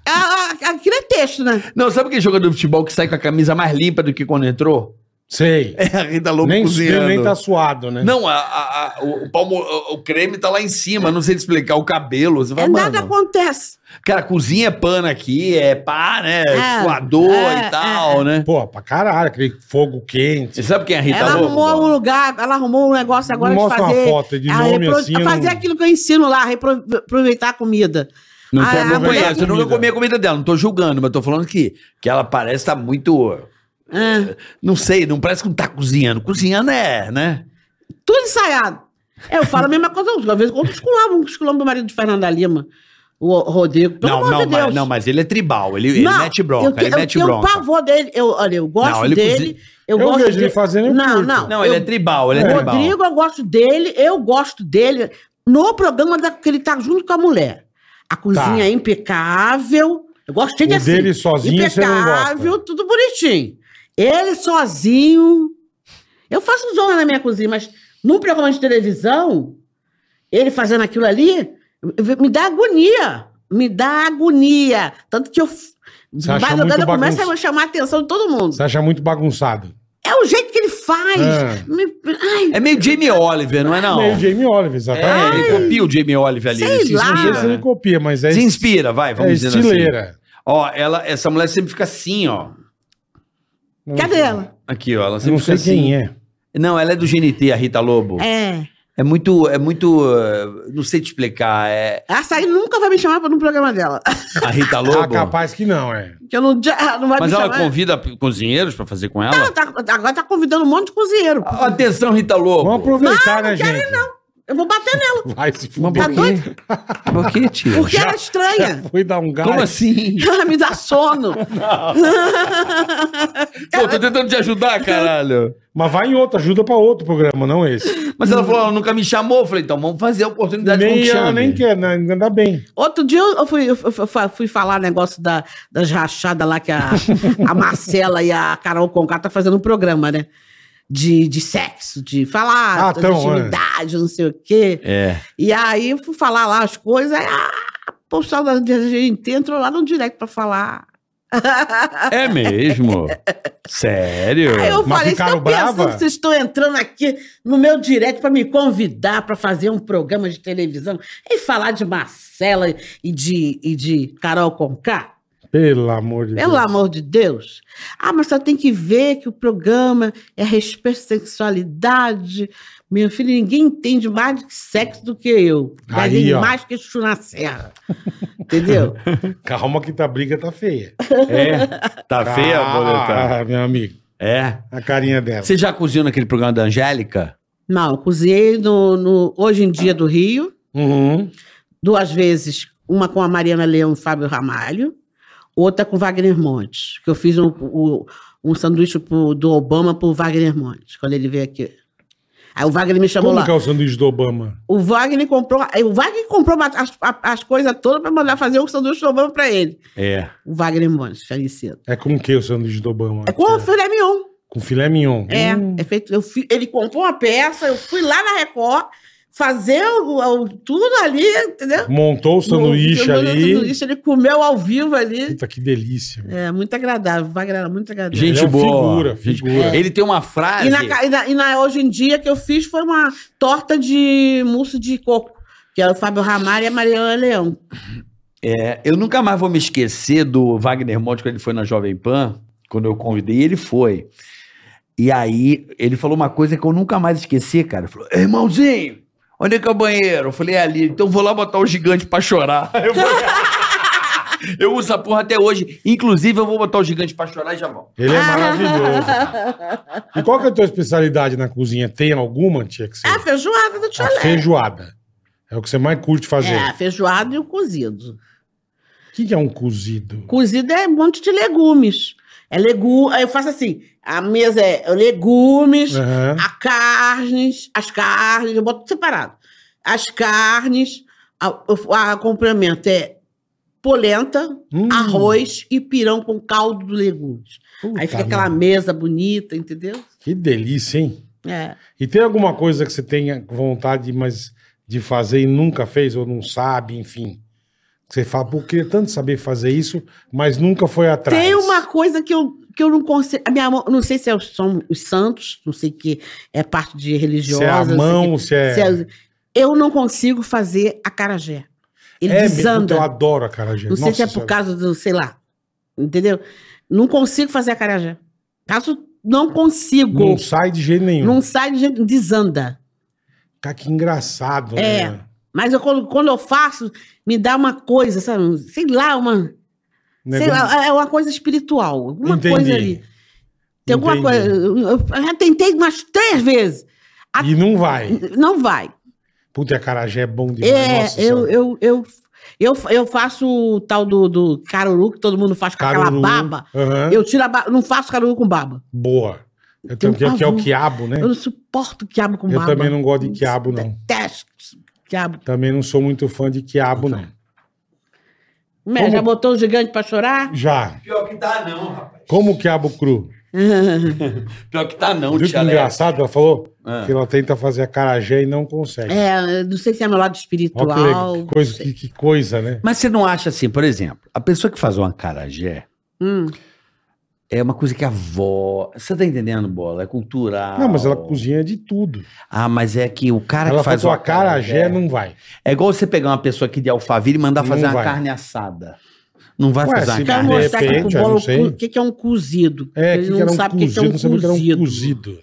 [SPEAKER 4] Ah, ah, Aquilo é texto, né?
[SPEAKER 3] Não, sabe aquele jogador de futebol que sai com a camisa mais limpa do que quando entrou?
[SPEAKER 2] Sei.
[SPEAKER 3] É a Rita Lobo
[SPEAKER 2] Nem,
[SPEAKER 3] cozinhando.
[SPEAKER 2] nem tá suado, né?
[SPEAKER 3] Não, a- a- a- o, o palmo- o- o creme tá lá em cima, não sei te explicar, o cabelo. Você
[SPEAKER 4] É,
[SPEAKER 3] fala,
[SPEAKER 4] nada
[SPEAKER 3] mano,
[SPEAKER 4] acontece.
[SPEAKER 3] cara, cozinha é pano aqui, é pá, né?
[SPEAKER 4] É,
[SPEAKER 3] suador
[SPEAKER 4] é,
[SPEAKER 3] e tal, né?
[SPEAKER 2] Pô, pra caralho, aquele fogo quente.
[SPEAKER 3] Você sabe quem é a Rita
[SPEAKER 4] ela
[SPEAKER 3] Lobo?
[SPEAKER 4] arrumou um lugar, ela arrumou um negócio agora
[SPEAKER 2] Mostra
[SPEAKER 4] de
[SPEAKER 2] uma
[SPEAKER 4] fazer.
[SPEAKER 2] foto de
[SPEAKER 4] a
[SPEAKER 2] nome
[SPEAKER 4] repro-
[SPEAKER 2] assim, eu
[SPEAKER 4] fazer
[SPEAKER 2] não-
[SPEAKER 4] aquilo que eu ensino lá, repro- aproveitar a comida.
[SPEAKER 3] Não, tô,
[SPEAKER 4] Ah,
[SPEAKER 3] não
[SPEAKER 4] a mulher-
[SPEAKER 3] conheço, eu nunca
[SPEAKER 2] comida.
[SPEAKER 3] comi a comida dela, não tô julgando, mas tô falando que, que ela parece estar muito.
[SPEAKER 4] É,
[SPEAKER 3] Não sei, não parece que não tá cozinhando. Cozinhando é, né?
[SPEAKER 4] tudo ensaiado. É, eu falo a mesma coisa, às vezes quando esculamos, esculamos meu marido de Fernanda Lima, o Rodrigo, pelo
[SPEAKER 3] não,
[SPEAKER 4] amor
[SPEAKER 3] não,
[SPEAKER 4] de Deus.
[SPEAKER 3] mas, não, mas ele é tribal, ele, ele
[SPEAKER 4] Não,
[SPEAKER 3] mete
[SPEAKER 4] eu,
[SPEAKER 3] bronca,
[SPEAKER 4] te-
[SPEAKER 3] ele
[SPEAKER 4] eu
[SPEAKER 3] mete
[SPEAKER 4] tenho
[SPEAKER 3] bronca.
[SPEAKER 4] pavor dele, eu, olha, eu gosto
[SPEAKER 3] Não, ele
[SPEAKER 4] dele, eu,
[SPEAKER 2] Eu
[SPEAKER 4] gosto
[SPEAKER 2] vejo ele
[SPEAKER 4] dele.
[SPEAKER 2] fazendo, um eu
[SPEAKER 4] Não,
[SPEAKER 2] curto.
[SPEAKER 4] não,
[SPEAKER 3] Não, ele
[SPEAKER 4] eu-
[SPEAKER 3] é tribal, ele é,
[SPEAKER 2] O
[SPEAKER 3] tribal.
[SPEAKER 4] Rodrigo, eu gosto dele, eu gosto dele no programa da, que ele tá junto com a mulher. A cozinha
[SPEAKER 2] Tá.
[SPEAKER 4] é impecável. Eu gosto de
[SPEAKER 3] é
[SPEAKER 2] O
[SPEAKER 4] assim.
[SPEAKER 2] dele sozinho você não gosta.
[SPEAKER 4] Impecável, tudo bonitinho. Ele sozinho. Eu faço zona na minha cozinha, mas num programa de televisão, ele fazendo aquilo ali, me dá agonia. Me dá agonia. Tanto que eu.
[SPEAKER 2] Você acha
[SPEAKER 4] Madrugada
[SPEAKER 2] muito
[SPEAKER 4] eu começo
[SPEAKER 2] bagunça.
[SPEAKER 4] a chamar a atenção de todo mundo.
[SPEAKER 2] Você acha muito bagunçado.
[SPEAKER 4] É o jeito que ele faz.
[SPEAKER 2] É.
[SPEAKER 4] Me- ai,
[SPEAKER 3] É meio Jamie Oliver, não é não?
[SPEAKER 2] É o Jamie Oliver,
[SPEAKER 3] É,
[SPEAKER 2] exatamente.
[SPEAKER 3] ele copia o Jamie Oliver ali,
[SPEAKER 4] Sei
[SPEAKER 3] ele se
[SPEAKER 4] lá.
[SPEAKER 2] Não sei se
[SPEAKER 3] inspira.
[SPEAKER 2] ele
[SPEAKER 3] né?
[SPEAKER 2] copia, mas é,
[SPEAKER 3] Se inspira, vai,
[SPEAKER 2] é
[SPEAKER 3] vamos dizer assim.
[SPEAKER 2] estileira.
[SPEAKER 3] Ó, ela, essa mulher sempre fica assim, ó.
[SPEAKER 2] Não
[SPEAKER 4] Cadê
[SPEAKER 2] sei-
[SPEAKER 4] ela?
[SPEAKER 3] Aqui, ó, ela sempre
[SPEAKER 2] Não
[SPEAKER 3] fica
[SPEAKER 2] sei quem
[SPEAKER 3] assim.
[SPEAKER 2] é.
[SPEAKER 3] Não, ela é do GNT, a Rita Lobo. É,
[SPEAKER 4] É.
[SPEAKER 3] muito, é muito, eh, não sei te explicar, é
[SPEAKER 4] Essa aí nunca vai me chamar para um programa dela. <laughs>
[SPEAKER 3] a Rita
[SPEAKER 2] Ah,
[SPEAKER 3] Lobo.
[SPEAKER 2] capaz que não, é.
[SPEAKER 4] Que eu não, ela não vai
[SPEAKER 3] Mas
[SPEAKER 4] me
[SPEAKER 3] ela
[SPEAKER 4] chamar.
[SPEAKER 3] convida p- cozinheiros pra fazer com
[SPEAKER 4] Ela
[SPEAKER 3] ela?
[SPEAKER 4] tá- agora tá convidando um monte de cozinheiro.
[SPEAKER 3] Atenção, Rita
[SPEAKER 2] Vamos
[SPEAKER 3] Lobo.
[SPEAKER 2] aproveitar, né, gente?
[SPEAKER 4] Eu vou bater nela.
[SPEAKER 2] Vai se
[SPEAKER 3] Mas
[SPEAKER 2] fuder.
[SPEAKER 4] Tá doido?
[SPEAKER 3] Por que, tia?
[SPEAKER 4] Porque ela é estranha.
[SPEAKER 2] Foi dar
[SPEAKER 3] Como
[SPEAKER 2] um gás.
[SPEAKER 3] assim?
[SPEAKER 4] Ela me dá sono.
[SPEAKER 3] Pô, tô tentando te ajudar, caralho.
[SPEAKER 2] Mas vai em outro, ajuda pra outro programa,
[SPEAKER 3] <laughs>
[SPEAKER 2] não esse.
[SPEAKER 3] Mas ela falou, ela nunca me chamou. Eu falei, então vamos fazer a oportunidade com
[SPEAKER 2] Nem
[SPEAKER 3] que
[SPEAKER 2] ela
[SPEAKER 3] chame.
[SPEAKER 2] nem quer, né? ainda bem.
[SPEAKER 4] Outro dia eu fui, eu fui- fui- fui falar negócio da, das rachadas lá que a, a Marcela e a Carol Conká tá fazendo um programa, né? De, de sexo, de falar
[SPEAKER 2] Ah,
[SPEAKER 4] de
[SPEAKER 2] então, é.
[SPEAKER 4] intimidade, não sei o quê.
[SPEAKER 3] É.
[SPEAKER 4] E aí eu fui falar lá as coisas, aí ah, o pessoal da gente entrou lá no direct pra falar.
[SPEAKER 3] É mesmo? Sério?
[SPEAKER 4] Aí Ah,
[SPEAKER 2] Mas
[SPEAKER 4] eu falei, vocês
[SPEAKER 2] ficaram
[SPEAKER 4] estão pensando
[SPEAKER 2] brava?
[SPEAKER 4] que vocês estão entrando aqui no meu direct pra me convidar pra fazer um programa de televisão e falar de Marcela e de, e de Carol Conká?
[SPEAKER 2] Pelo amor de
[SPEAKER 4] Pelo
[SPEAKER 2] Deus.
[SPEAKER 4] amor de Deus. Ah, mas só tem que ver que o programa é respeito à sexualidade. Meu filho, ninguém entende mais de sexo do que eu.
[SPEAKER 2] Aí,
[SPEAKER 4] Entende
[SPEAKER 2] ó.
[SPEAKER 4] mais que isso na serra.
[SPEAKER 2] <laughs>
[SPEAKER 4] Entendeu?
[SPEAKER 2] Calma que tá, a briga tá feia.
[SPEAKER 3] É. Tá feia, boleta?
[SPEAKER 2] Ah, meu amigo.
[SPEAKER 3] É.
[SPEAKER 2] A carinha dela.
[SPEAKER 3] Você já cozinhou naquele programa da Angélica?
[SPEAKER 4] Não, eu cozinhei no, no Hoje em Dia do Rio,
[SPEAKER 2] Uhum.
[SPEAKER 4] duas vezes, uma com a Mariana Leão e Fábio Ramalho, outra com Wagner Montes, que eu fiz um, o- um sanduíche pro- do Obama pro Wagner Montes, quando ele veio aqui. Aí o Wagner me chamou
[SPEAKER 2] Como
[SPEAKER 4] Então, lá.
[SPEAKER 2] que é o sanduíche do Obama?
[SPEAKER 4] O Wagner comprou, o Wagner comprou uma- as, a- as coisas todas para mandar fazer um sanduíche do Obama para ele.
[SPEAKER 3] É.
[SPEAKER 4] O Wagner Montes, falecido.
[SPEAKER 2] É com o que o sanduíche do Obama?
[SPEAKER 4] É com o filé mignon.
[SPEAKER 2] Com filé mignon.
[SPEAKER 4] É,
[SPEAKER 2] Hum.
[SPEAKER 4] é feito. eu fui- ele comprou uma peça, eu fui lá na Record fazer o, o- tudo ali, entendeu?
[SPEAKER 2] Montou o Um sanduíche
[SPEAKER 4] Montou o
[SPEAKER 2] ali.
[SPEAKER 4] sanduíche, ele comeu ao vivo ali.
[SPEAKER 2] Puta, que delícia. meu.
[SPEAKER 4] É, muito agradável, Wagner era muito agradável.
[SPEAKER 3] Gente
[SPEAKER 2] Ele é um
[SPEAKER 3] boa.
[SPEAKER 2] figura,
[SPEAKER 3] Gente-
[SPEAKER 2] figura.
[SPEAKER 3] Ele tem uma frase.
[SPEAKER 4] E na, ca- e na- e na- hoje em dia que eu fiz foi uma torta de mousse de coco, que era o Fábio Ramalho e a Mariana Leão.
[SPEAKER 3] É, eu nunca mais vou me esquecer do Wagner Monte quando ele foi na Jovem Pan, quando eu convidei, e ele foi. E aí ele falou uma coisa que eu nunca mais esqueci, cara. Ele falou: irmãozinho, onde é que é o banheiro? Eu falei: é ali. Então vou lá botar o gigante pra chorar. <laughs>
[SPEAKER 4] É.
[SPEAKER 3] Eu, falei, eu uso a porra até hoje. Inclusive, eu vou botar o gigante pra chorar e já vou.
[SPEAKER 2] <laughs> Ele
[SPEAKER 4] Ah.
[SPEAKER 2] é maravilhoso. E qual que é a tua especialidade na cozinha? Tem alguma, tia, que você...
[SPEAKER 4] A É, feijoada do
[SPEAKER 2] A
[SPEAKER 4] Tcholé.
[SPEAKER 2] feijoada. É o que você mais curte fazer.
[SPEAKER 4] É, a feijoada e o cozido.
[SPEAKER 2] O que que é um cozido?
[SPEAKER 4] Cozido é um monte de legumes. É legu... Eu faço assim, a mesa é legumes,
[SPEAKER 2] Aham.
[SPEAKER 4] a carnes, as carnes, eu boto separado. As carnes, a, o a complemento é polenta,
[SPEAKER 2] Hum.
[SPEAKER 4] arroz e pirão com caldo de legumes.
[SPEAKER 2] Puta
[SPEAKER 4] Aí fica aquela
[SPEAKER 2] merda.
[SPEAKER 4] mesa bonita, entendeu?
[SPEAKER 2] Que delícia, hein?
[SPEAKER 4] É.
[SPEAKER 2] E tem alguma coisa que você tenha vontade, mas de fazer e nunca fez ou não sabe, enfim. Que você fala, pô, eu queria tanto saber fazer isso, mas nunca foi atrás. é
[SPEAKER 4] Tem uma coisa que eu, que eu não consigo. A minha mão, não sei se é os- são os santos, não sei que é parte de religiosa.
[SPEAKER 2] Se é a
[SPEAKER 4] não sei
[SPEAKER 2] mão,
[SPEAKER 4] que-
[SPEAKER 2] se é-
[SPEAKER 4] se eu não consigo fazer acarajé. Ele
[SPEAKER 2] é, mesmo,
[SPEAKER 4] desanda.
[SPEAKER 2] eu adoro a cara, gente.
[SPEAKER 4] não sei se é por causa do, sei lá. Entendeu? Não consigo fazer acarajé. Caso não consigo.
[SPEAKER 2] Não
[SPEAKER 4] Não,
[SPEAKER 2] sai de jeito nenhum.
[SPEAKER 4] sai de jeito, desanda.
[SPEAKER 2] Cara, que engraçado,
[SPEAKER 4] É.
[SPEAKER 2] né?
[SPEAKER 4] Mas eu, quando, quando eu faço, me dá uma coisa, sabe? Sei lá, uma. Sei
[SPEAKER 2] Negócio-
[SPEAKER 4] lá, é uma coisa espiritual.
[SPEAKER 2] Né,
[SPEAKER 4] Alguma
[SPEAKER 2] Entendi.
[SPEAKER 4] coisa ali. Tem alguma
[SPEAKER 2] Entendi.
[SPEAKER 4] coisa. Eu, eu já tentei umas três vezes. A-
[SPEAKER 2] E não vai.
[SPEAKER 4] Não vai.
[SPEAKER 2] Puta, a carajé é bom demais.
[SPEAKER 4] É,
[SPEAKER 2] Nossa
[SPEAKER 4] eu,
[SPEAKER 2] Senhora.
[SPEAKER 4] eu, eu, eu, eu faço o tal do, do caruru, que todo mundo faz com
[SPEAKER 2] Caruru,
[SPEAKER 4] aquela baba.
[SPEAKER 2] aham,
[SPEAKER 4] Eu tiro a ba... não faço caruru com baba.
[SPEAKER 2] Boa. Eu tenho
[SPEAKER 4] Tem um
[SPEAKER 2] que é o
[SPEAKER 4] pavor.
[SPEAKER 2] quiabo, né?
[SPEAKER 4] Eu não suporto quiabo com
[SPEAKER 2] Eu
[SPEAKER 4] baba.
[SPEAKER 2] também não gosto de quiabo, não.
[SPEAKER 4] Detesto quiabo.
[SPEAKER 2] Também não sou muito fã de quiabo, não.
[SPEAKER 4] Mé,
[SPEAKER 2] Como-
[SPEAKER 4] é? Já botou o gigante
[SPEAKER 2] <laughs>
[SPEAKER 4] pra chorar?
[SPEAKER 2] Já,
[SPEAKER 3] Pior que tá, não, rapaz.
[SPEAKER 2] como quiabo cru?
[SPEAKER 3] Pior que tá, não,
[SPEAKER 2] Viu que
[SPEAKER 3] tia Alex.
[SPEAKER 2] engraçado? Ela falou
[SPEAKER 3] Ah.
[SPEAKER 2] que ela tenta fazer a carajé e não consegue.
[SPEAKER 4] é, não sei se é meu lado
[SPEAKER 2] Olha que,
[SPEAKER 4] espiritual.
[SPEAKER 2] legal, que coisa, que, que coisa, né?
[SPEAKER 3] Mas você não acha assim, por exemplo, a pessoa que faz um acarajé
[SPEAKER 4] Hum.
[SPEAKER 3] é uma coisa que a avó. Você tá entendendo, bola? É cultural.
[SPEAKER 2] Não, mas ela cozinha de tudo.
[SPEAKER 3] Ah, mas é que o cara
[SPEAKER 2] ela
[SPEAKER 3] que faz
[SPEAKER 2] faz
[SPEAKER 3] o
[SPEAKER 2] a carajé,
[SPEAKER 3] acarajé-
[SPEAKER 2] não vai.
[SPEAKER 3] É igual você pegar uma pessoa aqui de Alphaville e mandar
[SPEAKER 2] Não
[SPEAKER 3] fazer uma
[SPEAKER 2] vai.
[SPEAKER 3] carne assada. Não vai
[SPEAKER 2] Ué,
[SPEAKER 3] fazer
[SPEAKER 2] se
[SPEAKER 3] uma
[SPEAKER 4] Quero
[SPEAKER 3] carne
[SPEAKER 2] vender-
[SPEAKER 3] assada.
[SPEAKER 4] mostrar aqui
[SPEAKER 2] repente,
[SPEAKER 4] pro
[SPEAKER 2] eu
[SPEAKER 4] bolo
[SPEAKER 2] não
[SPEAKER 4] o
[SPEAKER 2] sei.
[SPEAKER 4] cu- o que, que é um cozido.
[SPEAKER 2] É, que,
[SPEAKER 4] ele
[SPEAKER 2] que
[SPEAKER 4] não
[SPEAKER 2] era um
[SPEAKER 4] sabe o que, que é
[SPEAKER 2] cozido,
[SPEAKER 4] um
[SPEAKER 2] não sabia que era um
[SPEAKER 4] cozido.
[SPEAKER 2] cozido.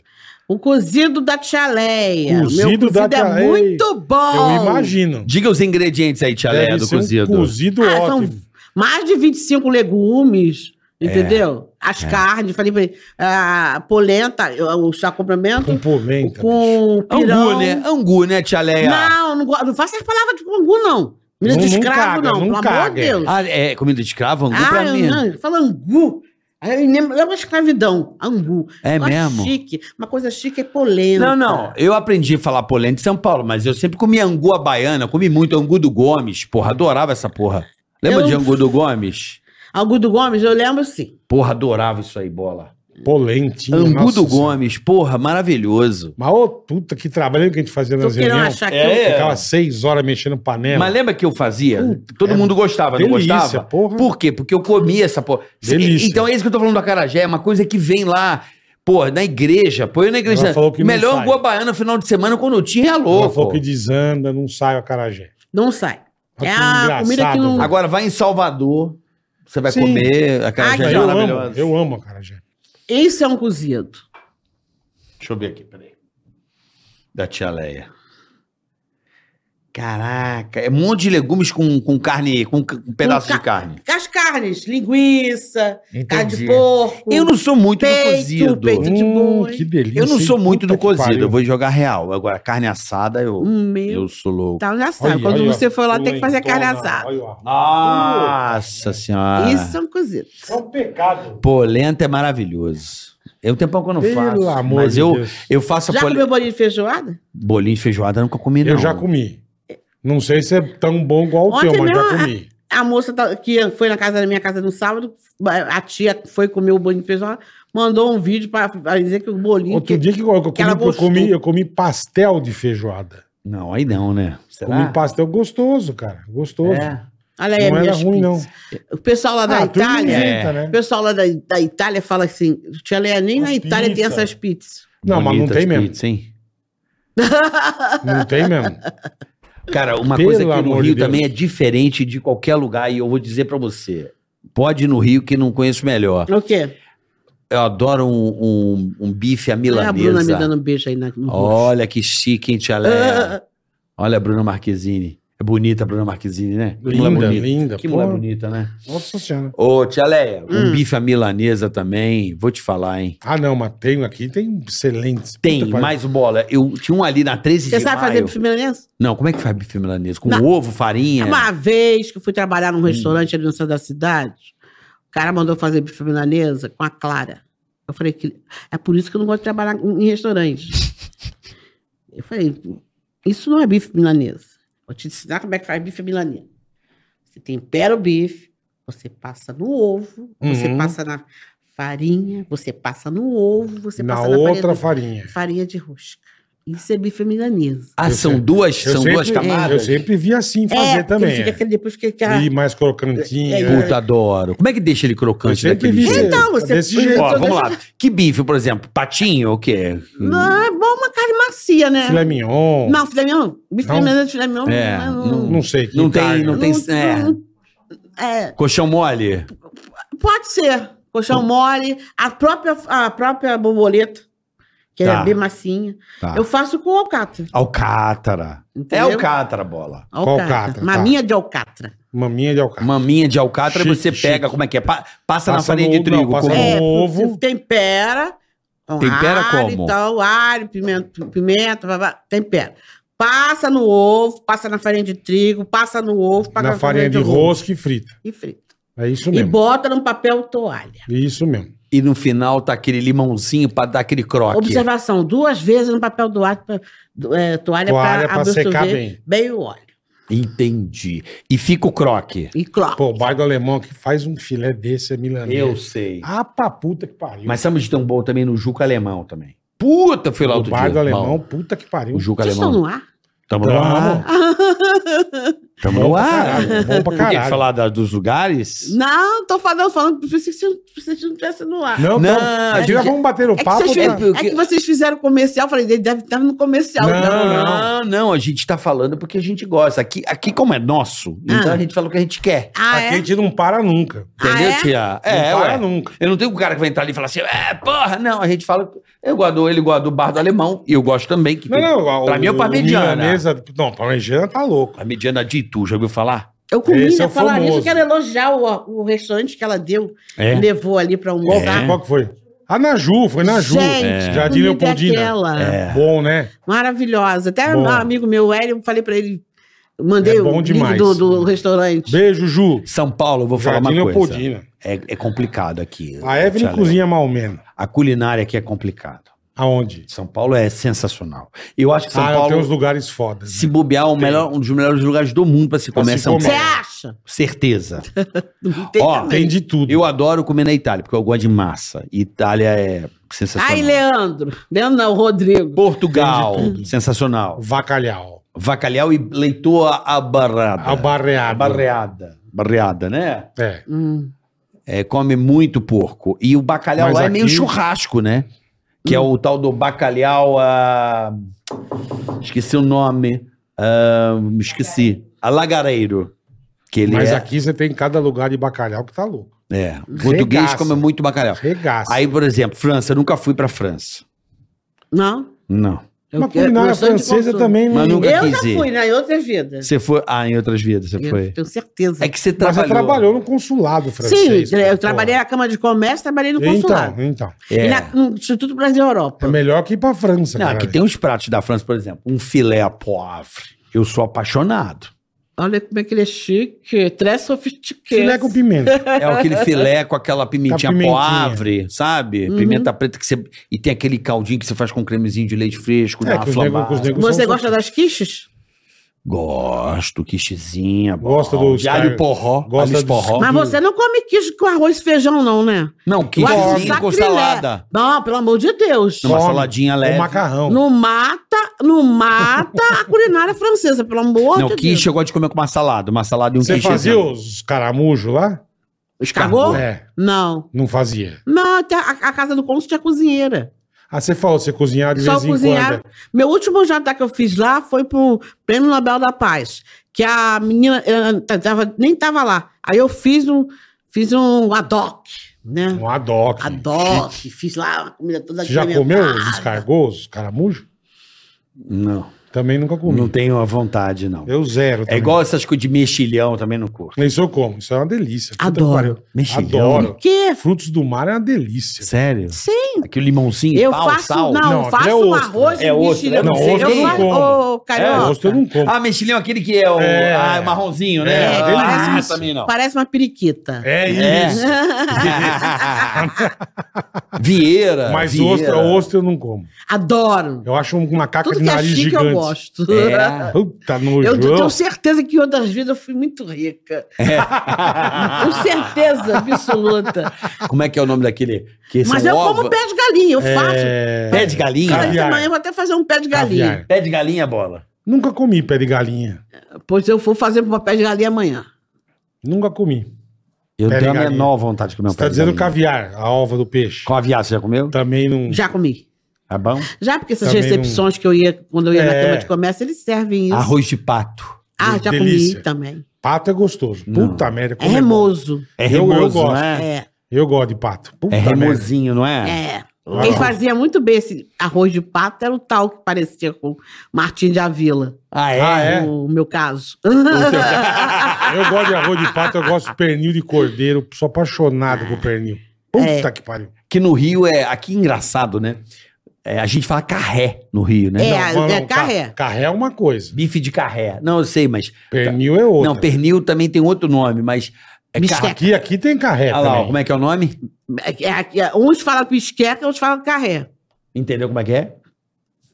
[SPEAKER 4] O cozido da chaleia.
[SPEAKER 2] Cozido
[SPEAKER 4] Meu cozido
[SPEAKER 2] da
[SPEAKER 4] é
[SPEAKER 2] tia-
[SPEAKER 4] muito bom.
[SPEAKER 2] Eu imagino.
[SPEAKER 3] Diga os ingredientes aí, tia Leia,
[SPEAKER 2] Deve
[SPEAKER 3] é do
[SPEAKER 2] ser um
[SPEAKER 3] cozido.
[SPEAKER 2] cozido
[SPEAKER 4] Ah, são
[SPEAKER 2] ótimo. É,
[SPEAKER 4] mais de 25 legumes, entendeu? As carnes, falei pra ele, a polenta, eu- o chá complemento,
[SPEAKER 2] Com polenta. bicho.
[SPEAKER 4] com pirão.
[SPEAKER 3] Angu, né? Angu, né, tia Leia?
[SPEAKER 4] Não, não, go- não faça as palavras de angu, não. Menina
[SPEAKER 2] Não-
[SPEAKER 4] de
[SPEAKER 2] não
[SPEAKER 4] escravo,
[SPEAKER 2] caga,
[SPEAKER 4] não,
[SPEAKER 2] não
[SPEAKER 4] pelo amor
[SPEAKER 2] caga.
[SPEAKER 4] de Deus.
[SPEAKER 3] Ah, é comida de escravo? Angu
[SPEAKER 4] Ah,
[SPEAKER 3] pra
[SPEAKER 4] eu
[SPEAKER 3] mim. né?
[SPEAKER 4] não, fala angu. Aí eu lembro- lembro a escravidão, angu.
[SPEAKER 3] É
[SPEAKER 4] Uma
[SPEAKER 3] mesmo?
[SPEAKER 4] chique. Uma coisa chique é polenta.
[SPEAKER 3] Não, não. Eu aprendi a falar polenta em São Paulo, mas eu sempre comi angu à baiana, comi muito angu do Gomes, porra, adorava essa porra. Lembra
[SPEAKER 4] Eu-
[SPEAKER 3] de angu do Gomes?
[SPEAKER 4] Angu do Gomes, eu lembro sim.
[SPEAKER 3] Porra, adorava isso aí, bola.
[SPEAKER 2] Polentinha.
[SPEAKER 3] angu
[SPEAKER 2] nossa
[SPEAKER 3] do
[SPEAKER 2] senhora.
[SPEAKER 3] Gomes, porra, maravilhoso.
[SPEAKER 2] Mas, ô, puta, que trabalho que a gente fazia
[SPEAKER 4] Tô
[SPEAKER 2] nas
[SPEAKER 4] querendo
[SPEAKER 2] reuniões.
[SPEAKER 4] achar que
[SPEAKER 3] É,
[SPEAKER 4] eu-
[SPEAKER 2] Ficava seis horas mexendo panela.
[SPEAKER 3] Mas lembra que eu fazia?
[SPEAKER 2] Puta,
[SPEAKER 3] Todo
[SPEAKER 2] é
[SPEAKER 3] mundo gostava, não
[SPEAKER 2] delícia,
[SPEAKER 3] gostava?
[SPEAKER 2] porra.
[SPEAKER 3] Por quê? Porque eu comia essa porra.
[SPEAKER 2] Delícia.
[SPEAKER 3] Então é isso que eu tô falando do acarajé, é uma coisa que vem lá, porra, na igreja. Pô, eu na igreja.
[SPEAKER 2] Ela falou que não
[SPEAKER 3] Melhor
[SPEAKER 2] sai.
[SPEAKER 3] angu à baiana final de semana quando eu tinha é
[SPEAKER 2] Ela
[SPEAKER 3] louco.
[SPEAKER 2] falou que desanda, não sai o acarajé.
[SPEAKER 4] Não sai.
[SPEAKER 2] Olha
[SPEAKER 4] é
[SPEAKER 2] que
[SPEAKER 4] a comida que
[SPEAKER 2] engraçado,
[SPEAKER 4] não.
[SPEAKER 2] né?
[SPEAKER 3] Agora vai em Salvador. Você vai
[SPEAKER 2] Sim.
[SPEAKER 3] comer aquela
[SPEAKER 4] Ai,
[SPEAKER 3] gente
[SPEAKER 2] eu amo,
[SPEAKER 3] maravilhosa.
[SPEAKER 2] eu amo a carajé.
[SPEAKER 4] Esse é um cozido.
[SPEAKER 3] Deixa eu ver aqui, peraí. Da tia Leia. Caraca, é um monte de legumes com, com carne, com, c- com pedaço
[SPEAKER 4] ca-
[SPEAKER 3] de carne.
[SPEAKER 4] As carnes, linguiça, carne de
[SPEAKER 6] Entendi.
[SPEAKER 4] porco.
[SPEAKER 3] Eu não sou muito
[SPEAKER 4] Peito,
[SPEAKER 3] do cozido.
[SPEAKER 4] peito de boi.
[SPEAKER 2] Hum, que delícia.
[SPEAKER 3] Eu não
[SPEAKER 2] hein?
[SPEAKER 3] sou muito
[SPEAKER 2] Puta
[SPEAKER 3] do
[SPEAKER 2] que
[SPEAKER 3] cozido,
[SPEAKER 2] pariu.
[SPEAKER 3] eu vou jogar real. Agora, carne assada, eu,
[SPEAKER 4] Meu.
[SPEAKER 3] eu sou louco.
[SPEAKER 4] Então já sabe,
[SPEAKER 2] Olha,
[SPEAKER 4] quando
[SPEAKER 2] olha,
[SPEAKER 4] você for lá, tem que fazer carne
[SPEAKER 2] polentona,
[SPEAKER 4] assada.
[SPEAKER 2] olha lá.
[SPEAKER 3] Nossa senhora.
[SPEAKER 4] Isso é um cozido.
[SPEAKER 2] É um pecado.
[SPEAKER 3] Polenta é maravilhoso. É um tempão que eu não
[SPEAKER 2] Pelo
[SPEAKER 3] faço.
[SPEAKER 2] amor
[SPEAKER 3] mas
[SPEAKER 2] de
[SPEAKER 3] eu,
[SPEAKER 2] Deus.
[SPEAKER 3] eu faço
[SPEAKER 4] Já
[SPEAKER 3] pole-
[SPEAKER 4] comeu bolinho de feijoada?
[SPEAKER 3] bolinho de feijoada, eu nunca comi, não.
[SPEAKER 2] Eu já comi. Não sei se é tão bom igual o
[SPEAKER 4] Ontem
[SPEAKER 2] teu, mas já
[SPEAKER 4] mesmo,
[SPEAKER 2] comi.
[SPEAKER 4] A moça tá- que foi na casa da minha casa no sábado, a tia foi comer o bolinho de feijoada, mandou um vídeo pra pra dizer que o bolinho.
[SPEAKER 2] Outro
[SPEAKER 4] que-
[SPEAKER 2] dia que eu, eu
[SPEAKER 4] que ela
[SPEAKER 2] comi, eu, comi,
[SPEAKER 4] gostou.
[SPEAKER 2] eu comi pastel de feijoada.
[SPEAKER 3] Não, aí não, né? Será?
[SPEAKER 4] Ah.
[SPEAKER 2] Comi pastel gostoso, cara. Gostoso.
[SPEAKER 3] É.
[SPEAKER 4] Olha aí,
[SPEAKER 2] não
[SPEAKER 4] a
[SPEAKER 2] era
[SPEAKER 4] minha
[SPEAKER 2] ruim, não.
[SPEAKER 4] O pessoal lá da
[SPEAKER 2] Ah, tudo
[SPEAKER 4] Itália.
[SPEAKER 2] inventa,
[SPEAKER 3] É.
[SPEAKER 2] né?
[SPEAKER 4] O pessoal lá da, da Itália fala assim: Tia Leia, nem
[SPEAKER 2] As
[SPEAKER 4] na Itália tem
[SPEAKER 2] pizzas.
[SPEAKER 4] essas pizzas.
[SPEAKER 2] Não, mas não
[SPEAKER 3] Bonitas
[SPEAKER 2] tem mesmo.
[SPEAKER 3] pizzas, hein?
[SPEAKER 2] Não tem mesmo.
[SPEAKER 3] Cara, uma
[SPEAKER 2] Pelo
[SPEAKER 3] coisa que no
[SPEAKER 2] amor de
[SPEAKER 3] Rio
[SPEAKER 2] Deus.
[SPEAKER 3] também é diferente de qualquer lugar, e eu vou dizer pra você. Pode ir no Rio que não conheço melhor.
[SPEAKER 4] O quê?
[SPEAKER 3] Eu adoro um, um- um bife à
[SPEAKER 4] Olha a Bruna me
[SPEAKER 3] milanesa.
[SPEAKER 4] dando um beijo aí na, no rosto.
[SPEAKER 3] Olha que chique, hein, Tia
[SPEAKER 4] Ah.
[SPEAKER 3] Leia? Olha a Bruna Marquezine. É bonita a Bruna Marquezine, né? Que mulher
[SPEAKER 2] Linda,
[SPEAKER 3] bonita.
[SPEAKER 2] linda.
[SPEAKER 3] Que mulher
[SPEAKER 2] pô.
[SPEAKER 3] bonita, né?
[SPEAKER 2] Nossa senhora.
[SPEAKER 3] Ô, tia Leia, um
[SPEAKER 4] Hum.
[SPEAKER 3] bife à milanesa também, vou te falar, hein?
[SPEAKER 2] Ah, não, mas tem aqui, tem excelentes.
[SPEAKER 3] Tem,
[SPEAKER 2] Puta,
[SPEAKER 3] mais bola. Eu tinha um ali na 13
[SPEAKER 4] Você
[SPEAKER 3] de
[SPEAKER 4] sabe
[SPEAKER 3] maio.
[SPEAKER 4] fazer bife milanesa?
[SPEAKER 3] Não, como é que faz bife milanesa? Com
[SPEAKER 4] Não.
[SPEAKER 3] ovo,
[SPEAKER 2] É.
[SPEAKER 3] farinha?
[SPEAKER 4] Uma vez que eu fui trabalhar num restaurante ali no centro da cidade, o cara mandou fazer bife milanesa com a Clara. Eu falei que é por isso que eu não gosto de trabalhar em em restaurante. Eu falei, isso não é bife milanesa. Vou te ensinar como é que faz bife milanesa. Você tempera o bife, você passa no ovo, você
[SPEAKER 2] Uhum.
[SPEAKER 4] passa na farinha, você passa no ovo, você
[SPEAKER 2] na
[SPEAKER 4] passa
[SPEAKER 2] outra
[SPEAKER 4] farinha,
[SPEAKER 2] farinha.
[SPEAKER 4] do- farinha de rosca. Isso é bife milanesa.
[SPEAKER 3] Ah,
[SPEAKER 2] Eu
[SPEAKER 3] são
[SPEAKER 2] sempre-
[SPEAKER 3] duas,
[SPEAKER 2] Eu
[SPEAKER 3] são duas
[SPEAKER 2] sempre- Eu
[SPEAKER 3] camadas?
[SPEAKER 2] sempre vi assim fazer
[SPEAKER 4] é, porque
[SPEAKER 2] também.
[SPEAKER 4] Fica
[SPEAKER 2] é.
[SPEAKER 4] aquele, depois fica aquela...
[SPEAKER 2] E mais crocantinho.
[SPEAKER 4] É,
[SPEAKER 2] é.
[SPEAKER 3] Puta, adoro. Como é que deixa ele crocante
[SPEAKER 2] Eu sempre
[SPEAKER 3] daquele
[SPEAKER 2] vi.
[SPEAKER 3] jeito?
[SPEAKER 4] Então, você...
[SPEAKER 2] Desse jeito.
[SPEAKER 3] Ó,
[SPEAKER 4] Então,
[SPEAKER 3] vamos
[SPEAKER 4] deixa-
[SPEAKER 3] lá. Que bife, por exemplo? Patinho ou o quê?
[SPEAKER 4] Não, é bom uma carne macia, né?
[SPEAKER 2] Filé mignon.
[SPEAKER 4] Não, filé mignon. Bife
[SPEAKER 2] Não?
[SPEAKER 4] milanesa de filé mignon.
[SPEAKER 3] É,
[SPEAKER 4] não,
[SPEAKER 3] não-
[SPEAKER 2] Não sei. que
[SPEAKER 3] Não tem,
[SPEAKER 2] carne.
[SPEAKER 3] não tem... é.
[SPEAKER 4] é,
[SPEAKER 3] Colchão mole?
[SPEAKER 4] pode ser. Colchão mole, a própria, a própria borboleta, que
[SPEAKER 3] Tá.
[SPEAKER 4] é bem massinha.
[SPEAKER 3] Tá.
[SPEAKER 4] Eu faço com alcatra.
[SPEAKER 3] Alcatra. É
[SPEAKER 4] entendeu?
[SPEAKER 3] alcatra, bola.
[SPEAKER 4] Alcatra.
[SPEAKER 2] alcatra, tá.
[SPEAKER 4] Maminha de alcatra.
[SPEAKER 2] Maminha de alcatra.
[SPEAKER 3] Maminha de alcatra e
[SPEAKER 2] Chique,
[SPEAKER 3] você pega,
[SPEAKER 2] chique.
[SPEAKER 3] como é que é? Pa- passa, na
[SPEAKER 2] Passa
[SPEAKER 3] farinha
[SPEAKER 2] no-
[SPEAKER 3] de trigo.
[SPEAKER 2] não, passa
[SPEAKER 3] com-
[SPEAKER 2] no-
[SPEAKER 4] É,
[SPEAKER 2] ovo.
[SPEAKER 4] você Tempera. com
[SPEAKER 3] Tempera
[SPEAKER 4] alho
[SPEAKER 3] como?
[SPEAKER 4] E tal, alho, pimenta, pimenta blá, blá, tempera. Passa no ovo, passa na farinha de trigo, passa no ovo, passa
[SPEAKER 2] Na farinha de
[SPEAKER 4] rolo
[SPEAKER 2] rosca e frita.
[SPEAKER 4] E frita.
[SPEAKER 2] É isso
[SPEAKER 4] E
[SPEAKER 2] mesmo.
[SPEAKER 4] bota num papel toalha.
[SPEAKER 2] É Isso mesmo.
[SPEAKER 3] E no final tá aquele limãozinho pra dar aquele croque.
[SPEAKER 4] Observação: duas vezes no papel toalha, pra, do- é, toalha
[SPEAKER 2] Toalha
[SPEAKER 4] para
[SPEAKER 2] pra secar bem.
[SPEAKER 4] bem o óleo.
[SPEAKER 3] Entendi. E fica o croque.
[SPEAKER 4] E croque.
[SPEAKER 2] Pô, o bar do alemão que faz um filé desse é milanês.
[SPEAKER 3] sei.
[SPEAKER 2] Ah, pra puta que pariu.
[SPEAKER 3] Mas estamos de tão bom um também no Juca Alemão também. Puta, fui lá
[SPEAKER 2] o
[SPEAKER 3] outro
[SPEAKER 2] bar
[SPEAKER 3] dia.
[SPEAKER 2] do alemão,
[SPEAKER 3] Bom,
[SPEAKER 2] puta que pariu.
[SPEAKER 3] o Juca
[SPEAKER 4] Vocês estão
[SPEAKER 3] Alemão.
[SPEAKER 4] no ar?
[SPEAKER 3] Tamo no
[SPEAKER 2] Tamo.
[SPEAKER 3] ar. Tamo
[SPEAKER 2] Bom
[SPEAKER 3] no
[SPEAKER 2] pra
[SPEAKER 3] ar.
[SPEAKER 2] caralho, bom pra
[SPEAKER 3] Por que
[SPEAKER 2] caralho.
[SPEAKER 3] falar da- dos lugares?
[SPEAKER 4] Não, tô falando, falando que vocês, vocês não estivessem no ar.
[SPEAKER 3] Não,
[SPEAKER 2] Não, não.
[SPEAKER 3] a
[SPEAKER 2] já
[SPEAKER 3] gente-
[SPEAKER 2] vamos bater o
[SPEAKER 4] É que,
[SPEAKER 2] papo.
[SPEAKER 4] vocês,
[SPEAKER 2] pra-
[SPEAKER 4] fizeram- é que vocês fizeram comercial, falei, ele deve estar no comercial.
[SPEAKER 2] Não,
[SPEAKER 3] não, não, a gente tá falando porque a gente gosta. Aqui, aqui como é nosso, então
[SPEAKER 4] Ah.
[SPEAKER 3] a gente fala o que a gente quer.
[SPEAKER 4] Ah,
[SPEAKER 2] Aqui a
[SPEAKER 4] é?
[SPEAKER 2] gente não para nunca.
[SPEAKER 3] Entendeu,
[SPEAKER 4] Ah, é?
[SPEAKER 3] tia?
[SPEAKER 2] Não
[SPEAKER 3] É,
[SPEAKER 2] para
[SPEAKER 3] ué.
[SPEAKER 2] nunca.
[SPEAKER 3] Eu não tenho um cara que vai entrar ali e falar assim, é, porra, não, a gente fala, eu gosto do, ele gosta do bar do alemão, e eu gosto também, que
[SPEAKER 2] Não,
[SPEAKER 3] tem,
[SPEAKER 2] não,
[SPEAKER 3] pra mim é o parmegiana.
[SPEAKER 2] milanesa- Não, parmegiana tá louco.
[SPEAKER 3] a mediana de Itu, já ouviu falar?
[SPEAKER 4] Eu comi,
[SPEAKER 2] Esse
[SPEAKER 4] né?
[SPEAKER 2] é o
[SPEAKER 4] Falar
[SPEAKER 2] famoso. É.
[SPEAKER 4] nisso, quero elogiar o, o restaurante que ela deu,
[SPEAKER 3] É.
[SPEAKER 4] levou ali pra
[SPEAKER 2] Qual,
[SPEAKER 4] almoçar.
[SPEAKER 2] qual que foi? Ah, na Ju, foi É. na Ju.
[SPEAKER 4] Gente,
[SPEAKER 2] Já de
[SPEAKER 4] comida
[SPEAKER 2] Leopoldina.
[SPEAKER 4] aquela.
[SPEAKER 3] É.
[SPEAKER 2] Bom, né?
[SPEAKER 4] Maravilhosa. Até
[SPEAKER 2] Bom.
[SPEAKER 4] um amigo meu, Hélio, eu falei pra ele, mandei
[SPEAKER 2] É bom
[SPEAKER 4] o link
[SPEAKER 2] demais.
[SPEAKER 4] do, do restaurante.
[SPEAKER 2] Beijo, Ju.
[SPEAKER 3] São Paulo, eu vou falar
[SPEAKER 2] Jardim
[SPEAKER 3] uma coisa.
[SPEAKER 2] Leopoldina.
[SPEAKER 3] É, é complicado aqui.
[SPEAKER 2] A
[SPEAKER 3] tia
[SPEAKER 2] Evelyn
[SPEAKER 3] Leia.
[SPEAKER 2] cozinha mal menos.
[SPEAKER 3] A culinária aqui é complicada.
[SPEAKER 2] Aonde?
[SPEAKER 3] São Paulo é sensacional. Eu acho que São
[SPEAKER 2] ah, tem uns
[SPEAKER 3] Paulo,
[SPEAKER 2] lugares fodas. né?
[SPEAKER 3] se bobear, é o melhor- um dos melhores lugares do mundo pra se
[SPEAKER 2] Pra
[SPEAKER 3] comer é
[SPEAKER 2] se
[SPEAKER 3] São
[SPEAKER 2] comer.
[SPEAKER 4] Você
[SPEAKER 3] Paulo.
[SPEAKER 4] acha?
[SPEAKER 2] <laughs>
[SPEAKER 3] Certeza.
[SPEAKER 4] Não tem
[SPEAKER 3] Ó,
[SPEAKER 4] também.
[SPEAKER 2] Tem de tudo.
[SPEAKER 3] Eu adoro comer na Itália, porque eu gosto de massa. Itália é sensacional.
[SPEAKER 4] Ai, Leandro. Leandro não, Rodrigo.
[SPEAKER 3] Portugal,
[SPEAKER 2] Tem de tudo.
[SPEAKER 3] sensacional.
[SPEAKER 2] Vacalhau.
[SPEAKER 3] Vacalhau e leitoa abarrada.
[SPEAKER 2] Abarreado.
[SPEAKER 3] Abarreada. Barreada, né?
[SPEAKER 2] É.
[SPEAKER 4] Hum.
[SPEAKER 3] É, come muito porco. E o bacalhau
[SPEAKER 2] Mas
[SPEAKER 3] lá é
[SPEAKER 2] aqui-
[SPEAKER 3] meio churrasco, né? Que é o tal do bacalhau. ah, Esqueci o nome. ah, Esqueci. Alagareiro. Que ele
[SPEAKER 2] Mas
[SPEAKER 3] é,
[SPEAKER 2] aqui você tem cada lugar de bacalhau que tá louco.
[SPEAKER 3] é, português
[SPEAKER 2] Regaça.
[SPEAKER 3] come muito bacalhau.
[SPEAKER 2] Regaça.
[SPEAKER 3] Aí, por exemplo, França, eu nunca fui pra França.
[SPEAKER 4] Não.
[SPEAKER 3] Não.
[SPEAKER 4] Eu
[SPEAKER 2] Mas a
[SPEAKER 4] quero-
[SPEAKER 2] culinária
[SPEAKER 4] gostando de
[SPEAKER 2] francesa
[SPEAKER 4] é consumo.
[SPEAKER 2] também é um
[SPEAKER 3] Mas
[SPEAKER 2] não...
[SPEAKER 3] nunca-
[SPEAKER 4] Eu já
[SPEAKER 3] quis ir.
[SPEAKER 4] fui na outra vida.
[SPEAKER 3] Você foi. Ah, em outras vidas, você
[SPEAKER 4] Eu
[SPEAKER 3] foi.
[SPEAKER 4] tenho certeza.
[SPEAKER 3] É que você
[SPEAKER 2] Mas você
[SPEAKER 3] trabalhou.
[SPEAKER 2] trabalhou no consulado
[SPEAKER 4] Sim, é,
[SPEAKER 2] francês.
[SPEAKER 4] eu trabalhei na Câmara de Comércio, trabalhei no
[SPEAKER 2] no consulado.
[SPEAKER 4] consulado.
[SPEAKER 2] Então, então.
[SPEAKER 3] É.
[SPEAKER 4] E na- no Instituto Brasil Europa.
[SPEAKER 2] É melhor que ir pra França,
[SPEAKER 3] Não,
[SPEAKER 2] cara.
[SPEAKER 3] aqui tem uns pratos da França, por exemplo, um filé à poivre. Eu sou apaixonado.
[SPEAKER 4] Olha como é que ele é chique. Très sofisticado.
[SPEAKER 2] Filé com pimenta.
[SPEAKER 3] É aquele filé com aquela pimentinha,
[SPEAKER 2] pimentinha.
[SPEAKER 3] poivre, sabe?
[SPEAKER 4] Uhum.
[SPEAKER 3] Pimenta preta que você. E tem aquele caldinho que você faz com cremezinho de leite fresco, dá
[SPEAKER 2] É,
[SPEAKER 3] uma
[SPEAKER 2] que os nego- que os
[SPEAKER 3] flambada.
[SPEAKER 2] nego
[SPEAKER 4] Você
[SPEAKER 2] são-
[SPEAKER 4] gosta das quiches?
[SPEAKER 3] Gosto, quichezinha. bom.
[SPEAKER 2] Gosta do-
[SPEAKER 3] De alho porró.
[SPEAKER 2] Gosta
[SPEAKER 3] alho
[SPEAKER 2] dos-
[SPEAKER 3] porró.
[SPEAKER 4] Mas
[SPEAKER 2] Óbvio.
[SPEAKER 4] você não come quiche com arroz e feijão, não, né?
[SPEAKER 3] Não,
[SPEAKER 4] Eu acho
[SPEAKER 3] quichezinha
[SPEAKER 4] um
[SPEAKER 3] com
[SPEAKER 4] sacrilé.
[SPEAKER 3] salada.
[SPEAKER 4] Não, pelo amor de Deus.
[SPEAKER 3] Uma
[SPEAKER 2] Come.
[SPEAKER 3] saladinha leve.
[SPEAKER 2] Com macarrão.
[SPEAKER 4] Não mata, não mata a culinária francesa, pelo amor
[SPEAKER 3] Não,
[SPEAKER 4] de
[SPEAKER 3] quiche
[SPEAKER 4] Deus.
[SPEAKER 3] eu gosto de comer com uma salada. Uma salada e um
[SPEAKER 2] Você
[SPEAKER 3] quichezinho.
[SPEAKER 2] fazia os caramujos lá?
[SPEAKER 4] Escargou?
[SPEAKER 2] É,
[SPEAKER 4] Não.
[SPEAKER 2] não fazia.
[SPEAKER 4] Não, até a, a casa do cônsul tinha cozinheira.
[SPEAKER 2] Ah, você falou, você cozinhava de
[SPEAKER 4] Só
[SPEAKER 2] vez em
[SPEAKER 4] cozinhar.
[SPEAKER 2] quando.
[SPEAKER 4] Meu último jantar que eu fiz lá foi pro Prêmio Nobel da Paz, que a menina eh, eh, tava- nem tava lá. Aí eu fiz um, fiz um adoc, né?
[SPEAKER 2] Um adoc.
[SPEAKER 4] Adoc, fiz lá uma comida toda
[SPEAKER 2] Você já comeu
[SPEAKER 4] experimentada.
[SPEAKER 2] os escargos, os caramujos?
[SPEAKER 3] Não,
[SPEAKER 2] Também nunca comi.
[SPEAKER 3] não tenho a vontade, não.
[SPEAKER 2] Hum. Eu zero.
[SPEAKER 3] É
[SPEAKER 2] também.
[SPEAKER 3] igual essas coisas de mexilhão, também não curto.
[SPEAKER 2] Isso eu como. Isso é uma delícia. Puta que
[SPEAKER 4] Adoro.
[SPEAKER 2] pariu.
[SPEAKER 3] Mexilhão?
[SPEAKER 2] Adoro.
[SPEAKER 4] Que?
[SPEAKER 2] Frutos do mar é uma delícia.
[SPEAKER 3] Sério?
[SPEAKER 4] Sim.
[SPEAKER 3] Aquele limãozinho,
[SPEAKER 4] Eu
[SPEAKER 3] pau,
[SPEAKER 4] faço,
[SPEAKER 3] sal.
[SPEAKER 4] não,
[SPEAKER 2] Não,
[SPEAKER 4] faço
[SPEAKER 2] aquilo é
[SPEAKER 4] um
[SPEAKER 2] ostra.
[SPEAKER 4] arroz
[SPEAKER 3] É
[SPEAKER 4] de
[SPEAKER 3] ostra,
[SPEAKER 4] mexilhão.
[SPEAKER 3] né? Não,
[SPEAKER 2] ostra
[SPEAKER 4] eu
[SPEAKER 2] eu
[SPEAKER 4] faço,
[SPEAKER 2] como.
[SPEAKER 4] ô, carioca,
[SPEAKER 2] É, osso eu não como.
[SPEAKER 3] Ah, mexilhão aquele que é o
[SPEAKER 2] É.
[SPEAKER 3] ah, é marronzinho, né?
[SPEAKER 2] É,
[SPEAKER 3] ah,
[SPEAKER 2] delícia.
[SPEAKER 3] não é pra mim, não.
[SPEAKER 4] parece uma periquita.
[SPEAKER 2] É
[SPEAKER 3] É. <laughs>
[SPEAKER 2] isso.
[SPEAKER 3] Vieira.
[SPEAKER 2] Mas
[SPEAKER 3] Vieira.
[SPEAKER 2] ostra, ostra eu não como.
[SPEAKER 4] Adoro.
[SPEAKER 2] Eu acho um macaco
[SPEAKER 4] Tudo
[SPEAKER 2] de
[SPEAKER 4] que é
[SPEAKER 2] nariz
[SPEAKER 4] chique
[SPEAKER 2] gigante.
[SPEAKER 4] eu gosto.
[SPEAKER 3] É.
[SPEAKER 2] Puta nojo.
[SPEAKER 4] <laughs> Eu tenho certeza que em outras vidas eu fui muito rica.
[SPEAKER 3] É. Ah.
[SPEAKER 4] Com certeza absoluta.
[SPEAKER 3] Como é que é o nome daquele? Que
[SPEAKER 4] Mas
[SPEAKER 3] são
[SPEAKER 4] eu
[SPEAKER 3] ovos?
[SPEAKER 4] como pé de galinha, eu faço.
[SPEAKER 2] É,
[SPEAKER 3] Pé de galinha?
[SPEAKER 4] Mas
[SPEAKER 2] Caviar.
[SPEAKER 4] Essa manhã eu vou até fazer um pé de galinha.
[SPEAKER 2] caviar.
[SPEAKER 3] Pé de galinha, é bola.
[SPEAKER 2] Nunca comi pé de galinha.
[SPEAKER 4] Pois eu vou fazer um pé de galinha amanhã.
[SPEAKER 2] Nunca comi.
[SPEAKER 3] Eu
[SPEAKER 2] Pé de
[SPEAKER 3] tenho a
[SPEAKER 2] galinha.
[SPEAKER 3] menor vontade de comer um
[SPEAKER 2] Você tá
[SPEAKER 3] pé de
[SPEAKER 2] dizendo
[SPEAKER 3] galinha.
[SPEAKER 2] caviar, a ova do peixe.
[SPEAKER 3] Com aviar, você já comeu?
[SPEAKER 2] Também não.
[SPEAKER 4] Já comi.
[SPEAKER 3] Tá bom?
[SPEAKER 4] Já porque essas
[SPEAKER 2] Também
[SPEAKER 4] recepções que eu ia, quando eu ia na
[SPEAKER 2] É.
[SPEAKER 4] Câmara de Comércio, eles servem isso.
[SPEAKER 3] Arroz de pato.
[SPEAKER 4] ah, já
[SPEAKER 2] Delícia.
[SPEAKER 4] comi também.
[SPEAKER 2] Pato é gostoso.
[SPEAKER 3] Não.
[SPEAKER 2] Puta merda.
[SPEAKER 4] É
[SPEAKER 2] como bom.
[SPEAKER 4] remoso.
[SPEAKER 3] É
[SPEAKER 2] Eu- eu
[SPEAKER 3] remoso,
[SPEAKER 2] gosto.
[SPEAKER 3] né?
[SPEAKER 4] É,
[SPEAKER 2] Eu gosto de pato. Puta
[SPEAKER 3] É
[SPEAKER 2] merda.
[SPEAKER 3] remozinho, não é?
[SPEAKER 4] é.
[SPEAKER 3] Uau.
[SPEAKER 4] Quem fazia muito bem esse arroz de pato era o tal que parecia com Martim de Avila,
[SPEAKER 3] Ah, é?
[SPEAKER 2] Ah, é?
[SPEAKER 4] no meu caso.
[SPEAKER 2] Eu gosto de arroz de pato, eu gosto de pernil de cordeiro. Sou apaixonado com pernil.
[SPEAKER 4] É.
[SPEAKER 2] Puta que pariu.
[SPEAKER 3] Que no Rio é. Aqui engraçado, né? É, a gente fala carré no Rio, né?
[SPEAKER 4] É,
[SPEAKER 3] Não,
[SPEAKER 4] a- é
[SPEAKER 2] ca-
[SPEAKER 4] carré.
[SPEAKER 2] Carré é uma coisa.
[SPEAKER 3] bife de carré. Não, eu sei, mas.
[SPEAKER 2] Pernil é outra.
[SPEAKER 3] Não, pernil também tem outro nome, mas. É
[SPEAKER 4] Bisteca.
[SPEAKER 3] carré.
[SPEAKER 2] Aqui, aqui tem carré
[SPEAKER 3] Olha lá, ó,
[SPEAKER 2] também.
[SPEAKER 3] como é que é o nome?
[SPEAKER 4] É, <laughs> é, é, uns falam pisqueca, outros falam carré.
[SPEAKER 3] Entendeu como é que é?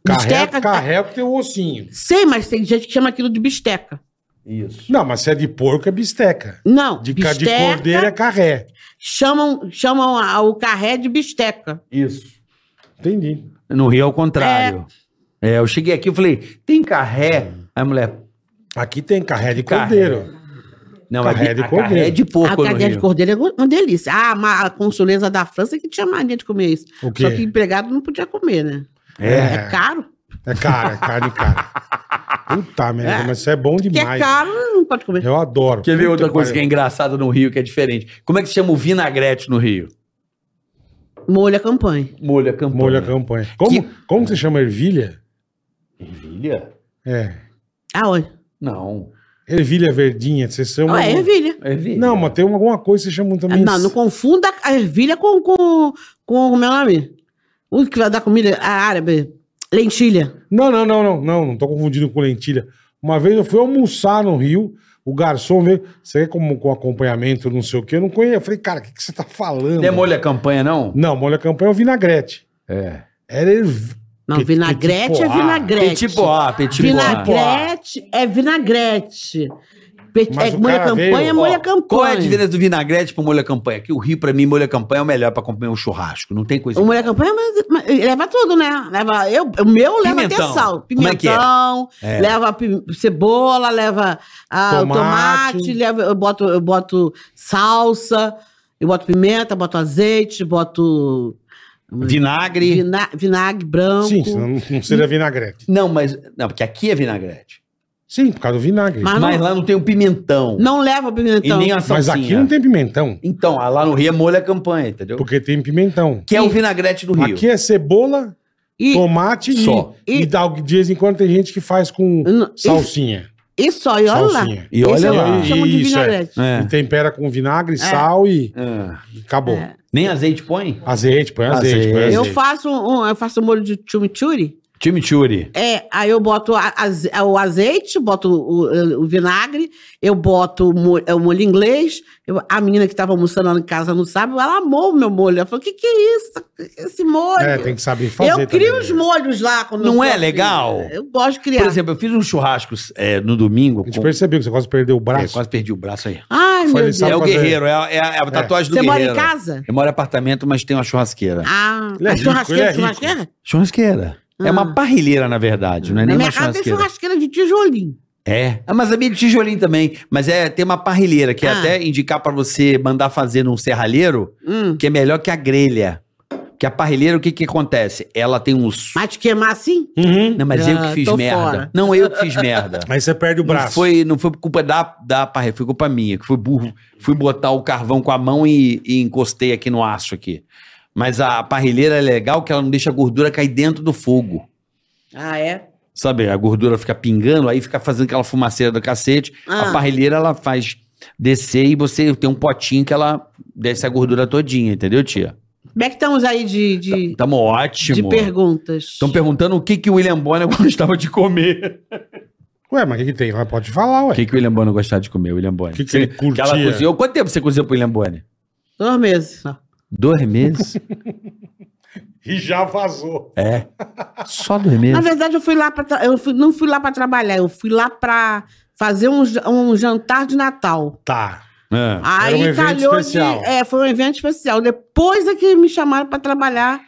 [SPEAKER 2] Carré,
[SPEAKER 4] bisteca-
[SPEAKER 2] carré é que tem o ossinho.
[SPEAKER 4] Sei, mas tem gente que chama aquilo de bisteca.
[SPEAKER 3] Isso.
[SPEAKER 2] Não, mas se é de porco é bisteca.
[SPEAKER 4] Não,
[SPEAKER 2] De, ca-
[SPEAKER 4] bisteca,
[SPEAKER 2] de cordeiro é carré.
[SPEAKER 4] chamam, chamam a- o carré de bisteca.
[SPEAKER 3] Isso.
[SPEAKER 2] Entendi.
[SPEAKER 3] No Rio é o contrário. É, eu cheguei aqui e falei, tem carré? Aí a mulher,
[SPEAKER 2] Aqui tem carré de
[SPEAKER 3] Carré.
[SPEAKER 2] cordeiro.
[SPEAKER 3] não,
[SPEAKER 2] Carré
[SPEAKER 3] é
[SPEAKER 2] de
[SPEAKER 3] de, a carré é de
[SPEAKER 4] A
[SPEAKER 3] porco no
[SPEAKER 4] carré de
[SPEAKER 3] Rio.
[SPEAKER 4] cordeiro é go- uma delícia. Ah, ma- a consuleza da França é que tinha mania de comer isso.
[SPEAKER 2] O
[SPEAKER 4] Só que
[SPEAKER 2] quê?
[SPEAKER 4] empregado não podia comer, né?
[SPEAKER 3] É.
[SPEAKER 4] É caro.
[SPEAKER 2] É cara, é cara de cara. Puta
[SPEAKER 4] <laughs>
[SPEAKER 2] merda,
[SPEAKER 4] É.
[SPEAKER 2] mas isso é bom
[SPEAKER 4] Que é
[SPEAKER 2] demais.
[SPEAKER 4] caro, não pode comer.
[SPEAKER 2] Eu adoro.
[SPEAKER 3] Quer ver
[SPEAKER 2] Puta
[SPEAKER 3] outra coisa que
[SPEAKER 2] pariu.
[SPEAKER 3] é engraçada no Rio, que é diferente? Como é que se chama o vinagrete no Rio?
[SPEAKER 4] Molho à campanha.
[SPEAKER 3] Molho a campanha.
[SPEAKER 2] Molho a campanha. Como, como que você chama ervilha?
[SPEAKER 3] Ervilha?
[SPEAKER 2] É.
[SPEAKER 4] Ah, olha.
[SPEAKER 3] Não.
[SPEAKER 2] Ervilha verdinha, você chama.
[SPEAKER 4] Ah, é ervilha.
[SPEAKER 3] Ervilha.
[SPEAKER 2] Não, mas tem alguma coisa que vocês chamam
[SPEAKER 4] Ah,
[SPEAKER 2] também.
[SPEAKER 4] Não, não confunda a ervilha com, com, com o meu nome. O que vai dar comida a árabe? Lentilha.
[SPEAKER 2] Não, não, não, não, não, não tô confundindo com lentilha. Uma vez eu fui almoçar no Rio, o garçom veio, você quer como com acompanhamento, não sei o quê, eu não conhecia. Eu falei, cara, o que, que você tá falando?
[SPEAKER 3] Não é molho a campanha, não?
[SPEAKER 2] Não, molho a campanha é o vinagrete.
[SPEAKER 3] É.
[SPEAKER 2] Era erv-
[SPEAKER 4] Não,
[SPEAKER 2] Petit
[SPEAKER 4] vinagrete
[SPEAKER 3] tipo
[SPEAKER 4] é
[SPEAKER 2] pois.
[SPEAKER 4] vinagrete.
[SPEAKER 3] Petit pois, petit pois.
[SPEAKER 4] Vinagrete é vinagrete. Pet-
[SPEAKER 2] Mas
[SPEAKER 4] É
[SPEAKER 2] o
[SPEAKER 4] molho à
[SPEAKER 2] cara
[SPEAKER 4] campanha,
[SPEAKER 2] veio,
[SPEAKER 4] é molho
[SPEAKER 3] Ó,
[SPEAKER 4] à
[SPEAKER 3] Qual é a
[SPEAKER 4] campanha.
[SPEAKER 3] diferença do vinagrete pro molho a campanha? Que o Rio, pra mim, molho a campanha é o melhor pra acompanhar um churrasco. Não tem coisa.
[SPEAKER 4] O molho à campanha mas- mas leva tudo, né? Leva, eu, o meu leva
[SPEAKER 3] Pimentão.
[SPEAKER 4] até sal.
[SPEAKER 3] Como é que é?
[SPEAKER 4] Pimentão,
[SPEAKER 3] É.
[SPEAKER 4] leva pi- cebola, leva ah, o
[SPEAKER 2] Tomate.
[SPEAKER 4] tomate, leva, eu, boto, eu boto salsa, eu boto pimenta, boto azeite, boto
[SPEAKER 3] Vinagre.
[SPEAKER 4] vina- vinagre branco.
[SPEAKER 2] Sim, senão não, não seria vinagrete.
[SPEAKER 3] Não, mas. Não, porque aqui é vinagrete.
[SPEAKER 2] Sim, por causa do vinagre.
[SPEAKER 4] Mas-
[SPEAKER 2] Mas,
[SPEAKER 4] Ah,
[SPEAKER 3] Mas
[SPEAKER 4] não.
[SPEAKER 3] lá não tem o pimentão.
[SPEAKER 4] Não então. leva pimentão.
[SPEAKER 3] E nem a salsinha.
[SPEAKER 2] aqui não tem pimentão,
[SPEAKER 3] Então, ah, lá no Rio é molho a campanha, entendeu?
[SPEAKER 2] porque tem pimentão.
[SPEAKER 3] Que é o vinagrete do Rio.
[SPEAKER 2] Aqui é cebola,
[SPEAKER 4] E,
[SPEAKER 2] tomate e-
[SPEAKER 3] Só.
[SPEAKER 2] e,
[SPEAKER 4] E-
[SPEAKER 2] dá- de vez em quando tem gente que faz com
[SPEAKER 4] Não, e-
[SPEAKER 2] salsinha.
[SPEAKER 4] e só, e olha lá.
[SPEAKER 2] Salsinha.
[SPEAKER 3] E
[SPEAKER 4] Esse
[SPEAKER 3] olha
[SPEAKER 4] é
[SPEAKER 3] lá.
[SPEAKER 4] o que chamam de
[SPEAKER 2] Isso, é.
[SPEAKER 4] vinagrete.
[SPEAKER 2] E tempera com vinagre, sal e
[SPEAKER 3] Ah,
[SPEAKER 2] acabou.
[SPEAKER 4] É.
[SPEAKER 3] Nem azeite põe?
[SPEAKER 2] Azeite, põe azeite, põe
[SPEAKER 3] Azeite.
[SPEAKER 2] azeite.
[SPEAKER 4] Eu faço um, eu faço um molho de chimichurri.
[SPEAKER 3] Chimichurri.
[SPEAKER 4] É, aí eu boto a- aze- o azeite, boto o, o vinagre, eu boto o molho, o molho inglês. Eu- a menina que estava almoçando lá em casa no sábado, ela amou o meu molho. Ela falou: o que, que é isso? Esse molho.
[SPEAKER 2] É, tem que saber fazer.
[SPEAKER 4] eu crio
[SPEAKER 2] também. né?
[SPEAKER 4] os molhos lá. quando
[SPEAKER 3] Não
[SPEAKER 4] eu
[SPEAKER 3] é
[SPEAKER 4] tô afim.
[SPEAKER 3] legal?
[SPEAKER 4] Eu gosto de criar.
[SPEAKER 3] Por exemplo, eu fiz uns churrascos é, no domingo.
[SPEAKER 2] A gente
[SPEAKER 3] com-
[SPEAKER 2] percebeu que você quase perdeu o
[SPEAKER 3] É,
[SPEAKER 2] braço.
[SPEAKER 3] quase perdi o braço aí.
[SPEAKER 4] Ai, meu
[SPEAKER 2] Foi
[SPEAKER 4] Deus.
[SPEAKER 2] Sabe
[SPEAKER 3] é o
[SPEAKER 2] fazer-
[SPEAKER 3] guerreiro, é, a- é a é a tatuagem do
[SPEAKER 4] Você mora
[SPEAKER 3] guerreiro.
[SPEAKER 4] em casa?
[SPEAKER 3] Eu moro em apartamento, mas tem uma churrasqueira.
[SPEAKER 4] Ah,
[SPEAKER 2] Ele é rico,
[SPEAKER 4] a
[SPEAKER 2] ele
[SPEAKER 4] churrasqueira,
[SPEAKER 2] é rico.
[SPEAKER 4] churrasqueira?
[SPEAKER 3] Churrasqueira. É
[SPEAKER 4] Ah.
[SPEAKER 3] uma parrilheira, na verdade, não é
[SPEAKER 4] Na
[SPEAKER 3] nem uma
[SPEAKER 4] minha casa tem
[SPEAKER 3] churrasqueira.
[SPEAKER 4] churrasqueira de tijolinho.
[SPEAKER 3] É. Ah, Mas a minha de tijolinho também. Mas é, tem uma parrilheira que é
[SPEAKER 4] Ah.
[SPEAKER 3] até indicar pra você mandar fazer num serralheiro,
[SPEAKER 4] Hum.
[SPEAKER 3] que é melhor que a grelha. Porque a parrilheira, o que que acontece? Ela tem uns.
[SPEAKER 4] Mas te queimar assim?
[SPEAKER 2] Uhum.
[SPEAKER 3] Não, mas
[SPEAKER 4] Ah,
[SPEAKER 3] eu que fiz
[SPEAKER 4] tô
[SPEAKER 3] merda.
[SPEAKER 4] fora.
[SPEAKER 3] Não, eu que fiz merda.
[SPEAKER 2] Aí você perde o
[SPEAKER 3] Não
[SPEAKER 2] braço.
[SPEAKER 3] foi, não foi por culpa da, da parrilha, foi culpa minha, que fui burro. Fui botar o carvão com a mão e, e encostei aqui no aço aqui. Mas a parrilheira é legal que ela não deixa a gordura cair dentro do fogo.
[SPEAKER 4] Ah, é?
[SPEAKER 3] Sabe, a gordura fica pingando, aí fica fazendo aquela fumaceira do cacete.
[SPEAKER 4] Ah.
[SPEAKER 3] A parrilheira, ela faz descer e você tem um potinho que ela desce a gordura todinha, entendeu, tia?
[SPEAKER 4] Como é que estamos aí de, de,
[SPEAKER 3] Tamo
[SPEAKER 4] de
[SPEAKER 3] Tá ótimo.
[SPEAKER 4] perguntas?
[SPEAKER 3] Estão perguntando o que, que o William Bonner <laughs> gostava de comer.
[SPEAKER 2] Ué, mas o que, que tem? Ela pode falar,
[SPEAKER 3] O
[SPEAKER 2] ué.
[SPEAKER 3] que, que o William Bonner gostava de comer, o William Bonner?
[SPEAKER 2] O que que ele curtia?
[SPEAKER 3] ela cozinhou. Quanto tempo você cozinhou pro William Bonner?
[SPEAKER 4] Dois meses. só.
[SPEAKER 3] Dois meses?
[SPEAKER 2] E já vazou.
[SPEAKER 3] é. Só dois meses.
[SPEAKER 4] Na verdade, eu fui lá para eu fui- não fui lá para trabalhar, eu fui lá para fazer um, ja- um jantar de Natal.
[SPEAKER 2] Tá.
[SPEAKER 3] É.
[SPEAKER 4] Aí
[SPEAKER 2] um evento
[SPEAKER 4] calhou
[SPEAKER 2] especial.
[SPEAKER 4] de, é, foi um evento especial. Depois é que me chamaram para trabalhar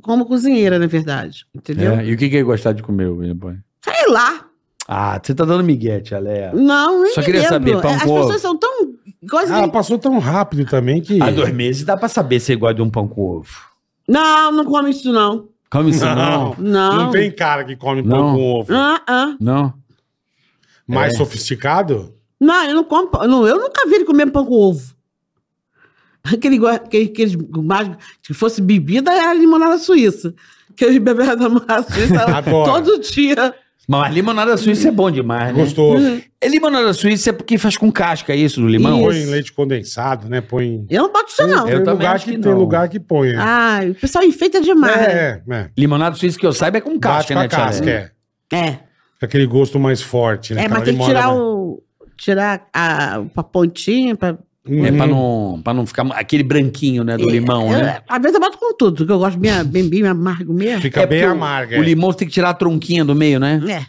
[SPEAKER 4] como cozinheira, na verdade, entendeu?
[SPEAKER 3] É, E o que, que ele gostava de comer, o William Bonner?
[SPEAKER 4] Sei lá.
[SPEAKER 3] Ah, você tá dando miguete, Alea.
[SPEAKER 4] Não, nem
[SPEAKER 3] Só queria
[SPEAKER 4] lembro. É,
[SPEAKER 3] saber, pão
[SPEAKER 4] As
[SPEAKER 3] com ovo. Ah,
[SPEAKER 4] pessoas são tão coisas
[SPEAKER 2] Ela
[SPEAKER 4] que...
[SPEAKER 2] passou tão rápido também que.
[SPEAKER 3] Há dois meses dá pra saber se é igual de um pão com ovo.
[SPEAKER 4] Não, não come isso não.
[SPEAKER 3] Come isso não.
[SPEAKER 2] Não.
[SPEAKER 4] Não.
[SPEAKER 2] Não tem cara que come
[SPEAKER 3] Não.
[SPEAKER 2] pão com ovo.
[SPEAKER 4] Ah, ah.
[SPEAKER 3] Não.
[SPEAKER 2] Mais
[SPEAKER 3] É.
[SPEAKER 2] sofisticado?
[SPEAKER 4] Não, eu não como. pão- Não, eu nunca vi ele comer pão com ovo. Aquele, gua- aquele, aqueles mais, se fosse bebida, era limonada suíça. Que eles beberam limonada suíça
[SPEAKER 2] Adoro.
[SPEAKER 4] todo dia.
[SPEAKER 3] Mas limonada suíça é bom demais, né?
[SPEAKER 2] Gostoso.
[SPEAKER 4] Hum,
[SPEAKER 3] É limonada suíça é porque faz com casca é isso do limão?
[SPEAKER 4] Isso.
[SPEAKER 2] Põe leite condensado, né? Põe.
[SPEAKER 4] Eu não boto isso, não. Ah,
[SPEAKER 3] Eu
[SPEAKER 2] tem
[SPEAKER 3] também
[SPEAKER 2] lugar
[SPEAKER 3] acho
[SPEAKER 2] que,
[SPEAKER 3] que
[SPEAKER 2] tem
[SPEAKER 3] não.
[SPEAKER 2] lugar que põe. né?
[SPEAKER 4] Ai, o pessoal enfeita demais. É.
[SPEAKER 2] é, é.
[SPEAKER 3] Limonada suíça que eu saiba é com casca,
[SPEAKER 2] Bate com
[SPEAKER 3] né,
[SPEAKER 2] a
[SPEAKER 3] Tia
[SPEAKER 2] casca,
[SPEAKER 3] Leia?
[SPEAKER 2] é.
[SPEAKER 4] É,
[SPEAKER 2] Com Aquele gosto mais forte, né?
[SPEAKER 4] mas
[SPEAKER 2] Aquela
[SPEAKER 4] tem que
[SPEAKER 2] limona
[SPEAKER 4] tirar
[SPEAKER 2] mais-
[SPEAKER 4] o. Tirar a, a pontinha. Pra,
[SPEAKER 3] É
[SPEAKER 2] Uhum.
[SPEAKER 3] pra não, pra não ficar aquele branquinho, né,
[SPEAKER 2] É.
[SPEAKER 3] do limão,
[SPEAKER 4] eu,
[SPEAKER 3] né?
[SPEAKER 4] Às vezes eu boto com tudo, porque eu gosto bem, bem, bem amargo mesmo.
[SPEAKER 2] Fica
[SPEAKER 3] É
[SPEAKER 2] bem
[SPEAKER 3] porque o-
[SPEAKER 2] amarga.
[SPEAKER 3] O
[SPEAKER 2] é.
[SPEAKER 3] limão você tem que tirar a tronquinha do meio, né?
[SPEAKER 4] É.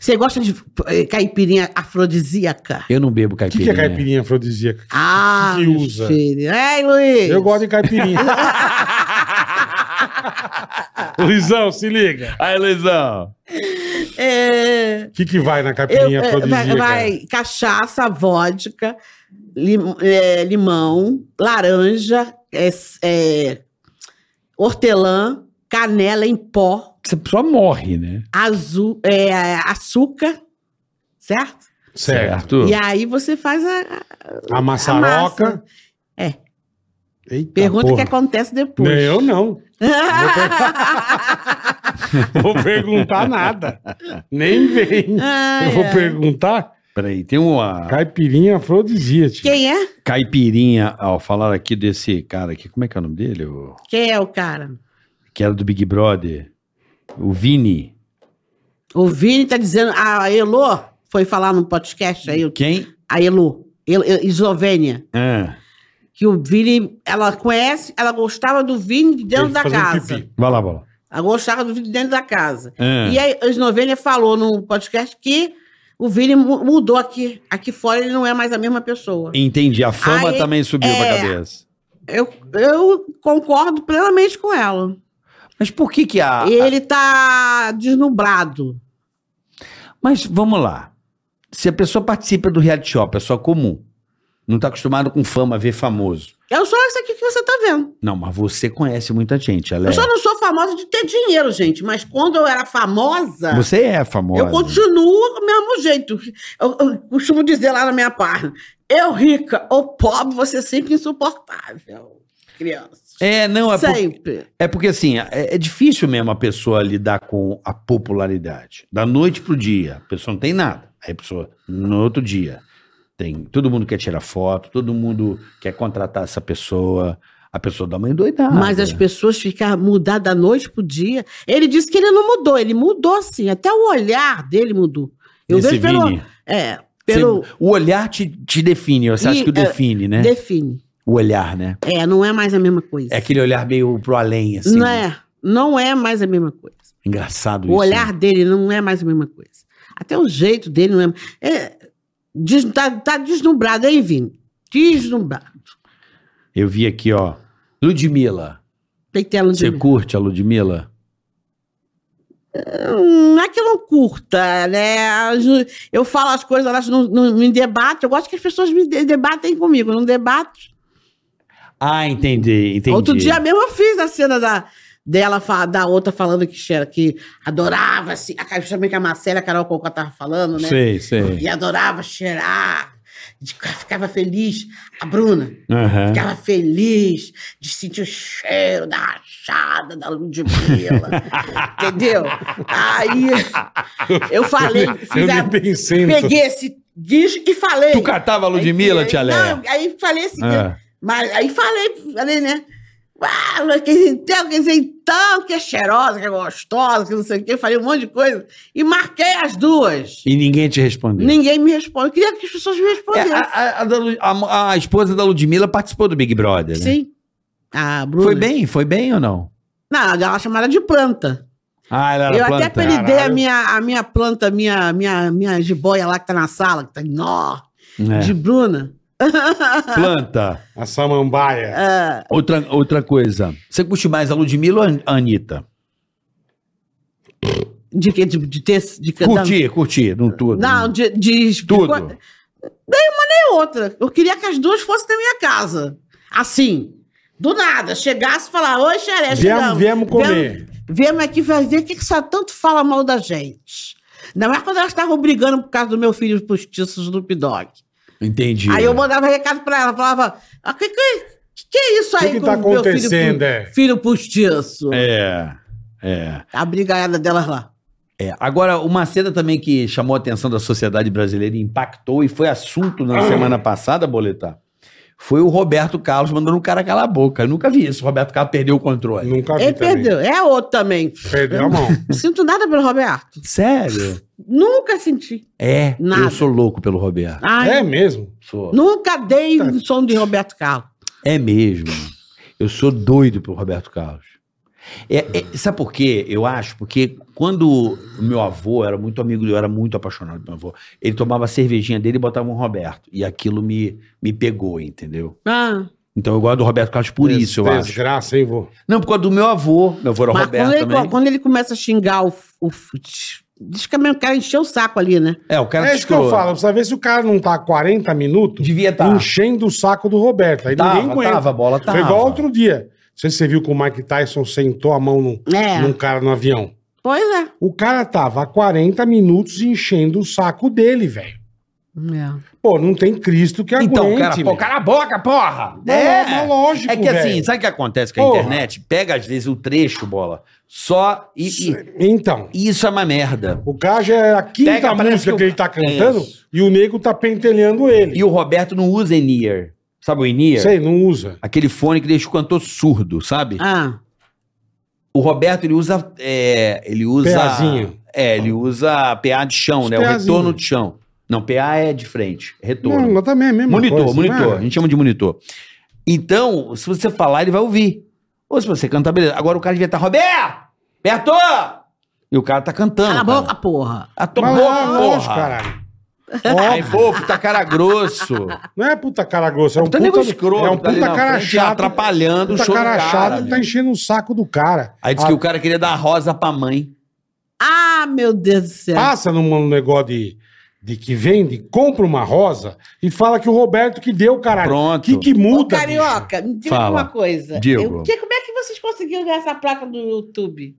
[SPEAKER 4] Você gosta de eh, caipirinha afrodisíaca?
[SPEAKER 3] Eu não bebo
[SPEAKER 2] O que, que
[SPEAKER 3] caipirinha.
[SPEAKER 2] é caipirinha afrodisíaca?
[SPEAKER 4] Ah,
[SPEAKER 2] que
[SPEAKER 4] meu
[SPEAKER 2] usa?
[SPEAKER 4] filho. É, Luiz.
[SPEAKER 2] Eu gosto de caipirinha.
[SPEAKER 4] <laughs>
[SPEAKER 3] <laughs>
[SPEAKER 2] Luizão, se liga.
[SPEAKER 3] Aí, Luizão.
[SPEAKER 4] É,
[SPEAKER 2] O que, que vai na
[SPEAKER 4] eu,
[SPEAKER 2] caipirinha
[SPEAKER 4] é, vai,
[SPEAKER 2] afrodisíaca?
[SPEAKER 4] vai cachaça, vodka, lim- é, limão, laranja, é, é, hortelã, canela em pó,
[SPEAKER 3] Você só morre, né?
[SPEAKER 4] azul, é, açúcar, certo?
[SPEAKER 2] Certo.
[SPEAKER 3] Certo.
[SPEAKER 4] E aí você faz a, a
[SPEAKER 2] A
[SPEAKER 4] A
[SPEAKER 2] maçaroca.
[SPEAKER 4] massa. É.
[SPEAKER 2] Eita,
[SPEAKER 4] pergunta
[SPEAKER 2] Tá, porra. Né?
[SPEAKER 4] que é acontece depois.
[SPEAKER 2] Não,
[SPEAKER 4] <laughs>
[SPEAKER 2] eu não. Vou perguntar nada. Nem vem.
[SPEAKER 4] Ai,
[SPEAKER 2] eu vou
[SPEAKER 4] ai.
[SPEAKER 2] perguntar.
[SPEAKER 3] Peraí, tem uma
[SPEAKER 2] Caipirinha afrodisíaca.
[SPEAKER 4] Quem é?
[SPEAKER 3] caipirinha. Ó, falaram aqui desse cara aqui. Como é que é o nome dele? O-
[SPEAKER 4] Quem é o cara?
[SPEAKER 3] Que era do Big Brother. O Vini.
[SPEAKER 4] O Vini tá dizendo, a Elô foi falar no podcast aí, o-
[SPEAKER 3] Quem?
[SPEAKER 4] a Elô, El- El- Eslovênia,
[SPEAKER 3] Ah,
[SPEAKER 4] que o Vini, ela conhece, ela gostava do Vini de dentro
[SPEAKER 2] Ele
[SPEAKER 4] da
[SPEAKER 2] fazendo
[SPEAKER 4] casa.
[SPEAKER 2] pipi.
[SPEAKER 3] vai lá, vai lá.
[SPEAKER 4] Ela gostava do Vini dentro da casa.
[SPEAKER 3] Ah.
[SPEAKER 4] E aí, a Eslovênia falou no podcast que o Vini mu- mudou aqui. Aqui fora ele não é mais a mesma pessoa.
[SPEAKER 3] Entendi. A fama
[SPEAKER 4] Aí,
[SPEAKER 3] também subiu pra
[SPEAKER 4] é.
[SPEAKER 3] cabeça.
[SPEAKER 4] Eu, eu concordo plenamente com ela.
[SPEAKER 3] Mas por que que a...
[SPEAKER 4] Ele tá desnubrado.
[SPEAKER 3] Mas vamos lá. Se a pessoa participa do reality show, a pessoa comum, não tá acostumado com fama, ver famoso.
[SPEAKER 4] Eu sou essa aqui que você tá vendo.
[SPEAKER 3] Não, mas você conhece muita gente, Alex.
[SPEAKER 4] Eu só não sou famosa de ter dinheiro, gente. Mas quando eu era famosa,
[SPEAKER 3] Você é famosa.
[SPEAKER 4] eu continuo do mesmo jeito. Eu, eu costumo dizer lá na minha página: eu rica ou pobre, você é sempre insuportável. Criança.
[SPEAKER 3] É, não, é, por-
[SPEAKER 4] sempre.
[SPEAKER 3] é porque assim, é, é difícil mesmo a pessoa lidar com a popularidade. Da noite pro dia, a pessoa não tem nada. Aí a pessoa, no outro dia, tem. Todo mundo quer tirar foto, todo mundo quer contratar essa pessoa. A pessoa dá uma endoidada.
[SPEAKER 4] Mas as pessoas ficaram mudadas da noite pro dia. Ele disse que ele não mudou, ele mudou sim. Até o olhar dele mudou. Eu
[SPEAKER 3] Esse
[SPEAKER 4] vejo pelo.
[SPEAKER 3] Vini,
[SPEAKER 4] É, pelo.
[SPEAKER 3] você- o olhar te, te define, você acha
[SPEAKER 4] E,
[SPEAKER 3] que o
[SPEAKER 4] é,
[SPEAKER 3] define, né?
[SPEAKER 4] Define.
[SPEAKER 3] O olhar, né?
[SPEAKER 4] É, não é mais a mesma coisa.
[SPEAKER 3] É aquele olhar meio pro além, assim.
[SPEAKER 4] Não é, não é mais a mesma coisa.
[SPEAKER 3] Engraçado
[SPEAKER 4] O
[SPEAKER 3] isso.
[SPEAKER 4] olhar
[SPEAKER 3] né?
[SPEAKER 4] dele não é mais a mesma coisa. Até o jeito dele não é. é des- tá, tá desnumbrado, hein, Vini? Desnumbrado.
[SPEAKER 3] Eu vi aqui, ó. Ludmilla.
[SPEAKER 4] Peitela de.
[SPEAKER 3] Você curte a Ludmilla?
[SPEAKER 4] Hum, Não é que eu não curta, né? As- Eu falo as coisas, elas não, não me debatem. Eu gosto que as pessoas me de- debatem comigo, eu não debato.
[SPEAKER 3] Ah, entendi, entendi.
[SPEAKER 4] Outro dia mesmo eu fiz a cena da, dela, fa- da outra falando que, cheira- que adorava, assim, a, justamente que a Marcela, a Carol Cocó tava falando, né?
[SPEAKER 5] Sei, sei.
[SPEAKER 4] E adorava cheirar, de- ficava feliz. A Bruna
[SPEAKER 3] Aham.
[SPEAKER 4] ficava feliz de sentir o cheiro da rachada
[SPEAKER 3] <laughs>
[SPEAKER 4] da Ludmilla. entendeu? Aí eu
[SPEAKER 2] <laughs>
[SPEAKER 4] falei,
[SPEAKER 2] Eu
[SPEAKER 4] fiz a-
[SPEAKER 2] nem pensei. no-
[SPEAKER 4] peguei esse disco e falei.
[SPEAKER 3] Tu catava a Ludmilla,
[SPEAKER 4] Aí,
[SPEAKER 3] Tia Léa?
[SPEAKER 4] Não, aí falei assim,
[SPEAKER 3] Ah.
[SPEAKER 4] mas aí falei, falei, né? Ah, que então, que então, que é cheirosa, que é gostosa, que não sei o quê. Falei um monte de coisa. E marquei as duas.
[SPEAKER 3] E ninguém te respondeu.
[SPEAKER 4] Ninguém me responde. Eu queria que as pessoas me
[SPEAKER 3] É,
[SPEAKER 4] respondessem.
[SPEAKER 3] a, a- a da Lu- a- a esposa da Ludmilla participou do Big Brother, né?
[SPEAKER 4] Sim. Ah, Bruna.
[SPEAKER 3] Foi bem? Foi bem ou não?
[SPEAKER 4] Não, ela chamada de planta.
[SPEAKER 3] Ah, ela era
[SPEAKER 4] eu até
[SPEAKER 3] planta.
[SPEAKER 4] apelidei a
[SPEAKER 2] Caralho.
[SPEAKER 4] minha, a minha planta, minha, minha, minha jiboia lá que tá na sala, que tá nó,
[SPEAKER 3] É.
[SPEAKER 4] de Bruna.
[SPEAKER 3] Planta.
[SPEAKER 2] A samambaia.
[SPEAKER 4] Ah,
[SPEAKER 3] Outra, outra coisa. Você curte mais a Ludmilla ou a Anitta?
[SPEAKER 4] de que? De, de ter. De,
[SPEAKER 3] Curtir, curtir. Não, tudo.
[SPEAKER 4] Não, de. de
[SPEAKER 3] tudo.
[SPEAKER 4] de- nem outra. Eu queria que as duas fossem da minha casa. Assim. Do nada, chegasse e falar, oi, xeré,
[SPEAKER 2] Viemos,
[SPEAKER 4] chegamos.
[SPEAKER 2] viemos comer.
[SPEAKER 4] Viemos aqui fazer o que, que só tanto fala mal da gente. Ainda mais quando elas estavam brigando por causa do meu filho postiço Snoop Dogg.
[SPEAKER 3] Entendi.
[SPEAKER 4] Aí eu mandava recado pra ela, falava, "Ah, que, que, que é isso aí
[SPEAKER 2] que
[SPEAKER 4] com
[SPEAKER 2] tá
[SPEAKER 4] o meu filho
[SPEAKER 2] acontecendo,
[SPEAKER 4] pu-
[SPEAKER 2] é?"
[SPEAKER 4] Filho postiço.
[SPEAKER 3] É, é.
[SPEAKER 4] A brigaiada delas lá.
[SPEAKER 3] É, agora, uma cena também que chamou a atenção da sociedade brasileira e impactou e foi assunto na semana passada, Boletar, foi o Roberto Carlos mandando um cara calar a boca. Eu nunca vi isso. O Roberto Carlos perdeu o controle.
[SPEAKER 2] Nunca vi
[SPEAKER 4] Ele
[SPEAKER 2] também.
[SPEAKER 4] perdeu. É outro também.
[SPEAKER 2] Perdeu a mão.
[SPEAKER 4] Não sinto nada pelo Roberto.
[SPEAKER 3] Sério?
[SPEAKER 4] Nunca senti.
[SPEAKER 3] É,
[SPEAKER 4] Nada.
[SPEAKER 3] eu sou louco pelo Roberto.
[SPEAKER 4] Ai,
[SPEAKER 2] É Tá. mesmo.
[SPEAKER 3] Sou.
[SPEAKER 4] Nunca dei um som de Roberto Carlos.
[SPEAKER 3] É mesmo. Eu sou doido pelo Roberto Carlos. É, é, sabe por quê? Eu acho porque quando o meu avô era muito amigo, eu era muito apaixonado pelo meu avô, ele tomava a cervejinha dele e botava um Roberto. E aquilo me, me pegou, entendeu?
[SPEAKER 4] Ah,
[SPEAKER 3] Então eu gosto do Roberto Carlos por isso, eu acho.
[SPEAKER 2] Desgraça, hein, vô?
[SPEAKER 3] Não, por causa do meu avô. Meu avô era
[SPEAKER 4] mas
[SPEAKER 3] Roberto
[SPEAKER 4] quando ele,
[SPEAKER 3] também.
[SPEAKER 4] quando ele começa a xingar o. o diz que mesmo o cara encheu o saco ali, né?
[SPEAKER 3] É, o cara
[SPEAKER 2] É isso que eu
[SPEAKER 3] escroto.
[SPEAKER 2] falo. Precisa ver se o cara não tá há 40 minutos
[SPEAKER 3] Devia estar.
[SPEAKER 2] enchendo o saco do Roberto. Aí
[SPEAKER 3] Tá. Tava,
[SPEAKER 2] ninguém aguenta.
[SPEAKER 3] tava, a bola tava.
[SPEAKER 2] Foi igual outro dia. Não sei se você viu que o Mike Tyson sentou a mão num,
[SPEAKER 4] É.
[SPEAKER 2] num cara no avião.
[SPEAKER 4] Pois é.
[SPEAKER 2] O cara tava há 40 minutos enchendo o saco dele, velho.
[SPEAKER 4] É.
[SPEAKER 2] Pô, não tem Cristo que aguente,
[SPEAKER 3] Então, cara, pô,
[SPEAKER 2] meu.
[SPEAKER 3] cala a boca, porra!
[SPEAKER 2] Mas é, mas lógico,
[SPEAKER 3] É que assim,
[SPEAKER 2] velho.
[SPEAKER 3] sabe o que acontece com a
[SPEAKER 2] Porra.
[SPEAKER 3] internet? Pega às vezes o trecho, bola. Só. E, e-
[SPEAKER 2] Então,
[SPEAKER 3] e isso é uma merda.
[SPEAKER 2] o cara já é a quinta
[SPEAKER 3] Pega, parece
[SPEAKER 2] música
[SPEAKER 3] que
[SPEAKER 2] que,
[SPEAKER 3] o-
[SPEAKER 2] ele tá cantando
[SPEAKER 3] Isso.
[SPEAKER 2] e o nego tá pentelhando ele.
[SPEAKER 3] E o Roberto não usa in-ear. Sabe o in-ear?
[SPEAKER 2] Sei, não usa.
[SPEAKER 3] Aquele fone que deixa o cantor surdo, sabe?
[SPEAKER 4] Ah,
[SPEAKER 3] O Roberto, ele usa. É, ele usa.
[SPEAKER 2] Peazinho.
[SPEAKER 3] É, ele usa PA de chão,
[SPEAKER 2] Os
[SPEAKER 3] né? O
[SPEAKER 2] PAzinho.
[SPEAKER 3] retorno de chão. Não, PA é de frente. Retorno.
[SPEAKER 2] Não, mas também é a mesma
[SPEAKER 3] monitor,
[SPEAKER 2] coisa,
[SPEAKER 3] monitor.
[SPEAKER 2] não é?
[SPEAKER 3] A gente chama de monitor. Então, se você falar, ele vai ouvir. Ou se você cantar, beleza. Agora o cara devia estar, Roberto! Roberto! E o cara tá cantando.
[SPEAKER 4] cala a
[SPEAKER 3] cara.
[SPEAKER 4] boca, porra.
[SPEAKER 3] A tua
[SPEAKER 2] Mas
[SPEAKER 3] boca,
[SPEAKER 2] lá, é lógico,
[SPEAKER 3] porra.
[SPEAKER 2] caralho.
[SPEAKER 3] Ai, bobo, <laughs> tá cara grosso.
[SPEAKER 2] Não é puta cara grossa, é um
[SPEAKER 3] Puta
[SPEAKER 2] puta,
[SPEAKER 3] nego escroto.
[SPEAKER 2] é um
[SPEAKER 3] tá ali
[SPEAKER 2] puta
[SPEAKER 3] na
[SPEAKER 2] cara
[SPEAKER 3] frente,
[SPEAKER 2] chato.
[SPEAKER 3] Atrapalhando o
[SPEAKER 2] Puta
[SPEAKER 3] show do
[SPEAKER 2] cara
[SPEAKER 3] cara.
[SPEAKER 2] chato, tá Ah.
[SPEAKER 3] meu.
[SPEAKER 2] enchendo o saco do cara.
[SPEAKER 3] Aí diz
[SPEAKER 2] A-
[SPEAKER 3] que o cara queria dar rosa pra mãe.
[SPEAKER 4] Ah, meu Deus do céu.
[SPEAKER 3] É.
[SPEAKER 2] Passa num num negócio de, de que vende, compra uma rosa e fala que o Roberto que deu, caralho.
[SPEAKER 3] Pronto.
[SPEAKER 2] Que é que
[SPEAKER 4] Ô,
[SPEAKER 2] muda? bicho?
[SPEAKER 4] Carioca, me diga
[SPEAKER 3] Fala.
[SPEAKER 4] uma coisa.
[SPEAKER 3] Digo.
[SPEAKER 4] Eu- que- como é que vocês conseguiram ganhar essa placa do YouTube?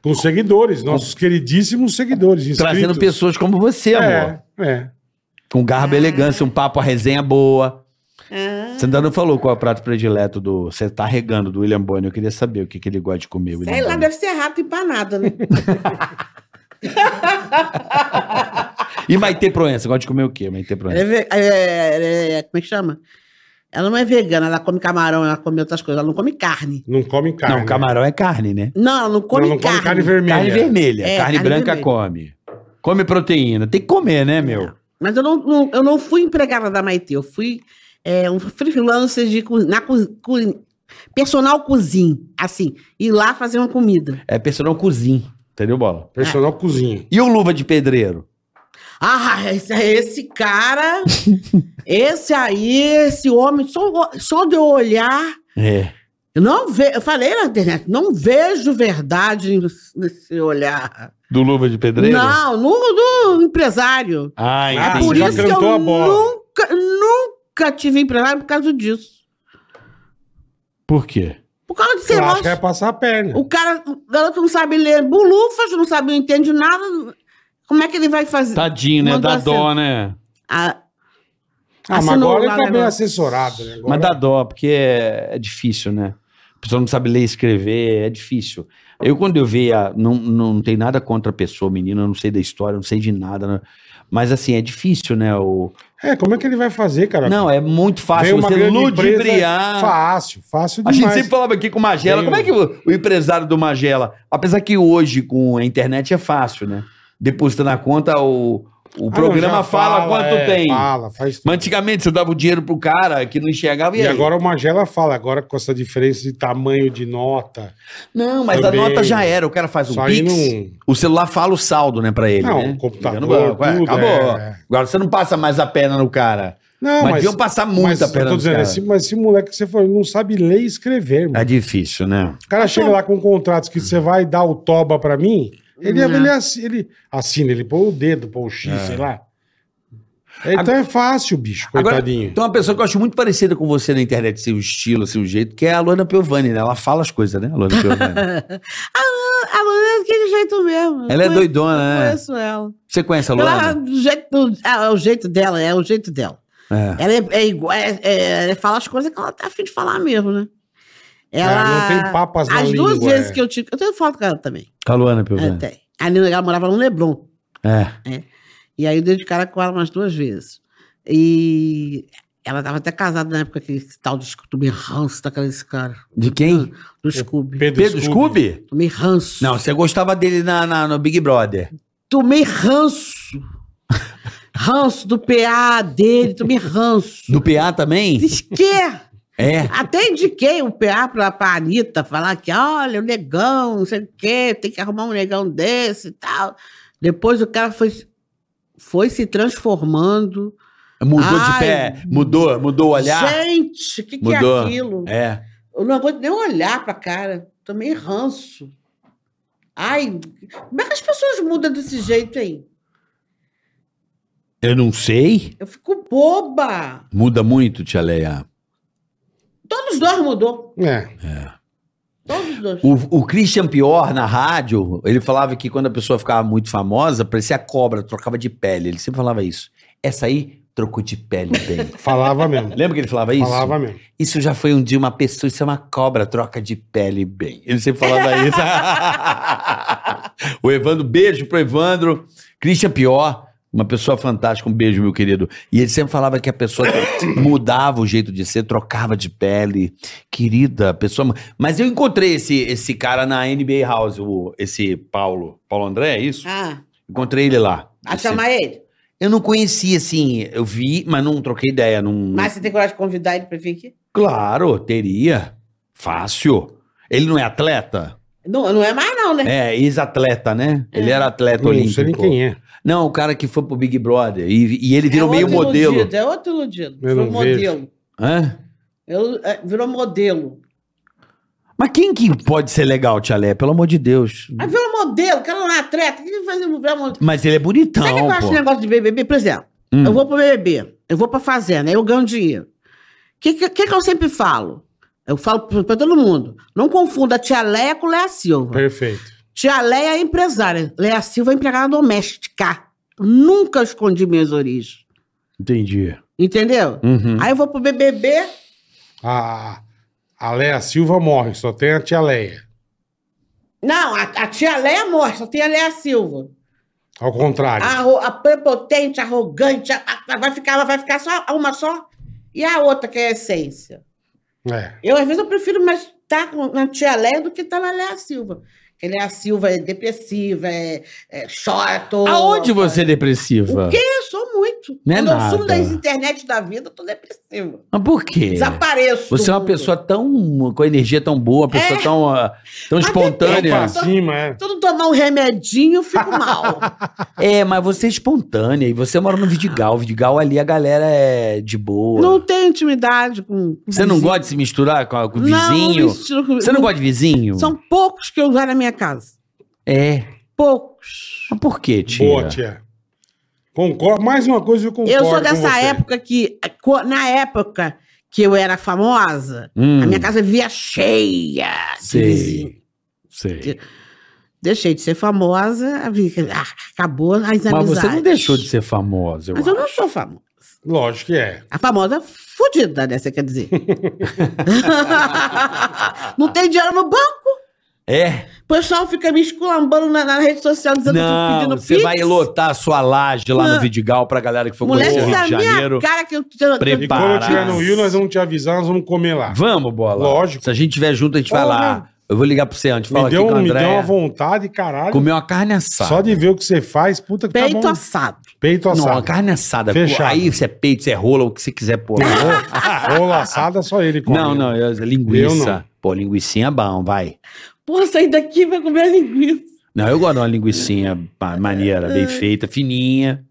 [SPEAKER 2] Com seguidores, nossos queridíssimos seguidores. Inscritos.
[SPEAKER 3] Trazendo pessoas como você, amor.
[SPEAKER 2] É, é.
[SPEAKER 3] Com garbo e elegância, um papo, a resenha boa.
[SPEAKER 4] Ah,
[SPEAKER 3] Você ainda não falou qual é o prato predileto do. Você tá regando do William Bonner. Eu queria saber o que, que ele gosta de comer. William
[SPEAKER 4] sei lá,
[SPEAKER 3] Bonner.
[SPEAKER 4] deve ser rato empanado, né?
[SPEAKER 3] E Maitê Proença, gosta de comer o quê, Maitê
[SPEAKER 4] Ela
[SPEAKER 3] Proença?
[SPEAKER 4] é, ve- é- é- é- como é que chama? Ela não é vegana, ela come camarão, ela come outras coisas, ela não come carne.
[SPEAKER 2] Não come carne.
[SPEAKER 3] Não, camarão é carne, né?
[SPEAKER 4] Não, ela não
[SPEAKER 2] Não,
[SPEAKER 4] come
[SPEAKER 2] não
[SPEAKER 4] carne.
[SPEAKER 2] come carne vermelha.
[SPEAKER 3] Carne vermelha.
[SPEAKER 4] É,
[SPEAKER 3] carne,
[SPEAKER 4] carne
[SPEAKER 3] branca
[SPEAKER 4] vermelha.
[SPEAKER 3] come. Come proteína. Tem que comer, né, meu?
[SPEAKER 4] Mas eu não, não- eu não fui empregada da Maitê, eu fui é, um freelancer de co- na co- co- personal cozinha, assim, ir lá fazer uma comida.
[SPEAKER 3] É personal cozinha. Entendeu, bola?
[SPEAKER 4] É.
[SPEAKER 2] Personal cozinha.
[SPEAKER 3] E o luva de pedreiro?
[SPEAKER 4] Ah, esse, esse cara, esse aí, esse homem, só, só de eu olhar,
[SPEAKER 3] É.
[SPEAKER 4] eu não ve, eu falei na internet, não vejo verdade nesse olhar.
[SPEAKER 3] Do luva de pedreiro?
[SPEAKER 4] Não, no, do empresário.
[SPEAKER 3] Ah,
[SPEAKER 2] Ah,
[SPEAKER 4] É
[SPEAKER 3] entendi.
[SPEAKER 4] por
[SPEAKER 2] já
[SPEAKER 4] isso que
[SPEAKER 2] cantou a
[SPEAKER 4] eu
[SPEAKER 2] bola.
[SPEAKER 4] nunca, nunca tive empresário por causa disso.
[SPEAKER 3] Por quê?
[SPEAKER 4] Por causa de ser
[SPEAKER 2] Eu acho
[SPEAKER 4] lógico.
[SPEAKER 2] que é vai passar a perna.
[SPEAKER 4] O cara, o garoto não sabe ler bolufas, não sabe, não entende nada. Como é que ele vai fazer?
[SPEAKER 2] Tá
[SPEAKER 3] Tadinho, né?
[SPEAKER 4] Mandou
[SPEAKER 3] Dá
[SPEAKER 4] assim.
[SPEAKER 3] dó, né?
[SPEAKER 4] Ah,
[SPEAKER 2] Ah, mas
[SPEAKER 4] assinou
[SPEAKER 2] agora
[SPEAKER 4] lá né,
[SPEAKER 2] ele tá
[SPEAKER 4] o
[SPEAKER 2] bem
[SPEAKER 4] negócio.
[SPEAKER 2] assessorado. Né? Agora-
[SPEAKER 3] Mas dá dó, porque é, é difícil, né? A pessoa não sabe ler e escrever, é difícil. Eu, quando eu vejo, ah, não, não, tem nada contra a pessoa, menina, eu não sei da história, eu não sei de nada, né? mas assim, é difícil, né? O...
[SPEAKER 2] É, como é que ele vai fazer, cara?
[SPEAKER 3] Não, é muito
[SPEAKER 2] Vem
[SPEAKER 3] fácil
[SPEAKER 2] uma
[SPEAKER 3] você
[SPEAKER 2] grande
[SPEAKER 3] ludibriar.
[SPEAKER 2] empresa, Fácil, fácil
[SPEAKER 3] A
[SPEAKER 2] demais.
[SPEAKER 3] gente sempre falava aqui com o Magela,
[SPEAKER 2] Tem
[SPEAKER 3] como é que o, o empresário do Magela, apesar que hoje com a internet é fácil, né? Deposita na conta, o, o
[SPEAKER 2] Ah,
[SPEAKER 3] programa
[SPEAKER 2] não, já
[SPEAKER 3] fala, quanto
[SPEAKER 2] é,
[SPEAKER 3] tem.
[SPEAKER 2] Fala, faz tudo.
[SPEAKER 3] Mas antigamente você dava o dinheiro pro cara que não enxergava e,
[SPEAKER 2] E
[SPEAKER 3] aí?
[SPEAKER 2] agora o Magela fala, agora com essa diferença de tamanho de nota.
[SPEAKER 3] Não, mas
[SPEAKER 2] Também.
[SPEAKER 3] a nota já era, o cara faz um
[SPEAKER 2] Só aí
[SPEAKER 3] pix,
[SPEAKER 2] não.
[SPEAKER 3] o celular fala o saldo, né, pra ele,
[SPEAKER 2] Não,
[SPEAKER 3] né?
[SPEAKER 2] o computador,
[SPEAKER 3] Liga no banco, é,
[SPEAKER 2] tudo,
[SPEAKER 3] acabou.
[SPEAKER 2] é.
[SPEAKER 3] Agora você não passa mais a perna no cara.
[SPEAKER 2] Não,
[SPEAKER 3] mas,
[SPEAKER 2] mas.
[SPEAKER 3] deviam passar muito
[SPEAKER 2] mas
[SPEAKER 3] a
[SPEAKER 2] eu
[SPEAKER 3] perna
[SPEAKER 2] tô
[SPEAKER 3] no
[SPEAKER 2] dizendo,
[SPEAKER 3] cara.
[SPEAKER 2] esse, mas esse moleque que você falou, ele não sabe ler e escrever, mano.
[SPEAKER 3] É difícil, né?
[SPEAKER 2] O cara chega lá com um contrato que você vai dar o toba pra mim, ele,
[SPEAKER 4] Não.
[SPEAKER 2] ele, assina, ele assina, ele põe o dedo, põe o X, sei lá. Então é fácil, bicho,
[SPEAKER 3] É. Agora,
[SPEAKER 2] coitadinho.
[SPEAKER 3] Tem Então, uma pessoa que eu acho muito parecida com você na internet, seu estilo, seu jeito, que é a Luana Piovani, né? Ela fala as coisas, né, Luana Piovani?
[SPEAKER 4] a a Luana é daquele jeito mesmo.
[SPEAKER 3] ela é
[SPEAKER 4] doida. Eu
[SPEAKER 3] doidona, né?
[SPEAKER 4] conheço ela.
[SPEAKER 3] Você conhece a
[SPEAKER 4] ela
[SPEAKER 3] Luana?
[SPEAKER 4] do jeito, ah, é o jeito dela, é o jeito dela.
[SPEAKER 3] É.
[SPEAKER 4] Ela é, é igual, é, é- ela fala as coisas que ela tá afim de falar mesmo, né? Ela.
[SPEAKER 2] É, não tem papas na
[SPEAKER 4] As duas
[SPEAKER 2] língua,
[SPEAKER 4] vezes
[SPEAKER 2] é.
[SPEAKER 4] que eu tive. Eu tenho foto com ela também.
[SPEAKER 3] Com a Luana
[SPEAKER 4] Ela
[SPEAKER 3] Tá, Piovani.
[SPEAKER 4] tem. A Nina, ela morava no Leblon.
[SPEAKER 3] É.
[SPEAKER 4] E aí eu dei de cara com ela umas duas vezes. E ela estava até casada na época que esse tal de Sco- tomei ranço daquele cara,
[SPEAKER 3] De quem?
[SPEAKER 4] do Scooby.
[SPEAKER 3] Pedro Scooby?
[SPEAKER 4] Tomei ranço.
[SPEAKER 3] Não, você gostava dele na, na- no Big Brother.
[SPEAKER 4] Tomei ranço. ranço do PA dele, tomei ranço.
[SPEAKER 3] Do PA também?
[SPEAKER 4] Diz que
[SPEAKER 3] É.
[SPEAKER 4] até indiquei o PA pra, pra Anitta falar que, olha, o negão, não sei o quê, tem que arrumar um negão desse e tal. Depois o cara foi, foi se transformando
[SPEAKER 3] Mudou de
[SPEAKER 4] Ai.
[SPEAKER 3] pé, mudou, mudou o olhar.
[SPEAKER 4] Gente, o que, que é
[SPEAKER 3] Mudou.
[SPEAKER 4] aquilo?
[SPEAKER 3] É.
[SPEAKER 4] Eu não aguento nem olhar pra cara. Tomei ranço. Ai, como é que as pessoas mudam desse jeito aí?
[SPEAKER 3] Eu não sei.
[SPEAKER 4] Eu fico boba.
[SPEAKER 3] Muda muito, tia Leia.
[SPEAKER 4] Todos dois mudou.
[SPEAKER 2] É.
[SPEAKER 4] Todos dois.
[SPEAKER 3] O, o Christian Pior, na rádio, ele falava que quando a pessoa ficava muito famosa, parecia cobra, trocava de pele. Ele sempre falava isso. Essa aí trocou de pele
[SPEAKER 2] <laughs>
[SPEAKER 3] bem.
[SPEAKER 2] Falava
[SPEAKER 3] <laughs>
[SPEAKER 2] mesmo.
[SPEAKER 3] Lembra que ele falava É isso?
[SPEAKER 2] Falava mesmo.
[SPEAKER 3] Isso já foi um dia uma pessoa, isso é uma cobra, troca de pele bem. Ele sempre falava isso. <laughs> o Evandro, beijo pro Evandro. Christian Pior, uma pessoa fantástica, um beijo, meu querido. E ele sempre falava que a pessoa mudava o jeito de ser, trocava de pele. Querida, a pessoa. Mas eu encontrei esse, esse cara na NBA House, o- esse Paulo. Paulo André, é isso?
[SPEAKER 4] Ah,
[SPEAKER 3] Encontrei ele lá.
[SPEAKER 4] a
[SPEAKER 3] Esse-
[SPEAKER 4] chamar ele.
[SPEAKER 3] Eu não conhecia, assim, eu vi, mas não troquei ideia. Não,
[SPEAKER 4] Mas você tem coragem de convidar ele pra vir aqui?
[SPEAKER 3] Claro, teria. Fácil. Ele não é atleta?
[SPEAKER 4] Não, não é mais, não, né?
[SPEAKER 3] É, ex-atleta, né? Ele era atleta
[SPEAKER 2] Não sei
[SPEAKER 3] olímpico.
[SPEAKER 2] nem quem é.
[SPEAKER 3] Não, o cara que foi pro Big Brother e, e ele virou
[SPEAKER 4] É
[SPEAKER 3] meio
[SPEAKER 4] outro
[SPEAKER 3] modelo.
[SPEAKER 4] Iludido, é outro iludido.
[SPEAKER 2] Eu não
[SPEAKER 4] Virou modelo.
[SPEAKER 3] Hã?
[SPEAKER 4] Eu- é, virou modelo.
[SPEAKER 3] Mas quem que pode ser legal, Tia Lé? Pelo amor de Deus.
[SPEAKER 4] Aí vê o Ah, modelo, quero uma treta, o que ele faz no modelo?
[SPEAKER 3] Mas ele é bonitão,
[SPEAKER 4] Sabe o que eu acho
[SPEAKER 3] pô.
[SPEAKER 4] esse negócio de BBB? Por exemplo,
[SPEAKER 3] Hum.
[SPEAKER 4] eu vou pro BBB, eu vou pra fazenda, aí eu ganho dinheiro. O que, que, que que eu sempre falo? Eu falo pra pra todo mundo. Não confunda a tia Leia com Léa Silva.
[SPEAKER 2] Perfeito.
[SPEAKER 4] Tia Leia é empresária. Leia Silva é empregada doméstica. Nunca escondi minhas origens.
[SPEAKER 3] Entendi.
[SPEAKER 4] Entendeu?
[SPEAKER 3] Uhum.
[SPEAKER 4] Aí eu vou pro BBB,
[SPEAKER 2] A, a Léa Silva morre, só tem a tia Leia.
[SPEAKER 4] Não, a, a tia Leia morre, só tem a Leia Silva.
[SPEAKER 2] Ao contrário.
[SPEAKER 4] Arro- A, prepotente, arrogante, a- a- vai, ficar, ela vai ficar só uma só? E a outra, que é a essência?
[SPEAKER 2] É.
[SPEAKER 4] Eu, às vezes, eu prefiro mais estar com, na tia Leia do que estar na Leia Silva. Porque Leia Silva é depressiva, é, é chota.
[SPEAKER 3] Aonde você é depressiva?
[SPEAKER 4] O quê? Eu sou muito.
[SPEAKER 3] Não é
[SPEAKER 4] Quando eu sumo
[SPEAKER 3] nada.
[SPEAKER 4] das internet da vida, eu tô depressiva.
[SPEAKER 3] Mas por quê?
[SPEAKER 4] Desapareço. do
[SPEAKER 3] Você é uma
[SPEAKER 4] mundo.
[SPEAKER 3] pessoa tão. com energia tão boa, uma pessoa
[SPEAKER 4] É.
[SPEAKER 3] tão, ah, tão
[SPEAKER 4] Mas
[SPEAKER 2] Tão
[SPEAKER 3] espontânea.
[SPEAKER 2] pra
[SPEAKER 4] depende.
[SPEAKER 2] cima, é.
[SPEAKER 4] Todo tomar um remedinho,
[SPEAKER 3] <laughs>
[SPEAKER 4] eu fico mal.
[SPEAKER 3] É, mas você é espontânea e você mora no Vidigal. Vidigal ali a galera é de boa.
[SPEAKER 4] não tenho intimidade com. com
[SPEAKER 3] você não
[SPEAKER 4] vizinho.
[SPEAKER 3] gosta de se misturar com, a- com o
[SPEAKER 4] Não,
[SPEAKER 3] vizinho?
[SPEAKER 4] vestido com-
[SPEAKER 3] você não gosta de um? vizinho?
[SPEAKER 4] São poucos que eu usar na minha casa.
[SPEAKER 3] É.
[SPEAKER 4] Poucos.
[SPEAKER 3] Mas por quê, tia?
[SPEAKER 2] Boa, tia. Concordo. Mais uma coisa eu concordo.
[SPEAKER 4] eu sou
[SPEAKER 2] com
[SPEAKER 4] dessa
[SPEAKER 2] você.
[SPEAKER 4] época que, co- na época que eu era famosa,
[SPEAKER 3] Hum,
[SPEAKER 4] a minha casa via cheia de
[SPEAKER 3] Sei.
[SPEAKER 4] vizinho.
[SPEAKER 3] sei.
[SPEAKER 4] Deixei de ser famosa, a vi- ah, acabou as amizades.
[SPEAKER 3] Mas você não deixou de ser famosa. Eu
[SPEAKER 4] Mas eu não sou famosa.
[SPEAKER 2] Lógico que é.
[SPEAKER 4] A famosa fudida, né? Você
[SPEAKER 3] <laughs>
[SPEAKER 4] quer dizer? <laughs> não tem dinheiro no banco.
[SPEAKER 3] É?
[SPEAKER 4] O pessoal fica me esculambando na, na rede social dizendo que eu tô
[SPEAKER 3] Não,
[SPEAKER 4] pedindo
[SPEAKER 3] você
[SPEAKER 4] pix.
[SPEAKER 3] vai lotar a sua laje lá
[SPEAKER 4] Não.
[SPEAKER 3] no Vidigal pra galera que for
[SPEAKER 4] Moleque,
[SPEAKER 3] conhecer o Rio
[SPEAKER 4] tá na
[SPEAKER 3] de
[SPEAKER 4] minha
[SPEAKER 3] Janeiro.
[SPEAKER 4] cara que eu... que eu-
[SPEAKER 2] E quando eu
[SPEAKER 3] Preparado.
[SPEAKER 2] estiver no Rio, nós vamos te avisar, nós vamos comer lá.
[SPEAKER 3] Vamos, bola.
[SPEAKER 2] Lógico.
[SPEAKER 3] Se a gente estiver junto, a gente vai
[SPEAKER 2] Porra.
[SPEAKER 3] lá. Eu vou ligar pra você antes. Fala
[SPEAKER 2] me, deu, um-
[SPEAKER 3] aqui com a
[SPEAKER 2] me deu uma
[SPEAKER 3] Andréia.
[SPEAKER 2] vontade, caralho.
[SPEAKER 3] Comeu uma carne assada.
[SPEAKER 2] Só de ver o que você faz, puta que
[SPEAKER 4] Peito
[SPEAKER 2] tá bom.
[SPEAKER 4] assado.
[SPEAKER 2] Peito
[SPEAKER 3] Não, uma
[SPEAKER 2] assado.
[SPEAKER 3] carne assada.
[SPEAKER 2] Fechado.
[SPEAKER 3] Aí você é peito, você é rola, o que você quiser pôr.
[SPEAKER 2] Ou, ou laçada, só ele come.
[SPEAKER 3] não, não, eu-
[SPEAKER 2] Eu
[SPEAKER 3] linguiça.
[SPEAKER 2] não.
[SPEAKER 3] Pô, linguicinha é bom, vai.
[SPEAKER 4] Porra, sair daqui vai comer linguiça.
[SPEAKER 3] Não, eu gosto de uma linguicinha ma- maneira, bem feita, fininha.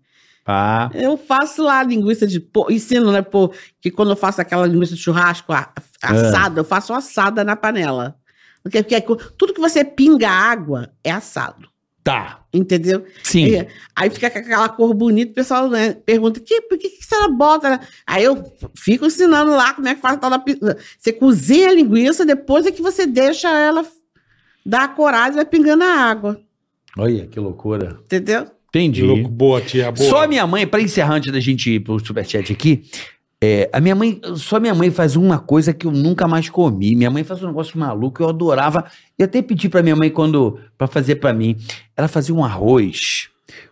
[SPEAKER 3] Pá.
[SPEAKER 4] Eu faço lá linguiça de porco. Ensino, né, pô, que quando eu faço aquela linguiça de churrasco a-
[SPEAKER 3] Ah.
[SPEAKER 4] assada, eu faço assada na panela. Porque, porque tudo que você pinga água é assado.
[SPEAKER 3] Tá.
[SPEAKER 4] Entendeu?
[SPEAKER 3] Sim.
[SPEAKER 4] E aí fica com aquela cor bonita, o pessoal né, pergunta: que, por que, que você bota? né?" Aí eu fico ensinando lá como é que faz a tal da. pi- Você cozinha a linguiça, depois é que você deixa ela dar a coragem e vai pingando a água.
[SPEAKER 3] Olha, que loucura.
[SPEAKER 4] Entendeu?
[SPEAKER 3] Entendi.
[SPEAKER 2] Louco, boa, tia, boa.
[SPEAKER 3] Só a minha mãe, pra encerrar antes da gente ir pro superchat aqui, é, a minha mãe, só a minha mãe faz uma coisa que eu nunca mais comi. Minha mãe faz um negócio maluco, eu adorava. E até pedi pra minha mãe quando para fazer pra mim. Ela fazia um arroz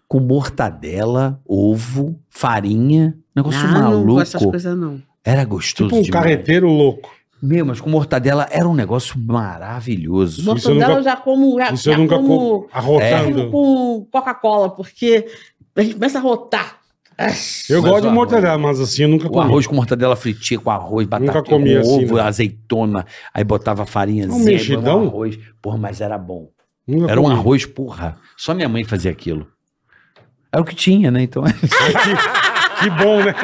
[SPEAKER 3] com mortadela, ovo, farinha,
[SPEAKER 2] Ah,
[SPEAKER 3] negócio
[SPEAKER 4] Ah, não gosto dessas
[SPEAKER 3] maluco.
[SPEAKER 4] coisas, não.
[SPEAKER 3] Era gostoso
[SPEAKER 2] Tipo um
[SPEAKER 3] demais.
[SPEAKER 2] carreteiro louco.
[SPEAKER 3] Meu, mas com mortadela era um negócio maravilhoso.
[SPEAKER 2] Isso eu
[SPEAKER 4] Mortadela
[SPEAKER 2] nunca-
[SPEAKER 4] eu já como, já,
[SPEAKER 2] Isso eu
[SPEAKER 4] já
[SPEAKER 2] nunca
[SPEAKER 4] É, como, é
[SPEAKER 2] como. Arrotando.
[SPEAKER 4] como com Coca-Cola, porque a gente começa a rotar. Ah,
[SPEAKER 2] Eu
[SPEAKER 3] Mas
[SPEAKER 2] gosto
[SPEAKER 3] o
[SPEAKER 2] de mortadela, mas assim eu nunca
[SPEAKER 3] O
[SPEAKER 2] comi.
[SPEAKER 3] arroz com mortadela fritinha, com arroz,
[SPEAKER 2] Nunca
[SPEAKER 3] batata,
[SPEAKER 2] comi
[SPEAKER 3] com
[SPEAKER 2] assim,
[SPEAKER 3] ovo,
[SPEAKER 2] né?
[SPEAKER 3] azeitona, aí botava farinhazinha,
[SPEAKER 2] Um
[SPEAKER 3] aí
[SPEAKER 2] mexidão?
[SPEAKER 3] botava arroz. Porra, mas era bom.
[SPEAKER 2] Nunca
[SPEAKER 3] Era um
[SPEAKER 2] comi.
[SPEAKER 3] arroz, porra. Só minha mãe fazia aquilo. Era o que tinha, né?
[SPEAKER 2] <laughs>
[SPEAKER 3] Então. O
[SPEAKER 2] que, que bom, né?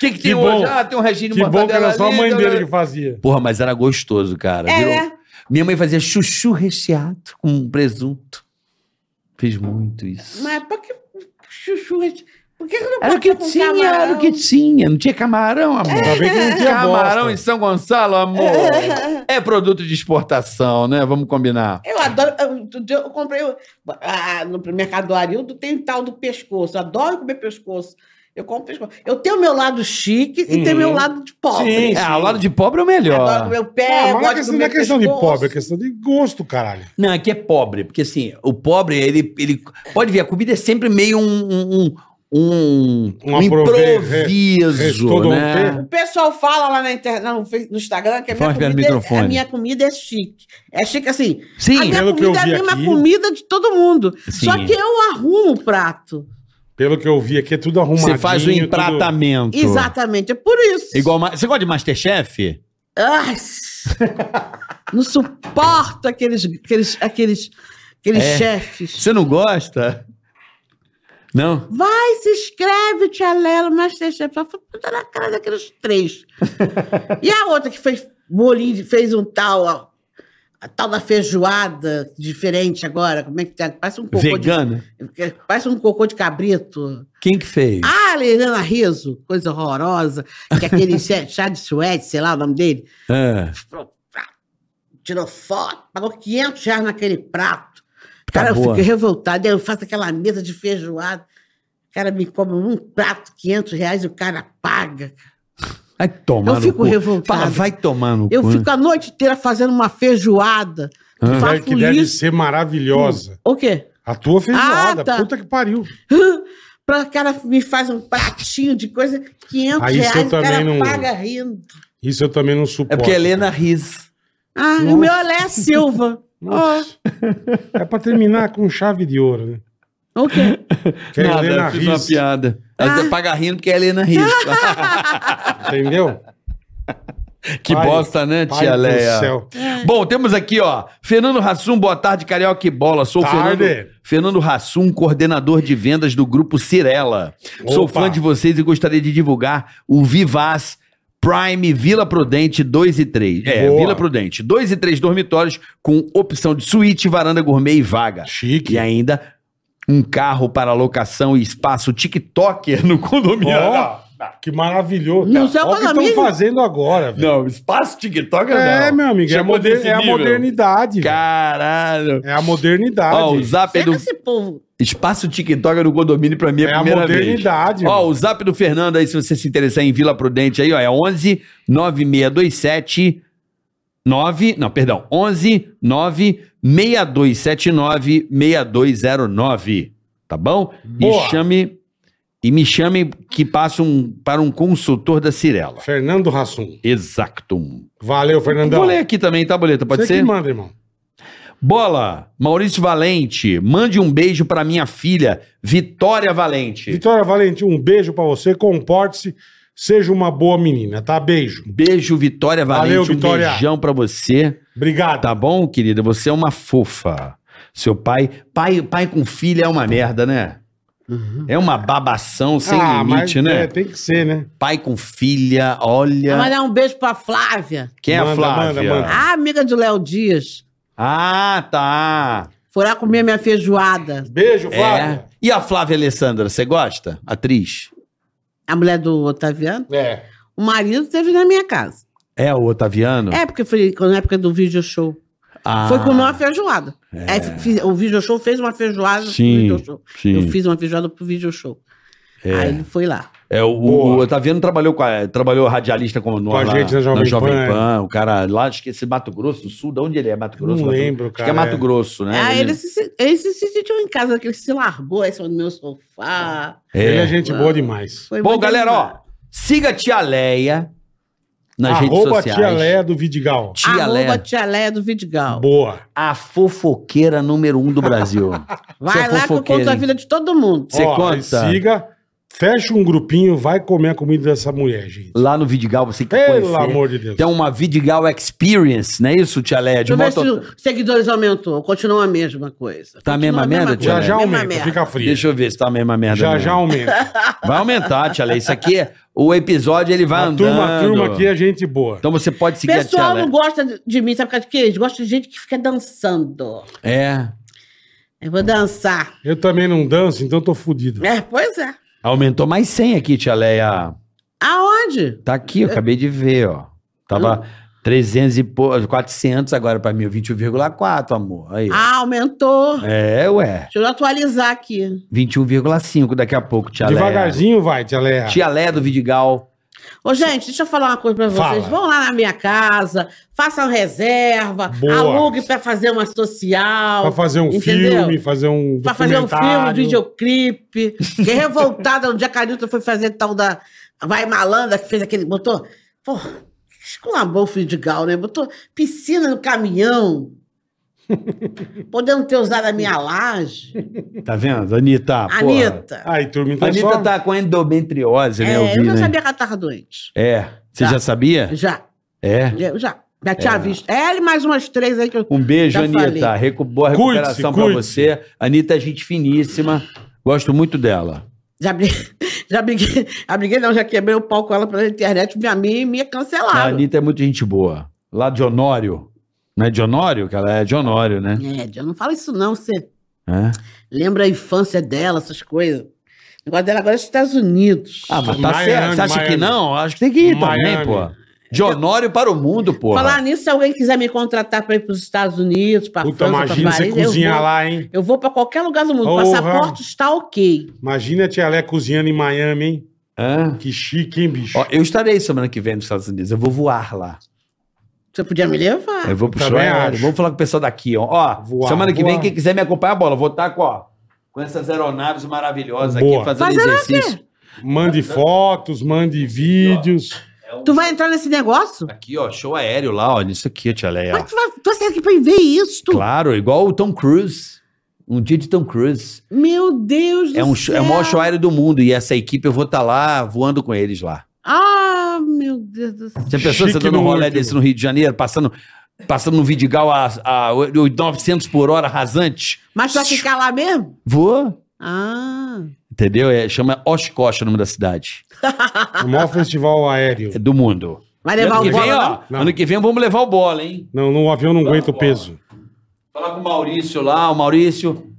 [SPEAKER 3] que, que
[SPEAKER 2] Que bom.
[SPEAKER 3] Ah, tem um regime
[SPEAKER 2] Que bom que era só a
[SPEAKER 3] ali,
[SPEAKER 2] mãe
[SPEAKER 3] tá-
[SPEAKER 2] dele que fazia.
[SPEAKER 3] Porra, mas era gostoso, cara. Virou-
[SPEAKER 4] é,
[SPEAKER 3] Minha mãe fazia chuchu recheado com presunto. Fiz muito isso.
[SPEAKER 4] mas por que chuchu? gente? Por que que não
[SPEAKER 3] Era o
[SPEAKER 4] pode
[SPEAKER 3] que
[SPEAKER 4] com
[SPEAKER 3] tinha,
[SPEAKER 4] camarão?
[SPEAKER 3] era o que tinha. Não tinha camarão,
[SPEAKER 4] É,
[SPEAKER 3] amor.
[SPEAKER 2] Ainda bem que não
[SPEAKER 3] é
[SPEAKER 2] tinha
[SPEAKER 3] Camarão em
[SPEAKER 2] bosta.
[SPEAKER 3] São Gonçalo, amor. É produto de exportação, né? Vamos combinar.
[SPEAKER 4] Eu adoro. Eu, outro dia eu comprei o- ah, no mercado do Arildo, tem tal do pescoço. Eu adoro comer pescoço. Eu como pescoço. Eu tenho meu lado chique e tenho
[SPEAKER 2] Uhum.
[SPEAKER 4] meu lado de pobre.
[SPEAKER 2] Sim,
[SPEAKER 3] É, ao lado de pobre é o melhor.
[SPEAKER 4] Adoro comer o
[SPEAKER 2] Ah,
[SPEAKER 4] pé,
[SPEAKER 2] mas não é
[SPEAKER 4] gosto de
[SPEAKER 2] questão, não
[SPEAKER 4] comer
[SPEAKER 2] é questão de
[SPEAKER 4] pescoço.
[SPEAKER 2] pobre, é questão de gosto, caralho.
[SPEAKER 3] Não, aqui é pobre, porque assim, o pobre, ele, ele pode ver, a comida é sempre meio um, um, um, um
[SPEAKER 2] Um aprove-
[SPEAKER 3] improviso,
[SPEAKER 2] restodonte.
[SPEAKER 3] né?
[SPEAKER 4] O pessoal fala lá na internet, no, Face- no Instagram que a
[SPEAKER 3] Fala perto do
[SPEAKER 4] minha, comida é,
[SPEAKER 3] microfone.
[SPEAKER 4] a minha comida é chique. É chique assim. a
[SPEAKER 3] Sim,
[SPEAKER 4] minha
[SPEAKER 2] pelo que eu
[SPEAKER 4] comida é
[SPEAKER 2] vi
[SPEAKER 4] a mesma
[SPEAKER 2] aqui-
[SPEAKER 4] comida de todo mundo. Só
[SPEAKER 3] Sim.
[SPEAKER 4] que eu arrumo o prato.
[SPEAKER 2] Pelo que eu vi aqui, é tudo arrumadinho.
[SPEAKER 3] você faz o
[SPEAKER 2] tudo-
[SPEAKER 3] empratamento.
[SPEAKER 4] Exatamente, é por isso.
[SPEAKER 3] Igual, ma- você gosta de Masterchef?
[SPEAKER 4] Ai, não suporto aqueles, aqueles, aqueles, aqueles
[SPEAKER 3] É.
[SPEAKER 4] chefes.
[SPEAKER 3] Você não gosta? Não?
[SPEAKER 4] Vai, se inscreve, Tia Lela, Masterchef. Eu falo, puta na
[SPEAKER 3] <laughs>
[SPEAKER 4] cara daqueles três. e a outra que fez bolinho, de- fez um tal ó, a tal da feijoada diferente agora, como é que tá? Parece um cocô
[SPEAKER 3] Vegana?
[SPEAKER 4] de parece um cocô de cabrito.
[SPEAKER 3] Quem que fez?
[SPEAKER 4] Ah, Leiliana Riso, coisa horrorosa, que
[SPEAKER 3] <laughs>
[SPEAKER 4] aquele chá chá de suede, sei lá o nome dele,
[SPEAKER 3] Ah,
[SPEAKER 4] tirou foto, pagou 500 reais naquele prato. Cara, eu
[SPEAKER 3] Acabou.
[SPEAKER 4] fico revoltado. Eu faço aquela mesa de feijoada. O cara me cobra um prato, 500 reais, e o cara paga.
[SPEAKER 3] Vai tomar
[SPEAKER 4] Eu
[SPEAKER 3] no
[SPEAKER 4] fico
[SPEAKER 3] cu.
[SPEAKER 4] revoltada.
[SPEAKER 3] Fala, vai tomar no
[SPEAKER 4] Eu
[SPEAKER 2] né?
[SPEAKER 3] cu. né?
[SPEAKER 4] fico a noite inteira fazendo uma feijoada.
[SPEAKER 3] Ah.
[SPEAKER 2] Vai
[SPEAKER 4] Faço
[SPEAKER 2] que deve
[SPEAKER 4] isso.
[SPEAKER 2] ser maravilhosa.
[SPEAKER 4] O quê? <laughs>
[SPEAKER 2] A tua feijoada,
[SPEAKER 4] Ah, tá.
[SPEAKER 2] puta que pariu.
[SPEAKER 4] Pra cara me faz um pratinho de coisa, 500
[SPEAKER 2] Aí isso eu
[SPEAKER 4] reais, o cara
[SPEAKER 2] também não-
[SPEAKER 4] paga rindo.
[SPEAKER 2] Isso eu também não
[SPEAKER 3] É
[SPEAKER 2] suporto.
[SPEAKER 3] porque a Helena ris.
[SPEAKER 4] Ah, e o meu é Léa Silva.
[SPEAKER 2] Nossa. É pra terminar com chave de ouro, né?
[SPEAKER 3] <laughs>
[SPEAKER 4] O quê?
[SPEAKER 2] Que a Helena
[SPEAKER 3] eu fiz uma
[SPEAKER 2] Riz,
[SPEAKER 3] piada. Aí
[SPEAKER 4] Ah.
[SPEAKER 3] você paga rindo porque é a Helena ris.
[SPEAKER 2] Entendeu?
[SPEAKER 3] que
[SPEAKER 2] Pai-
[SPEAKER 3] bosta, né,
[SPEAKER 2] Pai
[SPEAKER 3] <laughs> tia
[SPEAKER 2] do
[SPEAKER 3] Leia?
[SPEAKER 2] céu.
[SPEAKER 3] Bom, temos aqui, ó, Fernando Rassum, boa tarde, Carioca e Bola. Sou o
[SPEAKER 2] Tarde.
[SPEAKER 3] Fernando, Fernando Rassum, coordenador de vendas do grupo Cirela. Sou
[SPEAKER 2] Opa.
[SPEAKER 3] fã de vocês e gostaria de divulgar o Vivaz Prime Vila Prudente 2 e 3. É,
[SPEAKER 2] Boa.
[SPEAKER 3] Vila Prudente, 2 e 3 dormitórios com opção de suíte, varanda gourmet e vaga.
[SPEAKER 2] Chique.
[SPEAKER 3] E ainda um carro para locação e espaço TikToker <laughs> no condomínio.
[SPEAKER 2] Ó, que maravilhoso.
[SPEAKER 4] Não sei o
[SPEAKER 2] Olha o que estão
[SPEAKER 4] condomínio.
[SPEAKER 2] fazendo agora, velho.
[SPEAKER 3] Não, espaço TikToker
[SPEAKER 2] É, meu amigo, é a,
[SPEAKER 3] Chegou
[SPEAKER 2] moder-
[SPEAKER 3] nesse
[SPEAKER 2] é a
[SPEAKER 3] nível.
[SPEAKER 2] modernidade. velho.
[SPEAKER 3] Caralho.
[SPEAKER 2] É a modernidade.
[SPEAKER 3] Ó, o zap é
[SPEAKER 4] Pega
[SPEAKER 3] do
[SPEAKER 4] esse povo.
[SPEAKER 3] Espaço TikTok no condomínio pra mim é,
[SPEAKER 2] É
[SPEAKER 3] a
[SPEAKER 2] a
[SPEAKER 3] primeira vez.
[SPEAKER 2] modernidade,
[SPEAKER 3] Ó,
[SPEAKER 2] mano.
[SPEAKER 3] o zap do Fernando aí, se você se interessar em Vila Prudente aí, ó, é 11 9627 9, não, perdão, 11 9 6279 6209, tá bom?
[SPEAKER 2] Boa.
[SPEAKER 3] E chame e me chame que passe um para um consultor da Cirela.
[SPEAKER 2] Fernando Rassum.
[SPEAKER 3] Exactum.
[SPEAKER 2] Valeu, Fernandão.
[SPEAKER 3] Vou ler aqui também, tá, Boleta? Pode
[SPEAKER 2] Você
[SPEAKER 3] ser?
[SPEAKER 2] que manda, irmão.
[SPEAKER 3] Bola, Maurício Valente, mande um beijo pra minha filha, Vitória Valente.
[SPEAKER 2] Vitória Valentim, um beijo pra você. Comporte-se. Seja uma boa menina, tá? Beijo.
[SPEAKER 3] Beijo, Vitória Valente.
[SPEAKER 2] Valeu, Vitória.
[SPEAKER 3] Um beijão pra você.
[SPEAKER 2] Obrigado.
[SPEAKER 3] Tá bom, querida? Você é uma fofa. Seu pai. Pai, pai com filha é uma merda, né? É uma babação sem
[SPEAKER 2] Uhum. Ah,
[SPEAKER 3] limite,
[SPEAKER 2] mas,
[SPEAKER 3] né?
[SPEAKER 2] é, tem que ser, né?
[SPEAKER 3] Pai com filha, olha.
[SPEAKER 4] Mandar um beijo pra Flávia.
[SPEAKER 3] Quem é a
[SPEAKER 2] Manda,
[SPEAKER 3] Flávia?
[SPEAKER 2] manda, manda.
[SPEAKER 4] A amiga de Léo Dias.
[SPEAKER 3] Ah, tá.
[SPEAKER 4] Foi lá comer minha feijoada.
[SPEAKER 2] Beijo,
[SPEAKER 3] É.
[SPEAKER 2] Flávia.
[SPEAKER 3] E a Flávia Alessandra, você gosta? Atriz?
[SPEAKER 4] A mulher do Otaviano.
[SPEAKER 2] É.
[SPEAKER 4] O marido teve na minha casa.
[SPEAKER 3] É o Otaviano?
[SPEAKER 4] É, porque foi na época do vídeo show.
[SPEAKER 3] Ah, É.
[SPEAKER 4] Foi comer uma feijoada. Aí fiz- o vídeo show fez uma feijoada
[SPEAKER 3] Sim,
[SPEAKER 4] pro vídeo show.
[SPEAKER 3] sim.
[SPEAKER 4] Eu fiz uma feijoada pro vídeo show. Aí ele foi lá.
[SPEAKER 3] É, o, o
[SPEAKER 2] Boa.
[SPEAKER 3] Otaviano trabalhou com a- trabalhou radialista como nós
[SPEAKER 2] a
[SPEAKER 3] lá
[SPEAKER 2] gente na Jovem Pan, é.
[SPEAKER 3] O cara lá, esqueci, Mato Grosso do Sul, de onde ele é? Mato Grosso?
[SPEAKER 2] Não
[SPEAKER 3] Mato-
[SPEAKER 2] lembro,
[SPEAKER 3] Acho que é
[SPEAKER 2] cara,
[SPEAKER 3] Mato
[SPEAKER 2] é.
[SPEAKER 3] Grosso, né?
[SPEAKER 4] Aí ele se, ele se sentiu em casa, que ele se largou, aí saiu no meu sofá.
[SPEAKER 3] É.
[SPEAKER 2] Ele é gente boa demais.
[SPEAKER 4] Foi
[SPEAKER 3] Bom,
[SPEAKER 4] muito
[SPEAKER 3] galera, ó,
[SPEAKER 4] animado.
[SPEAKER 3] siga a Tia Leia nas redes
[SPEAKER 2] Arroba
[SPEAKER 3] sociais.
[SPEAKER 2] Tia Leia do Vidigal.
[SPEAKER 3] Tia
[SPEAKER 4] Arroba
[SPEAKER 3] Leia,
[SPEAKER 4] Tia Leia do Vidigal.
[SPEAKER 2] Boa.
[SPEAKER 3] a fofoqueira número um do Brasil.
[SPEAKER 4] <laughs> Vai
[SPEAKER 3] Você é
[SPEAKER 4] lá que eu
[SPEAKER 3] fofoqueira,
[SPEAKER 4] conto a
[SPEAKER 3] hein?
[SPEAKER 4] vida de todo mundo.
[SPEAKER 3] Você conta?
[SPEAKER 2] e Siga, fecha um grupinho, vai comer a comida dessa mulher, gente.
[SPEAKER 3] Lá no Vidigal, você quer
[SPEAKER 2] Pelo
[SPEAKER 3] conhecer.
[SPEAKER 2] amor de Deus.
[SPEAKER 3] Tem uma Vidigal Experience, não é isso, Tia Leia? De
[SPEAKER 4] Deixa eu ver
[SPEAKER 3] moto...
[SPEAKER 4] se os seguidores aumentou. Continua a mesma coisa.
[SPEAKER 3] Tá a mesma
[SPEAKER 4] Continua
[SPEAKER 3] merda, Tia
[SPEAKER 2] Já
[SPEAKER 3] Leia?
[SPEAKER 2] já
[SPEAKER 4] Mesma
[SPEAKER 2] aumenta,
[SPEAKER 4] merda.
[SPEAKER 2] fica frio.
[SPEAKER 3] Deixa eu ver se tá a mesma merda.
[SPEAKER 2] já
[SPEAKER 3] mesmo. <laughs>
[SPEAKER 2] já aumenta.
[SPEAKER 3] Vai aumentar, Tia Leia. Isso aqui, é- o episódio, ele vai
[SPEAKER 2] a
[SPEAKER 3] andando.
[SPEAKER 2] turma, a turma aqui é gente boa.
[SPEAKER 3] Então você pode seguir
[SPEAKER 4] pessoal
[SPEAKER 3] a Tia
[SPEAKER 4] não
[SPEAKER 3] Leia.
[SPEAKER 4] gosta de- de mim, sabe por causa de quê? Eles gostam de gente que fica dançando.
[SPEAKER 3] É.
[SPEAKER 4] Eu vou dançar.
[SPEAKER 2] Eu também não danço, então tô fudido.
[SPEAKER 4] É, pois é.
[SPEAKER 3] Aumentou mais 100 aqui, Tia Leia.
[SPEAKER 4] Aonde?
[SPEAKER 3] Tá aqui, eu
[SPEAKER 4] É.
[SPEAKER 3] acabei de ver, ó.
[SPEAKER 4] Hum.
[SPEAKER 3] Tava 300 e pouco, 400 agora pra mim, 21,4, amor. Aí. ó.
[SPEAKER 4] Ah, aumentou.
[SPEAKER 3] É, ué.
[SPEAKER 4] Deixa eu atualizar aqui.
[SPEAKER 3] 21,5 daqui a pouco, Tia Leia.
[SPEAKER 2] Devagarzinho vai, Tia Leia.
[SPEAKER 3] Tia Leia do Vidigal.
[SPEAKER 4] Ô, gente, deixa eu falar uma coisa pra vocês.
[SPEAKER 2] Fala.
[SPEAKER 4] Vão lá na minha casa, façam reserva,
[SPEAKER 2] Boa.
[SPEAKER 4] alugue pra fazer uma social.
[SPEAKER 2] Pra fazer um
[SPEAKER 4] Entendeu?
[SPEAKER 2] filme, fazer um
[SPEAKER 4] Pra fazer um filme, um
[SPEAKER 2] documentário.
[SPEAKER 4] videoclipe.
[SPEAKER 3] <laughs>
[SPEAKER 4] Fiquei revoltada no dia que a Anitta foi fazer tal da. Vai Malandra, que fez aquele. Botou. Pô, esculambou o filho de Gal, né? Botou piscina no caminhão.
[SPEAKER 3] <laughs>
[SPEAKER 4] Podendo ter usado a minha laje.
[SPEAKER 3] Tá vendo? Anitta, porra. Ah,
[SPEAKER 4] Anitta.
[SPEAKER 2] Aí, turma, então
[SPEAKER 3] A Anitta
[SPEAKER 2] só...
[SPEAKER 3] tá com endometriose, né?
[SPEAKER 4] é,
[SPEAKER 3] eu
[SPEAKER 4] eu
[SPEAKER 3] vi,
[SPEAKER 4] já
[SPEAKER 3] né?
[SPEAKER 4] sabia que ela tava doente.
[SPEAKER 3] É. Você
[SPEAKER 4] Tá.
[SPEAKER 3] já sabia?
[SPEAKER 4] Já.
[SPEAKER 3] É.
[SPEAKER 4] Eu já. Já tinha visto. Ela e mais umas três aí que eu.
[SPEAKER 3] Um beijo,
[SPEAKER 4] Já
[SPEAKER 3] Anitta.
[SPEAKER 4] falei.
[SPEAKER 3] Recu boa
[SPEAKER 2] Cuide-se,
[SPEAKER 3] recuperação pra
[SPEAKER 2] cuide-se.
[SPEAKER 3] você. Anitta é gente finíssima. Gosto muito dela.
[SPEAKER 4] Já briguei, <laughs> já briguei, já briguei, não, já quebrei o pau com ela pela internet, minha mim e me
[SPEAKER 3] A
[SPEAKER 4] cancelaram.
[SPEAKER 3] Anitta é muito gente boa. Lá de Honório, Não é de Honório? Que ela é de Honório, né?
[SPEAKER 4] É, John, não fala isso não. Você
[SPEAKER 3] É.
[SPEAKER 4] lembra a infância dela, essas coisas. O negócio dela agora é nos Estados Unidos.
[SPEAKER 3] Ah, mas tá
[SPEAKER 2] Miami,
[SPEAKER 3] certo. Você acha que
[SPEAKER 2] Miami.
[SPEAKER 3] não? Acho que tem que ir também,
[SPEAKER 2] Miami.
[SPEAKER 3] pô. De Honório para o mundo, pô.
[SPEAKER 4] Falar nisso, se alguém quiser me contratar para ir para os Estados Unidos, para
[SPEAKER 2] Puta,
[SPEAKER 4] França, para
[SPEAKER 2] imagina
[SPEAKER 3] tá
[SPEAKER 2] você
[SPEAKER 4] Paris, eu
[SPEAKER 2] cozinhar
[SPEAKER 4] vou,
[SPEAKER 2] lá, hein?
[SPEAKER 4] eu vou para qualquer lugar do mundo. O
[SPEAKER 2] Porra.
[SPEAKER 4] passaporte está ok.
[SPEAKER 2] Imagina a tia Lé cozinhando em Miami, hein?
[SPEAKER 3] Hã?
[SPEAKER 2] Que chique, hein, bicho?
[SPEAKER 3] É. Ó, eu estarei semana que vem nos Estados Unidos. Eu vou voar lá.
[SPEAKER 4] Você podia me levar.
[SPEAKER 3] Eu vou pro show.
[SPEAKER 2] também acho.
[SPEAKER 3] Vamos falar com o pessoal daqui, ó. Ó,
[SPEAKER 2] Voar,
[SPEAKER 3] semana que vem,
[SPEAKER 2] voar.
[SPEAKER 3] quem quiser me acompanhar, bola, vou estar com, ó, com essas aeronaves maravilhosas
[SPEAKER 2] Boa.
[SPEAKER 3] aqui fazendo,
[SPEAKER 4] Fazendo
[SPEAKER 3] exercício.
[SPEAKER 2] Mande fotos, mande vídeos.
[SPEAKER 3] É um-
[SPEAKER 4] Tu vai entrar nesse negócio?
[SPEAKER 3] Aqui, ó, show aéreo lá, ó. Isso aqui, tia
[SPEAKER 2] É.
[SPEAKER 3] Leia.
[SPEAKER 4] Mas tu vai, tu vai sair aqui para ver isso?
[SPEAKER 3] Claro, igual o Tom Cruise. Um dia de Tom Cruise.
[SPEAKER 4] Meu Deus
[SPEAKER 3] É,
[SPEAKER 4] do
[SPEAKER 3] um, show-
[SPEAKER 4] céu.
[SPEAKER 3] é o maior show aéreo do mundo. E essa equipe eu vou estar lá voando com eles lá.
[SPEAKER 4] Ah, meu Deus do céu.
[SPEAKER 3] Você pensou
[SPEAKER 2] Chique
[SPEAKER 3] você dando um
[SPEAKER 2] no
[SPEAKER 3] rolê
[SPEAKER 2] último.
[SPEAKER 3] desse no Rio de Janeiro, passando, passando no Vidigal a, a 900 por hora, rasante?
[SPEAKER 4] Mas tu vai ficar lá mesmo?
[SPEAKER 3] Vou.
[SPEAKER 4] Ah.
[SPEAKER 3] Entendeu? É, chama Oshkosh o nome da cidade.
[SPEAKER 2] O maior festival aéreo.
[SPEAKER 3] É do mundo.
[SPEAKER 4] Vai levar
[SPEAKER 3] ano
[SPEAKER 4] o
[SPEAKER 3] que vem,
[SPEAKER 4] bolo?
[SPEAKER 3] ó.
[SPEAKER 2] não?
[SPEAKER 3] Ano que vem vamos levar o bola, hein?
[SPEAKER 2] Não, no avião não aguenta o peso.
[SPEAKER 3] Falar com o Maurício lá, o Maurício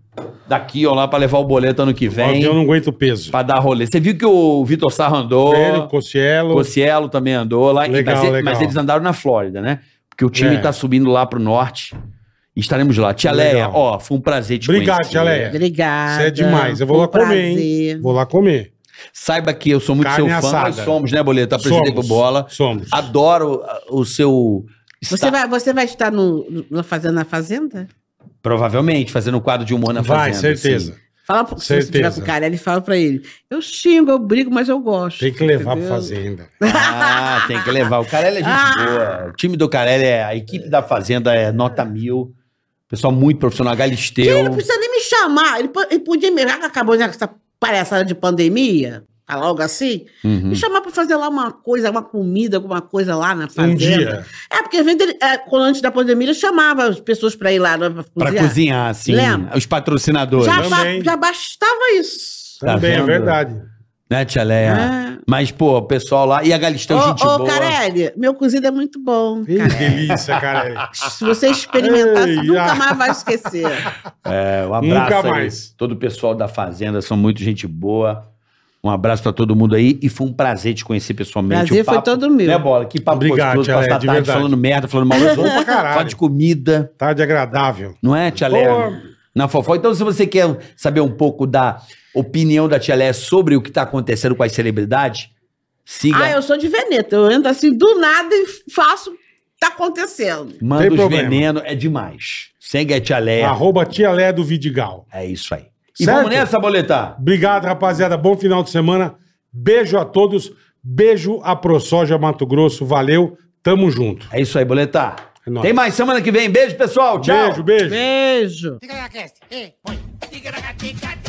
[SPEAKER 3] daqui ó lá pra levar o boleto ano que
[SPEAKER 2] No
[SPEAKER 3] vem,
[SPEAKER 2] avião não aguenta o peso.
[SPEAKER 3] Pra dar rolê. Você viu que o Vitor Sarro andou,
[SPEAKER 2] Ele,
[SPEAKER 3] o
[SPEAKER 2] Cocielo.
[SPEAKER 3] Cielo também andou lá, e-
[SPEAKER 2] Legal,
[SPEAKER 3] mas, e-
[SPEAKER 2] legal.
[SPEAKER 3] mas eles andaram na Flórida, né? Porque o time
[SPEAKER 2] É.
[SPEAKER 3] tá subindo lá pro norte. E Estaremos lá. Tia Leia,
[SPEAKER 2] Legal.
[SPEAKER 3] ó, foi um prazer te
[SPEAKER 2] Obrigado,
[SPEAKER 3] conhecer.
[SPEAKER 2] tia Leia.
[SPEAKER 4] Obrigada.
[SPEAKER 2] Você é demais. Eu vou lá
[SPEAKER 4] Foi um
[SPEAKER 2] comer, hein?
[SPEAKER 4] prazer.
[SPEAKER 2] Vou lá comer.
[SPEAKER 3] Saiba que eu sou muito
[SPEAKER 2] Carne
[SPEAKER 3] seu fã,
[SPEAKER 2] assada.
[SPEAKER 3] nós somos, né, Boleto? Apresentei pro Bola.
[SPEAKER 2] Somos.
[SPEAKER 3] Adoro ah, o seu...
[SPEAKER 4] Você vai, você vai estar no, no- na fazenda, na fazenda?
[SPEAKER 3] Provavelmente, fazendo um quadro de humor na
[SPEAKER 2] Vai,
[SPEAKER 3] fazenda.
[SPEAKER 2] certeza.
[SPEAKER 3] sim.
[SPEAKER 4] Fala pro- se você
[SPEAKER 2] Certeza.
[SPEAKER 4] tiver com o cara, ele fala pra ele. Eu xingo, eu brigo, mas eu gosto.
[SPEAKER 2] Tem que levar pra
[SPEAKER 4] entendeu?
[SPEAKER 2] fazenda. Um
[SPEAKER 3] Ah, tem que levar. O Carelli é gente
[SPEAKER 4] Ah.
[SPEAKER 3] boa. O time do Carelli é... A equipe da Fazenda é nota mil. Pessoal muito profissional,
[SPEAKER 4] Ele não
[SPEAKER 3] Galisteu.
[SPEAKER 4] precisa nem me chamar. Ele, po- ele podia me. Já que acabou né, com essa palhaçada de pandemia, tá logo assim,
[SPEAKER 3] Uhum.
[SPEAKER 4] me chamar pra fazer lá uma coisa, uma comida, alguma coisa lá na fazenda.
[SPEAKER 2] Hum. Um dia.
[SPEAKER 4] É, porque às vezes ele- é, quando antes da pandemia, ele chamava as pessoas pra ir lá não é, pra
[SPEAKER 3] Pra
[SPEAKER 4] cozinhar.
[SPEAKER 3] cozinhar, sim.
[SPEAKER 4] Lembra?
[SPEAKER 3] Os patrocinadores.
[SPEAKER 4] Já, ba-
[SPEAKER 2] Também.
[SPEAKER 4] já bastava isso.
[SPEAKER 3] Tá
[SPEAKER 2] Também, é
[SPEAKER 3] vendo?
[SPEAKER 2] verdade.
[SPEAKER 3] Né, Tia
[SPEAKER 2] É.
[SPEAKER 3] Leia?
[SPEAKER 4] Ah.
[SPEAKER 3] Mas, pô, o pessoal lá... E a Galisteu, gente
[SPEAKER 4] Ô, ô
[SPEAKER 3] boa.
[SPEAKER 4] Carelli, meu cozido é muito bom.
[SPEAKER 2] Ih,
[SPEAKER 4] Carelli.
[SPEAKER 2] delícia, cara.
[SPEAKER 4] Se você experimentar, você
[SPEAKER 2] Ei,
[SPEAKER 4] nunca
[SPEAKER 2] ah.
[SPEAKER 4] mais vai esquecer.
[SPEAKER 3] É, um abraço
[SPEAKER 2] Nunca
[SPEAKER 3] aí.
[SPEAKER 2] mais.
[SPEAKER 3] Todo o pessoal da Fazenda, são muito gente boa. Um abraço pra todo mundo aí e foi um prazer te conhecer pessoalmente.
[SPEAKER 4] Prazer
[SPEAKER 3] O papo,
[SPEAKER 4] foi todo meu.
[SPEAKER 3] Né, Bola? Que papo
[SPEAKER 2] Obrigado,
[SPEAKER 3] gostoso,
[SPEAKER 2] tia
[SPEAKER 3] passar
[SPEAKER 2] Leia,
[SPEAKER 3] a
[SPEAKER 2] de
[SPEAKER 3] tarde
[SPEAKER 2] verdade.
[SPEAKER 3] falando merda, falando
[SPEAKER 4] <laughs>
[SPEAKER 3] mal dos
[SPEAKER 2] Bom pra
[SPEAKER 3] outros,
[SPEAKER 2] caralho.
[SPEAKER 3] falar de comida,
[SPEAKER 2] Tarde agradável.
[SPEAKER 3] não é, Tia
[SPEAKER 2] Boa.
[SPEAKER 3] Léa? Na fofó. Então, se você quer saber um pouco da opinião da Tia Léa sobre o que tá acontecendo com as celebridades, siga,
[SPEAKER 4] Ah, eu sou de Veneta. Eu entro assim do nada e faço. Tá acontecendo.
[SPEAKER 3] manda
[SPEAKER 2] Tem
[SPEAKER 3] os
[SPEAKER 2] problema.
[SPEAKER 3] veneno, é demais. Segue a Tia Léa,
[SPEAKER 2] Arroba Tia Lé do Vidigal.
[SPEAKER 3] é isso aí. E
[SPEAKER 2] Certo?
[SPEAKER 3] vamos nessa, boletar?
[SPEAKER 2] Obrigado, rapaziada. Bom final de semana. Beijo a todos. Beijo a ProSoja Mato Grosso. Valeu. Tamo junto.
[SPEAKER 3] É isso aí, boletar.
[SPEAKER 2] É nóis.
[SPEAKER 3] Tem mais semana que vem. Beijo, pessoal. Tchau.
[SPEAKER 2] Beijo, beijo.
[SPEAKER 4] Beijo.
[SPEAKER 1] Tigaracast, hey, boy. Tigaracati,